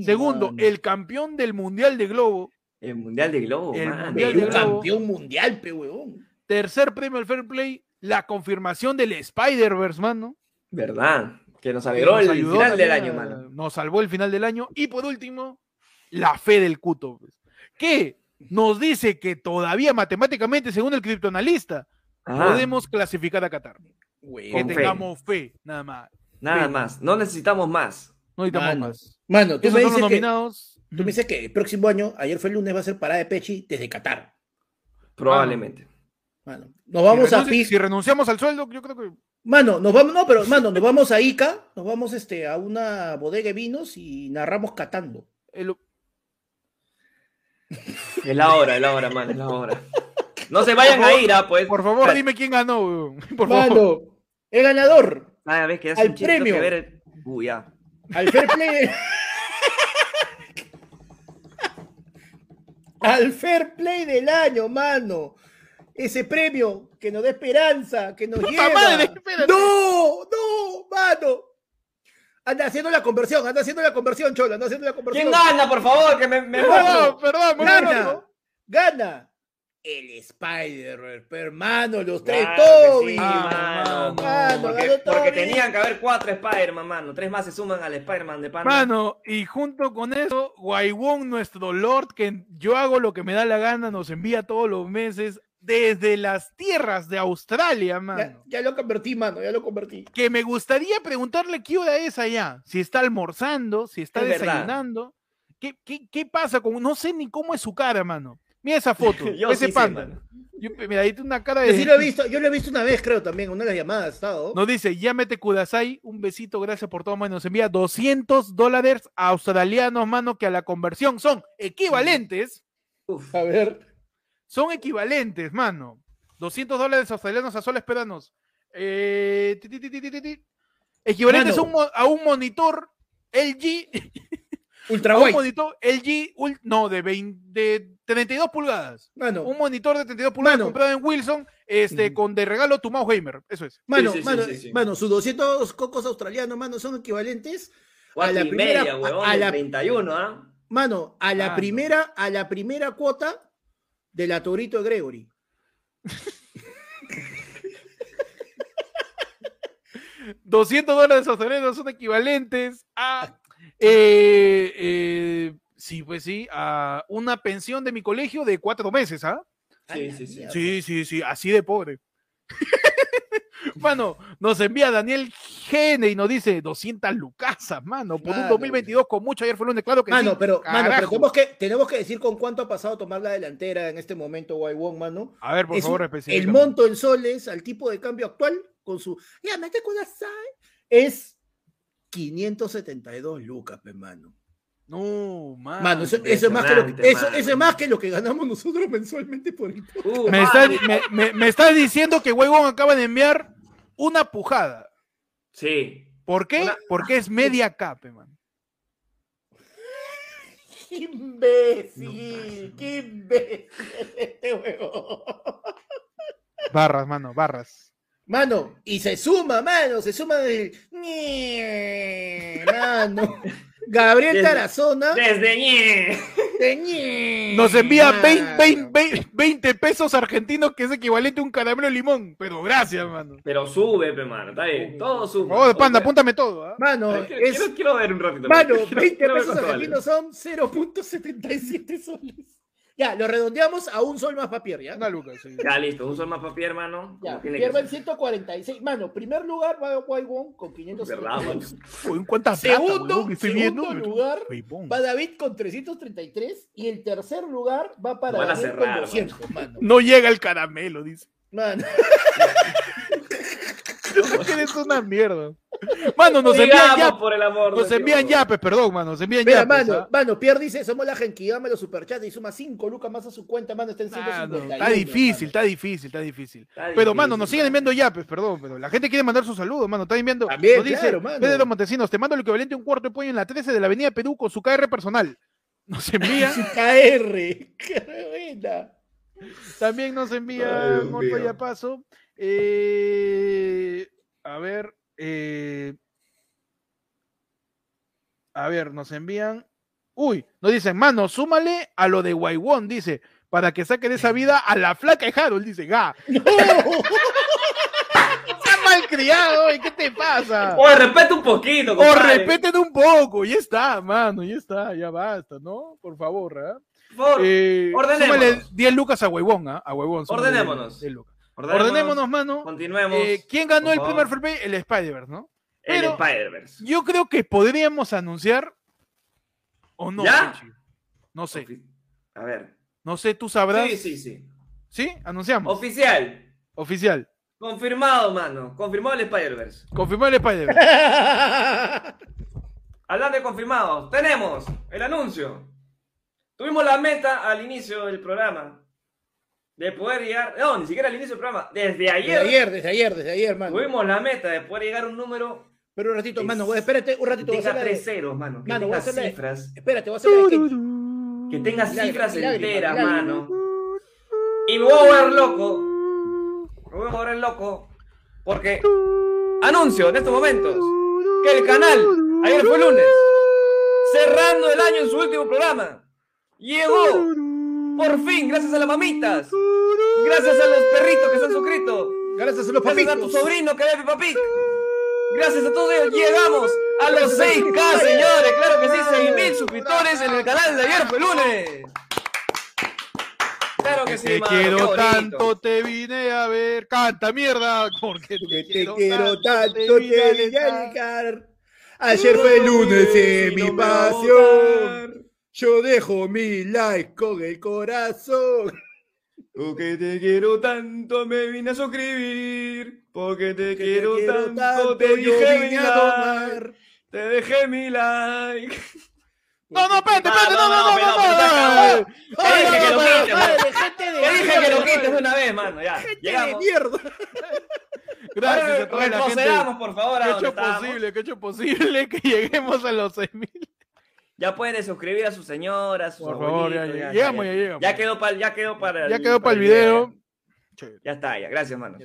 Speaker 3: Segundo, el campeón del Mundial de Globo,
Speaker 2: El Mundial de Globo.
Speaker 3: El
Speaker 2: mano.
Speaker 3: Mundial de Globo.
Speaker 1: Campeón mundial, pe huevón.
Speaker 3: Tercer premio al Fair Play, la confirmación del Spider-Verse, mano.
Speaker 2: ¿Verdad? Que nos alegró el
Speaker 3: ayudó
Speaker 2: final del año,
Speaker 3: también a-
Speaker 2: mano.
Speaker 3: Nos salvó el final del año. Y por último, la fe del cuto. pues, que nos dice que todavía matemáticamente, según el criptoanalista,
Speaker 2: Ajá.
Speaker 3: podemos clasificar a Qatar. que
Speaker 2: Con fe.
Speaker 3: tengamos fe, nada más.
Speaker 2: Nada
Speaker 3: Fe.
Speaker 2: más. No necesitamos más.
Speaker 3: No necesitamos
Speaker 1: Mano,
Speaker 3: más.
Speaker 1: Mano, tú
Speaker 3: Esos
Speaker 1: me,
Speaker 3: son los
Speaker 1: dices que,
Speaker 3: nominados.
Speaker 1: tú me dices que el próximo año, ayer fue el lunes, va a ser parada de Pechi desde Qatar.
Speaker 2: Probablemente.
Speaker 1: Mano, nos vamos
Speaker 3: si,
Speaker 1: a
Speaker 3: renunci-
Speaker 1: Pis-
Speaker 3: si renunciamos al sueldo, yo creo que.
Speaker 1: Mano, nos vamos, no, pero mano, nos vamos a Ica, nos vamos este, a una bodega de vinos y narramos catando.
Speaker 3: El-
Speaker 2: Es la hora, es la hora, mano, es la hora. No se vayan
Speaker 3: Por favor,
Speaker 2: a ir, ah, pues.
Speaker 3: Por favor, dime quién ganó, weón. Por
Speaker 1: mano,
Speaker 3: favor.
Speaker 1: el ganador
Speaker 2: Cada vez que hace
Speaker 1: al
Speaker 2: un chiste, tengo que
Speaker 1: premio.
Speaker 2: ver el- Uy, ya.
Speaker 1: al fair play. al fair play del año, mano. Ese premio que nos da esperanza, que nos lleva.
Speaker 3: madre, espérate.
Speaker 1: no, no, mano. Anda haciendo la conversión, anda haciendo la conversión, Chola, anda haciendo la conversión.
Speaker 2: ¿Quién gana, por favor? Que me, me
Speaker 3: Perdón,
Speaker 1: Mano,
Speaker 3: perdón, muy
Speaker 1: gana,
Speaker 3: rápido.
Speaker 1: gana. El Spider, hermano, los tres
Speaker 2: Claro que
Speaker 1: Toby. Ah,
Speaker 2: sí,
Speaker 1: mano,
Speaker 2: mano.
Speaker 1: ganó
Speaker 2: Porque,
Speaker 1: Toby.
Speaker 2: porque tenían que haber cuatro Spider-Man, mano. Tres más se suman al Spider-Man de Panda.
Speaker 3: Mano, y junto con eso, Guaywon, nuestro Lord, que yo hago lo que me da la gana, nos envía todos los meses desde las tierras de Australia,
Speaker 1: Ya,
Speaker 3: mano.
Speaker 1: ya lo convertí, mano, ya lo convertí.
Speaker 3: Que me gustaría preguntarle qué hora es allá, si está almorzando, si está
Speaker 2: Es verdad.
Speaker 3: desayunando. ¿Qué, qué, qué pasa con.? No sé ni cómo es su cara, mano. Mira esa foto,
Speaker 2: Yo
Speaker 3: ese
Speaker 2: sí sé,
Speaker 3: panda.
Speaker 2: mano.
Speaker 3: Yo- mira, ahí tiene una cara de.
Speaker 1: Yo sí lo he visto, yo lo he visto una vez, creo, también, en una de las llamadas, ¿estado?
Speaker 3: Nos dice, llámete Kudasai, un besito, gracias por todo, mano. Nos envía 200 dólares australianos, mano, que a la conversión son equivalentes.
Speaker 2: Uf,
Speaker 1: A ver.
Speaker 3: Son equivalentes, mano. 200 dólares australianos a soles peruanos. Eh, ti, ti, ti, ti, ti, ti, ti. Equivalentes a
Speaker 1: Mano.
Speaker 3: un, mo- a un monitor LG,
Speaker 1: Ultra
Speaker 3: a un
Speaker 1: guay.
Speaker 3: monitor LG, ul- no, de, 20 de 32 pulgadas.
Speaker 1: Mano.
Speaker 3: Un monitor de 32 pulgadas
Speaker 1: Mano. Mm.
Speaker 3: comprado en Wilson, este, con de regalo tu mouse gamer. Eso es.
Speaker 1: Mano,
Speaker 2: sí, sí,
Speaker 1: mano,
Speaker 2: sí, sí.
Speaker 1: mano, sus 200 cocos australianos, mano, son equivalentes
Speaker 2: cuatro
Speaker 1: a la
Speaker 2: y
Speaker 1: primera,
Speaker 2: media, huevón,
Speaker 1: a
Speaker 2: de
Speaker 1: la,
Speaker 2: 31, ¿ah?
Speaker 1: mano, a la
Speaker 3: Ah, no.
Speaker 1: primera, a la primera cuota de la Torito de Gregory.
Speaker 3: Mano, 200 dólares australianos son equivalentes a. eh, eh, sí, pues sí, a una pensión de mi colegio de cuatro meses, ¿ah?
Speaker 2: Sí, sí, sí.
Speaker 3: Sí, sí, sí, así de pobre. mano, nos envía Daniel Gene y nos dice 200 lucasas, mano, por un
Speaker 1: Mano.
Speaker 3: 2022 con mucho. Ayer fue lunes, claro que
Speaker 1: Mano,
Speaker 3: sí.
Speaker 1: pero, mano, pero
Speaker 3: carajo.
Speaker 1: tenemos que, tenemos que decir con cuánto ha pasado tomar la delantera en este momento, Waiwon, mano.
Speaker 3: A ver, por
Speaker 1: Es
Speaker 3: favor,
Speaker 1: un-
Speaker 3: específicame.
Speaker 1: el monto en soles al tipo de cambio actual con su ya mete Kudasai es 572 lucas, pe, mano.
Speaker 3: No, mano.
Speaker 1: Mano, eso, eso es más que lo que,
Speaker 2: impresionante,
Speaker 1: eso,
Speaker 2: mano.
Speaker 1: eso es más que lo que ganamos nosotros mensualmente por el
Speaker 2: Uh,
Speaker 3: me,
Speaker 2: mano,
Speaker 3: está, me, me- me está diciendo que Huevón acaba de enviar una pujada.
Speaker 2: Sí.
Speaker 3: ¿Por qué?
Speaker 2: Una-
Speaker 3: Porque es media cape, mano.
Speaker 1: ¡Qué imbécil! ¡Qué imbécil! Este huevón.
Speaker 3: Barras, mano, barras.
Speaker 1: Mano, y se suma, mano, se suma del. Ñe, Mano. Gabriel
Speaker 2: Desde-
Speaker 1: Tarazona.
Speaker 2: Desde ñe.
Speaker 1: de Ñe,
Speaker 3: Nos envía
Speaker 1: mano.
Speaker 3: 20, 20, 20, 20 pesos argentinos, que es equivalente a un caramelo de limón. Pero gracias, mano.
Speaker 2: Pero sube, pe, mano. Está bien. Todo sube.
Speaker 3: Oh, panda,
Speaker 2: Oye,
Speaker 3: apúntame todo. ¿ah?
Speaker 1: Mano,
Speaker 2: quiero-
Speaker 1: es.
Speaker 2: quiero, quiero ver un ratito.
Speaker 1: Mano,
Speaker 2: Quiero-
Speaker 1: 20
Speaker 2: quiero ver
Speaker 1: pesos
Speaker 2: cuánto vale.
Speaker 1: argentinos son 0.77 soles. Ya, lo redondeamos a un sol más papier, ¿ya?
Speaker 3: Una luca, sí.
Speaker 2: Ya, listo. Un sol más papi, hermano.
Speaker 1: Ya,
Speaker 2: Como tiene
Speaker 1: Pierre
Speaker 2: que
Speaker 1: va en
Speaker 2: ser.
Speaker 1: 146. Mano, primer lugar va Wai Wong con
Speaker 2: ¿Verdad,
Speaker 1: 570.
Speaker 2: mano?
Speaker 3: Uy, ¿cuánta plata,
Speaker 1: Segundo,
Speaker 3: huevón, que estoy
Speaker 1: segundo
Speaker 3: viendo?
Speaker 1: lugar
Speaker 3: Huevón.
Speaker 1: Va David con 333 y el tercer lugar va para
Speaker 2: Lo van a
Speaker 1: Daniel
Speaker 2: cerrar,
Speaker 1: con 200, mano.
Speaker 3: No llega el caramelo, dice.
Speaker 1: Mano,
Speaker 3: Eres una mierda. Mano, nos envían
Speaker 2: Digamos,
Speaker 3: ya.
Speaker 2: por el amor de
Speaker 3: Nos
Speaker 2: Dios.
Speaker 3: envían yapes, perdón, mano. Nos envían
Speaker 1: Mira,
Speaker 3: yapes,
Speaker 1: mano,
Speaker 3: ¿ah?
Speaker 1: mano, Pierre dice, somos la Genkidama, los superchats y suma 5 lucas más a su cuenta, mano, está en
Speaker 3: Mano,
Speaker 1: 151.
Speaker 3: está difícil,
Speaker 1: mano.
Speaker 3: está difícil, está difícil.
Speaker 2: Está
Speaker 3: Pero, mano,
Speaker 2: difícil,
Speaker 3: nos siguen enviando yapes, perdón, pero la gente quiere mandar sus saludos, mano. Está enviando.
Speaker 1: También,
Speaker 3: nos dice
Speaker 1: claro, mano.
Speaker 3: Pedro Montesinos, te mando el equivalente a un cuarto de pollo en la 13 de la Avenida Perú con su KR personal. Nos envía.
Speaker 1: KR, qué buena.
Speaker 3: También nos envía
Speaker 2: Ay, Dios
Speaker 3: Morto
Speaker 2: mío.
Speaker 3: Yapazo. Eh, a ver. eh, a ver, nos envían Uy, nos dicen, mano, súmale a lo de Guaywón, dice, para que saque de esa vida a la flaca de Harold, dice, ga. Está malcriado, ¿y qué te pasa?
Speaker 2: Oye, respeta un poquito,
Speaker 3: O
Speaker 2: compadre.
Speaker 3: respeten un poco, ya está, mano, ya está, ya basta, ¿no? Por favor, ¿ah?
Speaker 2: Por favor,
Speaker 3: Eh,
Speaker 2: ordenémonos.
Speaker 3: súmale 10 lucas a Huevón, ¿ah? A Huevón. súmale
Speaker 2: Ordenémonos.
Speaker 3: 10 lucas. Ordenémonos, mano.
Speaker 2: Continuemos.
Speaker 3: Eh, ¿Quién ganó
Speaker 2: por
Speaker 3: el
Speaker 2: favor.
Speaker 3: primer fair play? El Spider-Verse, ¿no?
Speaker 2: El
Speaker 3: Pero-
Speaker 2: Spider-Verse.
Speaker 3: Yo creo que podríamos anunciar o no.
Speaker 2: ¿Ya?
Speaker 3: Richie. No sé.
Speaker 2: A ver.
Speaker 3: No sé, tú sabrás.
Speaker 2: Sí, sí, sí.
Speaker 3: ¿Sí? Anunciamos.
Speaker 2: Oficial.
Speaker 3: Oficial.
Speaker 2: Confirmado, mano. Confirmado el Spider-Verse.
Speaker 3: Confirmó el Spider-Man.
Speaker 2: Hablando de confirmados, tenemos el anuncio. Tuvimos la meta al inicio del programa de poder llegar. No, ni siquiera al inicio del programa. Desde
Speaker 1: Desde
Speaker 2: ayer,
Speaker 1: ayer, desde ayer, desde ayer, mano.
Speaker 2: tuvimos la meta de poder llegar a un número
Speaker 1: Pero un ratito, mano, güey, espérate, un ratito. voy a
Speaker 2: que tenga
Speaker 1: hacer la de-
Speaker 2: tres ceros, mano. Que
Speaker 1: Mano, voy a
Speaker 2: tenga
Speaker 1: hacer la de- Mm,
Speaker 2: cifras.
Speaker 1: Espérate, voy a hacer la de Kenji.
Speaker 2: Que tenga
Speaker 1: Milagro,
Speaker 2: cifras
Speaker 1: milagro,
Speaker 2: enteras,
Speaker 1: milagro.
Speaker 2: mano. Y me voy a volver loco. Me voy a volver loco. Porque anuncio en estos momentos que el canal, ayer fue lunes, cerrando el año en su último programa, llegó por fin, gracias a las mamitas, gracias a los perritos que se han suscrito,
Speaker 1: gracias a los
Speaker 2: gracias a tu
Speaker 1: papitos.
Speaker 2: sobrino que es Pepa Pig. Gracias a todos ellos, llegamos a los 6K, señores. Claro que sí, 6.000 suscriptores en el canal de ayer fue lunes. Claro que sí,
Speaker 3: Te
Speaker 2: mano, qué
Speaker 3: quiero
Speaker 2: bonito.
Speaker 3: tanto, te vine a ver. Canta mierda, porque te,
Speaker 1: Te
Speaker 3: quiero,
Speaker 1: quiero tanto, te
Speaker 3: vine a
Speaker 1: voy a dedicar. Ayer fue el lunes de mi pasión. Yo dejo mi like con el corazón.
Speaker 2: Porque te quiero tanto, me vine a suscribir. Porque te quiero,
Speaker 1: quiero
Speaker 2: tanto,
Speaker 1: tanto,
Speaker 2: te
Speaker 1: yo
Speaker 2: dije
Speaker 1: vine
Speaker 2: mi
Speaker 1: a
Speaker 2: like. Te dejé mi like.
Speaker 3: No, no, espérate,
Speaker 2: Ah,
Speaker 3: espérate, no, no, no, no, no,
Speaker 2: Te dije que lo quites, mano.
Speaker 1: gente
Speaker 2: Te dije que lo quites de una vez, mano. Ya, llegamos.
Speaker 1: mierda.
Speaker 3: Gracias a
Speaker 2: Ahora
Speaker 3: toda la gente.
Speaker 2: retrocedamos, por favor, a
Speaker 3: que ha
Speaker 2: donde
Speaker 3: hecho
Speaker 2: estábamos.
Speaker 3: posible, que ha hecho posible que lleguemos a los 6.000.
Speaker 2: Ya pueden suscribir a su señora, a sus
Speaker 3: Por favor, ya
Speaker 2: abuelitos,
Speaker 3: lleg- llegamos, ya llegamos.
Speaker 2: Ya quedó para ya quedó para
Speaker 3: Ya quedó para el video.
Speaker 2: Ya está, ya, gracias, mano.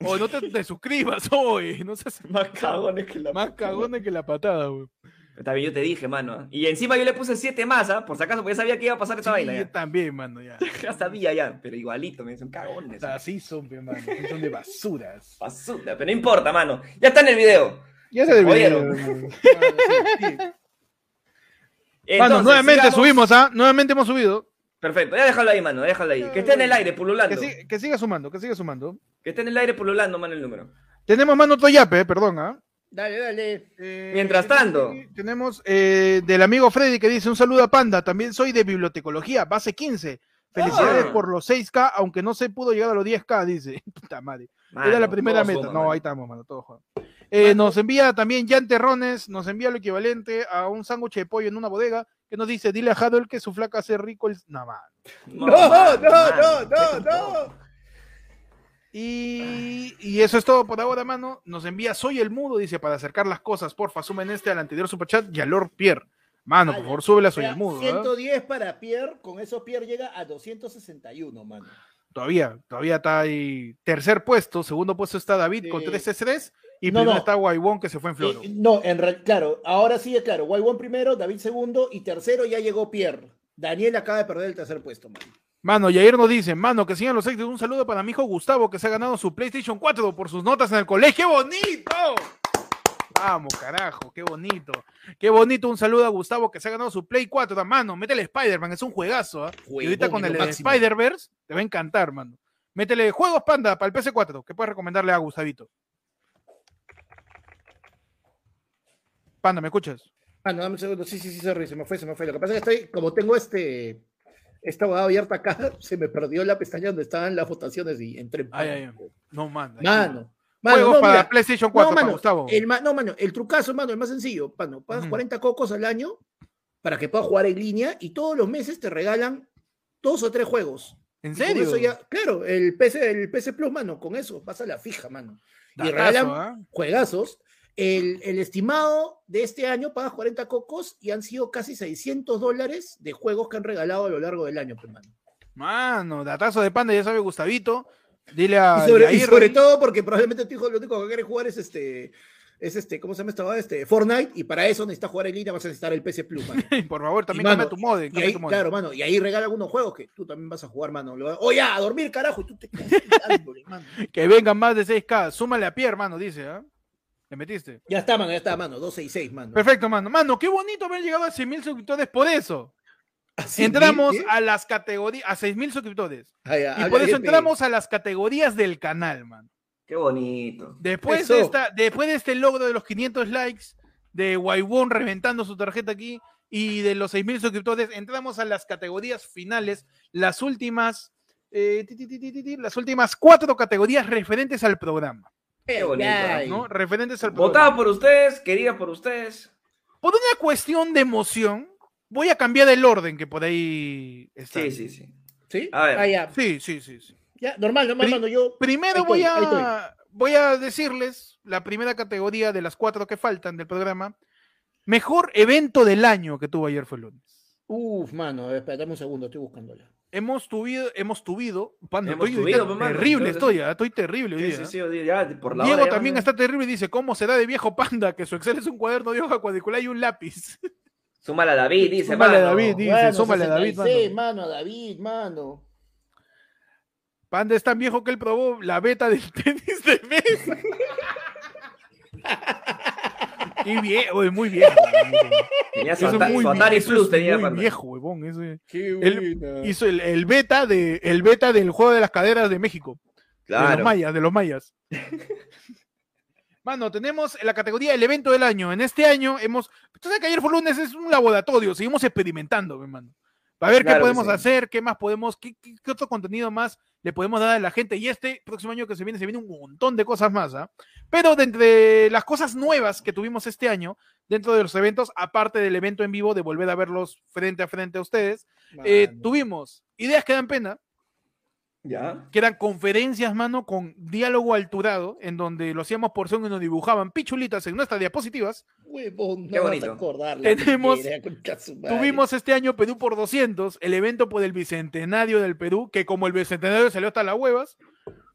Speaker 3: O no te, te suscribas hoy. No seas
Speaker 2: más cagones que la
Speaker 3: Más cagones que la patada, güey.
Speaker 2: Está bien, yo te dije, mano. ¿eh? Y encima yo le puse siete más, ¿ah? por si acaso, porque sabía que iba a pasar esta
Speaker 3: Sí,
Speaker 2: vaina.
Speaker 3: yo
Speaker 2: Ya.
Speaker 3: también, mano, ya.
Speaker 2: Ya sabía ya, pero igualito, me son cagones.
Speaker 3: Así son, pe, mano. así Son de basuras.
Speaker 2: Basura, pero no importa, mano. Ya está en el video.
Speaker 3: Ya
Speaker 2: se
Speaker 3: debieron. Mano,
Speaker 2: Entonces,
Speaker 3: nuevamente
Speaker 2: sigamos.
Speaker 3: subimos, ¿ah? Nuevamente hemos subido.
Speaker 2: Perfecto, ya déjalo ahí, mano, déjalo ahí. Que esté en el aire pululando.
Speaker 3: Que, si- que siga sumando, que siga sumando.
Speaker 2: Que esté en el aire pululando, mano, el número.
Speaker 3: Tenemos mano Toyape, perdón, ¿ah? Eh,
Speaker 1: Dale, dale.
Speaker 2: Mientras tanto.
Speaker 3: Tenemos eh, del amigo Freddy que dice un saludo a Panda, también soy de bibliotecología, base 15. Felicidades
Speaker 2: Ah.
Speaker 3: por los 6K, aunque no se pudo llegar a los 10K, dice. Puta madre.
Speaker 2: Mano,
Speaker 3: Era la primera
Speaker 2: todos
Speaker 3: meta.
Speaker 2: suman,
Speaker 3: Ah, no,
Speaker 2: mano.
Speaker 3: ahí estamos, mano, todos jugando. Eh, nos envía también Jan Terrones, nos envía lo equivalente a un sándwich de pollo en una bodega, que nos dice, dile a Harold que su flaca hace rico el... Nada más.
Speaker 1: No, no, no, no, no.
Speaker 3: Y, y eso es todo por ahora, mano. Nos envía Soy el Mudo, dice, para acercar las cosas, porfa, sumen este al anterior superchat y a Lord Pierre. Mano, por favor, súbela a Soy el Mudo. ¿ah?
Speaker 1: 110 para Pierre, con eso Pierre llega a 261, mano.
Speaker 3: Todavía, todavía está ahí. Tercer puesto, segundo puesto está David con
Speaker 1: Eh,
Speaker 3: 3 3 y
Speaker 1: no,
Speaker 3: primero
Speaker 1: no.
Speaker 3: está Guaybón que se fue en floro.
Speaker 1: Eh, no, en real- claro, ahora sí, claro, Guaybón primero, David segundo y tercero ya llegó Pierre. Daniel acaba de perder el tercer puesto, mano.
Speaker 3: Mano, Yair nos dice, mano, que sigan los éxitos. Un saludo para mi hijo Gustavo que se ha ganado su PlayStation 4 por sus notas en el colegio. ¡Qué bonito! Vamos, carajo, qué bonito. Qué bonito, un saludo a Gustavo que se ha ganado su Play 4. Da, Mano, métele Spider-Man, es un juegazo. ¿ah? Y ahorita
Speaker 1: Huevón,
Speaker 3: con
Speaker 1: es
Speaker 3: el
Speaker 1: lo
Speaker 3: de
Speaker 1: máximo.
Speaker 3: Spider-Verse te va a encantar, mano. Métele Juegos Panda para el PS4. ¿Qué puedes recomendarle a Gustavito? Panda, ¿me escuchas?
Speaker 1: Ah, no, dame un segundo. Sí, sí, sí, sorry, se me fue, se me fue. Lo que pasa es que estoy, como tengo este, esta abogada abierta acá, se me perdió la pestaña donde estaban las votaciones y entré. en
Speaker 3: Ay, ay,
Speaker 1: pánico.
Speaker 3: ay. No, manda.
Speaker 1: Mano. mano,
Speaker 3: Juegos
Speaker 1: no,
Speaker 3: para
Speaker 1: mira.
Speaker 3: PlayStation 4,
Speaker 1: no,
Speaker 3: para
Speaker 1: mano,
Speaker 3: Gustavo.
Speaker 1: El ma- no, mano, el trucazo, mano, el más sencillo, mano, pagas 40 cocos al año para que puedas jugar en línea y todos los meses te regalan dos o tres juegos.
Speaker 3: ¿En
Speaker 1: Y con
Speaker 3: serio?
Speaker 1: eso ya, claro, el PC, el PC Plus, mano, con eso, vas a la fija, mano. Y
Speaker 3: Datazo,
Speaker 1: regalan
Speaker 3: ¿ah?
Speaker 1: juegazos. El, el estimado de este año pagas 40 cocos y han sido casi 600 dólares de juegos que han regalado a lo largo del año, pues, mano.
Speaker 3: Mano, datazo de panda, ya sabe Gustavito. Dile a
Speaker 1: Y sobre, y
Speaker 3: Yair,
Speaker 1: sobre todo porque probablemente tu hijo lo único que quiere jugar es este es este, ¿cómo se llama esta? huevada? Este, Fortnite, y para eso necesitas jugar en línea, vas a necesitar el PC Plus, mano.
Speaker 3: Por favor, también
Speaker 1: Y, mano,
Speaker 3: cambia tu modem.
Speaker 1: Y
Speaker 3: cambia
Speaker 1: ahí,
Speaker 3: tu modem.
Speaker 1: claro, mano, y ahí regala algunos juegos que tú también vas a jugar, mano. Le va- Oye, a dormir, carajo, y tú te
Speaker 3: Que vengan más de 6K. Súmale a pie, hermano, dice, ¿ah? Le metiste.
Speaker 1: Ya está, mano, ya está, mano. 266, mano.
Speaker 3: Perfecto, mano. Mano, qué bonito haber llegado a 100.000 suscriptores por eso. Entramos a las categorías, a 6.000 suscriptores.
Speaker 1: ¿eh? Ah, ya,
Speaker 3: y
Speaker 1: habla
Speaker 3: por eso
Speaker 1: bien, pe.
Speaker 3: entramos a las categorías del canal, mano.
Speaker 2: Qué bonito.
Speaker 3: Después de, esta, después de este logro de los 500 likes, de Guaybón reventando su tarjeta aquí, y de los 6.000 suscriptores, entramos a las categorías finales, las últimas, eh, ti, ti, ti, ti, ti, ti, las últimas cuatro categorías referentes al programa.
Speaker 2: Qué bonito.
Speaker 3: ¿no? Referentes al programa.
Speaker 2: Votaba por ustedes, querida por ustedes.
Speaker 3: Por una cuestión de emoción, voy a cambiar el orden que por ahí está.
Speaker 2: Sí, sí, sí.
Speaker 1: ¿Sí?
Speaker 2: A ver.
Speaker 1: Ah, ya.
Speaker 3: Sí, sí, sí. sí.
Speaker 1: Ya, normal, normal,
Speaker 3: Pri-
Speaker 1: mano, yo.
Speaker 3: Primero
Speaker 1: Ahí estoy,
Speaker 3: voy,
Speaker 1: ahí
Speaker 3: a,
Speaker 1: estoy.
Speaker 3: voy a decirles la primera categoría de las cuatro que faltan del programa. Mejor evento del año que tuvo ayer fue el lunes.
Speaker 1: Uf, mano, a ver, espera, dame un segundo, estoy buscándola.
Speaker 3: Hemos tuvido, hemos tuvido, panda,
Speaker 1: Hemos
Speaker 3: estoy
Speaker 1: tuvido,
Speaker 3: ter-
Speaker 1: pues, mano.
Speaker 3: terrible,
Speaker 1: Yo-
Speaker 3: estoy, ah, estoy terrible. hoy
Speaker 2: Sí,
Speaker 3: día,
Speaker 2: sí,
Speaker 3: ah.
Speaker 2: sí, oye, ya, por la
Speaker 3: Diego
Speaker 2: hora ya,
Speaker 3: también
Speaker 2: ¿no?
Speaker 3: está terrible y dice, ¿cómo será de viejo panda que su Excel es un cuaderno de hoja cuadricular y un lápiz?
Speaker 2: Súmala a David, dice.
Speaker 3: Súmale a
Speaker 2: mano.
Speaker 3: David, dice,
Speaker 1: Bueno,
Speaker 3: súmale a David, mano.
Speaker 1: 66, mano, a David, mano.
Speaker 3: Panda es tan viejo que él probó la beta del tenis de mesa. y bien, oye, muy viejo.
Speaker 2: Tenía su
Speaker 3: Eso es
Speaker 2: Ata-
Speaker 3: muy
Speaker 2: su
Speaker 3: vie-
Speaker 2: Atari
Speaker 3: eso
Speaker 2: Plus
Speaker 3: es
Speaker 2: tenía,
Speaker 3: muy
Speaker 2: Panda.
Speaker 3: viejo, huevón. Eso es-
Speaker 1: Qué
Speaker 3: él
Speaker 1: buena.
Speaker 3: hizo el, el beta de, el beta del juego de las caderas de México. De
Speaker 2: Claro.
Speaker 3: los mayas, de los mayas. Mano, tenemos la categoría el evento del año. En este año hemos. Tú sabes que ayer fue lunes, es un laboratorio. Seguimos experimentando, mi hermano. Para ver qué
Speaker 2: Claro que
Speaker 3: podemos
Speaker 2: sí.
Speaker 3: hacer, qué más podemos, qué, qué- qué otro contenido más le podemos dar a la gente. Y este próximo año que se viene, se viene un montón de cosas más. ¿ah? Pero de entre las cosas nuevas que tuvimos este año, dentro de los eventos, aparte del evento en vivo, de volver a verlos frente a frente a ustedes, eh, tuvimos ideas que dan pena
Speaker 2: Ya.
Speaker 3: que eran conferencias, mano, con diálogo alturado, en donde lo hacíamos por Zoom y nos dibujaban pichulitas en nuestras diapositivas.
Speaker 1: Huevón,
Speaker 3: Qué
Speaker 1: no vas
Speaker 3: bonito.
Speaker 1: a acordar la
Speaker 3: Tenemos-
Speaker 1: primera, concha su madre.
Speaker 3: Tuvimos este año Perú por 200, el evento por el Bicentenario del Perú, que como el Bicentenario salió hasta las huevas,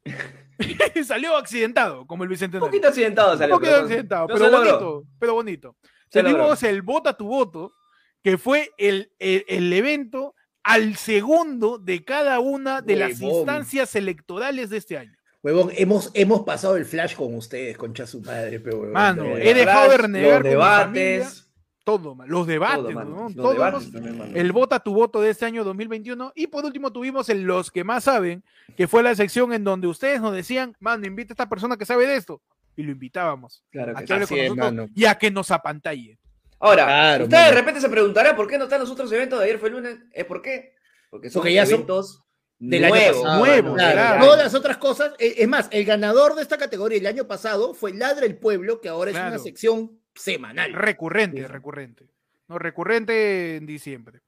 Speaker 3: salió accidentado, como el Bicentenario.
Speaker 2: Un poquito accidentado salió,
Speaker 3: Un poquito
Speaker 2: pero-
Speaker 3: accidentado,
Speaker 2: no
Speaker 3: pero
Speaker 2: se logró.
Speaker 3: bonito, pero bonito.
Speaker 2: Se
Speaker 3: Tuvimos el Vota tu Voto, que fue el, el- el evento al segundo de cada una de las
Speaker 1: Huevón.
Speaker 3: instancias electorales de este año.
Speaker 1: Huevón, hemos, hemos pasado el flash con ustedes, concha su madre, pero huevón.
Speaker 3: Mano,
Speaker 2: eh,
Speaker 1: Pero,
Speaker 3: he dejado de
Speaker 1: flash,
Speaker 3: renegar
Speaker 1: los
Speaker 3: con mi
Speaker 1: debates.
Speaker 3: familia, todo, man, los debates,
Speaker 1: Todo, mano,
Speaker 3: ¿no?
Speaker 1: los
Speaker 3: Todos
Speaker 1: debates
Speaker 3: los-
Speaker 1: también, mano.
Speaker 3: el vota tu voto de este año 2021 y por último tuvimos el los que más saben, que fue la sección en donde ustedes nos decían, mano, invita a esta persona que sabe de esto y lo invitábamos
Speaker 2: Claro que
Speaker 3: a que hable
Speaker 2: sí.
Speaker 3: con
Speaker 2: Así es,
Speaker 3: nosotros
Speaker 2: mano.
Speaker 3: y a que nos apantalle.
Speaker 2: Ahora,
Speaker 1: Claro,
Speaker 2: usted de
Speaker 1: mano.
Speaker 2: repente se preguntará por qué no están los otros eventos de ayer fue el lunes. ¿Eh, ¿Por qué? Porque son
Speaker 1: Porque ya son
Speaker 2: eventos
Speaker 1: del año
Speaker 2: nuevos.
Speaker 1: pasado,
Speaker 2: nuevos,
Speaker 1: claro.
Speaker 2: claro.
Speaker 1: Todas las otras cosas, eh, es más, el ganador de esta categoría el año pasado fue Ladra el Pueblo, que ahora es
Speaker 3: Claro.
Speaker 1: una sección semanal.
Speaker 3: Recurrente, recurrente. No, recurrente en diciembre.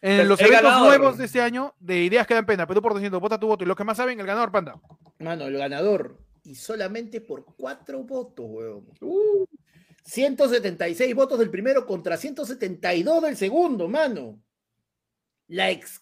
Speaker 3: En
Speaker 2: El-
Speaker 3: los
Speaker 2: el
Speaker 3: eventos
Speaker 2: ganador.
Speaker 3: nuevos de este año, de ideas que dan pena, pero por diciendo, vota tu voto y los que más saben, el ganador, panda.
Speaker 1: Mano, el ganador. Y solamente por cuatro votos, weón. 176 votos del primero contra 172 del segundo, mano. La, ex-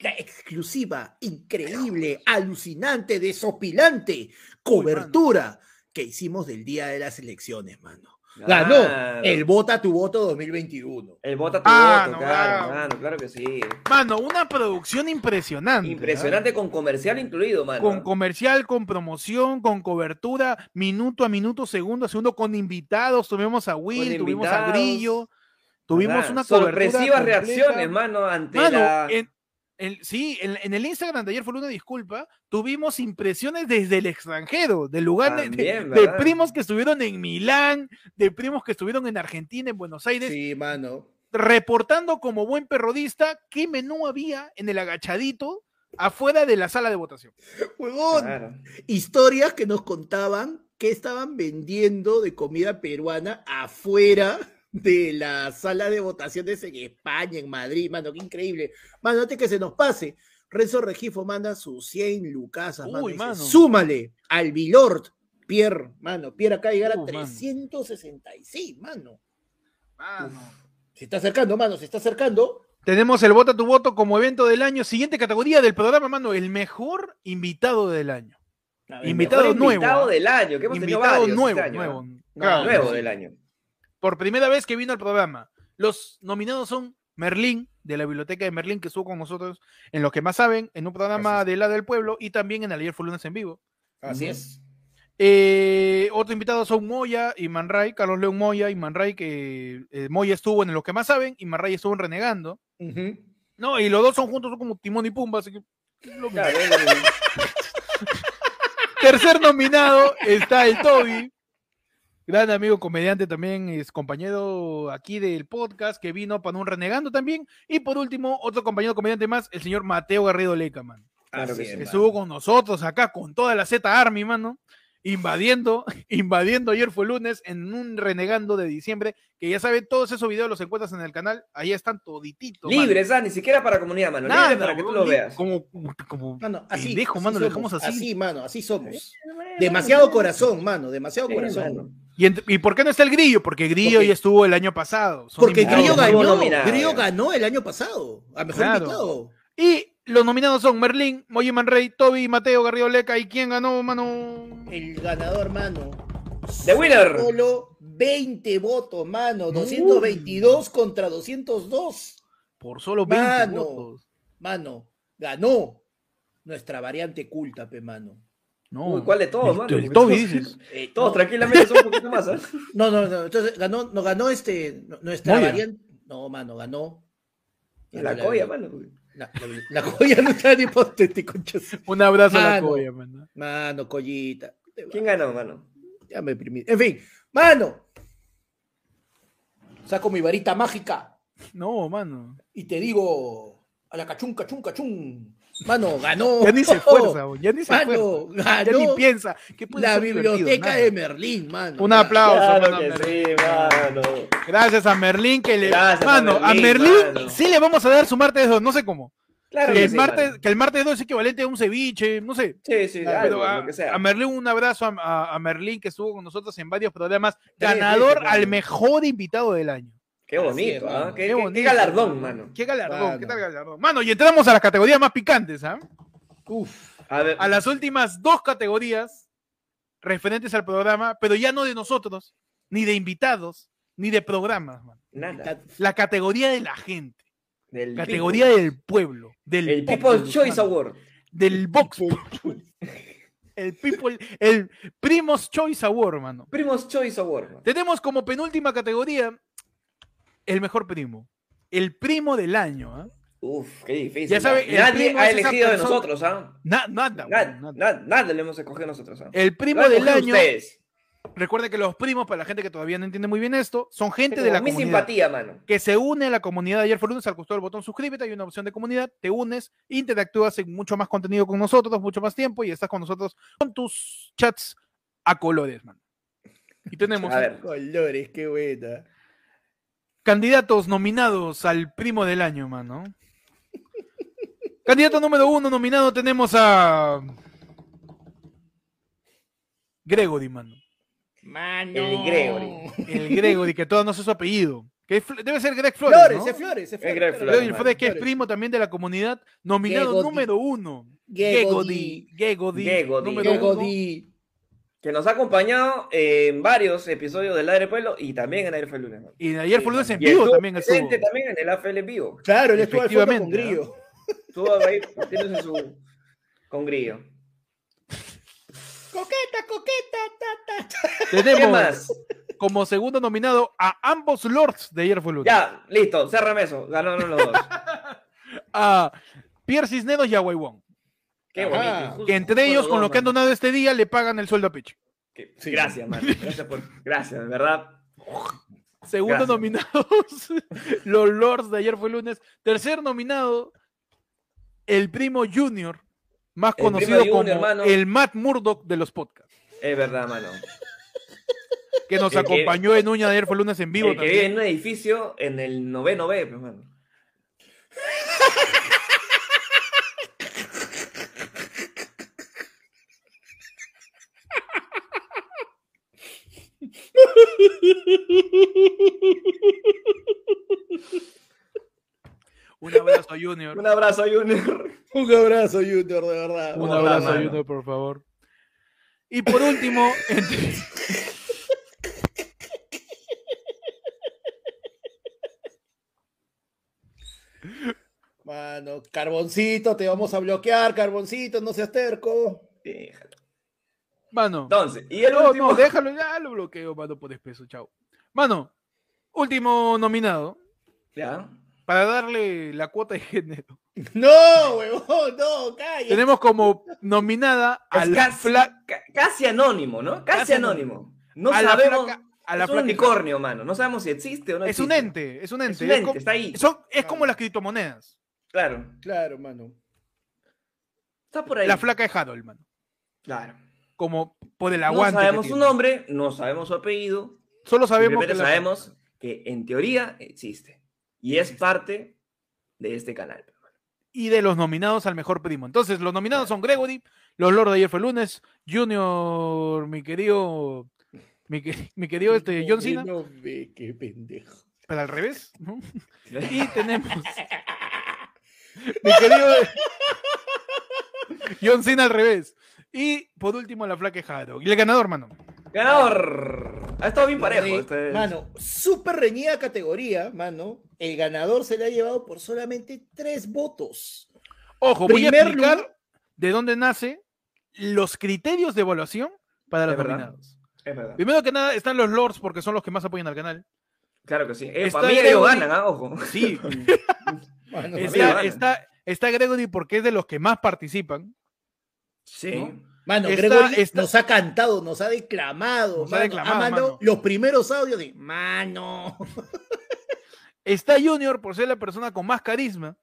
Speaker 1: la exclusiva, increíble, alucinante, desopilante cobertura que hicimos del día de las elecciones, mano. Ganó
Speaker 2: Claro.
Speaker 1: el Vota tu Voto 2021.
Speaker 2: El vota tu
Speaker 3: Ah,
Speaker 2: voto,
Speaker 3: no,
Speaker 2: claro,
Speaker 3: claro.
Speaker 2: mano, claro que sí.
Speaker 3: Mano, una producción impresionante.
Speaker 2: Impresionante
Speaker 3: ¿ah?
Speaker 2: con comercial incluido, mano.
Speaker 3: Con comercial, con promoción, con cobertura, minuto a minuto, segundo a segundo, con invitados. Tuvimos a Will, tuvimos a
Speaker 2: invitados.
Speaker 3: Grillo, tuvimos
Speaker 2: ¿Verdad?
Speaker 3: una cobertura.
Speaker 2: sorpresivas
Speaker 3: completa.
Speaker 2: reacciones, mano, ante
Speaker 3: Mano,
Speaker 2: la
Speaker 3: en, en- sí, en, en el Instagram de ayer fue una disculpa. Tuvimos impresiones desde el extranjero, de lugar de-
Speaker 2: También,
Speaker 3: de, de
Speaker 2: ¿verdad?
Speaker 3: primos que estuvieron en Milán, de primos que estuvieron en Argentina, en Buenos Aires
Speaker 1: Sí, mano.
Speaker 3: reportando como buen perrodista qué menú había en el agachadito afuera de la sala de votación.
Speaker 1: Huevón. Historias que nos contaban que estaban vendiendo de comida peruana afuera de la sala de votaciones en España, en Madrid, mano, qué increíble. Mano, antes que se nos pase, Renzo Regifo manda sus 100 lucas, mano,
Speaker 3: Uy,
Speaker 1: dice,
Speaker 3: mano.
Speaker 1: súmale al Bilord, Pierre, mano, Pierre acá llegará a
Speaker 3: Uh, mano.
Speaker 1: 366, mano. Se está acercando, mano, se está acercando.
Speaker 3: Tenemos el Vota tu Voto como evento del año. Siguiente categoría del programa, mano, el mejor invitado del año.
Speaker 2: El
Speaker 3: Invitado
Speaker 2: mejor
Speaker 3: nuevo.
Speaker 2: Invitado
Speaker 3: ¿ah?
Speaker 2: del año, que hemos tenido
Speaker 3: invitado
Speaker 2: varios
Speaker 3: nuevo,
Speaker 2: este año,
Speaker 3: nuevo.
Speaker 2: ¿eh?
Speaker 3: Claro,
Speaker 2: Nuevo
Speaker 3: sí.
Speaker 2: del año.
Speaker 3: Por primera vez que vino al programa. Los nominados son Merlín, de la Biblioteca de Merlín, que estuvo con nosotros en Los que más saben, en un programa de La del Pueblo y también en Ayer Fue Lunes en Vivo.
Speaker 2: Así es.
Speaker 3: Eh, otro invitado son Moya y Manray, Carlos León Moya y Manray, que eh, Moya estuvo en Los que más saben y Manray estuvo en Renegando. No, y los dos son juntos, son como Timón y Pumba, así que. lo mismo. Tercer nominado está el Toby, gran amigo comediante también, es compañero aquí del podcast que vino para un renegando también. Y por último, otro compañero comediante más, el señor Mateo Garrido Leca, man.
Speaker 2: Así es,
Speaker 3: que
Speaker 2: mano.
Speaker 3: estuvo con nosotros acá con toda la Z Army, mano. Invadiendo, invadiendo ayer fue lunes en un renegando de diciembre, que ya saben, todos esos videos los encuentras en el canal, ahí están todititos. mano.
Speaker 2: Libres, ah, ni siquiera para comunidad, mano.
Speaker 3: Nada,
Speaker 2: Libres para que tú
Speaker 3: huevón,
Speaker 2: lo
Speaker 3: li-
Speaker 2: veas.
Speaker 3: Como, como
Speaker 1: Mano, así,
Speaker 3: pendejo,
Speaker 1: así
Speaker 3: mano, lo
Speaker 1: somos,
Speaker 3: dejamos así.
Speaker 1: mano, así somos. Demasiado corazón, mano, demasiado
Speaker 3: Sí,
Speaker 1: corazón.
Speaker 3: mano. ¿Y, ent- y por qué no está el grillo? Porque Grillo
Speaker 1: Porque-
Speaker 3: ya estuvo el año pasado. Son
Speaker 1: Porque
Speaker 3: invitados
Speaker 1: Grillo
Speaker 3: nuevos.
Speaker 1: ganó,
Speaker 2: eh.
Speaker 1: Grillo ganó el año pasado. A mejor
Speaker 3: Claro.
Speaker 1: invitado.
Speaker 3: Y los nominados son Merlín, Moji Manrey, Toby, Mateo, Garrido Leca. ¿Y quién ganó, mano?
Speaker 1: El ganador, mano.
Speaker 2: The winner.
Speaker 1: Solo 20 votos,
Speaker 3: Mm.
Speaker 1: mano. 222 contra 202.
Speaker 3: Por solo 20
Speaker 1: Mano,
Speaker 3: votos.
Speaker 1: mano, ganó nuestra variante culta, pe, mano.
Speaker 3: No.
Speaker 2: Uy, ¿cuál de todos,
Speaker 3: El-
Speaker 2: mano?
Speaker 3: el Toby, dices.
Speaker 1: Eh,
Speaker 2: Todos
Speaker 1: no.
Speaker 2: tranquilamente son un poquito más, ¿eh?
Speaker 1: No, no, no. Entonces ganó, no ganó este, no- nuestra
Speaker 2: Moya.
Speaker 1: variante. No, mano, ganó.
Speaker 2: La coya, mano.
Speaker 1: La, la- la coya no está ni potente, conchas.
Speaker 3: Un abrazo a la
Speaker 1: Mano.
Speaker 3: coya, mano.
Speaker 1: Mano, collita.
Speaker 2: ¿Quién ganó, mano?
Speaker 1: Ya me imprimí. En fin, mano. Saco mi varita mágica
Speaker 3: No, mano.
Speaker 1: y te digo a la cachun, cachun, cachun. Mano, ganó.
Speaker 3: Ya ni se esfuerza, bo, ya ni se
Speaker 1: Mano,
Speaker 3: esfuerza.
Speaker 1: ganó
Speaker 3: Ya ni piensa. ¿Qué puede
Speaker 1: La
Speaker 3: ser divertido?
Speaker 1: biblioteca
Speaker 3: Nada.
Speaker 1: de Merlín, mano.
Speaker 3: Un aplauso,
Speaker 2: Claro
Speaker 3: mano, a
Speaker 2: que
Speaker 3: Merlín.
Speaker 2: sí, mano.
Speaker 3: Gracias a Merlín que le.
Speaker 2: Gracias a
Speaker 3: mano, a
Speaker 2: Merlín,
Speaker 3: Merlín,
Speaker 2: mano.
Speaker 3: sí le vamos a dar su martes 2, no sé cómo.
Speaker 2: Claro
Speaker 3: que,
Speaker 2: que
Speaker 3: el
Speaker 2: sí,
Speaker 3: martes,
Speaker 2: mano.
Speaker 3: que el martes 2 es equivalente a un ceviche, no sé.
Speaker 2: Sí, sí,
Speaker 3: Claro,
Speaker 2: algo,
Speaker 3: pero a,
Speaker 2: lo que sea.
Speaker 3: a Merlín un abrazo a, a- a Merlín que estuvo con nosotros en varios programas.
Speaker 2: Tres
Speaker 3: Ganador
Speaker 2: veces, mano.
Speaker 3: al mejor invitado del año.
Speaker 2: Qué
Speaker 1: es,
Speaker 2: bonito, ¿ah?
Speaker 1: mano.
Speaker 2: Qué-
Speaker 3: Qué
Speaker 2: qué- Qué
Speaker 3: bonito.
Speaker 2: galardón, mano.
Speaker 3: Qué galardón,
Speaker 1: Mano.
Speaker 3: qué tal galardón. Mano, y entramos a las categorías más picantes, ¿ah?
Speaker 1: Uf.
Speaker 2: A ver,
Speaker 3: A las últimas dos categorías referentes al programa, pero ya no de nosotros, ni de invitados, ni de programas, mano.
Speaker 2: nada.
Speaker 3: La categoría de la gente,
Speaker 2: Del
Speaker 3: categoría
Speaker 2: people.
Speaker 3: del pueblo, del
Speaker 2: El
Speaker 3: populus,
Speaker 2: People's Choice
Speaker 3: mano,
Speaker 2: Award.
Speaker 3: del Vox Populi. El People, el Primos Choice Award, mano.
Speaker 2: Primos Choice Award, mano.
Speaker 3: Tenemos como penúltima categoría el mejor primo. El primo del año, ¿ah?
Speaker 2: Uf, qué difícil.
Speaker 3: Ya sabe,
Speaker 2: mano.
Speaker 3: el
Speaker 2: nadie
Speaker 3: primo
Speaker 2: ha
Speaker 3: es esa
Speaker 2: elegido de
Speaker 3: persona-
Speaker 2: nosotros, ¿ah?
Speaker 3: Na- nada,
Speaker 2: Nad-
Speaker 3: mano, nada.
Speaker 2: nad- Nada le hemos escogido nosotros, ¿ah?
Speaker 3: El primo
Speaker 2: Lo han
Speaker 3: del
Speaker 2: escogido
Speaker 3: año.
Speaker 2: ustedes.
Speaker 3: Recuerda que los primos, para la gente que todavía no entiende muy bien esto, son gente
Speaker 2: Como
Speaker 3: de la
Speaker 2: mi
Speaker 3: comunidad.
Speaker 2: simpatía, mano.
Speaker 3: Que se une a la comunidad de ayer fue lunes, al costado del botón suscríbete, hay una opción de comunidad, te unes, interactúas en mucho más contenido con nosotros, mucho más tiempo y estás con nosotros con tus chats a colores, man. Y tenemos
Speaker 2: A ver,
Speaker 1: Colores, qué buena.
Speaker 3: candidatos nominados al primo del año, mano. Candidato número uno nominado tenemos a Gregory, mano.
Speaker 1: Mano.
Speaker 2: El Gregory.
Speaker 3: El Gregory, que todo no sé su apellido. Que es Fl- debe ser Greg Flores.
Speaker 1: Flores,
Speaker 3: ¿no?
Speaker 1: es Flores, es
Speaker 2: Es
Speaker 1: Flores.
Speaker 2: Greg
Speaker 1: claro.
Speaker 2: Flores,
Speaker 3: Gregory
Speaker 2: mano.
Speaker 3: Flores, que es primo también de la comunidad, nominado
Speaker 1: Gegodi.
Speaker 3: número uno.
Speaker 1: Gegodi.
Speaker 3: Gegodi. Gegodi.
Speaker 2: Gegodi.
Speaker 3: número uno.
Speaker 1: Gegodi.
Speaker 2: Que nos ha acompañado en varios episodios del Aire Pueblo y también en Aire Fue Lunes. mano.
Speaker 3: Y de ayer fue lunes en
Speaker 2: Y
Speaker 3: vivo
Speaker 2: estuvo
Speaker 3: también estuvo.
Speaker 2: presente también en el AFL en vivo.
Speaker 1: Claro, él estuvo al fondo con
Speaker 3: Efectivamente, ¿no?
Speaker 1: Grillo.
Speaker 2: Estuvo ahí metiéndose su... con grillo.
Speaker 1: Coqueta, coqueta, ta, ta, ta.
Speaker 2: ¿Qué
Speaker 3: Tenemos
Speaker 2: más?
Speaker 3: como segundo nominado a ambos lords de ayer fue lunes.
Speaker 2: Ya, listo, cérrame eso. Ganaron los dos.
Speaker 3: A Pierre Cisneros y a Waiwon.
Speaker 2: Qué
Speaker 1: Ajá.
Speaker 2: bonito. y justo-
Speaker 3: Que entre
Speaker 2: justo
Speaker 3: ellos,
Speaker 2: los
Speaker 3: con
Speaker 2: dos,
Speaker 3: lo que han
Speaker 2: mano.
Speaker 3: donado este día, le pagan el sueldo a Peche.
Speaker 2: Que- Gracias, mano. Gracias por. Gracias, de verdad.
Speaker 3: Segundo
Speaker 2: Gracias.
Speaker 3: nominados, los Lords de ayer fue lunes. Tercer nominado, el primo Junior, más
Speaker 2: El
Speaker 3: conocido
Speaker 2: primo
Speaker 3: como
Speaker 2: Junior, mano.
Speaker 3: el Matt Murdock de los podcasts,
Speaker 2: Es verdad, mano.
Speaker 3: que nos
Speaker 2: El que-
Speaker 3: acompañó en Uña de ayer fue lunes en vivo
Speaker 2: El que vive
Speaker 3: también.
Speaker 2: en un edificio en el noveno B, pues, mano.
Speaker 3: Un abrazo a Junior.
Speaker 2: Un abrazo, Junior.
Speaker 1: Un abrazo, Junior, de verdad.
Speaker 3: Un
Speaker 2: hola,
Speaker 3: abrazo a
Speaker 2: mano.
Speaker 3: Junior, por favor. Y por último, entre-
Speaker 1: Mano, carboncito, te vamos a bloquear, carboncito, no seas terco.
Speaker 3: Mano.
Speaker 2: Entonces, y el
Speaker 3: no,
Speaker 2: último.
Speaker 3: no, déjalo, ya lo bloqueo, mano, por espeso, chao. Mano, último nominado.
Speaker 2: Ya.
Speaker 3: Para darle la cuota de género.
Speaker 1: No, huevón, no, calla.
Speaker 3: Tenemos como nominada a
Speaker 2: Es
Speaker 3: la
Speaker 2: casi-
Speaker 3: fla-
Speaker 2: ca- casi anónimo, ¿no? Casi,
Speaker 3: Casi
Speaker 2: anónimo.
Speaker 3: anónimo.
Speaker 2: No
Speaker 3: A la
Speaker 2: sabemos.
Speaker 3: flaca- a la
Speaker 2: es un
Speaker 3: flaca-
Speaker 2: unicornio, mano. No sabemos si existe o no
Speaker 3: Es
Speaker 2: existe.
Speaker 3: un ente, es un ente.
Speaker 2: Es un ente,
Speaker 3: como,
Speaker 2: está ahí.
Speaker 3: son- es como las criptomonedas.
Speaker 2: Claro.
Speaker 1: Claro, mano.
Speaker 2: Está por ahí.
Speaker 3: La flaca de Harold, mano.
Speaker 2: Claro.
Speaker 3: Como por el
Speaker 2: No
Speaker 3: aguante. que
Speaker 2: sabemos su
Speaker 3: tiene.
Speaker 2: nombre, no sabemos su apellido.
Speaker 3: Solo sabemos
Speaker 2: Simplemente
Speaker 3: que la-
Speaker 2: sabemos que en teoría existe. Y es parte de este canal.
Speaker 3: Y de los nominados al mejor primo. Entonces, los nominados son Gregory, los Lord de ayer fue lunes, Junior, mi querido. Mi, que- mi querido este, John Cena.
Speaker 1: No ve, qué pendejo.
Speaker 3: Pero al revés, ¿no? Y tenemos. Mi querido. John Cena al revés. Y por último, la flaca de Harold. Y el ganador, mano.
Speaker 2: Ganador. Ha estado bien parejo. este-
Speaker 1: Mano, súper reñida categoría, mano. El ganador se le ha llevado por solamente tres votos.
Speaker 3: Ojo, voy a
Speaker 1: Primer
Speaker 3: explicar
Speaker 1: lugar-
Speaker 3: de dónde nace los criterios de evaluación para los
Speaker 2: Es verdad.
Speaker 3: nominados.
Speaker 2: Es verdad.
Speaker 3: Primero que nada están los lords porque son los que más apoyan al canal.
Speaker 2: Claro que sí. Eh,
Speaker 3: Está
Speaker 2: para mí ellos
Speaker 3: Gregory.
Speaker 2: ganan, ah, ojo.
Speaker 3: Sí.
Speaker 1: Mano,
Speaker 2: ellos
Speaker 3: está,
Speaker 2: ganan.
Speaker 3: está, está Gregory porque es de los que más participan.
Speaker 2: Sí.
Speaker 1: Mano,
Speaker 3: Está-
Speaker 1: Gregory
Speaker 3: está-
Speaker 1: nos ha cantado, nos ha declamado,
Speaker 3: Nos ha
Speaker 1: mano.
Speaker 3: declamado,
Speaker 1: Ha mandado
Speaker 3: mano.
Speaker 1: los primeros audios de mano.
Speaker 3: Está Junior por ser la persona con más carisma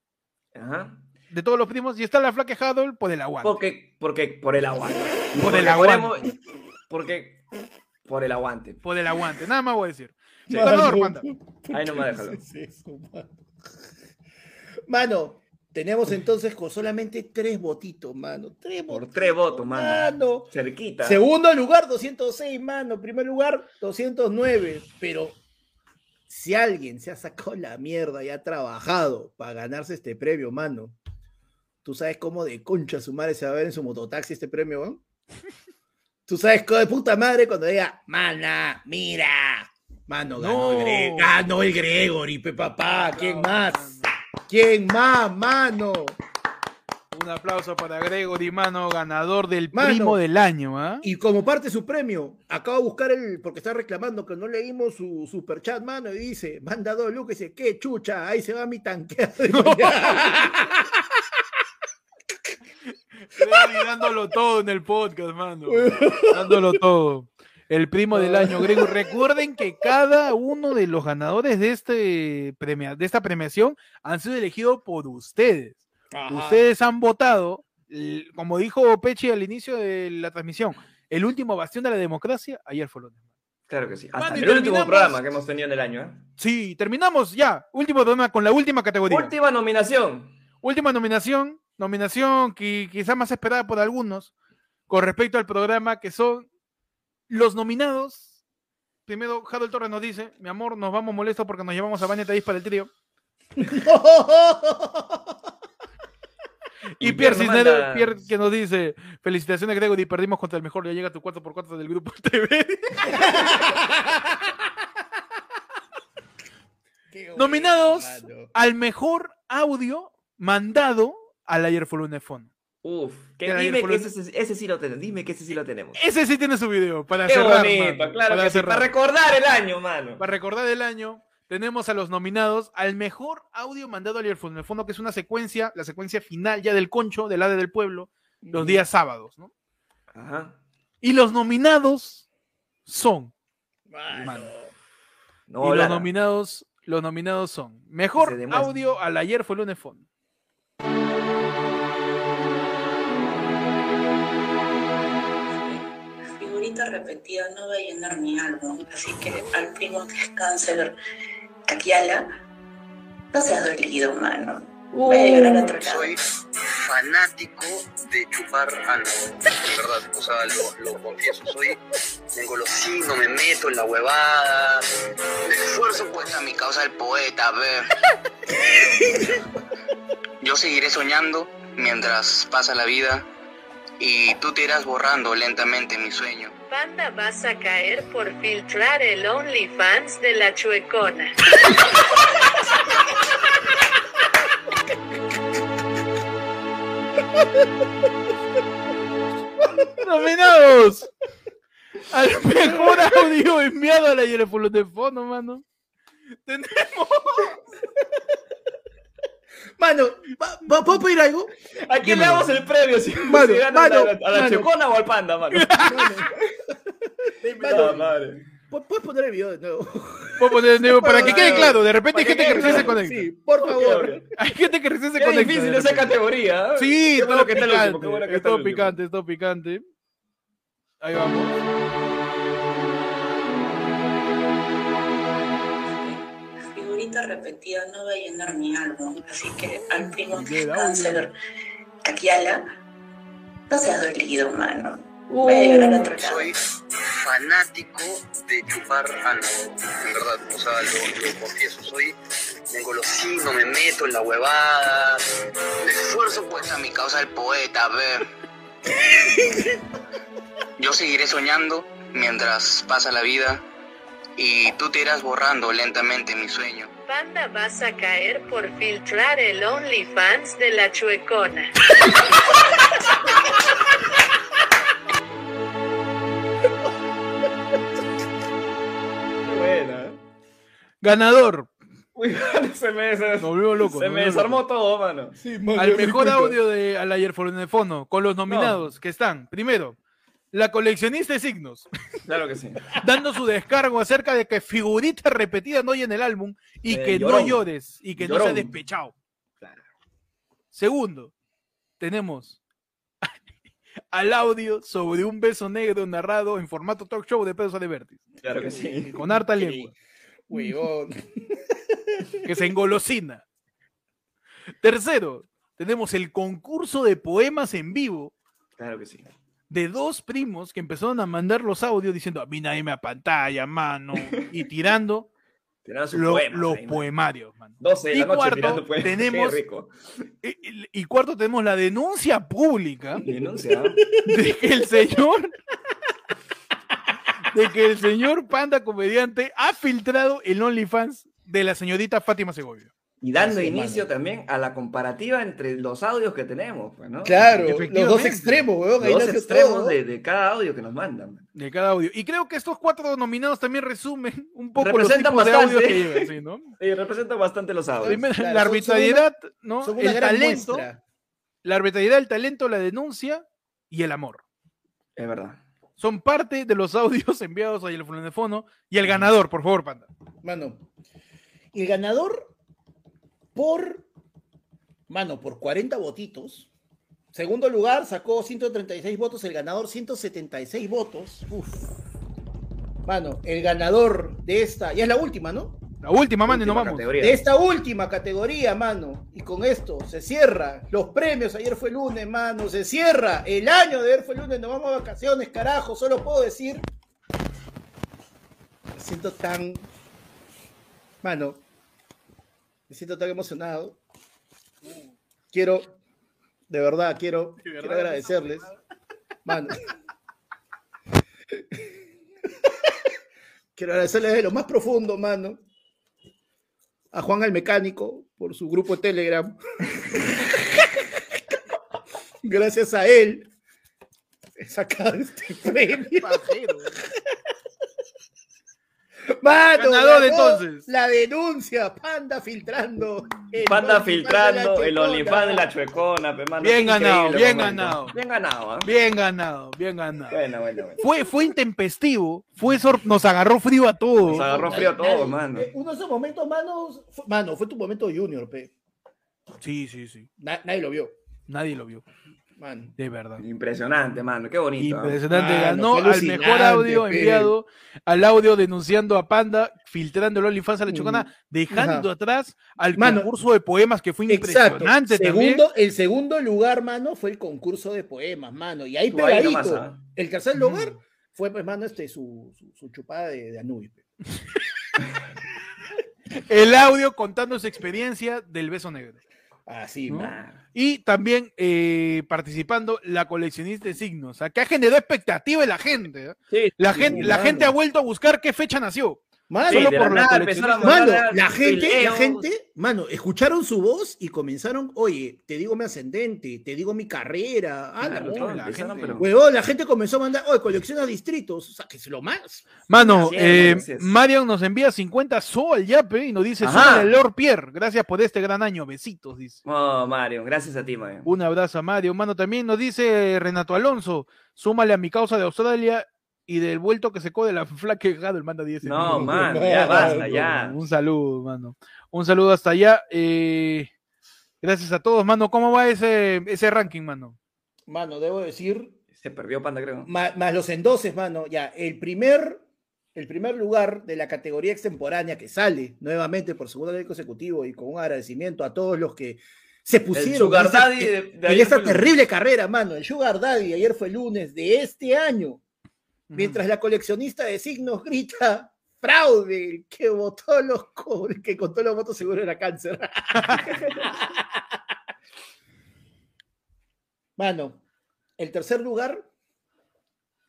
Speaker 2: Ajá.
Speaker 3: de todos los primos. Y está la flaca Haddle por el aguante.
Speaker 2: Porque, porque por el aguante.
Speaker 3: Por
Speaker 2: Porque
Speaker 3: el aguante.
Speaker 2: podemos- Porque por el aguante.
Speaker 3: Por el aguante. Nada más voy a decir.
Speaker 2: Sí.
Speaker 3: Ganador, manda.
Speaker 2: Ahí nomás déjalo.
Speaker 1: Mano, tenemos entonces con solamente tres votitos, mano. Tres
Speaker 2: Por
Speaker 1: votos.
Speaker 2: tres votos, mano.
Speaker 1: Mano.
Speaker 2: Cerquita.
Speaker 1: Segundo lugar, 206, mano. Primer lugar, 209. Pero si alguien se ha sacado la mierda y ha trabajado para ganarse este premio, mano, ¿tú sabes cómo de concha su madre se va a ver en su mototaxi este premio, weón? ¿Tú sabes cómo de puta madre cuando diga, mana, mira? Mano, ganó,
Speaker 3: No.
Speaker 1: el, Gre- ganó el Gregory, pe papá. ¿Quién más? ¿Quién más, mano?
Speaker 3: Un aplauso para Gregory, mano, ganador del
Speaker 1: Mano.
Speaker 3: primo del año. ¿ah?
Speaker 1: Y como parte de su premio, acaba de buscar el, porque está reclamando que no leímos su superchat, mano, y dice, manda dos lucas, dice, qué chucha, ahí se va mi tanqueado.
Speaker 3: Gregory dándolo todo en el podcast, mano. Dándolo todo. El primo del año, Gregory. Recuerden que cada uno de los ganadores de, este premia- de esta premiación han sido elegidos por ustedes. Ustedes han votado, l- como dijo Pechi al inicio de la transmisión, el último bastión de la democracia, ayer fue lunes.
Speaker 2: Claro que sí. Hasta
Speaker 3: Mano, y
Speaker 2: el último
Speaker 3: terminamos-
Speaker 2: programa que hemos tenido en el año, ¿eh?
Speaker 3: Sí, terminamos ya. Último programa con la última categoría.
Speaker 2: Última nominación.
Speaker 3: Última nominación, nominación que quizá más esperada por algunos con respecto al programa que son los nominados. Primero, Harold Torres nos dice, mi amor, nos vamos molestos porque nos llevamos a Bañeta Taís para el trío. Y, Pierre
Speaker 2: Pierre nos
Speaker 3: Cisneros,
Speaker 2: manda-
Speaker 3: Pierre que nos dice, felicitaciones Gregory, perdimos contra el mejor, ya llega tu 4x4 del grupo TV. Nominados al mejor audio mandado al ayer fue lunes Fono.
Speaker 2: Uf, que
Speaker 3: Mira,
Speaker 2: dime
Speaker 3: por
Speaker 2: que
Speaker 3: lo-
Speaker 2: ese, ese sí lo tenemos. Dime que ese sí lo tenemos.
Speaker 3: Ese sí tiene su video para
Speaker 2: Qué
Speaker 3: cerrar.
Speaker 2: bonito,
Speaker 3: mano,
Speaker 2: claro que sí,
Speaker 3: cerrar.
Speaker 2: para recordar el año, mano.
Speaker 3: Para recordar el año, tenemos a los nominados al mejor audio mandado al Earphone, en el fondo que es una secuencia, la secuencia final ya del concho, del ADE del pueblo, los días sábados, ¿no?
Speaker 2: Ajá.
Speaker 3: Y los nominados son, mano,
Speaker 2: No,
Speaker 3: y los
Speaker 2: Lara,
Speaker 3: nominados, los nominados son
Speaker 2: Que
Speaker 3: mejor
Speaker 2: se demuestre.
Speaker 3: audio al ayer fue lunes fondo.
Speaker 9: Figurita repetida no va a llenar mi álbum, así que al primo que es cáncer, Kakiala, no seas dolido, mano. Voy a llorar a otro lado.
Speaker 12: Soy fanático de chupar algo. De verdad, o sea, lo, lo confieso. Soy un golosino, me meto en la huevada. Me esfuerzo pues a mi causa el poeta, ve. Yo seguiré soñando mientras pasa la vida y tú te irás borrando lentamente mi sueño.
Speaker 15: Panda vas a caer por filtrar el OnlyFans de la chuecona.
Speaker 3: ¡Nominados! Al mejor audio enviado a la Yerefulón de fondo, mano. Tenemos.
Speaker 1: Mano, ¿pa- pa- ¿puedo pedir algo?
Speaker 2: ¿A quién le damos el premio? Si, si ganan a la, a la chocona o al panda, mano.
Speaker 1: Mano,
Speaker 2: Ah, madre.
Speaker 1: ¿pu- ¿Puedes poner el video de nuevo?
Speaker 3: Voy a poner de nuevo para que
Speaker 1: Para-
Speaker 3: quede claro. De repente hay
Speaker 1: para
Speaker 3: gente que
Speaker 1: que
Speaker 3: recién
Speaker 1: quede
Speaker 3: se
Speaker 1: claro,
Speaker 3: conecta.
Speaker 1: sí, por favor.
Speaker 3: Hay gente que recién se
Speaker 1: Qué
Speaker 3: conecta.
Speaker 1: difícil
Speaker 3: de
Speaker 1: esa
Speaker 3: repente.
Speaker 1: categoría, ¿eh?
Speaker 3: Sí,
Speaker 1: Qué
Speaker 3: todo
Speaker 1: bueno que está el
Speaker 3: picante.
Speaker 1: último, qué bueno que está
Speaker 3: es
Speaker 1: el
Speaker 3: todo
Speaker 1: último.
Speaker 3: picante, es todo picante. Ahí vamos.
Speaker 9: figurita repetida no va a llenar mi álbum, así que al primo que cáncer, Kakiala, no seas dolido, mano. Voy a llorar a otro lado.
Speaker 12: Soy fanático de chupar ano. En verdad, o sea, lo, lo confieso, soy me engolosino, me meto en la huevada. Me esfuerzo pues a mi causa el poeta, a ver. Yo seguiré soñando mientras pasa la vida y tú te irás borrando lentamente mi sueño.
Speaker 15: Panda vas a caer por filtrar el OnlyFans de la chuecona.
Speaker 2: Qué buena. ¿eh?
Speaker 3: Ganador.
Speaker 2: Uy, mano, se me, se, se
Speaker 3: loco, nos
Speaker 2: me
Speaker 3: volvió
Speaker 2: desarmó todo, mano.
Speaker 3: Al mejor audio de Al ayer Fueron en el fondo, con los nominados que están. Primero, la coleccionista de signos.
Speaker 2: Claro que sí.
Speaker 3: dando su descargo acerca de que figurita repetida no hay en el álbum y
Speaker 2: Eh,
Speaker 3: que
Speaker 2: llorón.
Speaker 3: no llores y que no
Speaker 2: Llorón.
Speaker 3: seas despechado. Segundo, tenemos al audio sobre un beso negro narrado en formato talk show de Pedro de Vértiz.
Speaker 2: Claro que sí.
Speaker 3: Con harta lengua. que se engolosina. Tercero, tenemos el concurso de poemas en vivo
Speaker 2: Claro que sí.
Speaker 3: de dos primos que empezaron a mandar los audios diciendo a mí nadie me apantalla, mano, y tirando
Speaker 2: Tiraron sus
Speaker 3: lo-
Speaker 2: poemas
Speaker 3: los
Speaker 2: ahí, mano.
Speaker 3: poemarios, mano.
Speaker 2: 12 de
Speaker 3: Y
Speaker 2: la noche
Speaker 3: cuarto,
Speaker 2: mirando poemas.
Speaker 3: tenemos-
Speaker 2: Qué rico.
Speaker 3: Y- Y cuarto, tenemos la denuncia pública
Speaker 2: Denuncia.
Speaker 3: de que el señor de que el señor panda comediante ha filtrado el OnlyFans de la señorita Fátima Segovia.
Speaker 2: Y dando
Speaker 3: Así es,
Speaker 2: inicio también a la comparativa entre los audios que tenemos, pues, ¿no?
Speaker 1: Claro,
Speaker 2: Efectivamente.
Speaker 1: los dos extremos, weón. Ahí
Speaker 2: Los
Speaker 1: nació
Speaker 2: extremos
Speaker 1: todo.
Speaker 2: de, de cada audio que nos mandan. man.
Speaker 3: De cada audio. Y creo que estos cuatro nominados también resumen un poco
Speaker 2: Representan
Speaker 3: los tipos
Speaker 2: bastante.
Speaker 3: de audios que llevan, sí, ¿no?
Speaker 2: Sí, representan bastante los audios.
Speaker 3: Primero, la arbitrariedad, ¿no?
Speaker 2: son una
Speaker 3: El
Speaker 2: gran
Speaker 3: talento,
Speaker 2: muestra.
Speaker 3: la arbitrariedad, el talento, la denuncia y el amor.
Speaker 2: Es verdad.
Speaker 3: Son parte de los audios enviados a El Fono y
Speaker 2: Mm.
Speaker 3: el ganador, por favor, Panda.
Speaker 1: Mano, y el ganador por, mano, por 40 votitos. Segundo lugar sacó 136 votos, el ganador 176 votos. Uf. Mano, el ganador de esta, ya es la última, ¿no? Eh,
Speaker 3: La última, mano, y nos
Speaker 1: Última
Speaker 3: vamos.
Speaker 1: De esta última categoría, mano. Y con esto se cierra los premios. Ayer fue lunes, mano. Se cierra el año de ayer fue lunes. Nos vamos a vacaciones, carajo. Solo puedo decir. Me siento tan. Mano. Me siento tan emocionado. Quiero. De verdad, quiero,
Speaker 5: De verdad,
Speaker 1: quiero agradecerles. Mano. quiero agradecerles de lo más profundo, mano a Juan el Mecánico por su grupo de Telegram. Gracias a él he sacado este premio. Mano,
Speaker 5: Ganador,
Speaker 1: ganó
Speaker 5: entonces.
Speaker 1: La denuncia, Panda filtrando. el OnlyFans
Speaker 2: Panda
Speaker 1: de la
Speaker 2: filtrando el
Speaker 1: Chocona.
Speaker 2: OnlyFans de la chuecona, pe, mano.
Speaker 3: Bien
Speaker 2: Qué
Speaker 3: ganado,
Speaker 2: increíble
Speaker 3: bien
Speaker 2: momento.
Speaker 3: ganado.
Speaker 2: Bien ganado, ¿ah?
Speaker 3: Bien ganado, bien ganado.
Speaker 2: Bueno, bueno, bueno.
Speaker 3: Fue, fue intempestivo, fue sor- nos agarró frío a todos.
Speaker 2: Nos agarró frío a todos, mano.
Speaker 1: Eh, Uno de esos momentos, manos, fue- mano, fue tu momento junior, pe.
Speaker 3: Sí, sí, sí.
Speaker 1: Na- nadie lo vio,
Speaker 3: Nadie lo vio,
Speaker 1: mano.
Speaker 3: de verdad.
Speaker 2: Impresionante, mano. Qué bonito. ¿ah?
Speaker 3: Impresionante, ganó
Speaker 2: Mano, qué
Speaker 3: al mejor
Speaker 2: alucinante,
Speaker 3: audio
Speaker 2: pe.
Speaker 3: enviado, al audio denunciando a Panda, filtrando el OnlyFans a la chocana, dejando
Speaker 1: Mm. Ajá.
Speaker 3: atrás al
Speaker 1: Mano,
Speaker 3: concurso de poemas que fue
Speaker 1: Exacto.
Speaker 3: impresionante también.
Speaker 1: Segundo, el segundo lugar, mano, fue el concurso de poemas, mano. Y ahí
Speaker 3: Tú ahí
Speaker 1: pegadito.
Speaker 3: nomás, ¿ah?
Speaker 1: El tercer lugar fue, pues, mano, este, su, su, su chupada de, de Anubis.
Speaker 3: El audio contando su experiencia del beso negro.
Speaker 1: Así,
Speaker 3: ¿no?
Speaker 1: man.
Speaker 3: Y también eh, participando la coleccionista de signos, o sea, que ha generado expectativa en la gente. ¿eh? la
Speaker 1: sí,
Speaker 3: gente, la
Speaker 1: mano.
Speaker 3: gente ha vuelto a buscar qué fecha nació.
Speaker 1: Mano,
Speaker 3: Solo
Speaker 1: de
Speaker 3: por
Speaker 1: la
Speaker 3: la
Speaker 1: nada
Speaker 3: coleccionista.
Speaker 1: Mano, la gente, la gente, mano, escucharon su voz y comenzaron, oye, te digo mi ascendente, te digo mi carrera. Ah, la,
Speaker 3: Claro,
Speaker 1: huevón,
Speaker 3: claro,
Speaker 1: la
Speaker 3: empezaron,
Speaker 1: gente,
Speaker 3: pero-
Speaker 1: huevón, la gente comenzó a mandar, oye, colecciona distritos, o sea, que es lo más.
Speaker 3: Mano,
Speaker 1: Así es,
Speaker 3: eh,
Speaker 1: así es.
Speaker 3: Marian nos envía 50 sol al yape y nos dice,
Speaker 2: Ajá.
Speaker 3: "Súmale, Lord Pierre, gracias por este gran año, besitos, dice.
Speaker 2: No, Mario, gracias a ti, Mario.
Speaker 3: Un abrazo a Mario. Mano, también nos dice eh, Renato Alonso, súmale a mi causa de Australia y del vuelto que secó de la flaque el manda 10.
Speaker 2: No, man, ya basta, ya.
Speaker 3: Un saludo, mano. Un saludo hasta allá. eh, gracias a todos, mano. ¿Cómo va ese, ese ranking, mano?
Speaker 1: Mano, debo decir,
Speaker 2: Se perdió Panda, creo.
Speaker 1: ma- más, los endoses, mano, ya, el primer, el primer lugar de la categoría extemporánea que sale nuevamente por segundo año consecutivo y con un agradecimiento a todos los que se pusieron
Speaker 2: Sugar
Speaker 1: en esa-
Speaker 2: Daddy de- de
Speaker 1: en
Speaker 2: ayer fue
Speaker 1: esta
Speaker 2: el lunes.
Speaker 1: terrible carrera, mano. El Sugar Daddy ayer fue el lunes de este año, mientras la coleccionista de signos grita fraude, el que votó los co- el que contó los votos seguro era cáncer. Mano, el tercer lugar,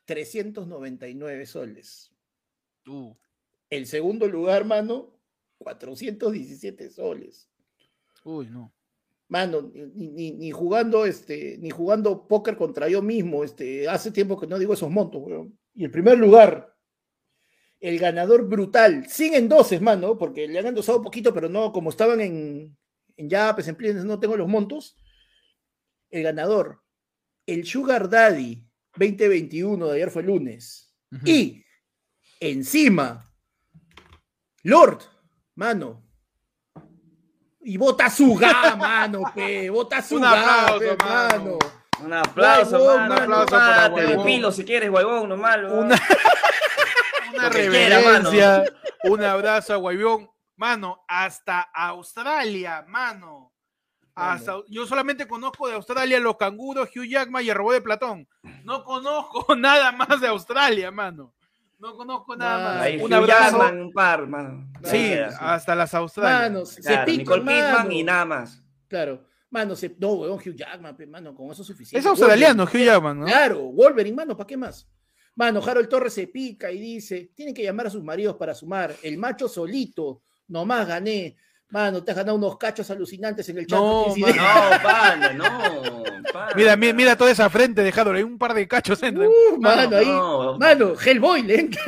Speaker 1: 399 soles.
Speaker 3: Tú.
Speaker 1: El segundo lugar, mano, 417 soles.
Speaker 3: Uy, no.
Speaker 1: Mano, ni, ni- ni jugando este, ni jugando póker contra yo mismo, este, hace tiempo que no digo esos montos, weón. Y el primer lugar, el ganador brutal, sin endoses, mano, porque le han endosado poquito, pero no, como estaban en, en Yapes, en Plienes, no tengo los montos. El ganador, el Sugar Daddy 2021, de ayer fue lunes. Y encima, Lord, mano. Y bota su ga, mano, pe. Bota su
Speaker 2: Un
Speaker 1: ga,
Speaker 2: aplauso,
Speaker 1: pe, mano.
Speaker 2: Un aplauso,
Speaker 1: Guaybón,
Speaker 2: mano.
Speaker 1: mano,
Speaker 2: Un aplauso
Speaker 1: para Guaybón.
Speaker 2: pilo si quieres, Guaybón, nomás. Una,
Speaker 3: Una reverencia, un abrazo a Guaybión. Mano, hasta Australia, mano. Hasta- yo solamente conozco de Australia los canguros, Hugh Jackman y el robot de Platón. No conozco nada más de Australia, mano. No conozco nada más.
Speaker 2: Ahí,
Speaker 3: Un
Speaker 2: Hugh
Speaker 3: abrazo.
Speaker 2: Jackman, un par, mano.
Speaker 3: Sí, hasta las Australias.
Speaker 1: Mano, se
Speaker 2: Claro,
Speaker 1: pican,
Speaker 2: Nicole Kidman
Speaker 1: mano.
Speaker 2: y nada más.
Speaker 1: Claro. Mano, se, no, weón, Hugh Jackman, pe, mano, con eso es suficiente.
Speaker 3: Es australiano,
Speaker 1: Wolverine.
Speaker 3: Hugh Jackman,
Speaker 2: Ah.
Speaker 3: ¿no?
Speaker 1: Claro, Wolverine, mano, ¿para qué más? Mano, Harold Torres se pica y dice, tienen que llamar a sus maridos para sumar. El macho solito, nomás gané. Mano, te has ganado unos cachos alucinantes en el chat.
Speaker 3: No,
Speaker 1: tienes idea.
Speaker 2: No,
Speaker 3: mano.
Speaker 2: panda, no.
Speaker 3: Mira, mira, mira toda esa frente de Hador, hay un par de cachos. en-
Speaker 1: Uh, mano,
Speaker 3: Mano,
Speaker 1: ahí,
Speaker 3: no.
Speaker 1: mano, Hellboy, le entra.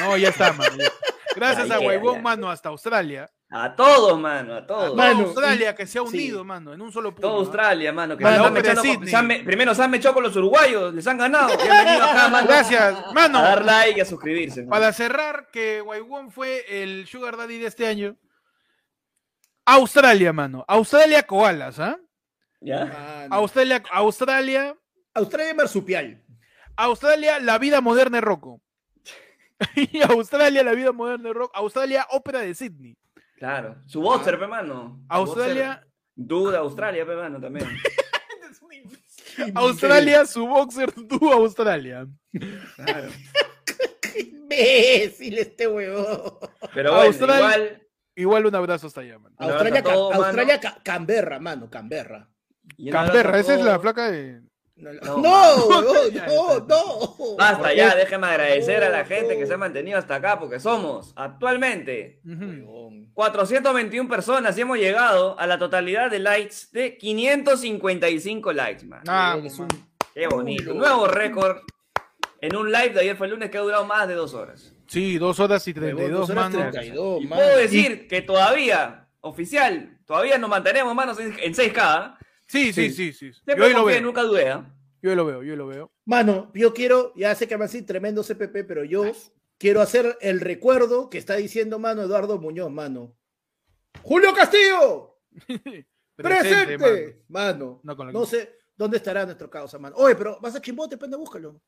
Speaker 3: No, ya está, mano. ya. Gracias
Speaker 2: Ahí
Speaker 3: a
Speaker 2: queda,
Speaker 3: Guaybón,
Speaker 2: ya.
Speaker 3: mano, hasta Australia.
Speaker 2: A todos, mano, a
Speaker 3: Toda
Speaker 2: todos.
Speaker 3: Australia que se ha unido, mano, en un solo punto.
Speaker 2: Todo Australia, mano. Que
Speaker 3: Mano,
Speaker 2: se están
Speaker 3: hombre,
Speaker 2: mechando con-
Speaker 3: Sydney.
Speaker 2: se han me- primero se han mechado con los uruguayos, les han ganado. que han venido acá, mano,
Speaker 3: Gracias, mano.
Speaker 2: A dar like y a suscribirse. mano.
Speaker 3: Para cerrar, que Guaywon fue el Sugar Daddy de este año. Australia, mano. Australia Koalas, ¿ah?
Speaker 1: Mano.
Speaker 3: Australia, Australia.
Speaker 1: Australia marsupial.
Speaker 3: Australia, la vida moderna de Rocco. y Australia, la vida moderna de Rocco. Australia, ópera de Sydney.
Speaker 2: Claro. Su boxer, pe, mano. Su
Speaker 3: Australia.
Speaker 2: boxer. Duda, Australia, pe, mano, también.
Speaker 3: Australia, su boxer, tú, Australia.
Speaker 2: Claro.
Speaker 1: Imbécil este huevón.
Speaker 2: Pero bueno,
Speaker 3: Australia-
Speaker 2: igual.
Speaker 3: igual un abrazo hasta allá, mano.
Speaker 1: Australia,
Speaker 2: abrazo a todos,
Speaker 1: Ca- Australia Ca- Canberra, mano, Canberra.
Speaker 2: Y un abrazo
Speaker 3: Canberra,
Speaker 2: a
Speaker 3: esa es la
Speaker 2: todos.
Speaker 3: flaca de.
Speaker 1: No,
Speaker 2: No,
Speaker 1: huevón, no, no.
Speaker 2: Basta ya, déjeme agradecer a la gente
Speaker 3: Oh.
Speaker 2: que se ha mantenido hasta acá, porque somos actualmente 421 personas y hemos llegado a la totalidad de likes de 555 likes, man.
Speaker 3: Ah,
Speaker 2: Qué bonito. Nuevo récord en un live de ayer fue el lunes que ha durado más de dos horas.
Speaker 3: Sí, dos horas y treinta y
Speaker 1: Huevón,
Speaker 3: dos,
Speaker 1: dos horas
Speaker 3: mano.
Speaker 1: 32, mano.
Speaker 2: Puedo decir que todavía, oficial, todavía nos mantenemos, manos en 6K. ¿eh?
Speaker 3: Sí, sí, sí, sí. Yo
Speaker 2: Siempre
Speaker 3: ahí lo
Speaker 2: confié,
Speaker 3: veo.
Speaker 2: nunca dudé. ¿eh?
Speaker 3: Yo lo veo, yo lo veo.
Speaker 1: Mano, yo quiero, ya sé que me así tremendo CPP, pero yo quiero hacer el recuerdo que está diciendo, mano, Eduardo Muñoz, mano. Julio Castillo, presente, mano.
Speaker 3: No, con la-
Speaker 1: No sé dónde estará nuestro causa, mano. Oye, pero vas a chimbote, pende, búscalo.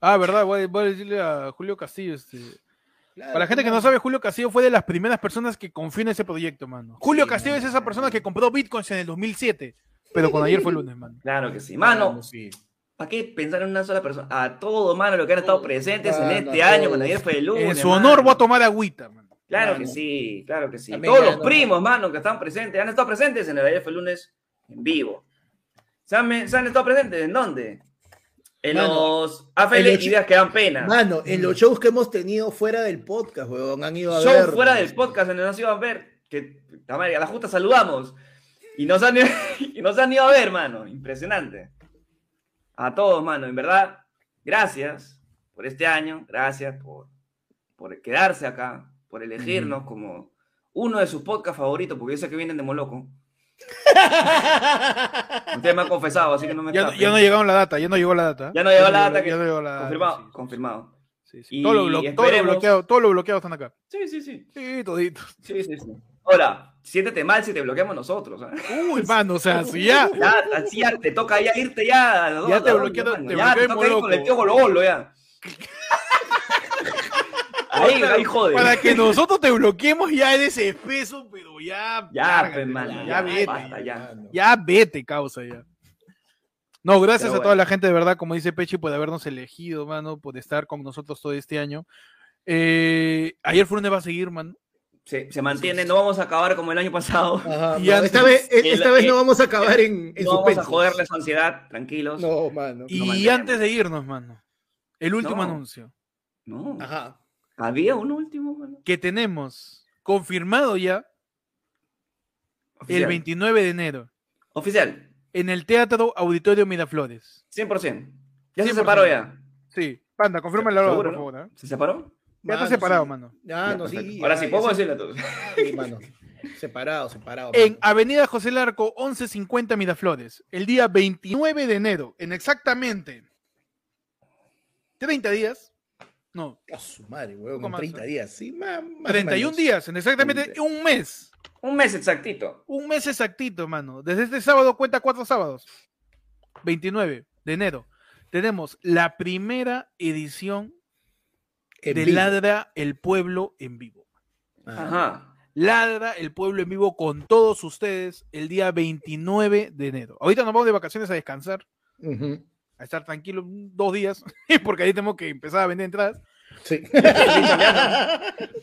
Speaker 3: Ah, verdad, voy, a- voy a decirle a Julio Castillo. Este...
Speaker 1: Claro,
Speaker 3: Para la gente que no
Speaker 1: mano.
Speaker 3: sabe, Julio Castillo fue de las primeras personas que confió en ese proyecto, mano. Julio Castillo es esa persona que compró bitcoins en el 2007, pero con ayer fue lunes, mano.
Speaker 2: Claro que sí. Mano,
Speaker 1: Mano, sí.
Speaker 2: ¿para qué pensar en una sola persona? A todos, mano, los que han estado presentes
Speaker 1: mano,
Speaker 2: en este
Speaker 1: a
Speaker 2: año,
Speaker 1: todos.
Speaker 2: cuando ayer fue el lunes.
Speaker 3: En su
Speaker 2: mano.
Speaker 3: honor voy a tomar agüita, mano.
Speaker 2: Claro que
Speaker 1: Mano.
Speaker 2: sí, claro que sí.
Speaker 1: También
Speaker 2: Todos los
Speaker 1: ganó,
Speaker 2: primos, mano, que están presentes, han estado presentes en el ayer fue el lunes. en vivo. ¿Se han, se han estado presentes? ¿En dónde? En
Speaker 1: Mano,
Speaker 2: los AFL
Speaker 1: el-
Speaker 2: ideas que dan pena.
Speaker 1: Mano, en
Speaker 3: Mm.
Speaker 1: los shows que hemos tenido fuera del podcast, weón, han ido a
Speaker 2: show
Speaker 1: ver.
Speaker 2: fuera del podcast en el Nacido a ver, que puta madre, a la justa saludamos. Y nos, han, y nos han ido a ver, mano. Impresionante. A todos, mano. En verdad, gracias por este año. Gracias por, por quedarse acá. Por elegirnos como uno de sus podcasts favoritos. Porque yo sé que vienen de Moloco. Usted me ha confesado, así que no me
Speaker 3: Ya,
Speaker 2: estafen.
Speaker 3: ya no llegaron la data, ya no llegó la data.
Speaker 2: Ya no llegó la data. que-
Speaker 3: Ya no llegó la data.
Speaker 2: confirmado. confirmado. Y
Speaker 3: Todo lo blo- todo lo
Speaker 2: esperemos-
Speaker 3: bloqueado, todos los bloqueados están acá.
Speaker 2: Sí, sí, sí.
Speaker 3: Sí, toditos.
Speaker 2: Sí, sí, sí. Ahora, siéntete mal si te bloqueamos nosotros. ¿eh?
Speaker 3: Uy, mano, o sea, si ya.
Speaker 2: así ya te toca ya irte ya. a los
Speaker 3: Ya
Speaker 2: dos,
Speaker 3: te
Speaker 2: a los
Speaker 3: bloquearon,
Speaker 2: dos,
Speaker 3: te
Speaker 2: ya te
Speaker 3: bloqueé
Speaker 2: toca ir
Speaker 3: Moloco.
Speaker 2: con el tío Golobolo ya. Ahí, ahí jode.
Speaker 3: Para que nosotros te bloqueemos ya eres espeso, pero ya.
Speaker 2: Ya,
Speaker 3: lárgate,
Speaker 2: pues, mano,
Speaker 3: ya, vete.
Speaker 2: basta, ya.
Speaker 3: Ya vete, causa, ya. No, gracias
Speaker 2: Pero
Speaker 3: a
Speaker 2: bueno.
Speaker 3: toda la gente, de verdad, como dice Pechi, por habernos elegido, mano, por estar con nosotros todo este año. Eh, ayer Funes va a seguir, mano.
Speaker 2: Se, se mantiene, no vamos a acabar como el año pasado.
Speaker 3: Y no, antes- esta vez- esta vez no vamos a acabar en- Ah, en
Speaker 2: No vamos a
Speaker 3: suspenso.
Speaker 2: joderle su ansiedad, tranquilos. No, mano.
Speaker 3: Y antes de irnos, mano, el último
Speaker 2: No.
Speaker 3: anuncio.
Speaker 2: No.
Speaker 1: Ajá.
Speaker 2: Había un último, mano.
Speaker 3: Que tenemos confirmado ya el
Speaker 2: Oficial.
Speaker 3: 29 de enero.
Speaker 2: Oficial.
Speaker 3: En el Teatro Auditorio Miraflores.
Speaker 2: 100%. Ya se separó ya.
Speaker 3: Sí. Panda, confirma la hora,
Speaker 2: ¿Seguro,
Speaker 3: por
Speaker 2: no?
Speaker 3: favor. ¿eh?
Speaker 2: ¿Se separó?
Speaker 3: Ya
Speaker 1: Mano,
Speaker 3: está separado,
Speaker 1: sí.
Speaker 3: mano.
Speaker 1: Ya, no,
Speaker 2: perfecto.
Speaker 1: sí.
Speaker 2: Ahora
Speaker 1: ya,
Speaker 3: ah,
Speaker 2: sí,
Speaker 1: ya
Speaker 2: ¿puedo
Speaker 1: se-
Speaker 2: decirle a todos?
Speaker 1: Sí, mano. Separado, separado.
Speaker 3: En Avenida José Larco, 1150 Miraflores, el día 29 de enero, en exactamente 30 días, no,
Speaker 1: A su madre, weón,
Speaker 3: Poco
Speaker 1: en
Speaker 3: más,
Speaker 1: 30
Speaker 3: ¿eh?
Speaker 1: días, sí, más, más o
Speaker 3: 31
Speaker 1: menos.
Speaker 3: días, en exactamente un mes.
Speaker 2: Un mes exactito.
Speaker 3: Un mes exactito, mano. Desde este sábado cuenta cuatro sábados. 29 de enero. Tenemos la primera edición
Speaker 1: En
Speaker 3: de
Speaker 1: vivo. Ah,
Speaker 3: Ladra el Pueblo en vivo. Ah.
Speaker 2: Ajá.
Speaker 3: Ladra el Pueblo en vivo con todos ustedes el día 29 de enero. Ahorita nos vamos de vacaciones a descansar.
Speaker 1: Ujú.
Speaker 3: a estar tranquilo un- dos días, porque ahí tenemos que empezar a vender entradas.
Speaker 1: Sí.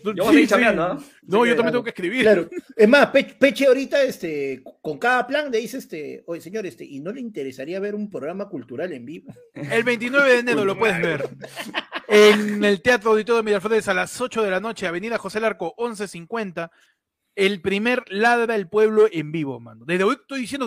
Speaker 3: Tú-
Speaker 2: Yo voy a seguir chambeando, ¿ah?
Speaker 3: No,
Speaker 1: Sí,
Speaker 3: yo también
Speaker 1: claro.
Speaker 3: tengo que escribir.
Speaker 1: Claro. Es más, Pe- Peche ahorita, este, con cada plan le dice, este, oye, señor, este, y no le interesaría ver un programa cultural en vivo.
Speaker 3: El 29 de enero lo puedes ver. En el Teatro Auditorio de Miraflores a las 8 de la noche, Avenida José Larco, 1150. El primer Ladra el Pueblo en vivo, mano. Desde hoy estoy diciendo